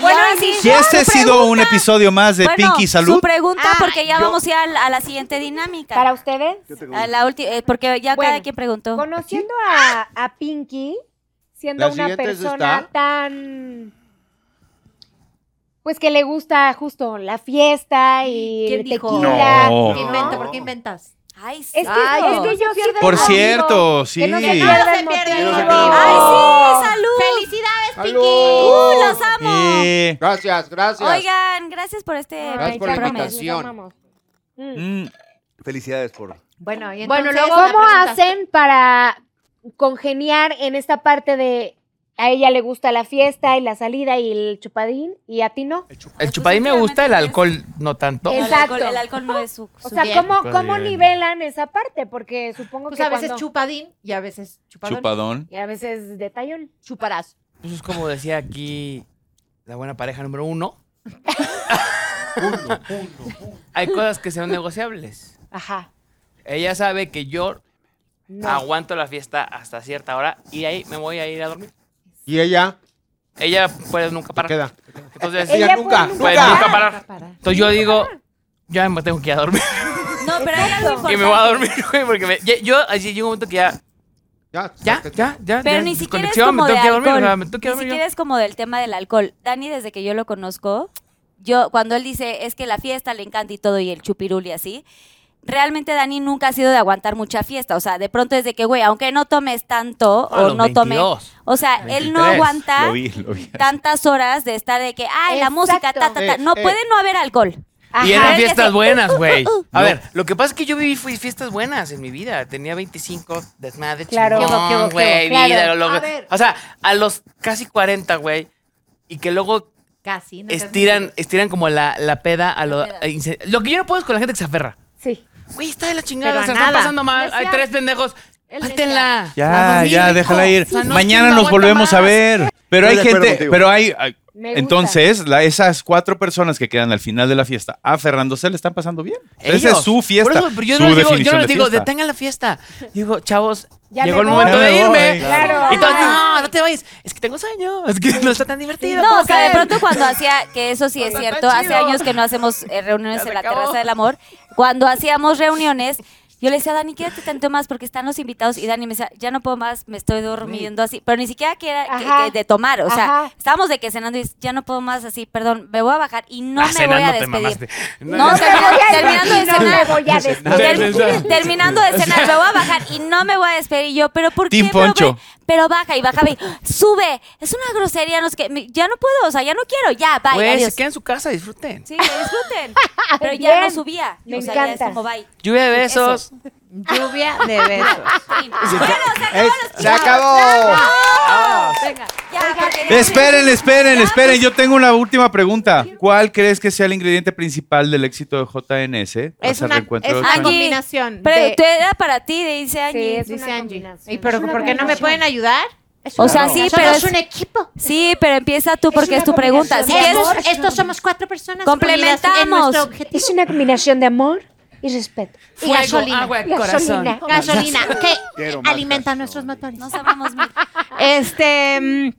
Speaker 4: Bueno,
Speaker 1: Y este ha sido un episodio más de
Speaker 4: Bueno,
Speaker 1: Pinky
Speaker 4: Su
Speaker 1: Salud.
Speaker 4: pregunta, porque ya vamos a ir al- a, la siguiente dinámica. ¿Para
Speaker 8: ustedes?
Speaker 4: A la última, porque ya cada quien preguntó.
Speaker 8: Conociendo a, a Pinky, siendo
Speaker 4: La
Speaker 8: una
Speaker 4: siguiente es
Speaker 8: persona
Speaker 4: esta.
Speaker 8: tan. Pues que le gusta justo la fiesta y
Speaker 9: ¿Quién
Speaker 8: el
Speaker 9: dijo?
Speaker 8: tequila.
Speaker 1: No. ¿Qué
Speaker 9: invento? ¿Por qué inventas?
Speaker 4: Ay,
Speaker 8: Es que, es que yo pierdo el
Speaker 1: Por
Speaker 8: motivo.
Speaker 1: cierto, sí.
Speaker 8: Que no se
Speaker 1: Sí.
Speaker 8: pierda el
Speaker 9: Se pierde el
Speaker 8: motivo.
Speaker 9: motivo.
Speaker 4: ¡Ay, sí! ¡Salud!
Speaker 9: ¡Felicidades,
Speaker 4: Pinky!
Speaker 9: Pinky!
Speaker 4: ¡Uh, los amo!
Speaker 1: Eh,
Speaker 10: Gracias, gracias.
Speaker 4: Oigan, gracias por este
Speaker 10: Gracias por la
Speaker 4: programa.
Speaker 10: invitación.
Speaker 3: Mm.
Speaker 6: Felicidades por.
Speaker 9: Bueno, y
Speaker 8: Bueno,
Speaker 9: entonces,
Speaker 8: luego,
Speaker 9: la
Speaker 8: ¿cómo
Speaker 9: pregunta.
Speaker 8: hacen para congeniar en esta parte de a ella le gusta la fiesta y la salida y el chupadín y a ti no?
Speaker 7: El chupadín me gusta, el alcohol no tanto.
Speaker 8: Exacto.
Speaker 4: El alcohol- el alcohol no es su-
Speaker 8: O
Speaker 4: su
Speaker 8: sea,
Speaker 4: bien.
Speaker 8: ¿cómo,
Speaker 7: Está
Speaker 8: cómo
Speaker 7: bien.
Speaker 8: nivelan esa parte? Porque supongo
Speaker 9: Pues
Speaker 8: que
Speaker 9: a veces
Speaker 8: cuando-
Speaker 9: chupadín y a veces chupadón.
Speaker 7: Chupadón.
Speaker 8: Y a veces detallón. Chuparás.
Speaker 7: Pues es como decía aquí la buena pareja número uno. Hay cosas que son negociables.
Speaker 8: Ajá.
Speaker 7: Ella sabe que yo
Speaker 8: No.
Speaker 7: aguanto la fiesta hasta cierta hora y ahí me voy a ir a dormir.
Speaker 10: Y ella.
Speaker 7: Ella puede nunca parar. Entonces,
Speaker 10: Ella Ella nunca, puede
Speaker 7: puede
Speaker 10: nunca.
Speaker 7: nunca parar. Entonces yo digo, ya me tengo que ir a dormir.
Speaker 4: No, pero hay algo importante.
Speaker 7: Y me voy a dormir, güey, porque me- ya- yo así llega un momento que ya.
Speaker 10: Ya,
Speaker 7: ya, ya, ya.
Speaker 4: Pero ni siquiera es
Speaker 7: desconexión,
Speaker 4: como
Speaker 7: me
Speaker 4: de
Speaker 7: tengo que ir a dormir, o sea,
Speaker 4: alcohol.
Speaker 7: me tengo que ir a
Speaker 4: Ni
Speaker 7: dormir
Speaker 4: siquiera
Speaker 7: ya.
Speaker 4: es como del tema del alcohol. Dani, desde que yo lo conozco, yo cuando él dice es que la fiesta le encanta y todo y el chupirul y así, realmente Dani nunca ha sido de aguantar mucha fiesta. O sea, de pronto es de que, güey, aunque no tomes tanto
Speaker 5: A
Speaker 4: o
Speaker 5: los
Speaker 4: no tome,
Speaker 5: 22,
Speaker 4: o sea, él no
Speaker 5: 23.
Speaker 4: aguanta
Speaker 5: Lo vi, lo vi.
Speaker 4: tantas horas de estar de que, ay, la música, ta, ta, ta.
Speaker 7: Eh,
Speaker 4: No
Speaker 7: eh.
Speaker 4: puede no haber alcohol.
Speaker 7: Y
Speaker 4: Ajá.
Speaker 7: eran
Speaker 4: Es que
Speaker 7: fiestas
Speaker 4: sí.
Speaker 7: buenas, güey.
Speaker 4: uh, uh.
Speaker 7: A
Speaker 4: No.
Speaker 7: ver, lo que pasa es que yo viví fui- fiestas buenas en mi vida. Tenía 25, desmadre,
Speaker 8: Claro. Qué bo- qué bo-
Speaker 7: chingón,
Speaker 8: qué
Speaker 7: güey,
Speaker 8: bo-
Speaker 7: vida,
Speaker 8: claro.
Speaker 7: lo- lo-
Speaker 8: A ver.
Speaker 7: O sea, a los casi 40, güey, y que luego
Speaker 9: Casi. no seas
Speaker 7: estiran, estiran como la, la peda a lo... a inse- Lo que yo no puedo es con la gente que se aferra.
Speaker 8: Sí.
Speaker 7: Güey, está de la
Speaker 9: Pero
Speaker 7: chingada,
Speaker 9: a
Speaker 7: se están
Speaker 9: nada.
Speaker 7: pasando mal, hay
Speaker 9: Decía-
Speaker 7: tres pendejos. Pártenla.
Speaker 1: ah, Ya, ya, déjala ir.
Speaker 7: O sea, no,
Speaker 1: Mañana
Speaker 7: ¿quién
Speaker 1: nos
Speaker 7: aguanta
Speaker 1: volvemos a
Speaker 7: más?
Speaker 1: ver. Pero
Speaker 7: Estoy
Speaker 1: hay
Speaker 7: de acuerdo
Speaker 1: gente,
Speaker 7: contigo.
Speaker 1: pero hay, hay-
Speaker 8: Me gusta.
Speaker 11: Entonces, la- esas cuatro personas que quedan al final de la fiesta aferrándose le están pasando bien. Esa
Speaker 7: Ellos.
Speaker 11: es su fiesta.
Speaker 7: Por eso, pero yo
Speaker 11: su
Speaker 7: no les digo, yo
Speaker 11: definición
Speaker 7: no
Speaker 11: de
Speaker 7: les digo
Speaker 11: fiesta.
Speaker 7: detengan la fiesta. Digo, chavos,
Speaker 11: Ya
Speaker 7: llegó
Speaker 11: me
Speaker 7: el
Speaker 11: voy.
Speaker 7: momento
Speaker 11: Ya
Speaker 7: de
Speaker 11: me
Speaker 7: irme.
Speaker 11: voy, claro.
Speaker 7: Y todos, no, no te vayas. Es que tengo sueño. Es que no está tan divertido.
Speaker 4: No,
Speaker 7: ¿cómo
Speaker 4: o sea, de
Speaker 7: creen?
Speaker 4: pronto cuando hacía, que eso sí es
Speaker 7: Cuando
Speaker 4: cierto,
Speaker 7: está
Speaker 4: hace
Speaker 7: chido.
Speaker 4: años que no hacemos eh, reuniones
Speaker 7: Ya
Speaker 4: en
Speaker 7: se
Speaker 4: la
Speaker 7: acabó.
Speaker 4: terraza del amor, cuando hacíamos reuniones, yo le decía a Dani, quédate tanto más porque están los invitados y Dani me decía, ya no puedo más, me estoy durmiendo así, pero ni siquiera que era que-
Speaker 22: Ajá.
Speaker 4: que de tomar, o sea,
Speaker 22: Ajá.
Speaker 4: estábamos de que cenando y dice, ya no puedo más así, perdón, me voy a bajar y no
Speaker 7: Ah,
Speaker 4: me voy a
Speaker 7: cenando te
Speaker 4: despedir.
Speaker 7: mamaste.
Speaker 4: No, termina- terminando de
Speaker 22: No me
Speaker 4: cenar.
Speaker 22: voy a
Speaker 4: Ter-
Speaker 22: despedir.
Speaker 4: terminando de cenar, me voy a bajar y no me voy a despedir. Y yo, ¿pero por
Speaker 11: Team
Speaker 4: qué? Pero
Speaker 11: Poncho.
Speaker 4: ve- Pero, baja y bajaba y sube. Es una grosería. No, es que, me- ya no puedo, o sea, ya no quiero. Ya, bye.
Speaker 7: Pues,
Speaker 4: adiós.
Speaker 7: se queda en su casa, disfruten.
Speaker 4: Sí, que disfruten. pero ya no
Speaker 22: Bien.
Speaker 4: subía.
Speaker 22: Me
Speaker 4: o sea, ya es
Speaker 22: encanta.
Speaker 4: como bye.
Speaker 7: Lluvia de besos.
Speaker 9: Lluvia de besos.
Speaker 21: ¡Se acabó!
Speaker 11: Esperen, esperen, esperen. Yo tengo una última pregunta. ¿Cuál crees que sea el ingrediente principal del éxito de JNS?
Speaker 9: Es
Speaker 11: Hasta el
Speaker 9: una,
Speaker 11: reencuentro
Speaker 9: es
Speaker 11: de
Speaker 9: una
Speaker 11: Ochoa.
Speaker 9: combinación.
Speaker 4: Pero
Speaker 9: de-
Speaker 4: usted era para ti, dice Angie.
Speaker 9: es una ¿Y pero
Speaker 4: una
Speaker 9: por qué no me
Speaker 4: combinación.
Speaker 9: pueden ayudar? Es
Speaker 4: O
Speaker 9: una
Speaker 4: sea, sí,
Speaker 9: combinación.
Speaker 4: pero
Speaker 9: Somos
Speaker 4: es
Speaker 9: un equipo.
Speaker 4: Sí, pero empieza tú porque es, tu pregunta. Si
Speaker 9: Somos-
Speaker 4: quieres-
Speaker 9: estos somos cuatro personas. unidas en
Speaker 4: complementamos.
Speaker 9: nuestro
Speaker 22: Es una combinación de amor y respeto.
Speaker 9: Y gasolina.
Speaker 22: Gasolina.
Speaker 9: Gasolina. Que
Speaker 22: Quiero más
Speaker 9: alimenta nuestros motores. Nos amamos mucho. Este. mm,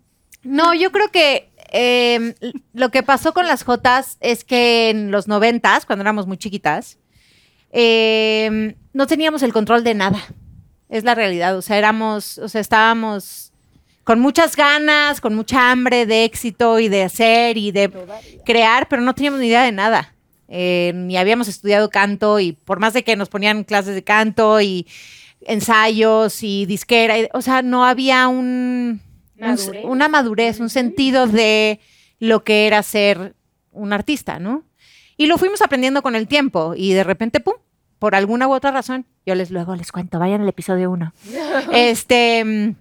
Speaker 9: No, yo creo que. eh, lo que pasó con las Jotas es que en los noventas, cuando éramos muy chiquitas, eh, no teníamos el control de nada. Es la realidad. O sea, éramos, o sea, estábamos con muchas ganas, con mucha hambre de éxito y de hacer y de crear, pero no teníamos ni idea de nada. Eh, ni habíamos estudiado canto y por más de que nos ponían clases de canto y ensayos y disquera, y- o sea, no había un, un-
Speaker 22: Madurez.
Speaker 9: una madurez, un sentido de lo que era ser un artista, ¿no? Y lo fuimos aprendiendo con el tiempo y de repente, ¡pum!, por alguna u otra razón, yo les luego les cuento, vayan al episodio 1. Este, mm,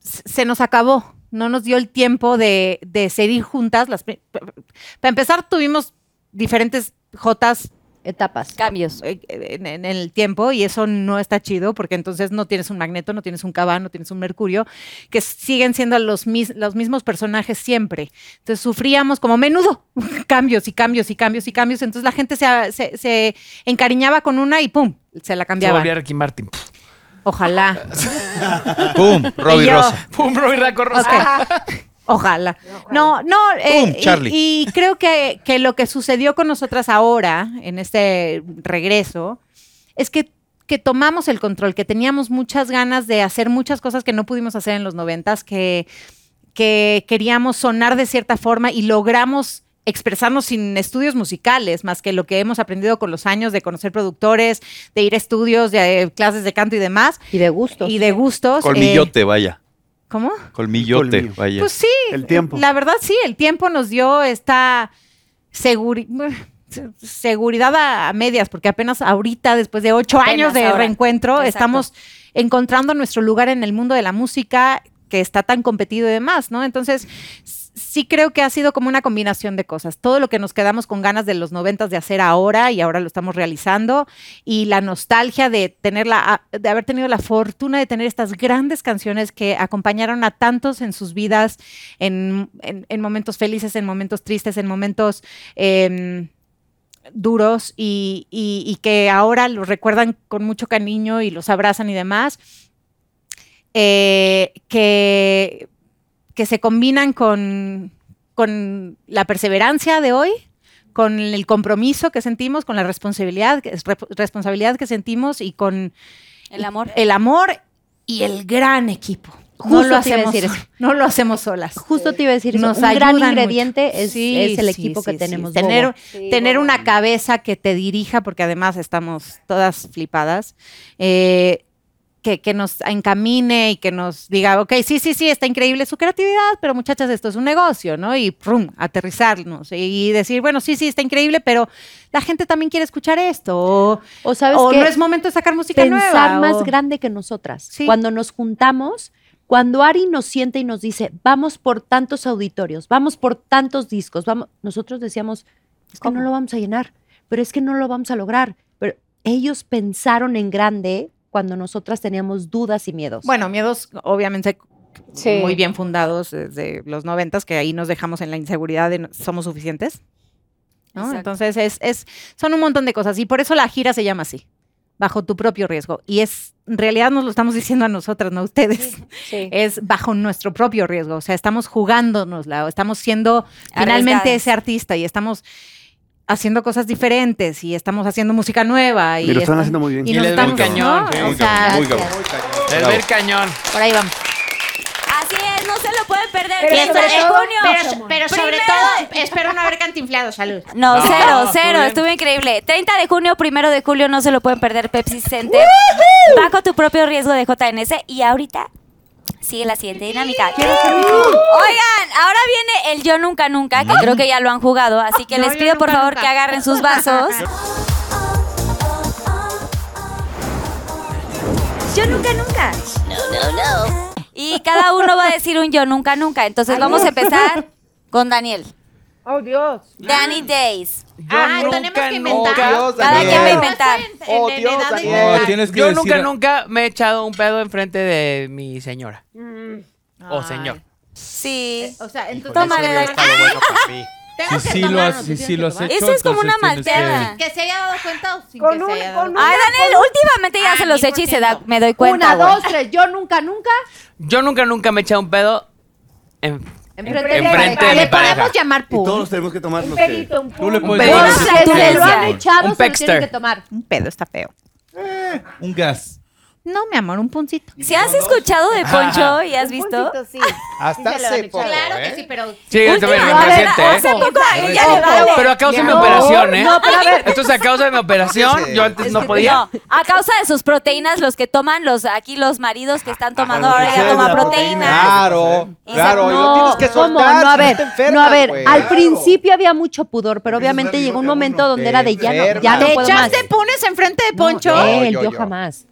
Speaker 9: se se nos acabó, no nos dio el tiempo de, de seguir juntas. Las, pri- pa- pa- para empezar, tuvimos diferentes jotas etapas.
Speaker 4: Cambios.
Speaker 9: En, en el tiempo y eso no está chido porque entonces no tienes un magneto, no tienes un cabán, no tienes un mercurio, que siguen siendo los, mis- los mismos personajes siempre. Entonces sufríamos como menudo cambios y cambios y cambios y cambios. Entonces la gente se, se- se encariñaba con una y ¡pum! Se la
Speaker 7: Se
Speaker 9: cambiaba.
Speaker 7: volvió a Ricky Martin.
Speaker 9: Ojalá.
Speaker 11: ¡Pum! Robbie
Speaker 9: Y yo-
Speaker 11: Rosa.
Speaker 7: Pum, Roy Raco Rosa.
Speaker 9: Ok. Ojalá. No, no. eh,
Speaker 11: Boom,
Speaker 9: y-
Speaker 11: Charlie.
Speaker 9: Y, creo que, que lo que sucedió con nosotras ahora, en este regreso, es que, que tomamos el control, que teníamos muchas ganas de hacer muchas cosas que no pudimos hacer en los noventas, que, que queríamos sonar de cierta forma y logramos expresarnos sin estudios musicales, más que lo que hemos aprendido con los años de conocer productores, de ir a estudios, de eh, clases de canto y demás.
Speaker 5: Y de gustos.
Speaker 9: Y de gustos. eh,
Speaker 11: Colmillote, vaya.
Speaker 9: ¿Cómo?
Speaker 11: Colmillote, vaya.
Speaker 9: Pues sí. La verdad, sí, el tiempo nos dio esta seguri- se- seguridad a, a medias, porque apenas ahorita, después de ocho
Speaker 4: Apenas
Speaker 9: años de
Speaker 4: ahora.
Speaker 9: reencuentro,
Speaker 4: Exacto.
Speaker 9: estamos encontrando nuestro lugar en el mundo de la música que está tan competido y demás, ¿no? Entonces, s- sí creo que ha sido como una combinación de cosas. Todo lo que nos quedamos con ganas de los noventas de hacer ahora y ahora lo estamos realizando y la nostalgia de tener la, de haber tenido la fortuna de tener estas grandes canciones que acompañaron a tantos en sus vidas, en, en- en momentos felices, en momentos tristes, en momentos em, duros y, y- y que ahora los recuerdan con mucho cariño y los abrazan y demás, eh, que, que se combinan con, con la perseverancia de hoy, con el compromiso que sentimos, con la responsabilidad, que es rep- responsabilidad que sentimos y con
Speaker 4: El amor.
Speaker 9: el amor y el gran equipo.
Speaker 5: Justo
Speaker 9: no lo
Speaker 5: te iba a
Speaker 9: hacemos,
Speaker 5: decir
Speaker 9: so- no lo hacemos solas.
Speaker 5: Justo te iba a decir eso.
Speaker 9: Nos
Speaker 5: Un gran
Speaker 9: ayudan
Speaker 5: ingrediente
Speaker 9: mucho.
Speaker 5: es,
Speaker 9: Sí,
Speaker 5: es el
Speaker 9: sí,
Speaker 5: equipo que
Speaker 9: sí, sí.
Speaker 5: tenemos.
Speaker 9: Tener,
Speaker 5: Bobo.
Speaker 9: tener una cabeza que te dirija, porque además estamos todas flipadas, eh, que, que nos encamine y que nos diga, ok, sí, sí, sí, está increíble su creatividad, pero muchachas, esto es un negocio, ¿no? Y prum, aterrizarnos y decir, bueno, sí, sí, está increíble, pero la gente también quiere escuchar esto. O,
Speaker 5: ¿sabes
Speaker 9: o
Speaker 5: qué?
Speaker 9: no es momento de sacar música nueva.
Speaker 5: Pensar más
Speaker 9: o-
Speaker 5: grande que nosotras. Cuando nos juntamos, cuando Ari nos siente y nos dice, vamos por tantos auditorios, vamos por tantos discos, vamos, nosotros decíamos, es que no lo vamos a llenar, pero es que no lo vamos a lograr. Pero ellos pensaron en grande cuando nosotras teníamos dudas y miedos.
Speaker 9: Bueno, miedos obviamente
Speaker 22: Sí.
Speaker 9: muy bien fundados desde los noventas, que ahí nos dejamos en la inseguridad de no- somos suficientes. ¿no?
Speaker 22: Exacto.
Speaker 9: Entonces, es, es, son un montón de cosas y por eso la gira se llama así, bajo tu propio riesgo. Y es, en realidad nos lo estamos diciendo a nosotras, no a ustedes. Es bajo nuestro propio riesgo, o sea, estamos jugándonosla, o estamos siendo finalmente
Speaker 4: Arriesgadas.
Speaker 9: ese artista y estamos haciendo cosas diferentes y estamos haciendo música nueva. Y,
Speaker 6: Y lo están
Speaker 9: estamos-
Speaker 6: haciendo muy bien.
Speaker 9: Y,
Speaker 6: Y
Speaker 9: nos
Speaker 6: les va el
Speaker 9: estamos,
Speaker 6: cañón,
Speaker 9: ¿no?
Speaker 6: sí,
Speaker 9: O
Speaker 6: muy
Speaker 9: sea,
Speaker 6: cañón, muy
Speaker 7: cañón. Les va el cañón.
Speaker 9: Por ahí vamos.
Speaker 4: Así es, no se lo pueden perder.
Speaker 9: Pero
Speaker 4: Fiesta
Speaker 9: sobre
Speaker 4: de
Speaker 9: todo-
Speaker 4: junio.
Speaker 9: pero- pero sobre
Speaker 4: Primero-
Speaker 9: todo, espero no haber cantinflado, salud.
Speaker 4: No,
Speaker 9: No,
Speaker 4: cero,
Speaker 9: no,
Speaker 4: cero.
Speaker 9: muy bien.
Speaker 4: Estuvo increíble. 30 de junio, primero de julio, no se lo pueden perder Pepsi Center. Bajo tu propio riesgo de JNS. Y ahorita sigue la siguiente dinámica. Oigan, ahora viene el Yo Nunca Nunca, que creo que ya lo han jugado. Así que
Speaker 9: No,
Speaker 4: les
Speaker 9: yo
Speaker 4: pido, por
Speaker 9: nunca,
Speaker 4: favor,
Speaker 9: nunca.
Speaker 4: que agarren sus vasos. Yo Nunca Nunca. Y cada uno va a decir un Yo Nunca Nunca. Entonces
Speaker 22: Ay,
Speaker 4: vamos
Speaker 22: no.
Speaker 4: a empezar con Daniel.
Speaker 22: Oh, Dios.
Speaker 4: Danny Days.
Speaker 9: Ah, tenemos que inventar.
Speaker 4: Cada quien va a inventar.
Speaker 9: Oh, Dios,
Speaker 7: Oh,
Speaker 15: tienes que
Speaker 7: Yo
Speaker 15: decir-
Speaker 7: nunca, nunca me he echado un pedo enfrente de mi señora. O señor.
Speaker 4: Sí.
Speaker 9: O sea, entonces. Ah.
Speaker 4: Tómale, Dani.
Speaker 15: Si sí lo has, si sí lo has hecho.
Speaker 4: Eso es como una
Speaker 15: entonces tienes
Speaker 4: malteada.
Speaker 9: Que se haya dado cuenta o sin
Speaker 22: Con
Speaker 9: que
Speaker 22: un-
Speaker 9: se haya
Speaker 22: con
Speaker 9: dado
Speaker 22: un-
Speaker 4: Ay, Daniel,
Speaker 22: con-
Speaker 4: últimamente
Speaker 9: Ah,
Speaker 4: ya se los eché y se da, me doy cuenta.
Speaker 22: Una,
Speaker 4: güey.
Speaker 22: dos, tres. Yo nunca, nunca.
Speaker 7: Yo nunca, nunca me he echado un pedo en-
Speaker 22: Enfrente de
Speaker 7: enfrente
Speaker 22: pareja.
Speaker 7: de mi
Speaker 22: Le
Speaker 7: pareja.
Speaker 22: podemos
Speaker 9: llamar
Speaker 6: Y todos tenemos que tomarnos.
Speaker 22: pelito, un
Speaker 7: Tú le
Speaker 15: puedes
Speaker 7: pedo.
Speaker 15: dar-
Speaker 22: Si se lo han
Speaker 9: Un
Speaker 22: echado, se lo tienen
Speaker 9: pexter.
Speaker 22: que tomar.
Speaker 9: Un pedo está feo.
Speaker 15: Un gas.
Speaker 9: No, mi amor, un puncito.
Speaker 4: Si has escuchado de Poncho
Speaker 15: Ajá.
Speaker 4: y has visto.
Speaker 21: Hasta
Speaker 9: Sí se lo han
Speaker 21: hace
Speaker 9: echado.
Speaker 21: poco,
Speaker 9: Claro
Speaker 21: ¿eh?
Speaker 9: que sí, pero.
Speaker 7: Sí,
Speaker 9: Última-
Speaker 7: yo también
Speaker 9: A ver,
Speaker 7: reciente, ¿eh?
Speaker 4: Hace poco a ella
Speaker 7: Ojo,
Speaker 4: le vale.
Speaker 7: Pero a causa de mi
Speaker 4: No,
Speaker 7: operación, ¿eh?
Speaker 4: No, pero a ver.
Speaker 7: Entonces, a causa de mi operación, yo antes no podía.
Speaker 4: No, a causa de sus proteínas, los que toman los aquí los maridos que están tomando ahora ya toma proteína.
Speaker 21: Claro, claro. y lo
Speaker 5: No,
Speaker 21: tienes que
Speaker 5: ¿cómo?
Speaker 21: soltar.
Speaker 5: No, a
Speaker 21: si
Speaker 5: ver,
Speaker 21: te enfermas,
Speaker 5: no, a ver,
Speaker 21: güey.
Speaker 5: al principio había mucho pudor, pero obviamente llegó un momento donde era de ya no, ya no
Speaker 9: ¿Te
Speaker 5: puedo más.
Speaker 9: echaste punes enfrente de Poncho?
Speaker 5: No, él,
Speaker 9: yo,
Speaker 5: yo,
Speaker 9: yo.
Speaker 5: jamás.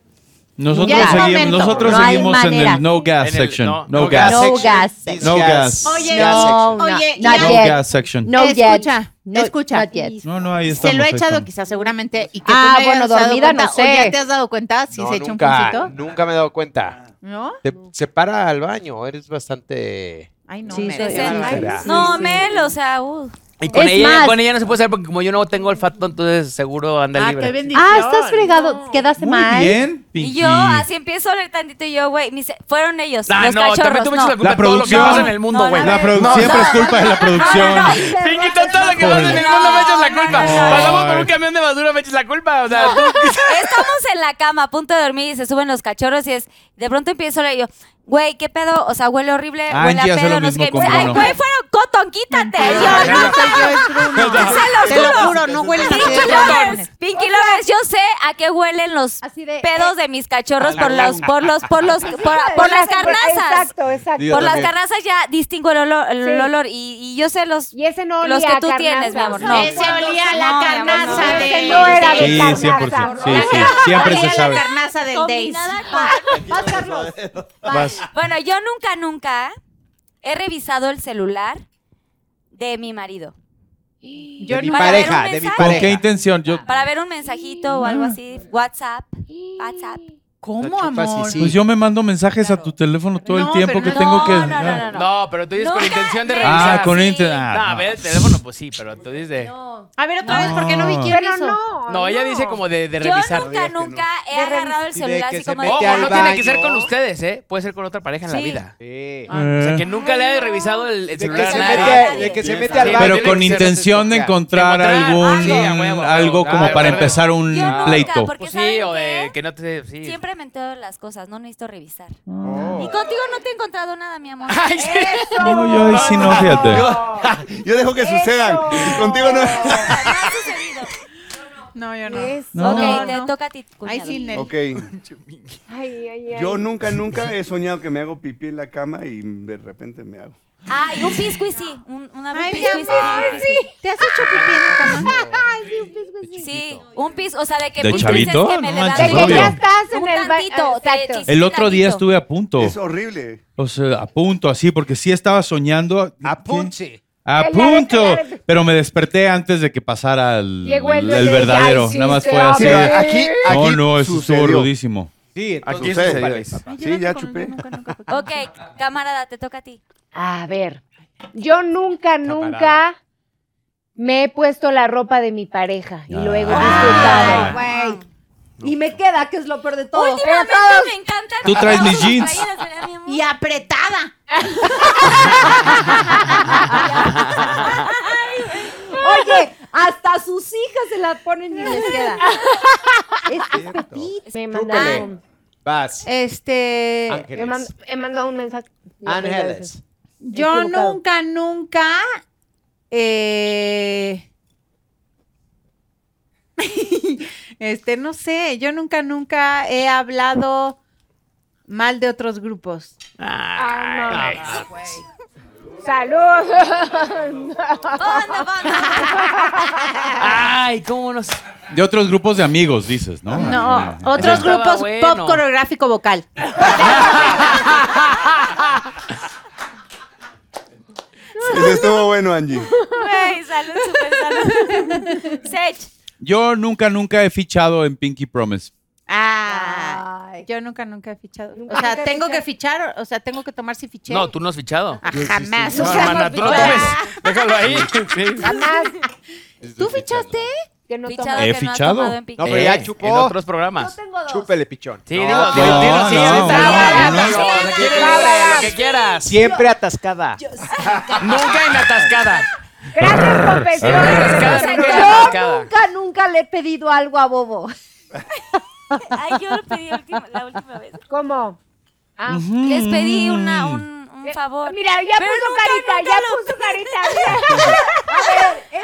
Speaker 9: Ya
Speaker 15: Nosotros
Speaker 9: es
Speaker 15: seguimos,
Speaker 9: momento.
Speaker 15: nosotros
Speaker 5: No hay
Speaker 15: seguimos en
Speaker 5: manera.
Speaker 15: el no gas
Speaker 7: En el-
Speaker 15: section.
Speaker 7: no,
Speaker 15: No,
Speaker 7: no
Speaker 15: gas.
Speaker 5: No gas. section.
Speaker 15: No gas.
Speaker 9: Oye,
Speaker 5: no,
Speaker 9: oye,
Speaker 5: no,
Speaker 9: y
Speaker 5: no
Speaker 9: a-
Speaker 5: yet.
Speaker 15: gas section.
Speaker 5: No yet.
Speaker 9: escucha,
Speaker 5: No,
Speaker 9: escucha.
Speaker 5: not yet.
Speaker 15: No, no, ahí
Speaker 9: Se
Speaker 15: estamos.
Speaker 9: lo he
Speaker 15: ahí
Speaker 9: echado
Speaker 15: estamos.
Speaker 9: quizás seguramente y que
Speaker 5: Ah,
Speaker 9: tú no
Speaker 5: bueno,
Speaker 9: hayas dado
Speaker 5: dormida no
Speaker 9: cuenta, ¿O
Speaker 5: sé.
Speaker 9: ya te has dado cuenta si
Speaker 21: No,
Speaker 9: se echa un Ah.
Speaker 21: nunca,
Speaker 9: puncito?
Speaker 21: Nunca me he dado cuenta.
Speaker 9: ¿No?
Speaker 21: Te, se para al baño, eres bastante...
Speaker 9: Ay, no.
Speaker 5: Sí,
Speaker 9: me-
Speaker 5: soy-
Speaker 9: qué bárbaro.
Speaker 21: Será.
Speaker 4: No, Mel, o sea, uh.
Speaker 7: Y con
Speaker 5: Es
Speaker 7: ella,
Speaker 5: más-
Speaker 7: con ella no se puede hacer porque como yo no tengo olfato, entonces seguro anda
Speaker 9: Ah, qué
Speaker 7: libre.
Speaker 9: bendición.
Speaker 5: Ah, estás fregado, quedaste mal.
Speaker 15: Muy bien,
Speaker 4: Y
Speaker 15: Pinky.
Speaker 4: yo así empiezo a oler tantito y yo, güey, me dice, fueron ellos,
Speaker 7: Ah,
Speaker 4: los
Speaker 7: no, también
Speaker 4: cachorros,
Speaker 7: tú me
Speaker 4: no.
Speaker 7: echas la culpa
Speaker 15: La
Speaker 7: de todo lo que
Speaker 15: producción.
Speaker 7: pasa en el mundo,
Speaker 4: No,
Speaker 7: güey.
Speaker 4: no,
Speaker 15: La producción siempre es culpa de la producción.
Speaker 7: Pinguito, todo lo que pasa en el mundo me echas la culpa. Pasamos por un camión de basura, me echas la culpa. O sea, tú-
Speaker 4: Estamos en la cama a punto de dormir y se suben los cachorros y es, de pronto empiezo a oler y yo, güey, ¿qué pedo? O sea, huele horrible, huele a
Speaker 15: Angie hace
Speaker 4: pedo,
Speaker 15: lo
Speaker 4: no sé
Speaker 15: mismo
Speaker 4: qué.
Speaker 15: con
Speaker 4: Ay,
Speaker 15: Bruno.
Speaker 4: güey, fueron cotón, quítate. Y yo, no,
Speaker 9: Te lo juro, no huele
Speaker 4: Pinky
Speaker 3: ¿eh?
Speaker 4: Lovers, Pinky Lovers, yo sé a qué huelen los
Speaker 22: Así de. eh,
Speaker 4: pedos de mis cachorros por los, por los, por los, por, por las carnazas.
Speaker 22: Exacto, exacto.
Speaker 15: Yo
Speaker 4: Por las
Speaker 15: también.
Speaker 4: carnazas ya distingo el olor, el
Speaker 22: Sí.
Speaker 4: olor y, y yo sé los,
Speaker 22: Y ese no olía
Speaker 4: los que
Speaker 22: a
Speaker 4: tú
Speaker 22: carnaza.
Speaker 4: tienes, mi amor. No.
Speaker 9: Ese olía a la
Speaker 4: No, mi amor,
Speaker 9: carnaza
Speaker 4: no.
Speaker 9: de...
Speaker 22: Ese no era de
Speaker 15: Sí,
Speaker 22: carnaza.
Speaker 15: 100%. Sí, sí, siempre se
Speaker 9: Olía a
Speaker 15: sabe.
Speaker 9: la carnaza del Days.
Speaker 4: Combinada con-
Speaker 22: Vas, Carlos.
Speaker 15: Vas.
Speaker 4: Ah, Bueno, yo nunca, nunca he revisado el celular de mi marido.
Speaker 21: De mi
Speaker 4: Para ver un
Speaker 21: pareja, de mi
Speaker 4: mensaje.
Speaker 15: ¿Con qué
Speaker 21: pareja.
Speaker 15: intención? Yo,
Speaker 4: Para ver un mensajito o algo así. WhatsApp. WhatsApp.
Speaker 9: ¿Cómo,
Speaker 21: Lo chupas y
Speaker 9: amor?
Speaker 21: sí.
Speaker 15: pues yo me mando mensajes a tu teléfono todo
Speaker 9: No,
Speaker 15: el tiempo
Speaker 9: pero
Speaker 15: que
Speaker 9: no,
Speaker 15: tengo que.
Speaker 4: No, no, no, no.
Speaker 7: No, pero tú dices con
Speaker 4: Nunca
Speaker 7: intención de
Speaker 4: me-
Speaker 7: revisar.
Speaker 15: Ah, con
Speaker 4: Sí.
Speaker 15: inten-
Speaker 7: No,
Speaker 15: ah,
Speaker 7: a
Speaker 15: no.
Speaker 7: ver, el teléfono, pues sí, pero tú dices de...
Speaker 9: A ver, otra vez, ¿por qué no vi
Speaker 15: No.
Speaker 9: quién
Speaker 22: Pero
Speaker 9: hizo?
Speaker 22: no.
Speaker 7: No, ella dice como de, de
Speaker 4: Yo
Speaker 7: revisar.
Speaker 4: nunca, nunca he
Speaker 22: De
Speaker 4: agarrado el
Speaker 21: revisar. Y de
Speaker 4: celular
Speaker 21: que
Speaker 4: así
Speaker 21: se
Speaker 4: como de...
Speaker 21: mete
Speaker 7: Ojo,
Speaker 21: al
Speaker 7: no tiene que ser
Speaker 21: baño.
Speaker 7: con ustedes, ¿eh? Puede ser con otra pareja en la
Speaker 4: Sí.
Speaker 7: vida.
Speaker 21: Sí.
Speaker 7: O
Speaker 15: Eh.
Speaker 7: sea, que nunca le haya revisado el,
Speaker 21: De
Speaker 7: el celular
Speaker 21: que,
Speaker 7: a
Speaker 21: se
Speaker 7: nadie.
Speaker 21: mete, de que se mete al
Speaker 7: Sí,
Speaker 21: baño.
Speaker 15: Pero
Speaker 7: tiene
Speaker 15: con
Speaker 7: que ser
Speaker 15: intención de encontrar
Speaker 7: De encontrar
Speaker 15: algún
Speaker 7: algo, a Ah, huevo, a huevo.
Speaker 15: algo como
Speaker 7: Claro,
Speaker 15: para
Speaker 7: claro.
Speaker 15: empezar un
Speaker 4: Yo nunca,
Speaker 15: pleito.
Speaker 4: porque
Speaker 7: Pues sí,
Speaker 4: ¿saben
Speaker 7: o
Speaker 4: qué?
Speaker 7: de que no te... Sí.
Speaker 4: Siempre me entero de las cosas, no necesito revisar.
Speaker 21: Oh.
Speaker 4: Y contigo no te he encontrado nada, mi amor.
Speaker 7: Ay, sí.
Speaker 15: No, yo ahí sí no, fíjate.
Speaker 6: Yo dejo que sucedan. Contigo no.
Speaker 4: No ha sucedido.
Speaker 9: No, yo no.
Speaker 15: No.
Speaker 4: ok,
Speaker 9: No,
Speaker 4: te
Speaker 9: no.
Speaker 4: toca a ti,
Speaker 9: Ay,
Speaker 4: cuñado.
Speaker 9: sí, Nelly.
Speaker 6: Ok.
Speaker 22: Ay, ay, ay.
Speaker 6: Yo nunca, nunca he soñado que me hago pipí en la cama y de repente me hago.
Speaker 4: Ah, y un pisco y sí. Un, una vez
Speaker 9: Ay, mi
Speaker 4: pisco y
Speaker 9: amor,
Speaker 4: sí.
Speaker 9: sí. ¿Te has hecho pipí en la cama?
Speaker 4: Sí, un pisco, o sea, de que...
Speaker 11: ¿De
Speaker 4: pues,
Speaker 11: chavito?
Speaker 4: dices que me
Speaker 15: No
Speaker 4: levanto
Speaker 15: manches,
Speaker 4: y-
Speaker 22: De que
Speaker 15: obvio.
Speaker 22: ya estás en
Speaker 4: Un
Speaker 22: el baño.
Speaker 9: ah,
Speaker 4: tantito, te
Speaker 22: Exacto.
Speaker 4: chis-
Speaker 15: El otro día estuve a punto.
Speaker 6: Es horrible.
Speaker 15: O sea, a punto, así, porque sí estaba soñando. ¿Qué?
Speaker 21: Apunche.
Speaker 15: A
Speaker 22: El
Speaker 15: punto.
Speaker 22: arete.
Speaker 15: Pero me desperté antes de que pasara el,
Speaker 22: Llegó el
Speaker 15: el
Speaker 22: de-
Speaker 15: verdadero.
Speaker 22: Ay, sí,
Speaker 15: Nada más
Speaker 22: se
Speaker 15: fue así.
Speaker 22: abre.
Speaker 15: de-
Speaker 6: aquí, aquí
Speaker 15: No, no, eso estuvo
Speaker 6: sucedió.
Speaker 15: rudísimo.
Speaker 10: Sí,
Speaker 6: Aquí
Speaker 10: ustedes,
Speaker 6: se
Speaker 10: señores.
Speaker 6: parece.
Speaker 10: Ay, yo
Speaker 6: Sí, ya
Speaker 4: con-
Speaker 6: chupé.
Speaker 4: Ok, camarada, te toca a ti.
Speaker 24: A ver,
Speaker 8: Yo nunca, nunca me he puesto la ropa de mi pareja y lo he disfrutado.
Speaker 5: Güey. Y me queda, que es lo peor de todo.
Speaker 4: Últimamente
Speaker 5: Pero todos-
Speaker 4: me encanta.
Speaker 5: Tú traes mis jeans.
Speaker 11: Y apretada.
Speaker 5: Oye, hasta sus hijas se la ponen y les queda.
Speaker 8: Me
Speaker 10: Chúpele.
Speaker 8: mandaron,
Speaker 10: Vas.
Speaker 9: Ah, Este.
Speaker 10: Ángeles.
Speaker 8: me man- he mandado un mensaje.
Speaker 10: Ángeles.
Speaker 9: Yo
Speaker 8: Equivocado.
Speaker 9: nunca, nunca. eh, este, no sé. Yo nunca, nunca he hablado mal de otros grupos.
Speaker 4: Ah,
Speaker 8: Ay, Salud.
Speaker 7: Ay, cómo nos.
Speaker 1: De otros grupos de amigos, dices, ¿no?
Speaker 9: No,
Speaker 1: Así,
Speaker 9: otros
Speaker 7: estaba
Speaker 9: grupos
Speaker 7: bueno.
Speaker 9: pop coreográfico vocal.
Speaker 6: Ese estuvo bueno, Angie.
Speaker 4: Güey, salud, super salud. Sech.
Speaker 1: Yo nunca, nunca he fichado en Pinky Promise.
Speaker 9: Ah, yo nunca, nunca he fichado. o sea,
Speaker 11: nunca
Speaker 9: tengo que fichar, o sea, tengo que tomar si fiché.
Speaker 7: No, tú no has fichado.
Speaker 9: Ah, jamás.
Speaker 7: No,
Speaker 9: O sea,
Speaker 7: hermana, tú no tomes. Déjalo ahí.
Speaker 9: ¿Tú fichaste?
Speaker 8: Que no
Speaker 4: Fichado
Speaker 7: He
Speaker 4: que
Speaker 7: fichado.
Speaker 4: No, has tomado en Pinky.
Speaker 10: No, pero ya chupó.
Speaker 7: Eh, En otros programas.
Speaker 10: Chúpele, pichón.
Speaker 7: Sí,
Speaker 10: No,
Speaker 7: digo,
Speaker 10: no,
Speaker 7: digo, digo, sí,
Speaker 10: no,
Speaker 7: sí,
Speaker 10: no,
Speaker 7: está,
Speaker 10: no,
Speaker 7: ya,
Speaker 10: no,
Speaker 7: ya,
Speaker 10: no, no,
Speaker 7: ya, quieres,
Speaker 10: no,
Speaker 7: dale,
Speaker 10: no,
Speaker 7: lo que quieras.
Speaker 10: Siempre atascada.
Speaker 7: Nunca en atascada.
Speaker 5: Gracias,
Speaker 7: profesor. Atascada, nunca en
Speaker 5: Yo
Speaker 7: atascada.
Speaker 5: nunca, nunca le he pedido algo a Bobo.
Speaker 4: Ay, yo lo pedí última- la última vez.
Speaker 8: ¿Cómo? Ah. Eh,
Speaker 4: Les pedí una, un, un favor.
Speaker 8: Mira, ya
Speaker 4: Pero
Speaker 8: puso
Speaker 4: nunca,
Speaker 8: carita,
Speaker 4: nunca
Speaker 8: ya
Speaker 4: lo-
Speaker 8: puso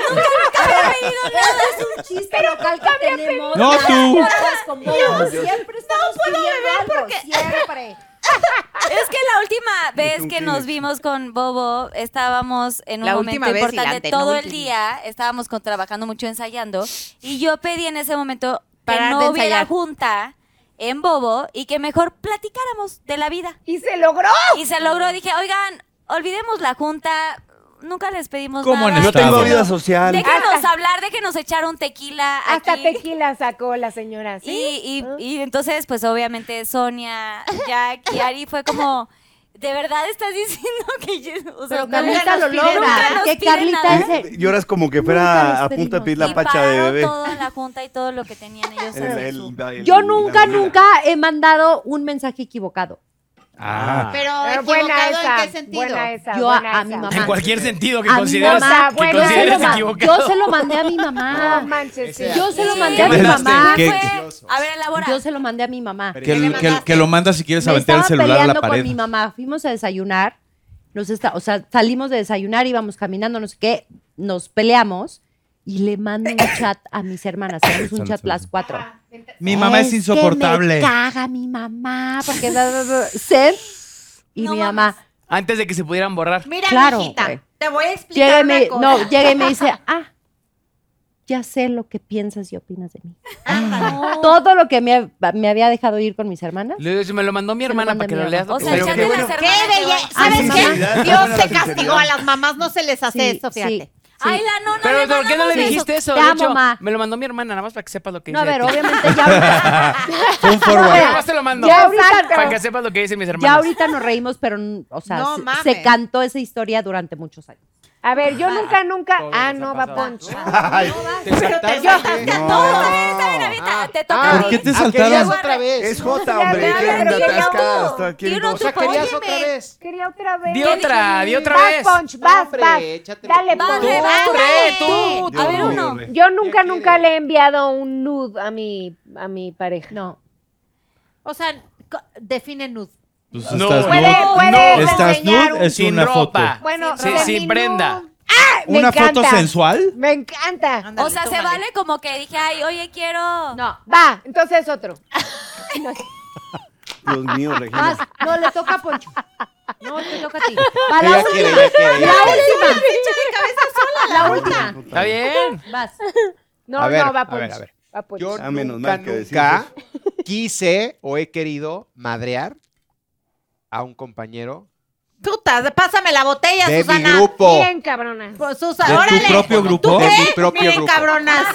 Speaker 8: carita. mira.
Speaker 5: Nunca, nunca me he pedido nada. Es un chiste local que tenemos.
Speaker 1: No, tú.
Speaker 5: Nosotras con Bobo.
Speaker 4: Yo
Speaker 5: Siempre estamos pidiendo algo, siempre.
Speaker 4: Es que la última vez
Speaker 5: un
Speaker 4: que
Speaker 5: Kleenex.
Speaker 4: nos vimos con Bobo, estábamos en un
Speaker 9: La
Speaker 4: momento
Speaker 9: última vez y la
Speaker 4: importante todo el
Speaker 9: antepenúltima.
Speaker 4: día, estábamos con- trabajando mucho ensayando, y yo pedí en ese momento
Speaker 9: Parar
Speaker 4: que
Speaker 9: de
Speaker 4: no hubiera
Speaker 9: ensayar.
Speaker 4: junta en Bobo y que mejor platicáramos de la vida.
Speaker 8: Y se logró.
Speaker 4: Y se logró, dije, oigan, olvidemos la junta, nunca les pedimos
Speaker 1: ¿Cómo
Speaker 4: nada.
Speaker 1: han
Speaker 6: Yo
Speaker 1: estado?
Speaker 6: tengo vida social.
Speaker 4: Déjenos hablar, déjenos echar un tequila
Speaker 8: Hasta
Speaker 4: aquí.
Speaker 8: tequila sacó la señora, ¿sí? Ah.
Speaker 4: Y, y- y entonces, pues obviamente Sonia, Jack y Ari fue como, ¿de verdad estás diciendo que yo? O
Speaker 5: Pero
Speaker 4: nunca
Speaker 5: Carlita lo
Speaker 4: nos piden
Speaker 5: logra.
Speaker 4: nada, nos
Speaker 5: Que
Speaker 4: piden
Speaker 5: Carlita
Speaker 4: nada.
Speaker 5: es
Speaker 6: Y- Lloras como que
Speaker 5: Nunca
Speaker 6: fuera
Speaker 5: los
Speaker 6: a punto de pedir la
Speaker 4: ¿Eh? Y
Speaker 6: pacha de
Speaker 4: pararon
Speaker 6: bebé.
Speaker 4: toda la junta y todo lo que tenían ellos.
Speaker 6: El-
Speaker 4: en
Speaker 6: el-
Speaker 4: su-
Speaker 6: el-
Speaker 5: Yo
Speaker 6: la
Speaker 5: nunca,
Speaker 6: vida.
Speaker 5: nunca he mandado un mensaje equivocado.
Speaker 6: Ah.
Speaker 9: Pero
Speaker 8: Pero buena
Speaker 9: equivocado
Speaker 8: esa,
Speaker 9: en qué sentido.
Speaker 8: buena esa,
Speaker 5: Yo a-
Speaker 8: buena
Speaker 5: a mi
Speaker 8: esa.
Speaker 5: mamá.
Speaker 7: En cualquier sentido que
Speaker 5: A mi
Speaker 7: consideres,
Speaker 5: mamá,
Speaker 7: que
Speaker 5: bueno,
Speaker 7: consideres
Speaker 5: yo se lo ma-
Speaker 7: equivocado.
Speaker 5: Yo se lo mandé a mi
Speaker 8: No
Speaker 5: mamá.
Speaker 8: manches, sí.
Speaker 5: Yo se lo
Speaker 4: Sí.
Speaker 5: mandé a mi
Speaker 1: Qué-
Speaker 5: mamá.
Speaker 1: qué-
Speaker 4: A ver, elabora.
Speaker 5: Yo se lo mandé a mi mamá.
Speaker 1: Que, el- que, el- que lo manda si quieres
Speaker 5: Me
Speaker 1: aventar el
Speaker 5: estaba
Speaker 1: celular a la
Speaker 5: peleando
Speaker 1: pared.
Speaker 5: con mi mamá. Fuimos a desayunar. Nos está, o sea, salimos de desayunar, íbamos caminando, no sé qué. Nos peleamos y le mando un chat a mis hermanas. Tenemos un
Speaker 1: Salud,
Speaker 5: chat
Speaker 1: salud.
Speaker 5: las cuatro.
Speaker 9: Ah,
Speaker 1: Mi mamá es
Speaker 5: que
Speaker 1: insoportable.
Speaker 5: me caga mi mamá porque bla, bla, bla, Sed. y mi mamá.
Speaker 7: Antes de que se pudieran borrar.
Speaker 9: Mira,
Speaker 5: Claro,
Speaker 9: mijita,
Speaker 5: güey.
Speaker 9: te voy a explicar
Speaker 5: Llega y
Speaker 9: una
Speaker 5: me,
Speaker 9: cosa.
Speaker 5: no, llega y me dice, ah, ya sé lo que piensas y opinas de mí.
Speaker 9: Ah,
Speaker 5: Todo lo que me, me había dejado ir con mis hermanas.
Speaker 7: Le- se Me lo mandó mi hermana para que lo leas.
Speaker 5: O
Speaker 4: sea, el chat de las
Speaker 9: Qué
Speaker 4: hermanas de
Speaker 9: belle-
Speaker 4: Bobo.
Speaker 9: ¿Sabes
Speaker 5: sí,
Speaker 9: qué?
Speaker 5: sí,
Speaker 7: sí.
Speaker 9: Dios
Speaker 7: Sí,
Speaker 9: te
Speaker 7: sí.
Speaker 9: castigó a las mamás, no se les hace
Speaker 5: Sí,
Speaker 9: eso,
Speaker 5: sí,
Speaker 9: fíjate.
Speaker 4: Ay, la nona.
Speaker 7: Pero ¿por qué no
Speaker 5: mandamos
Speaker 7: le dijiste
Speaker 5: eso.
Speaker 7: eso?
Speaker 5: Te
Speaker 7: De
Speaker 5: amo,
Speaker 7: hecho,
Speaker 5: ma.
Speaker 7: Me lo mandó mi hermana, nada más para que sepas lo que
Speaker 5: No, a
Speaker 7: dice. de
Speaker 5: ver,
Speaker 7: ti.
Speaker 5: obviamente ya ahorita,
Speaker 1: Fue un
Speaker 5: No,
Speaker 1: forward.
Speaker 5: pero-
Speaker 7: Nada más te lo mando.
Speaker 5: Ya ahorita-
Speaker 7: Para que sepas lo que dicen mis
Speaker 5: ya
Speaker 7: hermanas.
Speaker 5: ahorita nos reímos, pero, mm, o sea,
Speaker 9: No
Speaker 5: se-
Speaker 9: mames.
Speaker 5: se cantó esa historia durante muchos años.
Speaker 8: A ver, yo nunca, nunca. Ah, no, va Poncho.
Speaker 9: Pero te
Speaker 6: No.
Speaker 4: Ah, Te toca a
Speaker 1: ¿Por
Speaker 4: ti.
Speaker 1: qué te
Speaker 10: Ah, querías
Speaker 1: saltaron?
Speaker 10: otra vez.
Speaker 6: Es Jota, hombre.
Speaker 8: Ya,
Speaker 6: ¿Qué
Speaker 8: ya,
Speaker 6: onda
Speaker 8: ya, ya,
Speaker 6: atascada?
Speaker 8: ya,
Speaker 6: Está- ¿quién
Speaker 4: Quiero
Speaker 6: no?
Speaker 4: tu
Speaker 10: O sea, querías otra vez.
Speaker 8: Quería otra vez.
Speaker 7: Di otra, di otra
Speaker 8: Vas,
Speaker 7: vez.
Speaker 8: Ponch, vas,
Speaker 10: Hombre,
Speaker 8: vas.
Speaker 10: échatelo.
Speaker 8: Dale,
Speaker 4: Vas,
Speaker 8: Ponch.
Speaker 4: re, vas,
Speaker 7: Tú,
Speaker 4: dale.
Speaker 7: re, tú.
Speaker 4: A ver, uno.
Speaker 8: Yo nunca, nunca le he enviado un nude a mi, a mi pareja.
Speaker 5: No.
Speaker 9: O sea, co- define nud.
Speaker 1: Pues
Speaker 7: No.
Speaker 1: estás
Speaker 7: Puede-
Speaker 1: nude.
Speaker 8: puede
Speaker 1: Estás
Speaker 8: enseñar
Speaker 1: nude, es
Speaker 7: Sin
Speaker 1: una foto.
Speaker 7: ropa.
Speaker 8: Bueno,
Speaker 7: Sí,
Speaker 8: de
Speaker 7: sí,
Speaker 8: mi
Speaker 7: prenda.
Speaker 8: nude. ¡Ah! Me
Speaker 1: ¿Una foto
Speaker 8: encanta.
Speaker 1: sensual?
Speaker 8: Me encanta.
Speaker 4: O sea, se vale como que dije, ay, oye, quiero.
Speaker 8: No, va, entonces otro.
Speaker 6: Dios mío, Regina.
Speaker 5: No, le toca a Poncho.
Speaker 9: No, te toca a ti.
Speaker 5: Para la
Speaker 10: Ella
Speaker 5: última.
Speaker 10: quiere, ella quiere,
Speaker 5: La
Speaker 10: ella
Speaker 5: última.
Speaker 9: La última.
Speaker 7: Está bien.
Speaker 5: Vas.
Speaker 8: No,
Speaker 10: A ver,
Speaker 8: no, va
Speaker 10: a ver,
Speaker 8: Poncho.
Speaker 10: a ver.
Speaker 8: Va Poncho.
Speaker 10: Yo
Speaker 6: Ah, menos
Speaker 10: nunca,
Speaker 6: mal que decís
Speaker 10: nunca quise o he querido madrear a un compañero
Speaker 9: Puta, pásame la botella,
Speaker 10: de mi
Speaker 9: Susana.
Speaker 10: grupo.
Speaker 8: Bien, cabrona.
Speaker 9: Pues, Susa,
Speaker 10: ¿De tu
Speaker 9: órale.
Speaker 1: propio
Speaker 9: ¿Tú
Speaker 1: grupo?
Speaker 9: qué?
Speaker 10: De mi propio
Speaker 9: Miren,
Speaker 10: grupo.
Speaker 9: cabronas.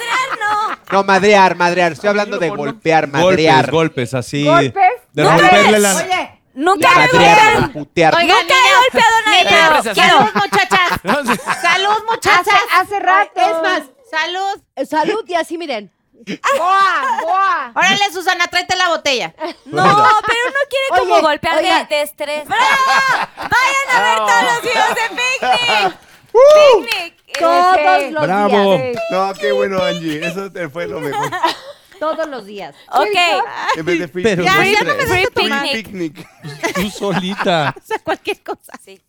Speaker 10: No, madrear, madrear. Estoy hablando de golpear, madrear.
Speaker 1: Golpes, golpes, así.
Speaker 11: Pues,
Speaker 8: Golpes.
Speaker 10: De
Speaker 4: Nunca
Speaker 10: romperle
Speaker 4: le-
Speaker 10: la-
Speaker 4: Oye, Nunca
Speaker 10: la
Speaker 4: le
Speaker 10: patriarca,
Speaker 4: golpean.
Speaker 10: putear.
Speaker 4: Nunca he golpeado a nadie.
Speaker 9: Neta,
Speaker 4: pero
Speaker 9: Salud,
Speaker 4: quiero.
Speaker 9: muchachas. Salud, muchachas.
Speaker 3: Hace- hace rato.
Speaker 9: Ay, Es más, salud.
Speaker 3: Salud y así miren.
Speaker 9: Boa, boa. Órale, Susana, tráete la botella.
Speaker 4: No, pero uno quiere como
Speaker 9: Oye,
Speaker 4: golpear de,
Speaker 9: oigan.
Speaker 4: de estrés. ¡Bravo! Vayan a ver todos los videos de Picnic. Picnic.
Speaker 3: Todos los
Speaker 6: Bravo.
Speaker 3: días.
Speaker 6: No, qué bueno, Angie. Eso te fue lo mejor.
Speaker 3: Todos los días.
Speaker 4: Ok.
Speaker 6: En vez de free,
Speaker 11: Pero Ya,
Speaker 4: ya no me
Speaker 6: free
Speaker 4: dejes tomar.
Speaker 6: picnic.
Speaker 11: Tú solita.
Speaker 9: Cualquier cosa.
Speaker 4: Sí.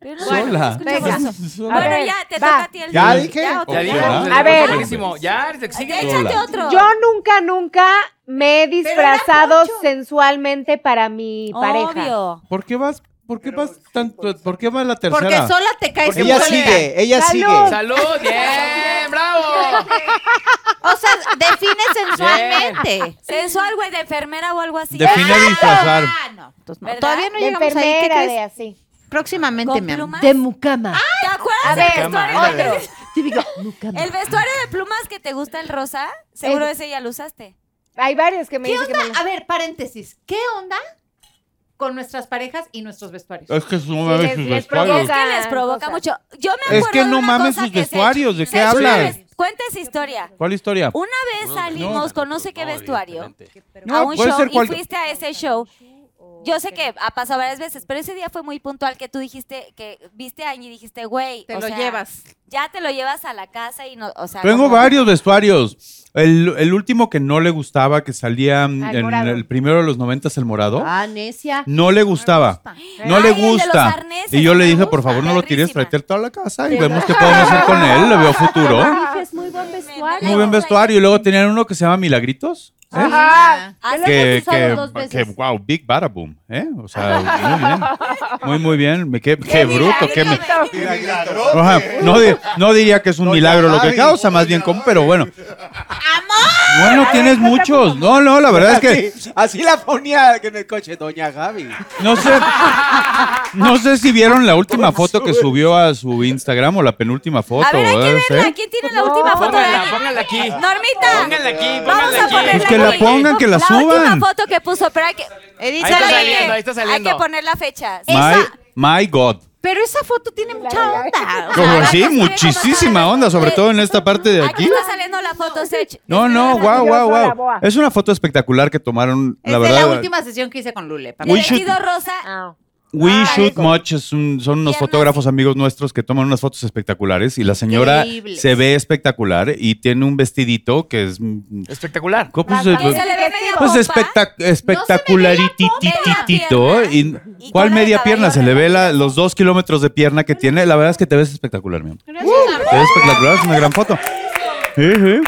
Speaker 4: Pero
Speaker 11: Sola.
Speaker 4: no escuchamos
Speaker 11: Venga.
Speaker 4: eso.
Speaker 11: Sola.
Speaker 4: Bueno,
Speaker 8: A ver,
Speaker 4: ya,
Speaker 8: va.
Speaker 4: te toca a ti el
Speaker 11: ¿Ya dije?
Speaker 7: Ya dije.
Speaker 8: A ver.
Speaker 7: Buenísimo. Ya, eres exige.
Speaker 8: Yo nunca, nunca me he disfrazado sensualmente para mi pareja.
Speaker 4: Obvio.
Speaker 11: ¿Por qué vas? ¿Por qué vas tanto? ¿Por qué va la tercera?
Speaker 9: Porque sola te caes
Speaker 11: Porque ella
Speaker 9: solita.
Speaker 11: sigue, ella Salud. sigue.
Speaker 7: Salud, bien, bravo.
Speaker 9: O sea, define sensualmente.
Speaker 4: Sensual, güey, de enfermera o algo así.
Speaker 11: Define disfrazar.
Speaker 9: Entonces, no,
Speaker 4: ¿Verdad?
Speaker 9: todavía no
Speaker 4: De
Speaker 9: llegamos ahí. ¿Qué
Speaker 4: enfermera,
Speaker 9: crees?
Speaker 4: de
Speaker 8: así.
Speaker 9: Próximamente, mi amor.
Speaker 4: plumas? Ah,
Speaker 3: De mucama.
Speaker 4: ¿Te
Speaker 3: A
Speaker 4: acuerdas
Speaker 3: ver,
Speaker 4: del vestuario?
Speaker 3: ándale.
Speaker 4: de-
Speaker 3: Típico mucama.
Speaker 4: El vestuario de plumas que te gusta el rosa, seguro ese ya lo usaste.
Speaker 8: Hay varios que me
Speaker 9: ¿Qué
Speaker 8: dicen que
Speaker 9: onda?
Speaker 8: me
Speaker 9: A ver, paréntesis. ¿Qué onda con nuestras parejas y nuestros vestuarios?
Speaker 11: Es que no
Speaker 9: Sí,
Speaker 11: mames
Speaker 9: les-
Speaker 11: sus
Speaker 9: les
Speaker 4: Es
Speaker 11: vestuarios.
Speaker 4: que les provoca mucho. Yo me acuerdo
Speaker 11: Es que
Speaker 4: de
Speaker 11: no
Speaker 4: una
Speaker 11: mames
Speaker 4: cosa
Speaker 11: sus
Speaker 4: que se-
Speaker 11: vestuarios. ¿De
Speaker 4: se-
Speaker 11: qué hablas?
Speaker 4: Señores, Cuenta esa historia.
Speaker 11: ¿Cuál historia?
Speaker 4: Una vez salimos con no sé qué vestuario
Speaker 11: No,
Speaker 4: a un
Speaker 11: puede
Speaker 4: show
Speaker 11: ser
Speaker 4: y
Speaker 11: cual-
Speaker 4: fuiste a ese show. Yo sé que ha pasado varias veces, pero ese día fue muy puntual que tú dijiste que viste a Angie y dijiste, güey,
Speaker 9: Te
Speaker 4: o
Speaker 9: lo
Speaker 4: sea,
Speaker 9: llevas.
Speaker 4: Ya te lo llevas a la casa y no, o sea,
Speaker 1: Tengo
Speaker 4: como-
Speaker 1: varios vestuarios. El, el último que no le gustaba, que salía mm,
Speaker 4: Ah, el
Speaker 1: en
Speaker 4: morado.
Speaker 1: el primero de los noventas, el morado.
Speaker 5: Ah, necia.
Speaker 1: No le gustaba. No
Speaker 5: Ay,
Speaker 1: le
Speaker 5: el de los
Speaker 1: gusta.
Speaker 5: arneses,
Speaker 1: Y yo
Speaker 5: no
Speaker 1: le
Speaker 5: me
Speaker 1: dije,
Speaker 5: gusta,
Speaker 1: por favor, no lo tires, tráete a toda la casa y
Speaker 5: Sí,
Speaker 1: vemos
Speaker 5: no.
Speaker 1: qué podemos hacer con él. Le veo futuro.
Speaker 3: Es muy buen vestuario.
Speaker 1: Muy buen vestuario. Y luego tenían uno que se llama Milagritos. ¿eh?
Speaker 3: Ajá. Ah, Yo lo he
Speaker 1: Que,
Speaker 3: usado dos
Speaker 1: que,
Speaker 3: veces.
Speaker 1: que, wow, Big Badaboom, ¿eh? O sea, muy bien. Muy, muy bien. Me- Qué, qué bruto, qué, mi- Ajá, no, di- no diría que es un milagro lo que
Speaker 11: Gaby.
Speaker 1: causa, más bien como, pero bueno. ¡Amor! Bueno, tienes muchos. No, no, la verdad es que
Speaker 10: Así, así la ponía en el coche, doña Gaby.
Speaker 1: no sé, no sé si vieron la última foto que subió a su Instagram o la penúltima foto.
Speaker 4: A ver, hay
Speaker 11: ¿eh?
Speaker 4: que
Speaker 1: ¿verdad? ¿Eh? No sé.
Speaker 4: verla. ¿Quién tiene la última foto de
Speaker 7: Pónganla,
Speaker 4: Angie?
Speaker 7: pónganla aquí.
Speaker 4: Normita.
Speaker 7: Pónganla
Speaker 4: Vamos
Speaker 7: aquí, pónganla
Speaker 4: a
Speaker 7: aquí.
Speaker 4: ponerla
Speaker 1: Pues que la
Speaker 4: aquí.
Speaker 1: pongan, que la suban.
Speaker 4: última foto que puso, pero hay que...
Speaker 7: está
Speaker 4: hay que-
Speaker 7: saliendo, ahí está saliendo.
Speaker 4: Hay que poner la fecha.
Speaker 1: Eh, My, my God.
Speaker 9: Pero esa foto tiene mucha onda.
Speaker 1: Como sí, muchísima onda, sobre todo en esta parte de
Speaker 4: Aquí
Speaker 1: aquí.
Speaker 4: está saliendo la foto, Sech.
Speaker 1: No, no, wow,
Speaker 4: Yo
Speaker 1: wow,
Speaker 4: soy la
Speaker 1: wow.
Speaker 4: boa.
Speaker 1: Es una foto espectacular que tomaron, la
Speaker 9: es
Speaker 1: verdad.
Speaker 9: de la última sesión que hice con Lule. papá.
Speaker 1: We El should- vestido
Speaker 4: rosa.
Speaker 1: We
Speaker 4: Ah,
Speaker 1: Shoot Much es un- son unos fotógrafos amigos nuestros que toman unas fotos espectaculares y la señora
Speaker 4: Increíbles.
Speaker 1: se ve espectacular y tiene un vestidito que es mm,
Speaker 7: Espectacular.
Speaker 1: ¿Cómo
Speaker 4: Bastante. Se le ve media
Speaker 1: pues
Speaker 4: pompa.
Speaker 1: espectac- espectacularititititito. Y- ¿Cuál media pierna? Se le ve la- los dos kilómetros de pierna que tiene. La verdad es que te ves espectacular, mi amor. Te ves espectacular, es una gran foto. Sí, sí.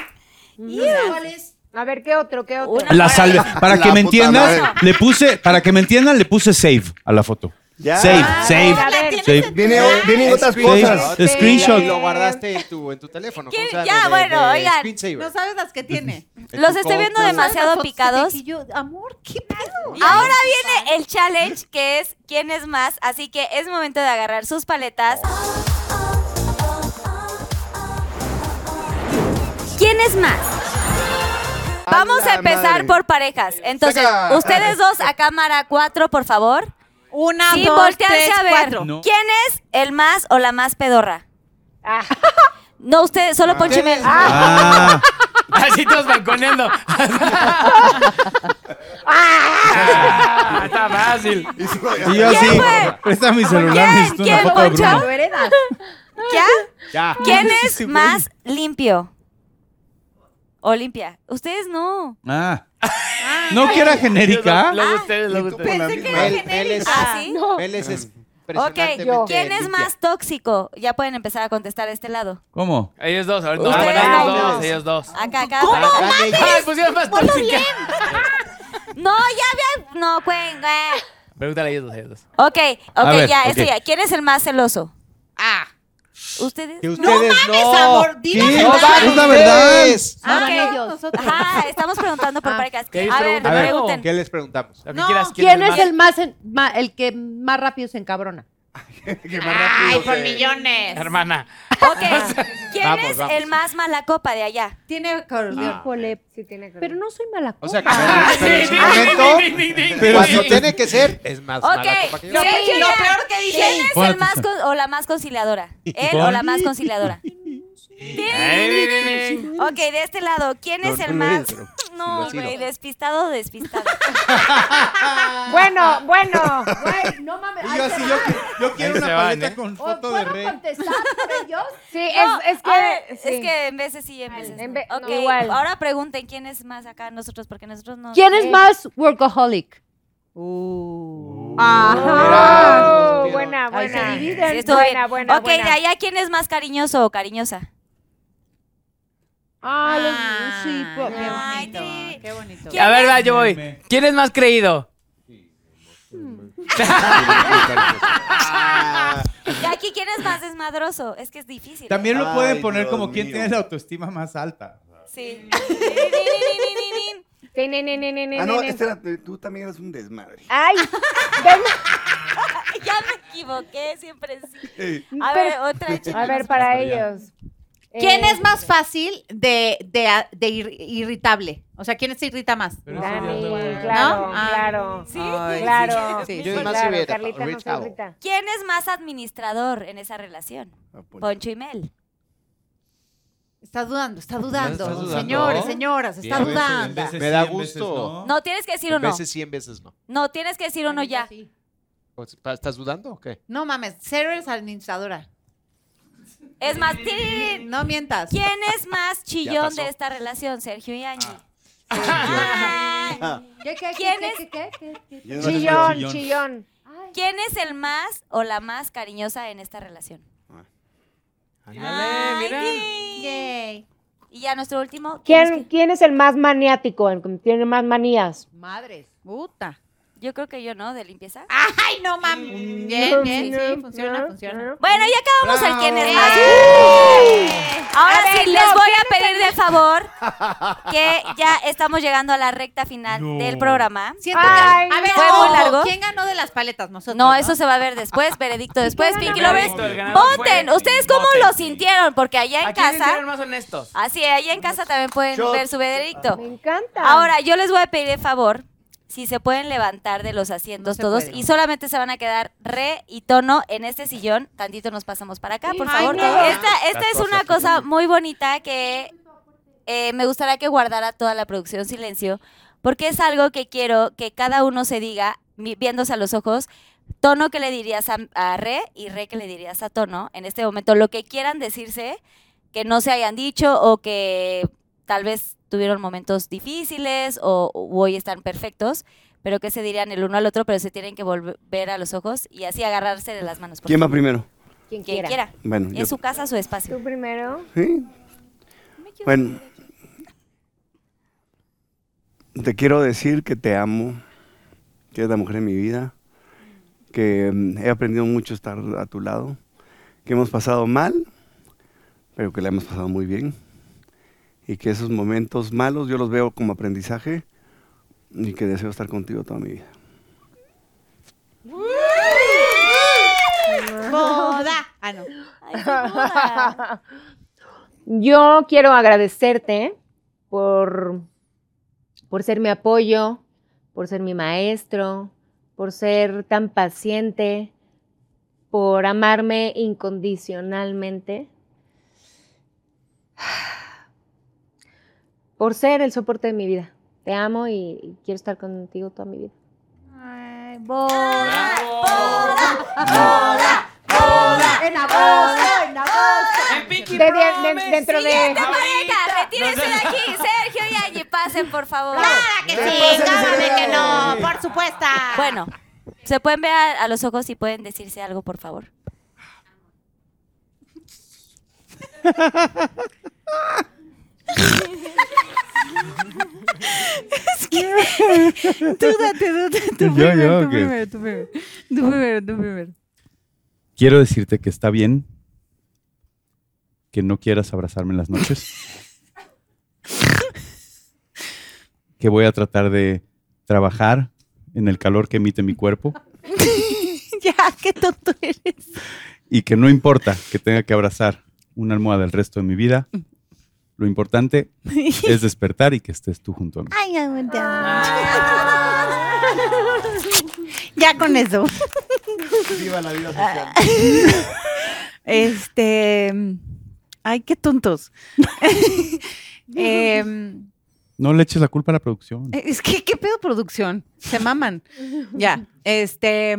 Speaker 8: A ver, ¿qué otro? ¿Qué otro?
Speaker 1: La salve. Para
Speaker 8: La
Speaker 1: que me
Speaker 8: puta
Speaker 1: entiendas,
Speaker 8: madre.
Speaker 1: le puse, para que me entiendan, le puse save a la foto. Save,
Speaker 8: Ah,
Speaker 1: save,
Speaker 8: a ver.
Speaker 1: save.
Speaker 25: Viene- vienen otras
Speaker 1: Save,
Speaker 25: cosas.
Speaker 1: Screenshot.
Speaker 10: Y lo guardaste en tu, en tu teléfono. ¿cómo se llama?
Speaker 4: Ya,
Speaker 10: De-
Speaker 4: bueno,
Speaker 10: de
Speaker 4: oigan.
Speaker 10: screensaver.
Speaker 9: No sabes las que tiene.
Speaker 4: Los estoy viendo demasiado picados.
Speaker 9: amor, ¿qué pedo?
Speaker 4: Ahora viene el challenge que es quién es más, así que es momento de agarrar sus paletas. ¿Quién es más? Vamos a empezar por parejas. Entonces,
Speaker 9: Saca.
Speaker 4: ustedes dos a cámara 4, por favor.
Speaker 9: Una,
Speaker 4: Sin
Speaker 9: dos,
Speaker 4: voltearse
Speaker 9: tres,
Speaker 4: a ver.
Speaker 9: cuatro. No.
Speaker 4: ¿Quién es el más o la más pedorra?
Speaker 9: Ah.
Speaker 4: No, ustedes, solo Ponchimel.
Speaker 1: Ah.
Speaker 7: Así todos balconeando. Ah, está fácil.
Speaker 1: Y yo así, presta mi celular, necesito una
Speaker 4: ¿Quién,
Speaker 1: foto de
Speaker 4: Poncho?
Speaker 1: Bruno.
Speaker 4: ¿Ya?
Speaker 1: Ya.
Speaker 4: ¿Quién
Speaker 1: Sí,
Speaker 4: es
Speaker 1: sí, güey.
Speaker 4: más limpio? O limpia. Ustedes no.
Speaker 1: Ah. No que era genérica.
Speaker 7: Luego ustedes, luego
Speaker 10: pues,
Speaker 7: ustedes.
Speaker 10: Mel, Mel es,
Speaker 4: ¿Ah, sí?
Speaker 10: Mel es es-
Speaker 4: Ok,
Speaker 10: impresionantemente
Speaker 4: ¿quién es
Speaker 10: limpia.
Speaker 4: más tóxico? Ya pueden empezar a contestar a este lado.
Speaker 1: ¿Cómo?
Speaker 7: Ellos dos, ahorita.
Speaker 4: Ustedes
Speaker 7: Ah, bueno, ellos
Speaker 4: dos.
Speaker 7: dos, ellos dos.
Speaker 4: Acá, acá.
Speaker 7: ¿Cómo,
Speaker 4: acá.
Speaker 7: mames? Ay, pusieron más
Speaker 4: Ponlo
Speaker 7: tóxica.
Speaker 4: bien. No, ya vean. No, güey, güey.
Speaker 7: Pregúntale a ellos dos, a ellos dos.
Speaker 4: Ok, ok,
Speaker 7: A ver,
Speaker 4: ya,
Speaker 7: ok.
Speaker 4: esto ya. ¿Quién es el más celoso? Ah. ¿Ustedes?
Speaker 10: Que ustedes no.
Speaker 4: amor, di la
Speaker 10: Sí,
Speaker 4: verdad.
Speaker 10: van
Speaker 4: Es la
Speaker 10: ustedes.
Speaker 4: Ah, ok. Ajá, estamos preguntando
Speaker 5: Ah.
Speaker 4: por parejas.
Speaker 10: ¿Qué les
Speaker 4: A ver,
Speaker 10: preguntan?
Speaker 4: pregunten.
Speaker 10: ¿Qué les preguntamos?
Speaker 3: ¿Quién es el más en- ma- el que más rápido se encabrona?
Speaker 4: que
Speaker 9: más Ay, rápido por se- millones.
Speaker 7: Hermana.
Speaker 4: Ok. ¿Quién
Speaker 7: Vamos,
Speaker 4: es
Speaker 7: vamos.
Speaker 4: el más mala copa de allá?
Speaker 3: Tiene
Speaker 10: Ah,
Speaker 4: acordeón.
Speaker 8: Sí, tiene acordeón.
Speaker 3: Pero no soy mala copa.
Speaker 10: O sea, que pero en su momento, pero si tiene que ser, es más
Speaker 4: Ok,
Speaker 10: mala copa que yo.
Speaker 4: lo,
Speaker 9: Sí,
Speaker 4: lo peor que dije. ¿Quién es
Speaker 10: ¿Cuál?
Speaker 4: el más con- o la más conciliadora? ¿Él o
Speaker 10: ¿Cuál?
Speaker 4: la más conciliadora? ok, de este lado, ¿quién
Speaker 10: No,
Speaker 4: es el
Speaker 10: no lo
Speaker 4: más?
Speaker 10: es, pero sí lo
Speaker 4: No,
Speaker 10: ha sido.
Speaker 4: güey, despistado o despistado.
Speaker 8: Bueno, bueno.
Speaker 3: Güey, no mames.
Speaker 8: Y
Speaker 3: ahí
Speaker 8: yo
Speaker 3: te
Speaker 8: así,
Speaker 3: va.
Speaker 8: yo
Speaker 10: Yo quiero
Speaker 11: Ahí
Speaker 10: una
Speaker 11: se van,
Speaker 10: paleta
Speaker 11: ¿eh?
Speaker 10: con
Speaker 3: ¿O
Speaker 10: foto de
Speaker 3: ¿Puedo
Speaker 10: rey.
Speaker 3: contestar por ellos?
Speaker 8: Sí,
Speaker 4: No,
Speaker 8: es, es que.
Speaker 4: a ver,
Speaker 8: sí.
Speaker 4: es que en veces sí, en veces.
Speaker 8: en
Speaker 4: no.
Speaker 8: ve- no,
Speaker 4: Ok,
Speaker 8: igual.
Speaker 4: ahora pregunten quién es más acá nosotros, porque nosotros no.
Speaker 3: ¿Quién es más workaholic?
Speaker 4: Oh,
Speaker 8: Ajá. buena,
Speaker 4: Ahí se
Speaker 8: buena.
Speaker 4: dividen.
Speaker 8: Sí,
Speaker 4: Estuvo
Speaker 8: buena,
Speaker 4: bien.
Speaker 8: buena,
Speaker 4: Ok,
Speaker 8: buena.
Speaker 4: de allá, ¿quién es más cariñoso o cariñosa?
Speaker 3: Ah, los- sí, po-
Speaker 9: Qué bonito.
Speaker 7: A ver, va, yo voy. ¿Quién es más creído?
Speaker 4: Y aquí, ¿quién es más desmadroso? Es que es difícil. ¿eh?
Speaker 11: También lo
Speaker 8: Ah.
Speaker 4: Ay,
Speaker 11: pueden poner
Speaker 4: Dios
Speaker 11: como quien
Speaker 4: mío.
Speaker 11: tiene la autoestima más alta.
Speaker 4: Sí.
Speaker 8: Sí, ne, ne, ne, ne, ne,
Speaker 6: Ah, no,
Speaker 8: ne.
Speaker 6: este era- tú también eres un desmadre.
Speaker 8: Ay,
Speaker 4: ya me equivoqué, siempre sí.
Speaker 9: A ver, otra,
Speaker 8: pues, A ver, para ellos.
Speaker 9: ¿Quién
Speaker 8: Eh,
Speaker 9: es más fácil de, de- de ir- irritable? O sea, ¿quién se irrita más?
Speaker 8: Dani,
Speaker 9: ¿No?
Speaker 8: claro,
Speaker 9: Ah.
Speaker 8: claro.
Speaker 9: Sí.
Speaker 8: Claro.
Speaker 9: Sí,
Speaker 8: Sí,
Speaker 9: sí.
Speaker 8: claro, Carlita no se irrita.
Speaker 4: ¿Quién es más administrador en esa relación? Poncho y Mel.
Speaker 9: Ah, Está dudando, está dudando.
Speaker 10: ¿Estás dudando?
Speaker 9: Señores, señoras, está
Speaker 10: Diez veces,
Speaker 9: dudando.
Speaker 10: en veces Me da sí, en veces gusto.
Speaker 4: No, tienes que decir
Speaker 10: A
Speaker 4: uno.
Speaker 10: veces sí, en veces no.
Speaker 4: No, tienes que decir uno ya.
Speaker 10: Pues, pa- ¿Estás dudando o qué?
Speaker 9: No mames, cero eres administradora.
Speaker 4: Es más, tirin.
Speaker 9: No mientas.
Speaker 4: ¿Quién es más
Speaker 9: Ya
Speaker 4: chillón
Speaker 9: pasó. Ah.
Speaker 4: de esta relación, Sergio y Angie?
Speaker 3: ¿Qué, qué,
Speaker 4: ¿Quién
Speaker 3: qué,
Speaker 4: es?
Speaker 3: qué, qué, qué, qué?
Speaker 4: ¿Quién
Speaker 8: Chillón, chillón.
Speaker 4: ¿Quién es el más o la más cariñosa en esta relación?
Speaker 9: Eh,
Speaker 4: Ay, sí. Y ya nuestro último.
Speaker 8: ¿Quién, ¿Quién es el más maniático? el que Tiene más manías.
Speaker 9: Madres, puta.
Speaker 4: Yo creo que yo no, de limpieza.
Speaker 9: ¡Ay, no mames! Bien, bien, Mm, sí, funciona, funciona.
Speaker 4: Bueno, ya acabamos el quién es más. Ahora
Speaker 9: A ver,
Speaker 4: sí,
Speaker 9: no,
Speaker 4: les voy
Speaker 9: ¿quién
Speaker 4: a pedir de favor que ya estamos llegando a la recta final
Speaker 9: No.
Speaker 4: del programa.
Speaker 9: Siento que- a ver,
Speaker 4: fue
Speaker 9: ojo,
Speaker 4: muy largo.
Speaker 9: ¿quién ganó de las paletas? Nosotros.
Speaker 4: No, eso se va a ver después, veredicto después,
Speaker 9: ganó?
Speaker 4: Pinky Lovers.
Speaker 7: Veredicto, el ganador
Speaker 4: Voten,
Speaker 7: fue-
Speaker 4: ¿ustedes cómo
Speaker 7: voten.
Speaker 4: lo sintieron? Porque allá en
Speaker 7: ¿A quiénes
Speaker 4: casa...
Speaker 7: hicieron más honestos?
Speaker 4: Así, ahí en casa también pueden
Speaker 7: Shots.
Speaker 4: ver su veredicto. Me
Speaker 8: encanta.
Speaker 4: Ahora, yo les voy a pedir de favor si se pueden levantar de los asientos
Speaker 9: se
Speaker 4: todos
Speaker 9: puede.
Speaker 4: y solamente se van a quedar re y tono en este sillón. Tantito nos pasamos para acá, por
Speaker 9: Ay,
Speaker 4: favor.
Speaker 9: no.
Speaker 4: Esta, esta es una cosa muy bonita que eh, me gustaría que guardara toda la producción silencio, porque es algo que quiero que cada uno se diga, mi- viéndose a los ojos, tono que le dirías a, a re y re que le dirías a tono en este momento, lo que quieran decirse, que no se hayan dicho o que tal vez tuvieron momentos difíciles o, o hoy están perfectos, pero que se dirían el uno al otro, pero se tienen que volver a los ojos y así agarrarse de las manos. por
Speaker 6: ¿Quién va
Speaker 4: favor.
Speaker 6: primero?
Speaker 4: Quien
Speaker 8: quiera.
Speaker 4: quiera.
Speaker 6: Bueno, yo-
Speaker 4: es su casa, su espacio.
Speaker 8: ¿Tú primero?
Speaker 6: Sí. Bueno. Te quiero decir que te amo, que eres la mujer de mi vida, que mm, he aprendido mucho estar a tu lado, que hemos pasado mal, pero que la hemos pasado muy bien, y que esos momentos malos yo los veo como aprendizaje y que deseo estar contigo toda mi vida.
Speaker 9: Boda. Ah, no.
Speaker 8: Yo quiero agradecerte por, por ser mi apoyo, por ser mi maestro, por ser tan paciente, por amarme incondicionalmente, por ser el soporte de mi vida. Te amo y y quiero estar contigo toda mi vida.
Speaker 9: Ay, boda,
Speaker 3: Ah,
Speaker 9: boda, boda, boda. En agosto, en agosto. En
Speaker 8: De- de- de- dentro de...
Speaker 4: Siguiente pareja, retírense de aquí. Sergio y Angie, pasen, por favor. Claro
Speaker 9: que sí, cámame que no, por
Speaker 4: supuesto. Bueno, se pueden ver a, a los ojos y pueden decirse algo, por favor.
Speaker 26: Es que- Dúdate, dúdate. Tú
Speaker 1: Yo,
Speaker 26: primero,
Speaker 1: yo,
Speaker 26: tú
Speaker 1: ok.
Speaker 26: primero, tú primero. Tú primero, tú primero.
Speaker 1: Quiero decirte que está bien que no quieras abrazarme en las noches. que voy a tratar de trabajar en el calor que emite mi cuerpo.
Speaker 9: ya, qué tonto eres.
Speaker 1: Y que no importa que tenga que abrazar una almohada el resto de mi vida, lo importante es despertar y que estés tú junto a mí.
Speaker 9: Ay, aguanta.
Speaker 3: Ah.
Speaker 9: Ya con eso.
Speaker 3: Viva la vida social.
Speaker 9: Este. Ay, qué tontos. Eh,
Speaker 1: No le eches la culpa a la producción.
Speaker 9: es que, ¿qué pedo producción? Se maman. Ya. Este.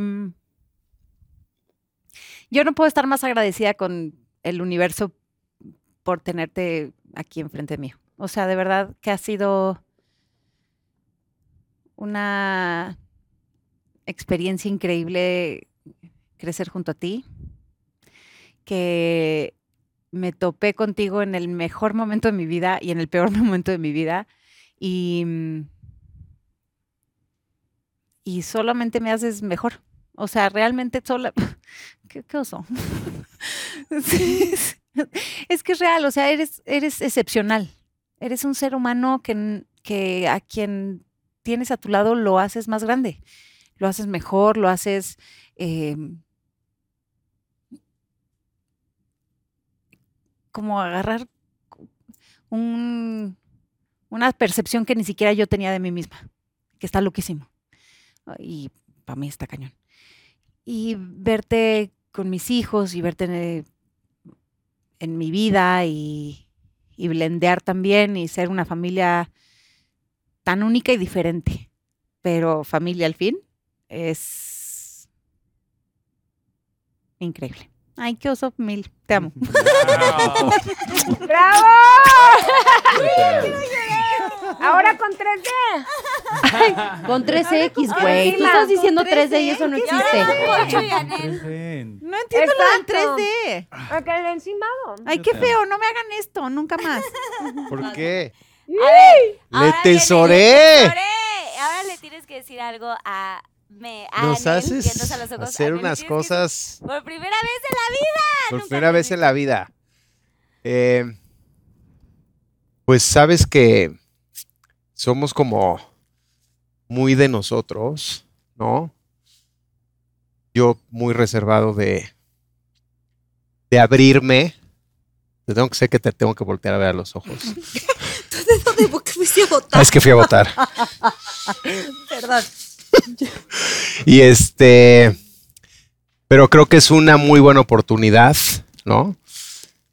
Speaker 9: Yo no puedo estar más agradecida con el universo por tenerte aquí enfrente mío. O sea, de verdad que ha sido una experiencia increíble crecer junto a ti, que me topé contigo en el mejor momento de mi vida y en el peor momento de mi vida y, mm, y solamente me haces mejor. O sea, realmente sola... ¿Qué, qué oso? Sí, es, es que es real, o sea, eres, eres excepcional. Eres un ser humano que, n- que a quien tienes a tu lado lo haces más grande, lo haces mejor, lo haces... eh, como agarrar un- una percepción que ni siquiera yo tenía de mí misma, que está loquísimo. Y para mí está cañón. Y verte con mis hijos y verte en, eh, en mi vida y, y blendear también y ser una familia tan única y diferente, pero familia al fin, es increíble. Ay, qué oso mil. Te amo.
Speaker 8: ¡Bravo! Ahora con 3D.
Speaker 5: Con 3X,
Speaker 8: Ahora
Speaker 5: güey.
Speaker 8: sí,
Speaker 5: Tú
Speaker 8: la-
Speaker 5: estás diciendo
Speaker 8: con
Speaker 5: 3D y eso no
Speaker 8: Y ahora
Speaker 5: existe.
Speaker 8: con
Speaker 9: No entiendo
Speaker 8: Exacto.
Speaker 9: lo del 3D.
Speaker 8: Porque el encimado.
Speaker 9: Ay, qué feo, no me hagan esto, nunca más.
Speaker 10: ¿Por qué?
Speaker 8: ver,
Speaker 10: ¡Le
Speaker 4: Ahora viene,
Speaker 10: tesoré!
Speaker 4: tesoré. eh, Ahora le tienes que decir algo a me a
Speaker 10: Nos
Speaker 4: Anel,
Speaker 10: haces
Speaker 4: viéndose a los ojos.
Speaker 10: hacer
Speaker 4: Anel,
Speaker 10: unas
Speaker 4: tienes que-
Speaker 10: cosas
Speaker 4: Por primera vez en la vida.
Speaker 10: por primera vez en la vida. Eh, pues sabes que somos como muy de nosotros, ¿no? Yo muy reservado de, de abrirme. Te tengo que sé que te tengo que voltear a ver a los ojos.
Speaker 9: Entonces, ¿dónde ¿Por qué fuiste a votar?
Speaker 10: Es que fui a votar.
Speaker 9: Perdón.
Speaker 10: Y este, pero creo que es una muy buena oportunidad, ¿no?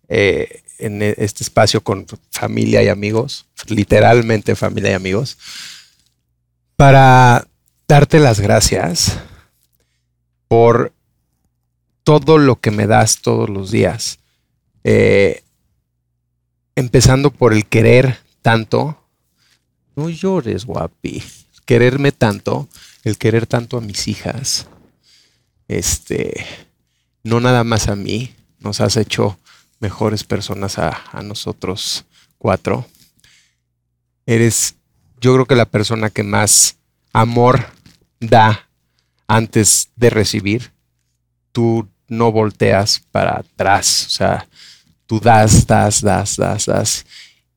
Speaker 10: Eh, en e- este espacio con familia y amigos, literalmente familia y amigos, para darte las gracias por todo lo que me das todos los días. Eh, empezando por el querer tanto. No llores, guapi. Quererme tanto, el querer tanto a mis hijas, este, no nada más a mí, nos has hecho mejores personas a, a nosotros cuatro. Eres, yo creo que la persona que más amor da antes de recibir. Tú no volteas para atrás, o sea, tú das, das, das, das, das.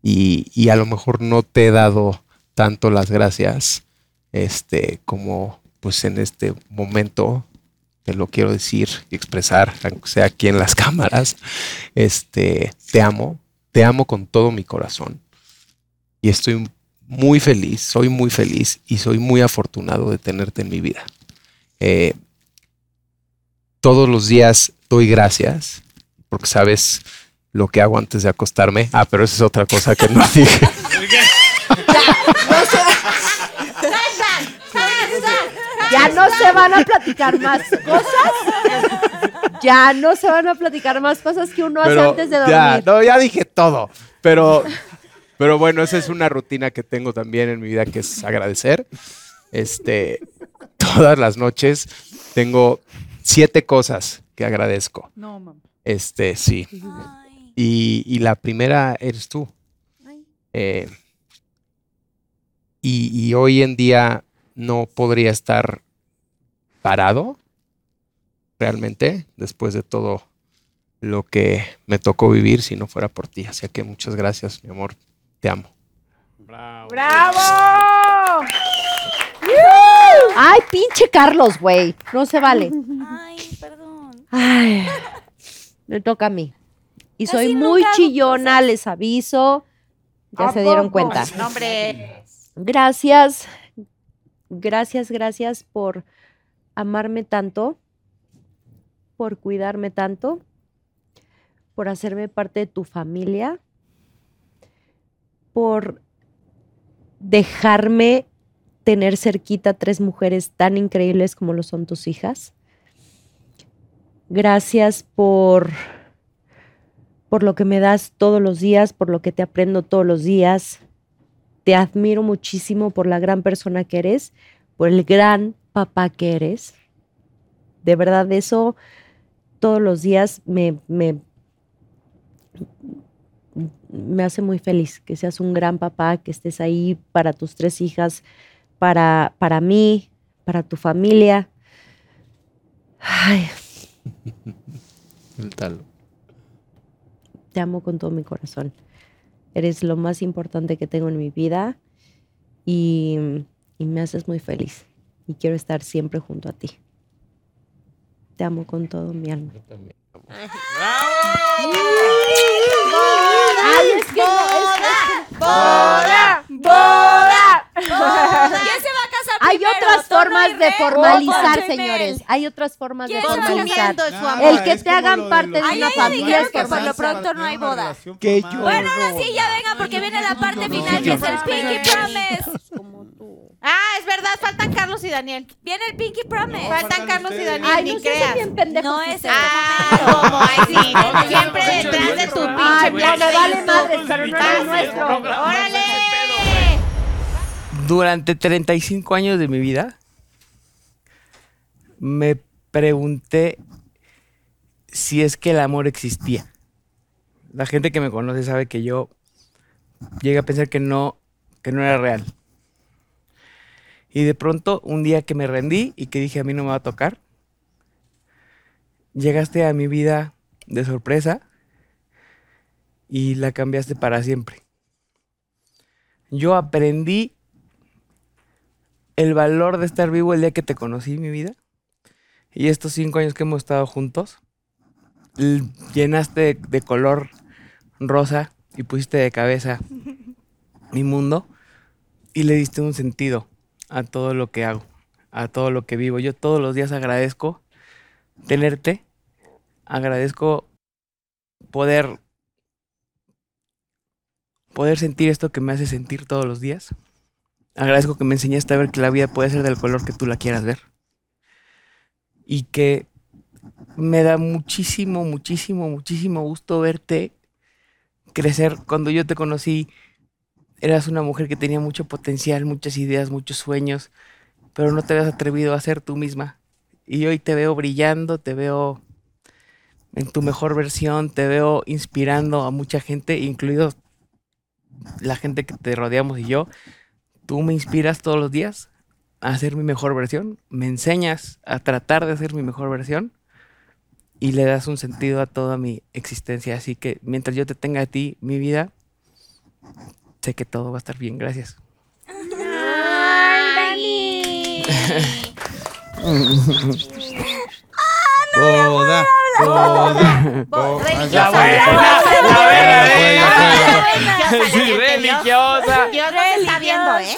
Speaker 10: Y, y a lo mejor no te he dado tanto las gracias este, como pues en este momento te lo quiero decir y expresar, aunque sea aquí en las cámaras, este, te amo, te amo con todo mi corazón y estoy muy feliz, soy muy feliz y soy muy afortunado de tenerte en mi vida. Eh, todos los días doy gracias porque sabes lo que hago antes de acostarme. Ah, pero esa es otra cosa que no dije.
Speaker 5: Ya no se van a platicar más cosas. Ya no se van a platicar más cosas que uno hace
Speaker 10: Pero
Speaker 5: antes de
Speaker 10: ya,
Speaker 5: dormir.
Speaker 10: no, ya dije todo. Pero, pero bueno, esa es una rutina que tengo también en mi vida que es agradecer. Este, todas las noches tengo siete cosas que agradezco.
Speaker 9: No, mamá.
Speaker 10: Este, sí. Y, y la primera eres tú. Eh, y, y hoy en día no podría estar parado realmente después de todo lo que me tocó vivir si no fuera por ti. Así que muchas gracias, mi amor. Te amo.
Speaker 8: ¡Bravo!
Speaker 5: Ay, pinche Carlos, güey. No se vale. Ay, me toca a mí.
Speaker 9: Pues
Speaker 5: Y soy muy chillona, les aviso. Ya
Speaker 9: ¿A
Speaker 5: se dieron
Speaker 9: poco?
Speaker 5: cuenta.
Speaker 9: No, hombre.
Speaker 5: Gracias, gracias, gracias por amarme tanto, por cuidarme tanto, por hacerme parte de tu familia, por dejarme tener cerquita tres mujeres tan increíbles como lo son tus hijas. Gracias por por lo que me das todos los días, por lo que te aprendo todos los días. Te admiro muchísimo por la gran persona que eres, por el gran papá que eres. De verdad, eso todos los días me, me, me hace muy feliz, que seas un gran papá, que estés ahí para tus tres hijas, para, para mí, para tu familia. Ay,
Speaker 10: El talo.
Speaker 5: te amo con todo mi corazón. Eres lo más importante que tengo en mi vida y, y me haces muy feliz. Y quiero estar siempre junto a ti. Te amo con todo mi alma.
Speaker 15: ¡Boda!
Speaker 5: ¡Boda!
Speaker 4: Oh, ¿Quién se va a casar
Speaker 5: Hay
Speaker 4: primero?
Speaker 5: otras
Speaker 4: ¿Tono
Speaker 5: formas
Speaker 4: y
Speaker 5: de
Speaker 4: Rey?
Speaker 5: formalizar,
Speaker 4: Ojo,
Speaker 5: señores. Hay otras formas de
Speaker 4: ¿Quién se va a casar?
Speaker 5: formalizar.
Speaker 4: Asumiendo su amor.
Speaker 5: El que
Speaker 4: Es
Speaker 5: te
Speaker 4: como
Speaker 5: hagan parte de una
Speaker 4: Ahí ya dijeron
Speaker 5: familia.
Speaker 4: que por lo pronto no hay boda.
Speaker 21: Que yo.
Speaker 4: Bueno, ahora sí, ya vengan porque viene la parte final que es el Pinky Promise.
Speaker 9: Ah, es verdad, faltan Carlos y Daniel.
Speaker 4: Viene el Pinky Promise.
Speaker 9: Faltan Carlos y Daniel,
Speaker 4: Ay,
Speaker 9: ni
Speaker 4: no seas
Speaker 9: creas. Ah,
Speaker 4: bien pendejo,
Speaker 9: no
Speaker 4: sí
Speaker 9: es
Speaker 4: se
Speaker 9: el
Speaker 4: ¿cómo? Ay, sí,
Speaker 9: momento. Siempre
Speaker 4: siempre
Speaker 9: detrás de tu pinche
Speaker 5: Ay, no, me vale madre, pero no era nuestro.
Speaker 9: ¡Órale!
Speaker 7: Durante 35 años de mi vida, me pregunté si es que el amor existía. La gente que me conoce sabe que yo llegué a pensar que no, que no era real. Y de pronto, un día que me rendí y que dije a mí no me va a tocar, llegaste a mi vida de sorpresa y la cambiaste para siempre. Yo aprendí el valor de estar vivo el día que te conocí, mi vida. Y estos cinco años que hemos estado juntos, l- llenaste de, de color rosa y pusiste de cabeza mi mundo y le diste un sentido a todo lo que hago, a todo lo que vivo. Yo todos los días agradezco tenerte, agradezco poder poder sentir esto que me hace sentir todos los días. Agradezco que me enseñaste a ver que la vida puede ser del color que tú la quieras ver. Y que me da muchísimo, muchísimo, muchísimo gusto verte crecer. Cuando yo te conocí, eras una mujer que tenía mucho potencial, muchas ideas, muchos sueños, pero no te habías atrevido a ser tú misma. Y hoy te veo brillando, te veo en tu mejor versión, te veo inspirando a mucha gente, incluidos la gente que te rodeamos y yo, tú me inspiras todos los días a ser mi mejor versión, me enseñas a tratar de ser mi mejor versión y le das un sentido a toda mi existencia. Así que mientras yo te tenga a ti, mi vida, sé que todo va a estar bien. Gracias.
Speaker 15: Boda, boda, boda.
Speaker 7: La buena, la verdadera. Sí, religiosa.
Speaker 9: Dios nos está viendo, ¿eh?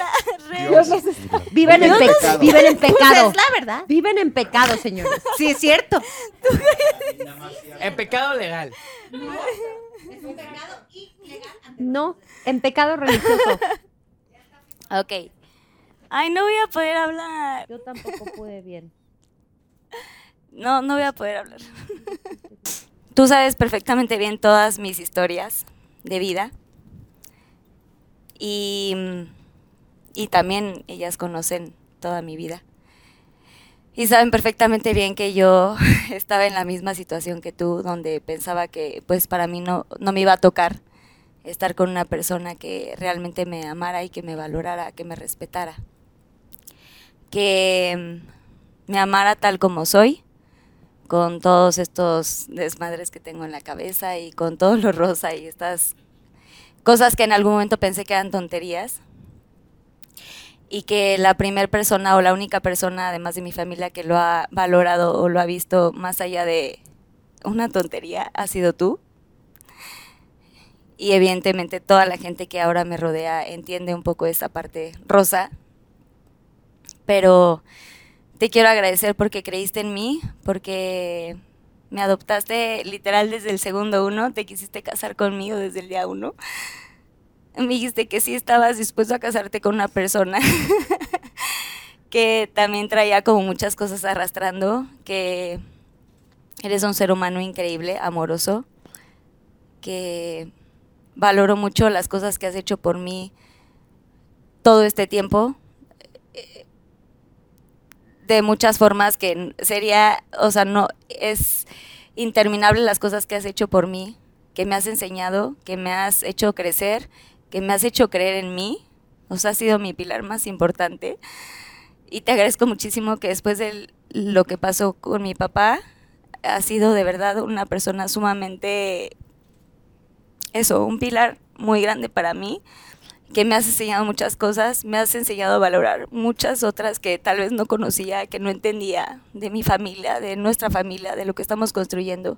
Speaker 5: Viven en,
Speaker 9: Dios
Speaker 5: pe-
Speaker 9: nos está-
Speaker 5: viven en pecado.
Speaker 9: Pues es la verdad.
Speaker 5: Viven en pecado, señores.
Speaker 9: Sí, es cierto.
Speaker 7: En pecado legal.
Speaker 5: No, en pecado religioso.
Speaker 4: Ok. Ay, no voy a poder hablar.
Speaker 5: Yo tampoco pude bien.
Speaker 4: No, no voy a poder hablar. Tú sabes perfectamente bien todas mis historias de vida. Y, y también ellas conocen toda mi vida. Y saben perfectamente bien que yo estaba en la misma situación que tú, donde pensaba que pues para mí no, no me iba a tocar estar con una persona que realmente me amara y que me valorara, que me respetara. Que mm, me amara tal como soy, con todos estos desmadres que tengo en la cabeza y con todo lo rosa y estas cosas que en algún momento pensé que eran tonterías. y que la primera persona o la única persona, además de mi familia, que lo ha valorado o lo ha visto más allá de una tontería, ha sido tú. Y evidentemente toda la gente que ahora me rodea entiende un poco esa parte rosa. Pero te quiero agradecer porque creíste en mí, porque me adoptaste literal desde el segundo uno, te quisiste casar conmigo desde el día uno. Me dijiste que sí estabas dispuesto a casarte con una persona que también traía como muchas cosas arrastrando, que eres un ser humano increíble, amoroso, que valoro mucho las cosas que has hecho por mí todo este tiempo de muchas formas que sería, o sea, no, es interminable las cosas que has hecho por mí, que me has enseñado, que me has hecho crecer, que me has hecho creer en mí. O sea, has sido mi pilar más importante. Y te agradezco muchísimo que después de lo que pasó con mi papá, has sido de verdad una persona sumamente, eso, un pilar muy grande para mí que me has enseñado muchas cosas, me has enseñado a valorar muchas otras que tal vez no conocía, que no entendía de mi familia, de nuestra familia, de lo que estamos construyendo.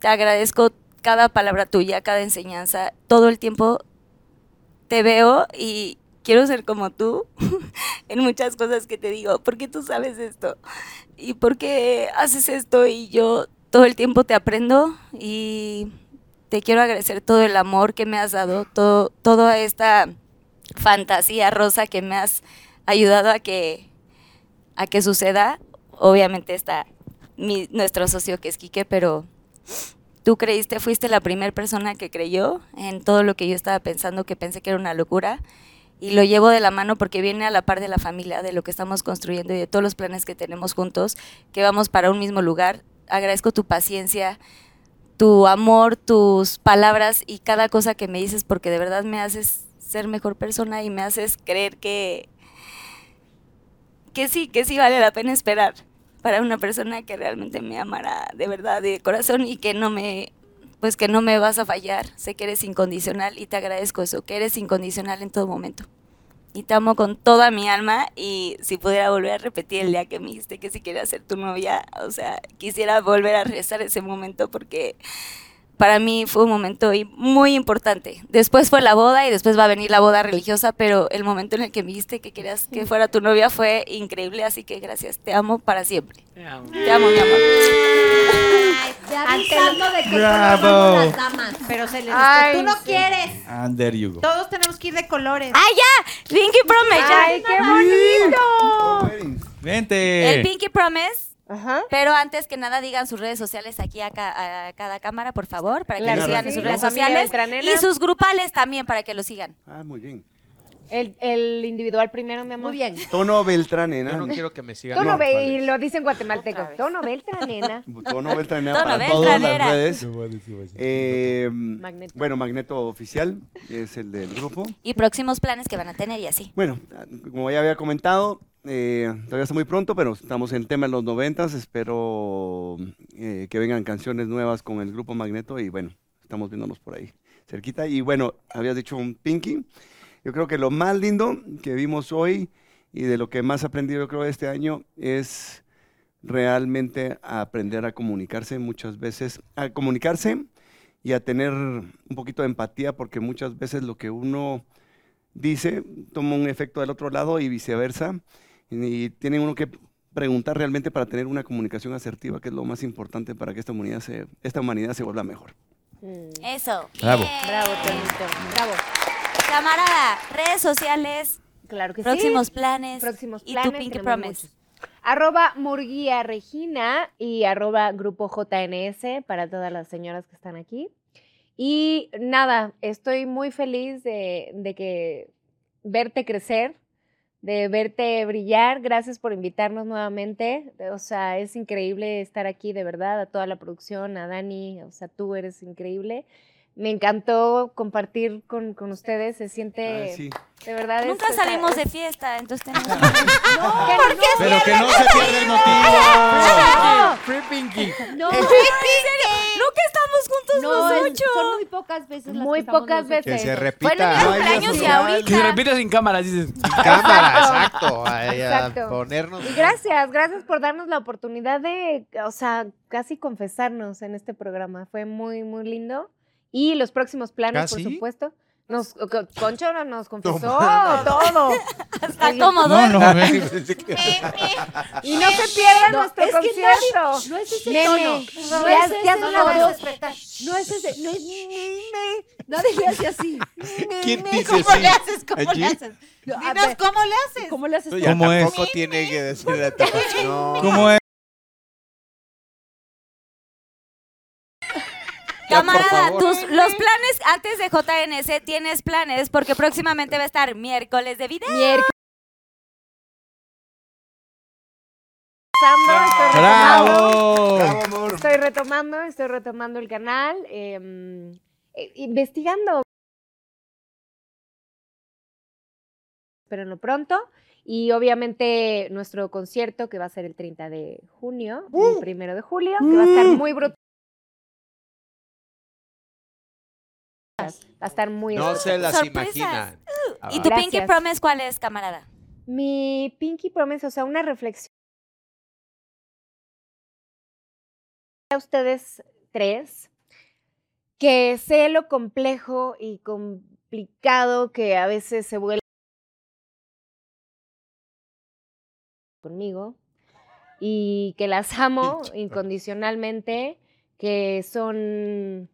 Speaker 4: Te agradezco cada palabra tuya, cada enseñanza. Todo el tiempo te veo y quiero ser como tú en muchas cosas que te digo. ¿Por qué tú sabes esto? ¿Y por qué Eh, haces esto? Y yo todo el tiempo te aprendo y te quiero agradecer todo el amor que me has dado, todo, toda esta fantasía rosa que me has ayudado a que, a que suceda. Obviamente está mi, nuestro socio que es Quique, pero tú creíste, fuiste la primera persona que creyó en todo lo que yo estaba pensando, que pensé que era una locura. Y lo llevo de la mano porque viene a la par de la familia, de lo que estamos construyendo y de todos los planes que tenemos juntos, que vamos para un mismo lugar. Agradezco tu paciencia, tu amor, tus palabras y cada cosa que me dices, porque de verdad me haces ser mejor persona y me haces creer que, que sí, que sí vale la pena esperar para una persona que realmente me amará de verdad, de corazón y que no me, pues que no me vas a fallar. Sé que eres incondicional y te agradezco eso, que eres incondicional en todo momento. Y te amo con toda mi alma y si pudiera volver a repetir el día que me dijiste que si quería ser tu novia, o sea, quisiera volver a regresar ese momento porque para mí fue un momento i- muy importante. Después fue la boda y después va a venir la boda religiosa, pero el momento en el que me dijiste que querías que fuera tu novia fue increíble, así que gracias, te amo para siempre. Te amo, mi amor.
Speaker 9: avisando de
Speaker 4: qué
Speaker 9: que
Speaker 4: Bravo.
Speaker 9: color van las damas, pero se les
Speaker 4: Ay,
Speaker 9: tú no
Speaker 4: sí.
Speaker 9: quieres.
Speaker 2: And there you go.
Speaker 9: Todos tenemos que ir de colores.
Speaker 4: ¡Ah, ya! Pinky Promise, ya.
Speaker 9: ¡Ay, qué bonito!
Speaker 11: Eh.
Speaker 2: Vente.
Speaker 4: El Pinky Promise. Pero antes que nada digan sus redes sociales aquí a, ca- a cada cámara, por favor, para que
Speaker 8: Claro
Speaker 4: lo
Speaker 8: que
Speaker 4: sigan en
Speaker 8: sí.
Speaker 4: sus
Speaker 8: La
Speaker 4: redes
Speaker 8: familia
Speaker 4: sociales.
Speaker 8: Beltranena.
Speaker 4: Y sus grupales también para que lo sigan.
Speaker 6: Ah, muy bien.
Speaker 8: El, el individual primero, mi amor. Muy bien.
Speaker 6: Tono Beltranena.
Speaker 21: Yo no quiero que me sigan.
Speaker 8: Tono Be- y lo dicen guatemaltecos. Tono Beltranena.
Speaker 6: Tono Beltranera
Speaker 8: Tono
Speaker 6: para todas
Speaker 8: Beltranera.
Speaker 6: las redes. Eh,
Speaker 8: Magneto.
Speaker 6: Bueno, Magneto Oficial es el del grupo.
Speaker 4: Y próximos planes que van a tener y así.
Speaker 6: Bueno, como ya había comentado, eh, todavía está muy pronto, pero estamos en el tema de los noventas. Espero eh, que vengan canciones nuevas con el grupo Magneto y bueno, estamos viéndonos por ahí cerquita. Y bueno, habías dicho un Pinky. Yo creo que lo más lindo que vimos hoy y de lo que más he aprendido yo creo este año es realmente a aprender a comunicarse muchas veces, a comunicarse y a tener un poquito de empatía porque muchas veces lo que uno dice toma un efecto del otro lado y viceversa. Y tiene uno que preguntar realmente para tener una comunicación asertiva, que es lo más importante para que esta humanidad se, esta humanidad se vuelva mejor.
Speaker 4: Eso.
Speaker 6: Bravo.
Speaker 4: Bien.
Speaker 8: Bravo, Tonito. Bravo.
Speaker 4: Camarada, redes sociales.
Speaker 8: Claro que
Speaker 4: Próximos
Speaker 8: sí.
Speaker 4: planes.
Speaker 8: Próximos
Speaker 4: y tu
Speaker 8: planes.
Speaker 4: Pinky
Speaker 8: tenemos
Speaker 4: Promise.
Speaker 8: muchos. Arroba Murguía Regina y arroba Grupo JNS para todas las señoras que están aquí. Y nada, estoy muy feliz de, de que verte crecer, de verte brillar. Gracias por invitarnos nuevamente. O sea, es increíble estar aquí, de verdad, a toda la producción, a Dani. O sea, tú eres increíble. Me encantó compartir con, con ustedes. Se siente.
Speaker 4: Ah, sí.
Speaker 8: De verdad.
Speaker 4: Nunca
Speaker 8: es-
Speaker 4: salimos de fiesta, entonces tenemos.
Speaker 8: que
Speaker 4: ¿por
Speaker 8: no.
Speaker 4: qué
Speaker 8: Pero
Speaker 4: cierran
Speaker 8: que no se
Speaker 4: el
Speaker 8: pierda el
Speaker 4: libro?
Speaker 8: motivo.
Speaker 7: Free Pinky.
Speaker 4: No, en serio, Nunca estamos juntos
Speaker 8: No,
Speaker 4: los
Speaker 8: es-
Speaker 4: ocho.
Speaker 8: son
Speaker 4: muy pocas veces
Speaker 8: las Muy que estamos pocas los ocho. veces.
Speaker 4: Fue
Speaker 7: Que se
Speaker 4: en el
Speaker 7: repita.
Speaker 4: cumpleaños y ahorita.
Speaker 7: Si repito sin cámaras, dices. Sin
Speaker 11: cámara, exacto. Ay, a
Speaker 8: Exacto.
Speaker 11: ponernos.
Speaker 7: pues,
Speaker 8: Y gracias, gracias por darnos la oportunidad de, o sea, casi confesarnos en este programa. Fue muy, muy lindo. Y los próximos
Speaker 7: ¿Ah,
Speaker 8: planes,
Speaker 11: ¿Casi?
Speaker 8: por supuesto. Nos, co- Concho nos confesó
Speaker 11: No,
Speaker 8: todo.
Speaker 4: Hasta
Speaker 8: Oye,
Speaker 4: cómodo.
Speaker 11: a ver.
Speaker 8: Y no se pierdan
Speaker 5: No,
Speaker 8: nuestro
Speaker 5: es que
Speaker 8: concierto.
Speaker 5: no, no es ese
Speaker 8: Nene,
Speaker 5: tono.
Speaker 8: ya-
Speaker 5: No es
Speaker 8: ya
Speaker 5: ese
Speaker 8: no la vas a
Speaker 5: tono.
Speaker 8: respetar.
Speaker 5: No es ese, no es nene. Nadie le hace así.
Speaker 11: ¿Quién
Speaker 5: Nene,
Speaker 11: dice
Speaker 5: ¿Cómo
Speaker 11: así?
Speaker 5: le haces? ¿Cómo
Speaker 11: ¿Allí?
Speaker 5: le haces? No, a
Speaker 9: Dinos,
Speaker 5: ver,
Speaker 9: ¿cómo le haces?
Speaker 5: ¿Cómo le haces?
Speaker 11: Tú ya
Speaker 5: tú?
Speaker 11: tampoco tiene que decir la tapa- No.
Speaker 3: ¿Cómo es?
Speaker 11: Ya, por
Speaker 4: Camarada,
Speaker 11: favor.
Speaker 4: tus, los planes antes de JNS tienes planes porque próximamente va a estar miércoles de video.
Speaker 8: Estoy
Speaker 3: ¡Bravo!
Speaker 8: retomando. Estoy retomando, estoy retomando el canal, eh, eh, investigando. Pero en lo pronto. Y obviamente nuestro concierto que va a ser el 30 de junio,
Speaker 11: ¡Uh!
Speaker 8: el primero de julio, que va a estar muy brutal. Va a estar muy
Speaker 11: No
Speaker 8: espectacular.
Speaker 11: se las imaginan.
Speaker 4: ¿Y tu Pinky
Speaker 8: Gracias.
Speaker 4: Promise cuál es, camarada?
Speaker 8: Mi Pinky Promise, o sea, una reflexión. A ustedes tres, que sé lo complejo y complicado que a veces se vuelve conmigo y que las amo incondicionalmente, que son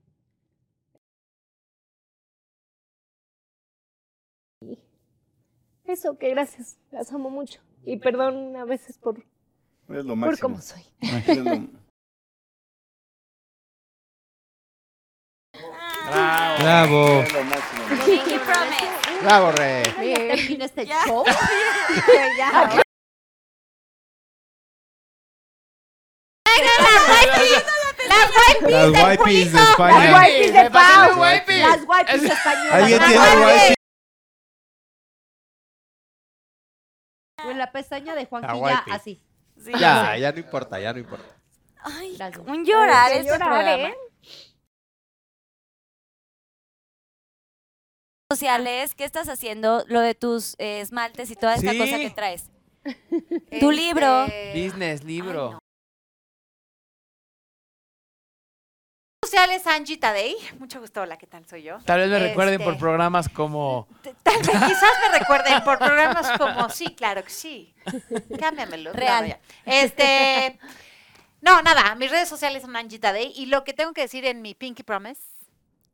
Speaker 8: eso, que gracias, las amo mucho y perdón a veces por
Speaker 6: Es lo
Speaker 8: Por
Speaker 6: máximo.
Speaker 8: cómo soy.
Speaker 6: Es lo-
Speaker 3: Bravo.
Speaker 6: Es lo máximo.
Speaker 4: Pinky Promise.
Speaker 11: Bravo, Rey.
Speaker 5: Ya termina este show.
Speaker 8: Ya.
Speaker 3: Las wipes de España.
Speaker 5: Las wipes de Pau.
Speaker 3: wipes.
Speaker 5: Las wipes españolas.
Speaker 3: Alguien
Speaker 5: Las
Speaker 3: tiene
Speaker 5: wipes.
Speaker 3: wipes.
Speaker 5: En la pestaña de
Speaker 11: La
Speaker 5: Juanquilla,
Speaker 11: wipey.
Speaker 5: así.
Speaker 11: Ya, ya no importa, ya no importa.
Speaker 4: Ay, un llorar
Speaker 5: Ay,
Speaker 4: este
Speaker 5: llorar,
Speaker 4: programa.
Speaker 5: ¿eh?
Speaker 4: sociales, ¿qué estás haciendo? Lo de tus eh, esmaltes y toda esta
Speaker 7: Sí.
Speaker 4: cosa que traes. tu libro.
Speaker 7: Business, libro.
Speaker 9: sociales Angie Tadei. Mucho gusto, hola, ¿qué tal? Soy yo.
Speaker 7: Tal vez me recuerden
Speaker 9: Este,
Speaker 7: por programas como.
Speaker 9: Tal vez, quizás me recuerden por programas como sí, claro que sí. Cámbiamelo. No,
Speaker 4: Real.
Speaker 9: no, ya. este. No, nada, mis redes sociales son Angie Tadei y lo que tengo que decir en mi Pinky Promise.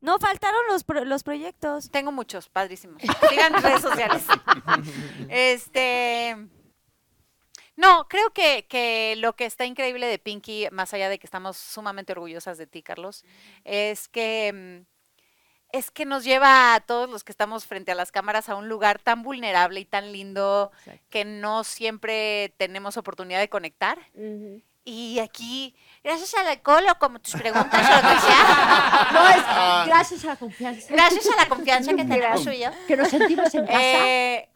Speaker 4: No faltaron los, pro- los proyectos.
Speaker 9: Tengo muchos, padrísimos. Sigan mis redes sociales. Este. No, creo que, que lo que está increíble de Pinky, más allá de que estamos sumamente orgullosas de ti, Carlos, es que mm, es que nos lleva a todos los que estamos frente a las cámaras a un lugar tan vulnerable y tan lindo que no siempre tenemos oportunidad de conectar. Y aquí, gracias al alcohol o como tus preguntas o lo que sea.
Speaker 5: No, es gracias a la confianza.
Speaker 9: Gracias a la confianza que tenemos tú y yo.
Speaker 5: Que nos sentimos en casa.
Speaker 9: Eh,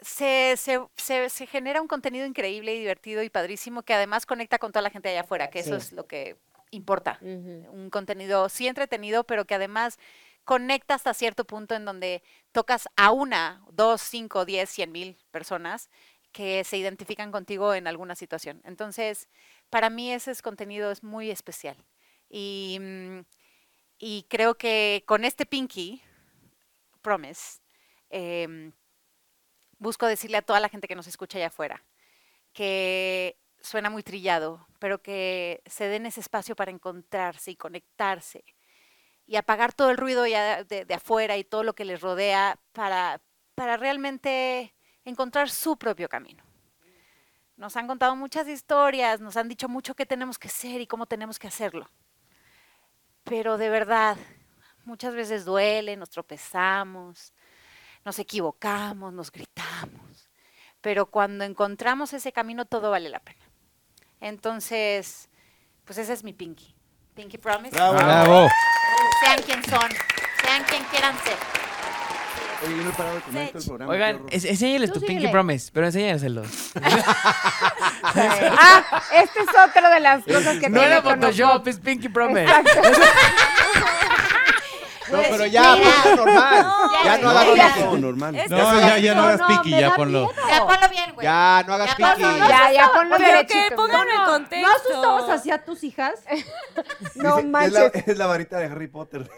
Speaker 9: se, se- se- se genera un contenido increíble y divertido y padrísimo que además conecta con toda la gente allá afuera, que eso
Speaker 4: Sí.
Speaker 9: es lo que importa. Un contenido sí entretenido, pero que además conecta hasta cierto punto en donde tocas a una, dos, cinco, diez, cien mil personas que se identifican contigo en alguna situación. Entonces, para mí ese es contenido es muy especial. Y, mm, y creo que con este Pinky, Promise, em, busco decirle a toda la gente que nos escucha allá afuera que suena muy trillado, pero que se den ese espacio para encontrarse y conectarse y apagar todo el ruido ya de, de afuera y todo lo que les rodea para, para realmente encontrar su propio camino. Nos han contado muchas historias, nos han dicho mucho qué tenemos que ser y cómo tenemos que hacerlo. Pero de verdad, muchas veces duele, nos tropezamos, nos equivocamos, nos gritamos. Pero cuando encontramos ese camino, todo vale la pena. Entonces, pues ese es mi Pinky. Pinky Promise.
Speaker 3: Bravo.
Speaker 9: Sean quien son. Sean quien quieran ser.
Speaker 27: Oye, yo no he parado de comer todo el programa.
Speaker 7: Oigan,
Speaker 27: qué
Speaker 7: es- enséñales
Speaker 27: Tú
Speaker 7: tu Pinky
Speaker 27: síguele.
Speaker 7: Promise, pero enséñaselos.
Speaker 8: Ah, este es otro de las cosas que
Speaker 7: no
Speaker 8: tiene
Speaker 7: era
Speaker 8: con-
Speaker 7: Photoshop, es Pinky Promise.
Speaker 10: No, pero ya, ponlo normal. Ya no hagas
Speaker 7: Ya.
Speaker 10: piki.
Speaker 6: normal.
Speaker 10: Es
Speaker 3: No,
Speaker 10: que
Speaker 3: ya,
Speaker 10: sí,
Speaker 3: ya no
Speaker 10: no,
Speaker 3: hagas
Speaker 10: no,
Speaker 3: piqui,
Speaker 10: me
Speaker 3: ya
Speaker 10: da
Speaker 3: ponlo.
Speaker 9: Ya ponlo bien, güey.
Speaker 10: Ya, no hagas
Speaker 9: Ya,
Speaker 10: piqui.
Speaker 9: ponlo,
Speaker 8: Ya, ya ponlo
Speaker 5: Oye,
Speaker 8: derechito.
Speaker 5: que pongan el contexto.
Speaker 8: ¿No
Speaker 5: asustabas así a tus hijas?
Speaker 8: No
Speaker 6: Dice, es,
Speaker 8: manches.
Speaker 6: la, es la varita de Harry Potter.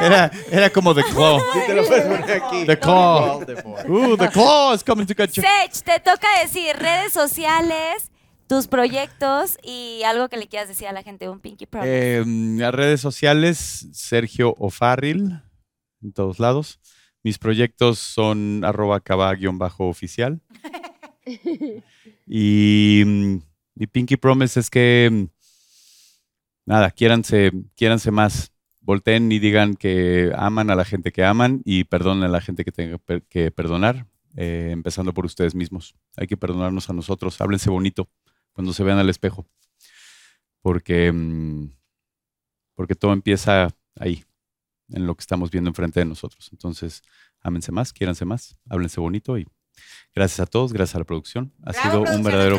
Speaker 3: Era, era como The Claw.
Speaker 6: Sí, te lo puedes poner aquí.
Speaker 3: The Claw. Uh.
Speaker 6: Voldemort.
Speaker 3: Ooh, The Claw is coming to catch you.
Speaker 4: Sech, te toca decir redes sociales, tus proyectos y algo que le quieras decir a la gente, un Pinky Promise.
Speaker 1: Eh, a redes sociales, Sergio O'Farrill, en todos lados. Mis proyectos son arroba cava-oficial. Y mm, mi Pinky Promise es que, mm, nada, quiéranse, quiéranse más. Volteen y digan que aman a la gente que aman y perdonen a la gente que tenga per- que perdonar, eh, empezando por ustedes mismos. Hay que perdonarnos a nosotros. Háblense bonito cuando se vean al espejo, porque, mm, porque todo empieza ahí, en lo que estamos viendo enfrente de nosotros. Entonces, ámense más, quiéranse más, háblense bonito y gracias a todos, gracias a la producción. Ha sido un verdadero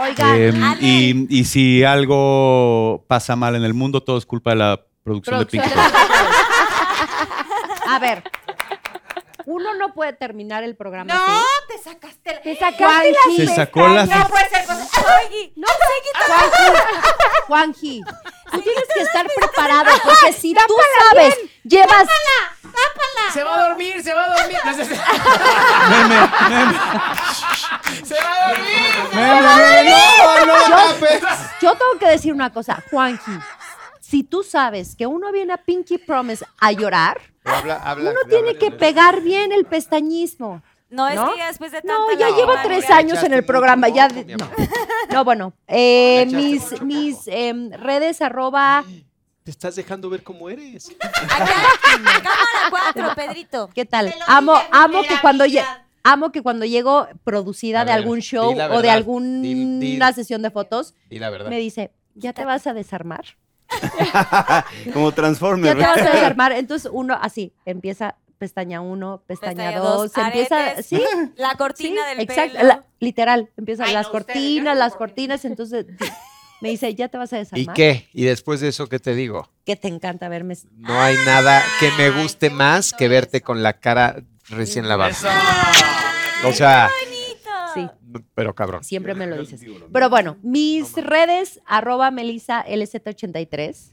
Speaker 5: Oigan,
Speaker 1: Em,
Speaker 5: Ale,
Speaker 1: y, y si algo pasa mal en el mundo, todo es culpa de la producción de Pinky Promise.
Speaker 5: a ver. Uno no puede terminar el programa.
Speaker 9: No,
Speaker 5: así.
Speaker 9: te sacaste la.
Speaker 5: Te sacaste las
Speaker 1: Se sacó las-
Speaker 5: pestañas.
Speaker 9: No
Speaker 4: Pues
Speaker 9: puede ser cosa.
Speaker 5: Juanji, no Juanji, Juanji, tú tienes que estar preparado porque si tú sabes, llevas
Speaker 7: Se va a dormir, se va a dormir. No, se- se-
Speaker 3: Meme, meme.
Speaker 7: Se va a dormir.
Speaker 3: No, no,
Speaker 5: yo,
Speaker 3: tapes.
Speaker 5: yo tengo que decir una cosa, Juanji. Si tú sabes que uno viene a Pinky Promise a llorar,
Speaker 10: Habla, habla.
Speaker 5: uno tiene que pegar bien el pestañismo.
Speaker 4: No, es
Speaker 5: ¿no?
Speaker 4: que ya después de tanto...
Speaker 5: No, ya
Speaker 4: la-
Speaker 5: llevo
Speaker 4: la-
Speaker 5: tres
Speaker 4: la-
Speaker 5: años en el programa. Ya, de- no. No, bueno, eh, mis, mis em, redes arroba...
Speaker 10: Te estás dejando ver cómo eres.
Speaker 4: Cámara cuatro, Pedrito.
Speaker 5: Ah, ¿Qué tal? Amo, amo que cuando lle- amo que cuando llego producida
Speaker 10: A
Speaker 5: de
Speaker 10: ver,
Speaker 5: algún show
Speaker 10: di la
Speaker 5: o de
Speaker 10: verdad,
Speaker 5: alguna
Speaker 10: di-
Speaker 5: sesión de fotos,
Speaker 10: Y la verdad.
Speaker 5: me dice, ¿ya te vas a desarmar?
Speaker 6: Como
Speaker 5: Ya
Speaker 6: Transformer.
Speaker 5: te vas a desarmar. Entonces uno así empieza pestaña uno, pestaña,
Speaker 4: Pestaña
Speaker 5: dos,
Speaker 4: dos,
Speaker 5: se empieza,
Speaker 4: aretes,
Speaker 5: sí,
Speaker 4: la cortina del
Speaker 5: exacto,
Speaker 4: pelo.
Speaker 5: la- literal, empiezan
Speaker 4: Ay,
Speaker 5: las
Speaker 4: no, ustedes,
Speaker 5: cortinas, las cortinas, entonces me dice, "Ya te vas a
Speaker 10: ¿Y
Speaker 5: desarmar."
Speaker 10: qué? ¿Y después de eso qué te digo?
Speaker 5: Que te encanta verme.
Speaker 10: No hay nada que me guste más que verte con la cara recién lavada. O sea,
Speaker 5: Sí,
Speaker 10: pero cabrón.
Speaker 5: siempre me lo dices. Pero bueno, mis redes, arroba melisa lz83.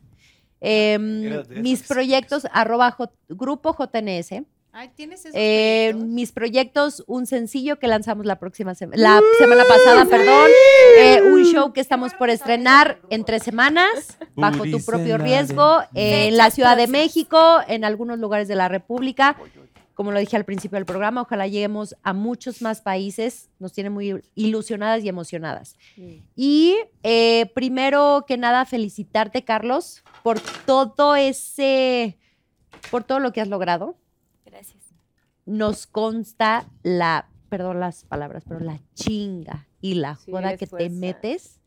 Speaker 5: em,
Speaker 9: Ah, Era de
Speaker 5: mis proyectos, arroba J- grupo JNS.
Speaker 9: Ay, tienes esos
Speaker 5: Eh, mis proyectos, un sencillo que lanzamos la próxima semana, la semana pasada, perdón, eh, un show que estamos por estrenar en tres semanas, bajo tu propio riesgo, eh, en la Ciudad de México, en algunos lugares de la República. Como lo dije al principio del programa, ojalá lleguemos a muchos más países. Nos tiene muy ilusionadas y emocionadas. Y eh, primero que nada, felicitarte, Carlos, por todo ese, por todo lo que has logrado.
Speaker 4: Gracias.
Speaker 5: Nos consta la, perdón las palabras, pero la chinga y la joda
Speaker 4: le
Speaker 5: que te
Speaker 4: fuerza.
Speaker 5: metes.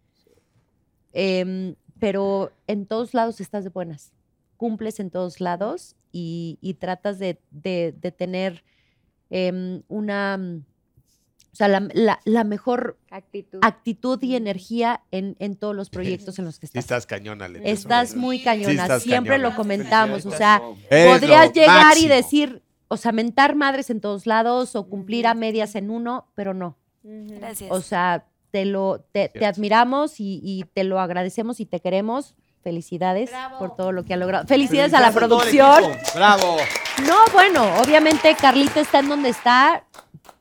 Speaker 5: Em, pero en todos lados estás de buenas. Cumples en todos lados y, y tratas de, de- de tener em, una, mm, o sea, la, la- la mejor
Speaker 8: Actitud.
Speaker 5: actitud y energía en, en todos los proyectos en los que
Speaker 10: Sí estás cañona, Ale.
Speaker 5: Estás muy cañona,
Speaker 10: estás
Speaker 5: siempre
Speaker 10: cañona.
Speaker 5: lo comentamos, o sea,
Speaker 10: Eres
Speaker 5: podrías
Speaker 10: lo
Speaker 5: llegar y
Speaker 10: máximo.
Speaker 5: decir, o sea, mentar madres en todos lados o cumplir a medias en uno, pero no.
Speaker 4: Gracias.
Speaker 5: O sea, te lo te, te admiramos y, y te lo agradecemos y te queremos. Felicidades por todo lo que ha logrado. Felicidades, a la producción.
Speaker 10: Bravo.
Speaker 5: No, bueno, obviamente Carlita está en donde está.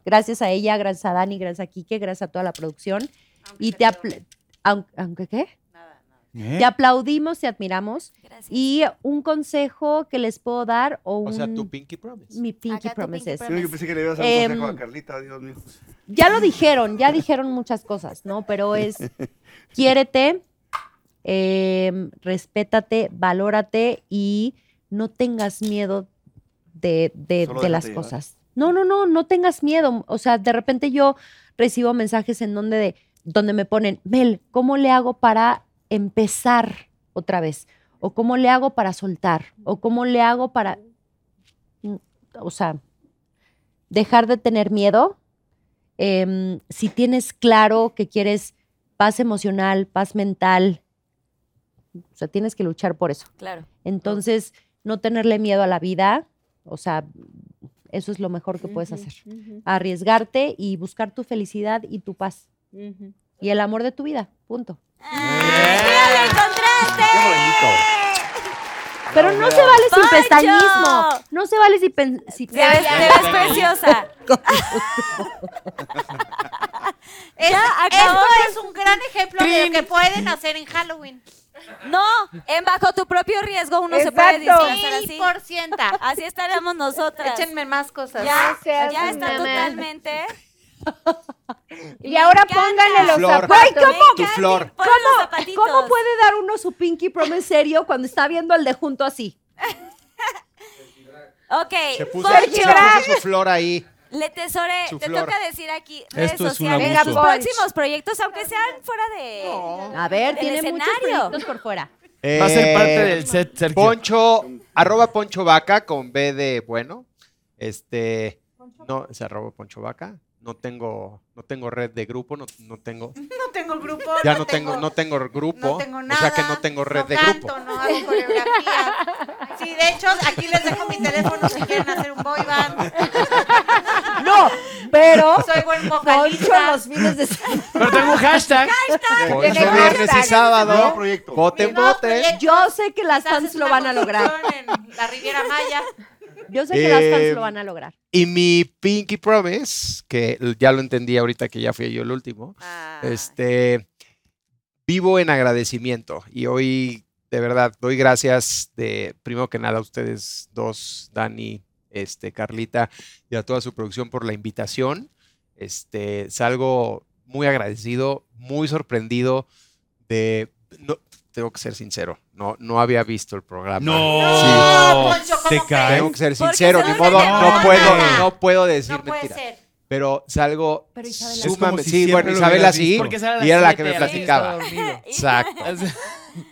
Speaker 5: Gracias a ella, gracias a Dani, gracias a Quique, gracias a toda la producción. y te apl- aunque, aunque qué?
Speaker 10: ¿Eh?
Speaker 5: Te aplaudimos, te admiramos. Y un consejo que les puedo dar o un
Speaker 10: O sea, tu Pinky Promise.
Speaker 5: mi pinky promise es.
Speaker 6: Yo pensé que le ibas a dar
Speaker 5: Em,
Speaker 6: consejo a Carlita, Dios mío.
Speaker 5: ya lo dijeron, ya dijeron muchas cosas, ¿no? Pero es quiérete, em, respétate, valórate y no tengas miedo de, de-
Speaker 8: Solo
Speaker 5: Eh, de
Speaker 8: déjate
Speaker 5: las
Speaker 8: llevar.
Speaker 5: cosas. No, no, no, no tengas miedo. O sea, de repente yo recibo mensajes en donde de, donde me ponen, Mel, ¿cómo le hago para empezar otra vez? ¿O cómo le hago para soltar? ¿O cómo le hago para, mm, o sea, dejar de tener miedo? Em, si tienes claro que quieres paz emocional, paz mental, o sea, tienes que luchar por eso.
Speaker 4: Claro.
Speaker 5: Entonces, no tenerle miedo a la vida, o sea, eso es lo mejor que puedes
Speaker 4: Ujú,
Speaker 5: hacer.
Speaker 4: ujú.
Speaker 5: Arriesgarte y buscar tu felicidad y tu paz.
Speaker 4: Ujú.
Speaker 5: Y el amor de tu vida, punto.
Speaker 4: Ah,
Speaker 5: Pero no se vale sin
Speaker 4: ¡Poncho!
Speaker 5: pestañismo. No se vale si pen- si
Speaker 4: Te ves- te ves preciosa.
Speaker 9: Ya
Speaker 4: acabó.
Speaker 9: Esto es un gran ejemplo de lo que pueden hacer en Halloween.
Speaker 4: No, en bajo tu propio riesgo uno se
Speaker 9: Exacto.
Speaker 4: puede disfrazar así.
Speaker 9: Mil
Speaker 4: Así estaremos nosotras.
Speaker 9: Échenme más cosas.
Speaker 4: Ya,
Speaker 9: No seas
Speaker 4: ya está
Speaker 9: mamá.
Speaker 4: totalmente.
Speaker 8: Y ahora pónganle los zapatos.
Speaker 10: Tu flor.
Speaker 5: ¿Cómo, ¿Cómo puede dar uno su pinky prom en serio cuando está viendo al de junto así?
Speaker 4: Ok.
Speaker 10: Se puso,
Speaker 4: Poncho,
Speaker 10: se puso su flor ahí.
Speaker 4: Le tesore,
Speaker 10: Su
Speaker 4: te
Speaker 10: flor.
Speaker 4: toca decir aquí
Speaker 10: Esto
Speaker 4: redes
Speaker 10: es un
Speaker 4: sociales,
Speaker 10: abuso.
Speaker 4: tus
Speaker 10: Venga, Ponch.
Speaker 4: próximos proyectos, aunque sean fuera de.
Speaker 5: A ver,
Speaker 4: del
Speaker 5: tiene muchos
Speaker 4: escenario.
Speaker 5: proyectos por fuera.
Speaker 7: Va a ser parte
Speaker 10: Eh,
Speaker 7: del set, Sergio.
Speaker 10: Poncho, arroba Poncho Vaca con B de bueno. Este, no, se arroba Poncho Vaca. No tengo, no tengo red de grupo, no, no tengo,
Speaker 9: No tengo grupo.
Speaker 10: ya no tengo, no tengo grupo.
Speaker 9: no tengo
Speaker 10: O sea que
Speaker 9: nada,
Speaker 10: no tengo red de grupo.
Speaker 9: canto, no hago coreografía. Sí, de hecho, aquí les dejo mi teléfono si quieren hacer un boy band.
Speaker 5: No, pero
Speaker 9: Soy buen
Speaker 5: Poncho
Speaker 9: vocalista.
Speaker 5: los fines de semana.
Speaker 7: Pero tengo un hashtag.
Speaker 10: Poncho
Speaker 5: Tiene
Speaker 10: Pues, viernes y
Speaker 5: hashtag.
Speaker 10: sábado.
Speaker 5: Nuevo
Speaker 10: Voten, voten.
Speaker 5: Yo sé que las fans lo van a lograr.
Speaker 9: La Riviera Maya.
Speaker 5: Yo sé que las
Speaker 10: Eh,
Speaker 5: fans lo van a lograr.
Speaker 10: Y mi Pinky Promise, que l- ya lo entendí ahorita que ya fui yo el último, este, vivo en agradecimiento y hoy de verdad doy gracias de, primero que nada a ustedes dos, Dani, este, Carlita y a toda su producción por la invitación. Este, salgo muy agradecido, muy sorprendido de... no, tengo que ser sincero, no, no había visto el programa.
Speaker 11: No,
Speaker 10: Sí.
Speaker 11: Poncho, ¿cómo ¿Te crees?
Speaker 10: Tengo que ser
Speaker 11: Porque
Speaker 10: sincero,
Speaker 11: se
Speaker 10: ni
Speaker 11: lo
Speaker 10: modo,
Speaker 11: engañaron.
Speaker 10: no puedo,
Speaker 11: No.
Speaker 10: no puedo decir
Speaker 11: Ah, No puede
Speaker 10: mentira.
Speaker 11: ser.
Speaker 10: Pero salgo
Speaker 11: Pero Isabela- Es como
Speaker 10: sumamente.
Speaker 11: si
Speaker 10: sí,
Speaker 11: siempre
Speaker 10: bueno,
Speaker 11: lo
Speaker 10: Isabela
Speaker 11: hubieras
Speaker 10: sí,
Speaker 11: visto. Porque será a las
Speaker 10: y era la que me
Speaker 11: siete, Alexis,
Speaker 10: platicaba.
Speaker 11: está dormido.
Speaker 10: Exacto.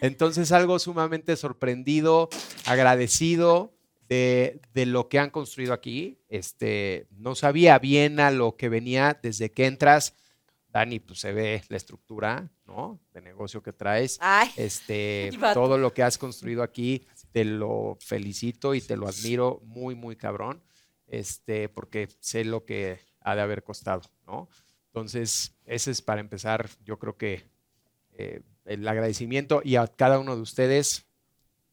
Speaker 10: Entonces salgo sumamente sorprendido, agradecido de, de lo que han construido aquí. Este, no sabía bien a lo que venía desde que entras. Dani, pues se ve la estructura, ¿no? De negocio que traes.
Speaker 9: Ay.
Speaker 10: Este,
Speaker 9: Y vato.
Speaker 10: todo lo que has construido aquí, te lo felicito y te lo admiro muy, muy cabrón. Este, porque sé lo que ha de haber costado, ¿no? Entonces, ese es para empezar, yo creo que eh, el agradecimiento y a cada uno de ustedes,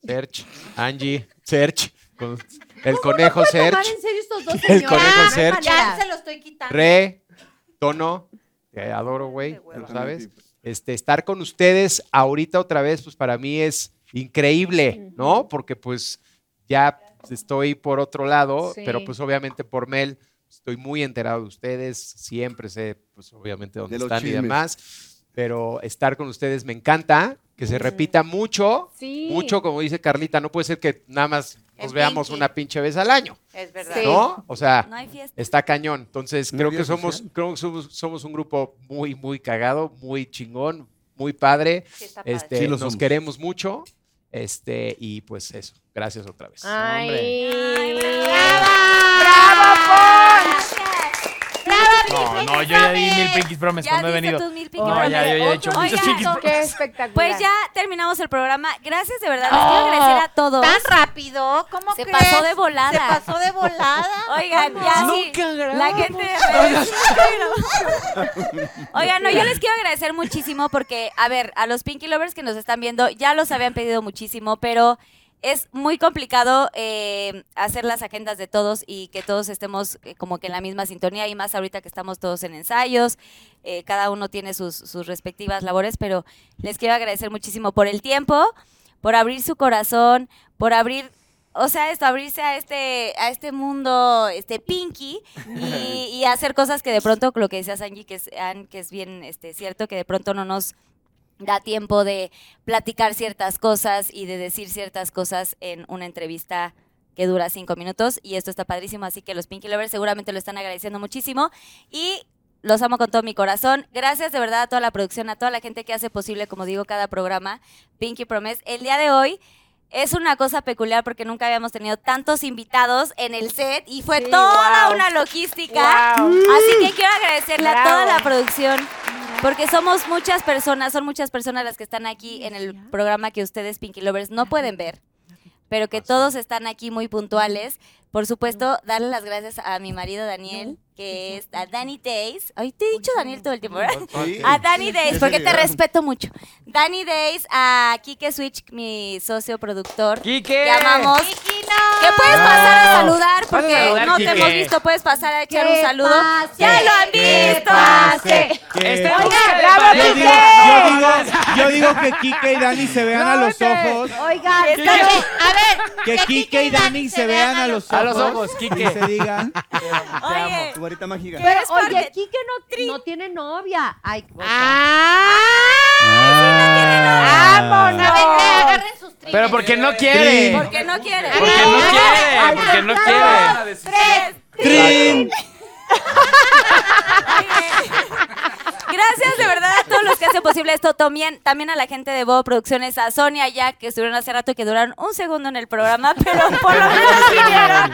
Speaker 10: Serge, Angie, Serge, con- el conejo Serge,
Speaker 5: tomar en serio estos dos
Speaker 10: el
Speaker 5: señores?
Speaker 10: conejo
Speaker 5: Ya,
Speaker 10: Serge,
Speaker 9: Ya se lo estoy quitando.
Speaker 10: Re, Tono, te adoro, güey, tú lo sabes. Este, estar con ustedes ahorita otra vez, pues para mí es increíble, ¿no? Porque pues ya estoy por otro lado,
Speaker 28: Sí.
Speaker 10: pero pues obviamente por Mel estoy muy enterado de ustedes, siempre sé, pues obviamente dónde
Speaker 28: De los
Speaker 10: están y
Speaker 28: chismes.
Speaker 10: demás, pero estar con ustedes me encanta, que se repita mucho,
Speaker 8: Sí.
Speaker 10: mucho, como dice Carlita, no puede ser que nada más nos
Speaker 8: El
Speaker 10: veamos
Speaker 8: pinky.
Speaker 10: una pinche vez al año.
Speaker 8: Es
Speaker 9: verdad. Sí.
Speaker 10: ¿No? O sea,
Speaker 8: No hay fiesta.
Speaker 10: está cañón. Entonces,
Speaker 28: No
Speaker 10: creo
Speaker 28: hay
Speaker 10: que
Speaker 28: vida
Speaker 10: somos,
Speaker 28: social.
Speaker 10: creo que somos, somos un grupo muy, muy cagado, muy chingón, muy padre.
Speaker 9: está padre.
Speaker 10: Este,
Speaker 28: Sí, lo
Speaker 10: nos
Speaker 28: somos.
Speaker 10: queremos mucho. Este, y pues eso. Gracias otra vez.
Speaker 8: Ay.
Speaker 7: No, no, yo ya di mil Pinkies Promise cuando he
Speaker 4: diste
Speaker 7: venido.
Speaker 4: tus mil Pinky
Speaker 7: no, ya, yo
Speaker 4: Promise.
Speaker 7: ya he hecho
Speaker 4: Oigan,
Speaker 7: muchos Pinkies
Speaker 8: Qué espectacular.
Speaker 4: Pues ya terminamos el programa. Gracias de verdad. Les quiero
Speaker 9: Oh,
Speaker 4: agradecer a todos.
Speaker 9: ¿Tan rápido? ¿Cómo
Speaker 4: Se
Speaker 9: crees?
Speaker 4: pasó de volada.
Speaker 9: Se pasó de volada.
Speaker 4: Oigan, ya sí. La gente. Oigan, no, yo les quiero agradecer muchísimo porque, a ver, a los Pinky Lovers que nos están viendo, ya los habían pedido muchísimo, pero es muy complicado eh, hacer las agendas de todos y que todos estemos eh, como que en la misma sintonía y más ahorita que estamos todos en ensayos, eh, cada uno tiene sus, sus respectivas labores, pero les quiero agradecer muchísimo por el tiempo, por abrir su corazón, por abrir... O sea, esto, abrirse a este, a este mundo, este pinky, y, y hacer cosas que de pronto, lo que decías Angie, que es, Ann, que es bien este, cierto, que de pronto no nos da tiempo de platicar ciertas cosas y de decir ciertas cosas en una entrevista que dura cinco minutos. Y esto está padrísimo, así que los Pinky Lovers seguramente lo están agradeciendo muchísimo. Y Los amo con todo mi corazón. Gracias de verdad a toda la producción, a toda la gente que hace posible, como digo, cada programa. Pinky Promise. El día de hoy es una cosa peculiar porque nunca habíamos tenido tantos invitados en el set y fue
Speaker 3: Sí,
Speaker 4: toda
Speaker 3: wow.
Speaker 4: una logística.
Speaker 3: Wow.
Speaker 4: Así que quiero agradecerle a toda
Speaker 3: Bravo.
Speaker 4: la producción porque somos muchas personas, son muchas personas las que están aquí en el programa que ustedes, Pinky Lovers, no pueden ver pero que todos están aquí muy puntuales. Por supuesto, darle las gracias a mi marido Daniel, que es a Danny Days. Ay, te he dicho Daniel todo el tiempo, ¿verdad?
Speaker 3: Sí.
Speaker 4: A Danny
Speaker 3: Ya
Speaker 4: Days,
Speaker 3: se
Speaker 4: porque te
Speaker 3: ligaron.
Speaker 4: respeto mucho. Danny Days, a Kike Switch, mi socio productor.
Speaker 7: ¡Kike!
Speaker 4: Te amamos. Que puedes pasar a saludar,
Speaker 3: Pasa a
Speaker 4: porque
Speaker 3: saludar,
Speaker 4: no te
Speaker 3: Kike.
Speaker 4: hemos visto. Puedes pasar a echar
Speaker 3: Que
Speaker 4: un saludo.
Speaker 3: pase,
Speaker 4: ¡Ya lo han
Speaker 3: que
Speaker 4: visto!
Speaker 3: pase, que
Speaker 4: Este-
Speaker 3: pase.
Speaker 4: Oiga,
Speaker 3: bravo,
Speaker 11: yo, digo,
Speaker 3: Kike.
Speaker 11: yo, digo, yo digo que Kike y Dani se vean a los ojos.
Speaker 5: Oigan,
Speaker 11: Que- Que Kike y Dani se vean a los ojos.
Speaker 7: A los ojos, Kike.
Speaker 11: Y se digan.
Speaker 6: Tu varita mágica.
Speaker 5: Pero oye,
Speaker 4: Kike
Speaker 5: no, no tiene novia. Ay,
Speaker 4: Ah.
Speaker 29: eh,
Speaker 7: Pero porque no quiere.
Speaker 4: Porque no quiere.
Speaker 7: Porque no quiere. Porque no quiere.
Speaker 11: ¡Trin!
Speaker 4: Gracias de verdad a todos los que hacen posible esto. También, también a la gente de Bobo Producciones, a Sonia ya que estuvieron hace rato y que duraron un segundo en el programa, pero por lo menos vinieron.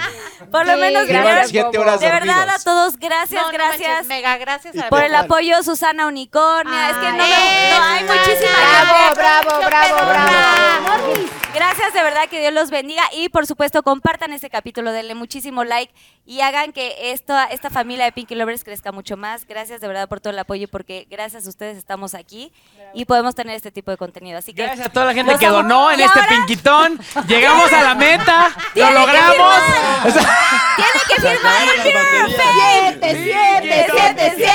Speaker 4: Por lo
Speaker 29: Sí,
Speaker 4: menos
Speaker 29: gracias,
Speaker 4: vinieron.
Speaker 29: Siete horas
Speaker 4: de verdad a
Speaker 29: dormidos.
Speaker 4: todos, gracias,
Speaker 29: No, no manches,
Speaker 4: gracias.
Speaker 29: mega gracias a
Speaker 4: por el
Speaker 29: Beto.
Speaker 4: apoyo, Susana Unicornia. es que no, me- no hay muchísima
Speaker 29: Bravo,
Speaker 4: gente.
Speaker 29: bravo,
Speaker 4: Mucho
Speaker 29: bravo,
Speaker 4: pedorra.
Speaker 5: Ah,
Speaker 29: bravo.
Speaker 4: Gracias de verdad, que Dios los bendiga y por supuesto compartan este capítulo, denle muchísimo like y hagan que esta, esta familia de Pinky Lovers crezca mucho más. Gracias de verdad por todo el apoyo porque gracias a ustedes estamos aquí y podemos tener este tipo de contenido. Así que
Speaker 7: Gracias a toda la gente
Speaker 4: los
Speaker 7: que
Speaker 4: amo.
Speaker 7: donó en
Speaker 4: Y
Speaker 7: este
Speaker 4: ahora
Speaker 7: pinquitón. Llegamos a la meta. Lo
Speaker 4: Tiene que
Speaker 7: logramos.
Speaker 4: firmar.
Speaker 7: O sea,
Speaker 4: Tiene que firmar el Hero of Fame.
Speaker 3: Siete, siete, siete, siete.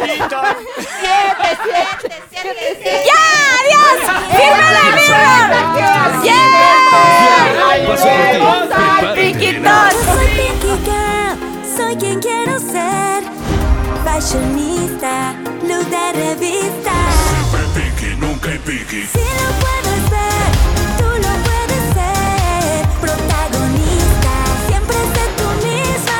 Speaker 3: Siete, siete, siete, siete.
Speaker 4: ¡Ya! ¡Adiós! ¡Firma la mirror!
Speaker 3: ¡Yeah!
Speaker 4: Pasó por ti.
Speaker 3: ¡Volvemos al
Speaker 4: Pasó.
Speaker 3: Piquitón! Soy Pinky Girl, soy quien quiero ser. Fashionista, luz de revista.
Speaker 30: Pinky, nunca hay Pinky.
Speaker 3: Si lo puedes ver, tú lo puedes ser. Protagonista, siempre sé tú misma.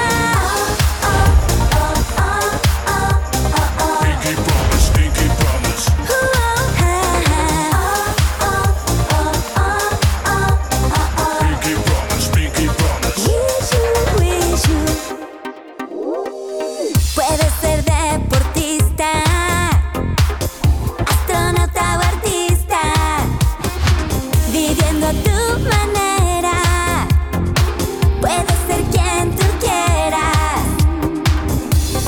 Speaker 30: Pinky promise, Pinky promise.
Speaker 3: Oh,
Speaker 30: Pinky promise, Pinky promise.
Speaker 3: Puedes ser deportista, astronauta o artista, viviendo a tu manera. Puedes ser quien tú quieras,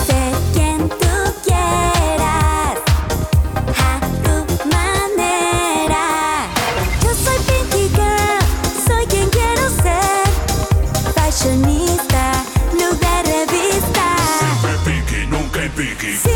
Speaker 3: ser quien tú quieras, a tu manera. Yo soy Pinky Girl, soy quien quiero ser. Fashionista, lugar revista.
Speaker 30: Pinky, nunca hay Pinky.
Speaker 3: Si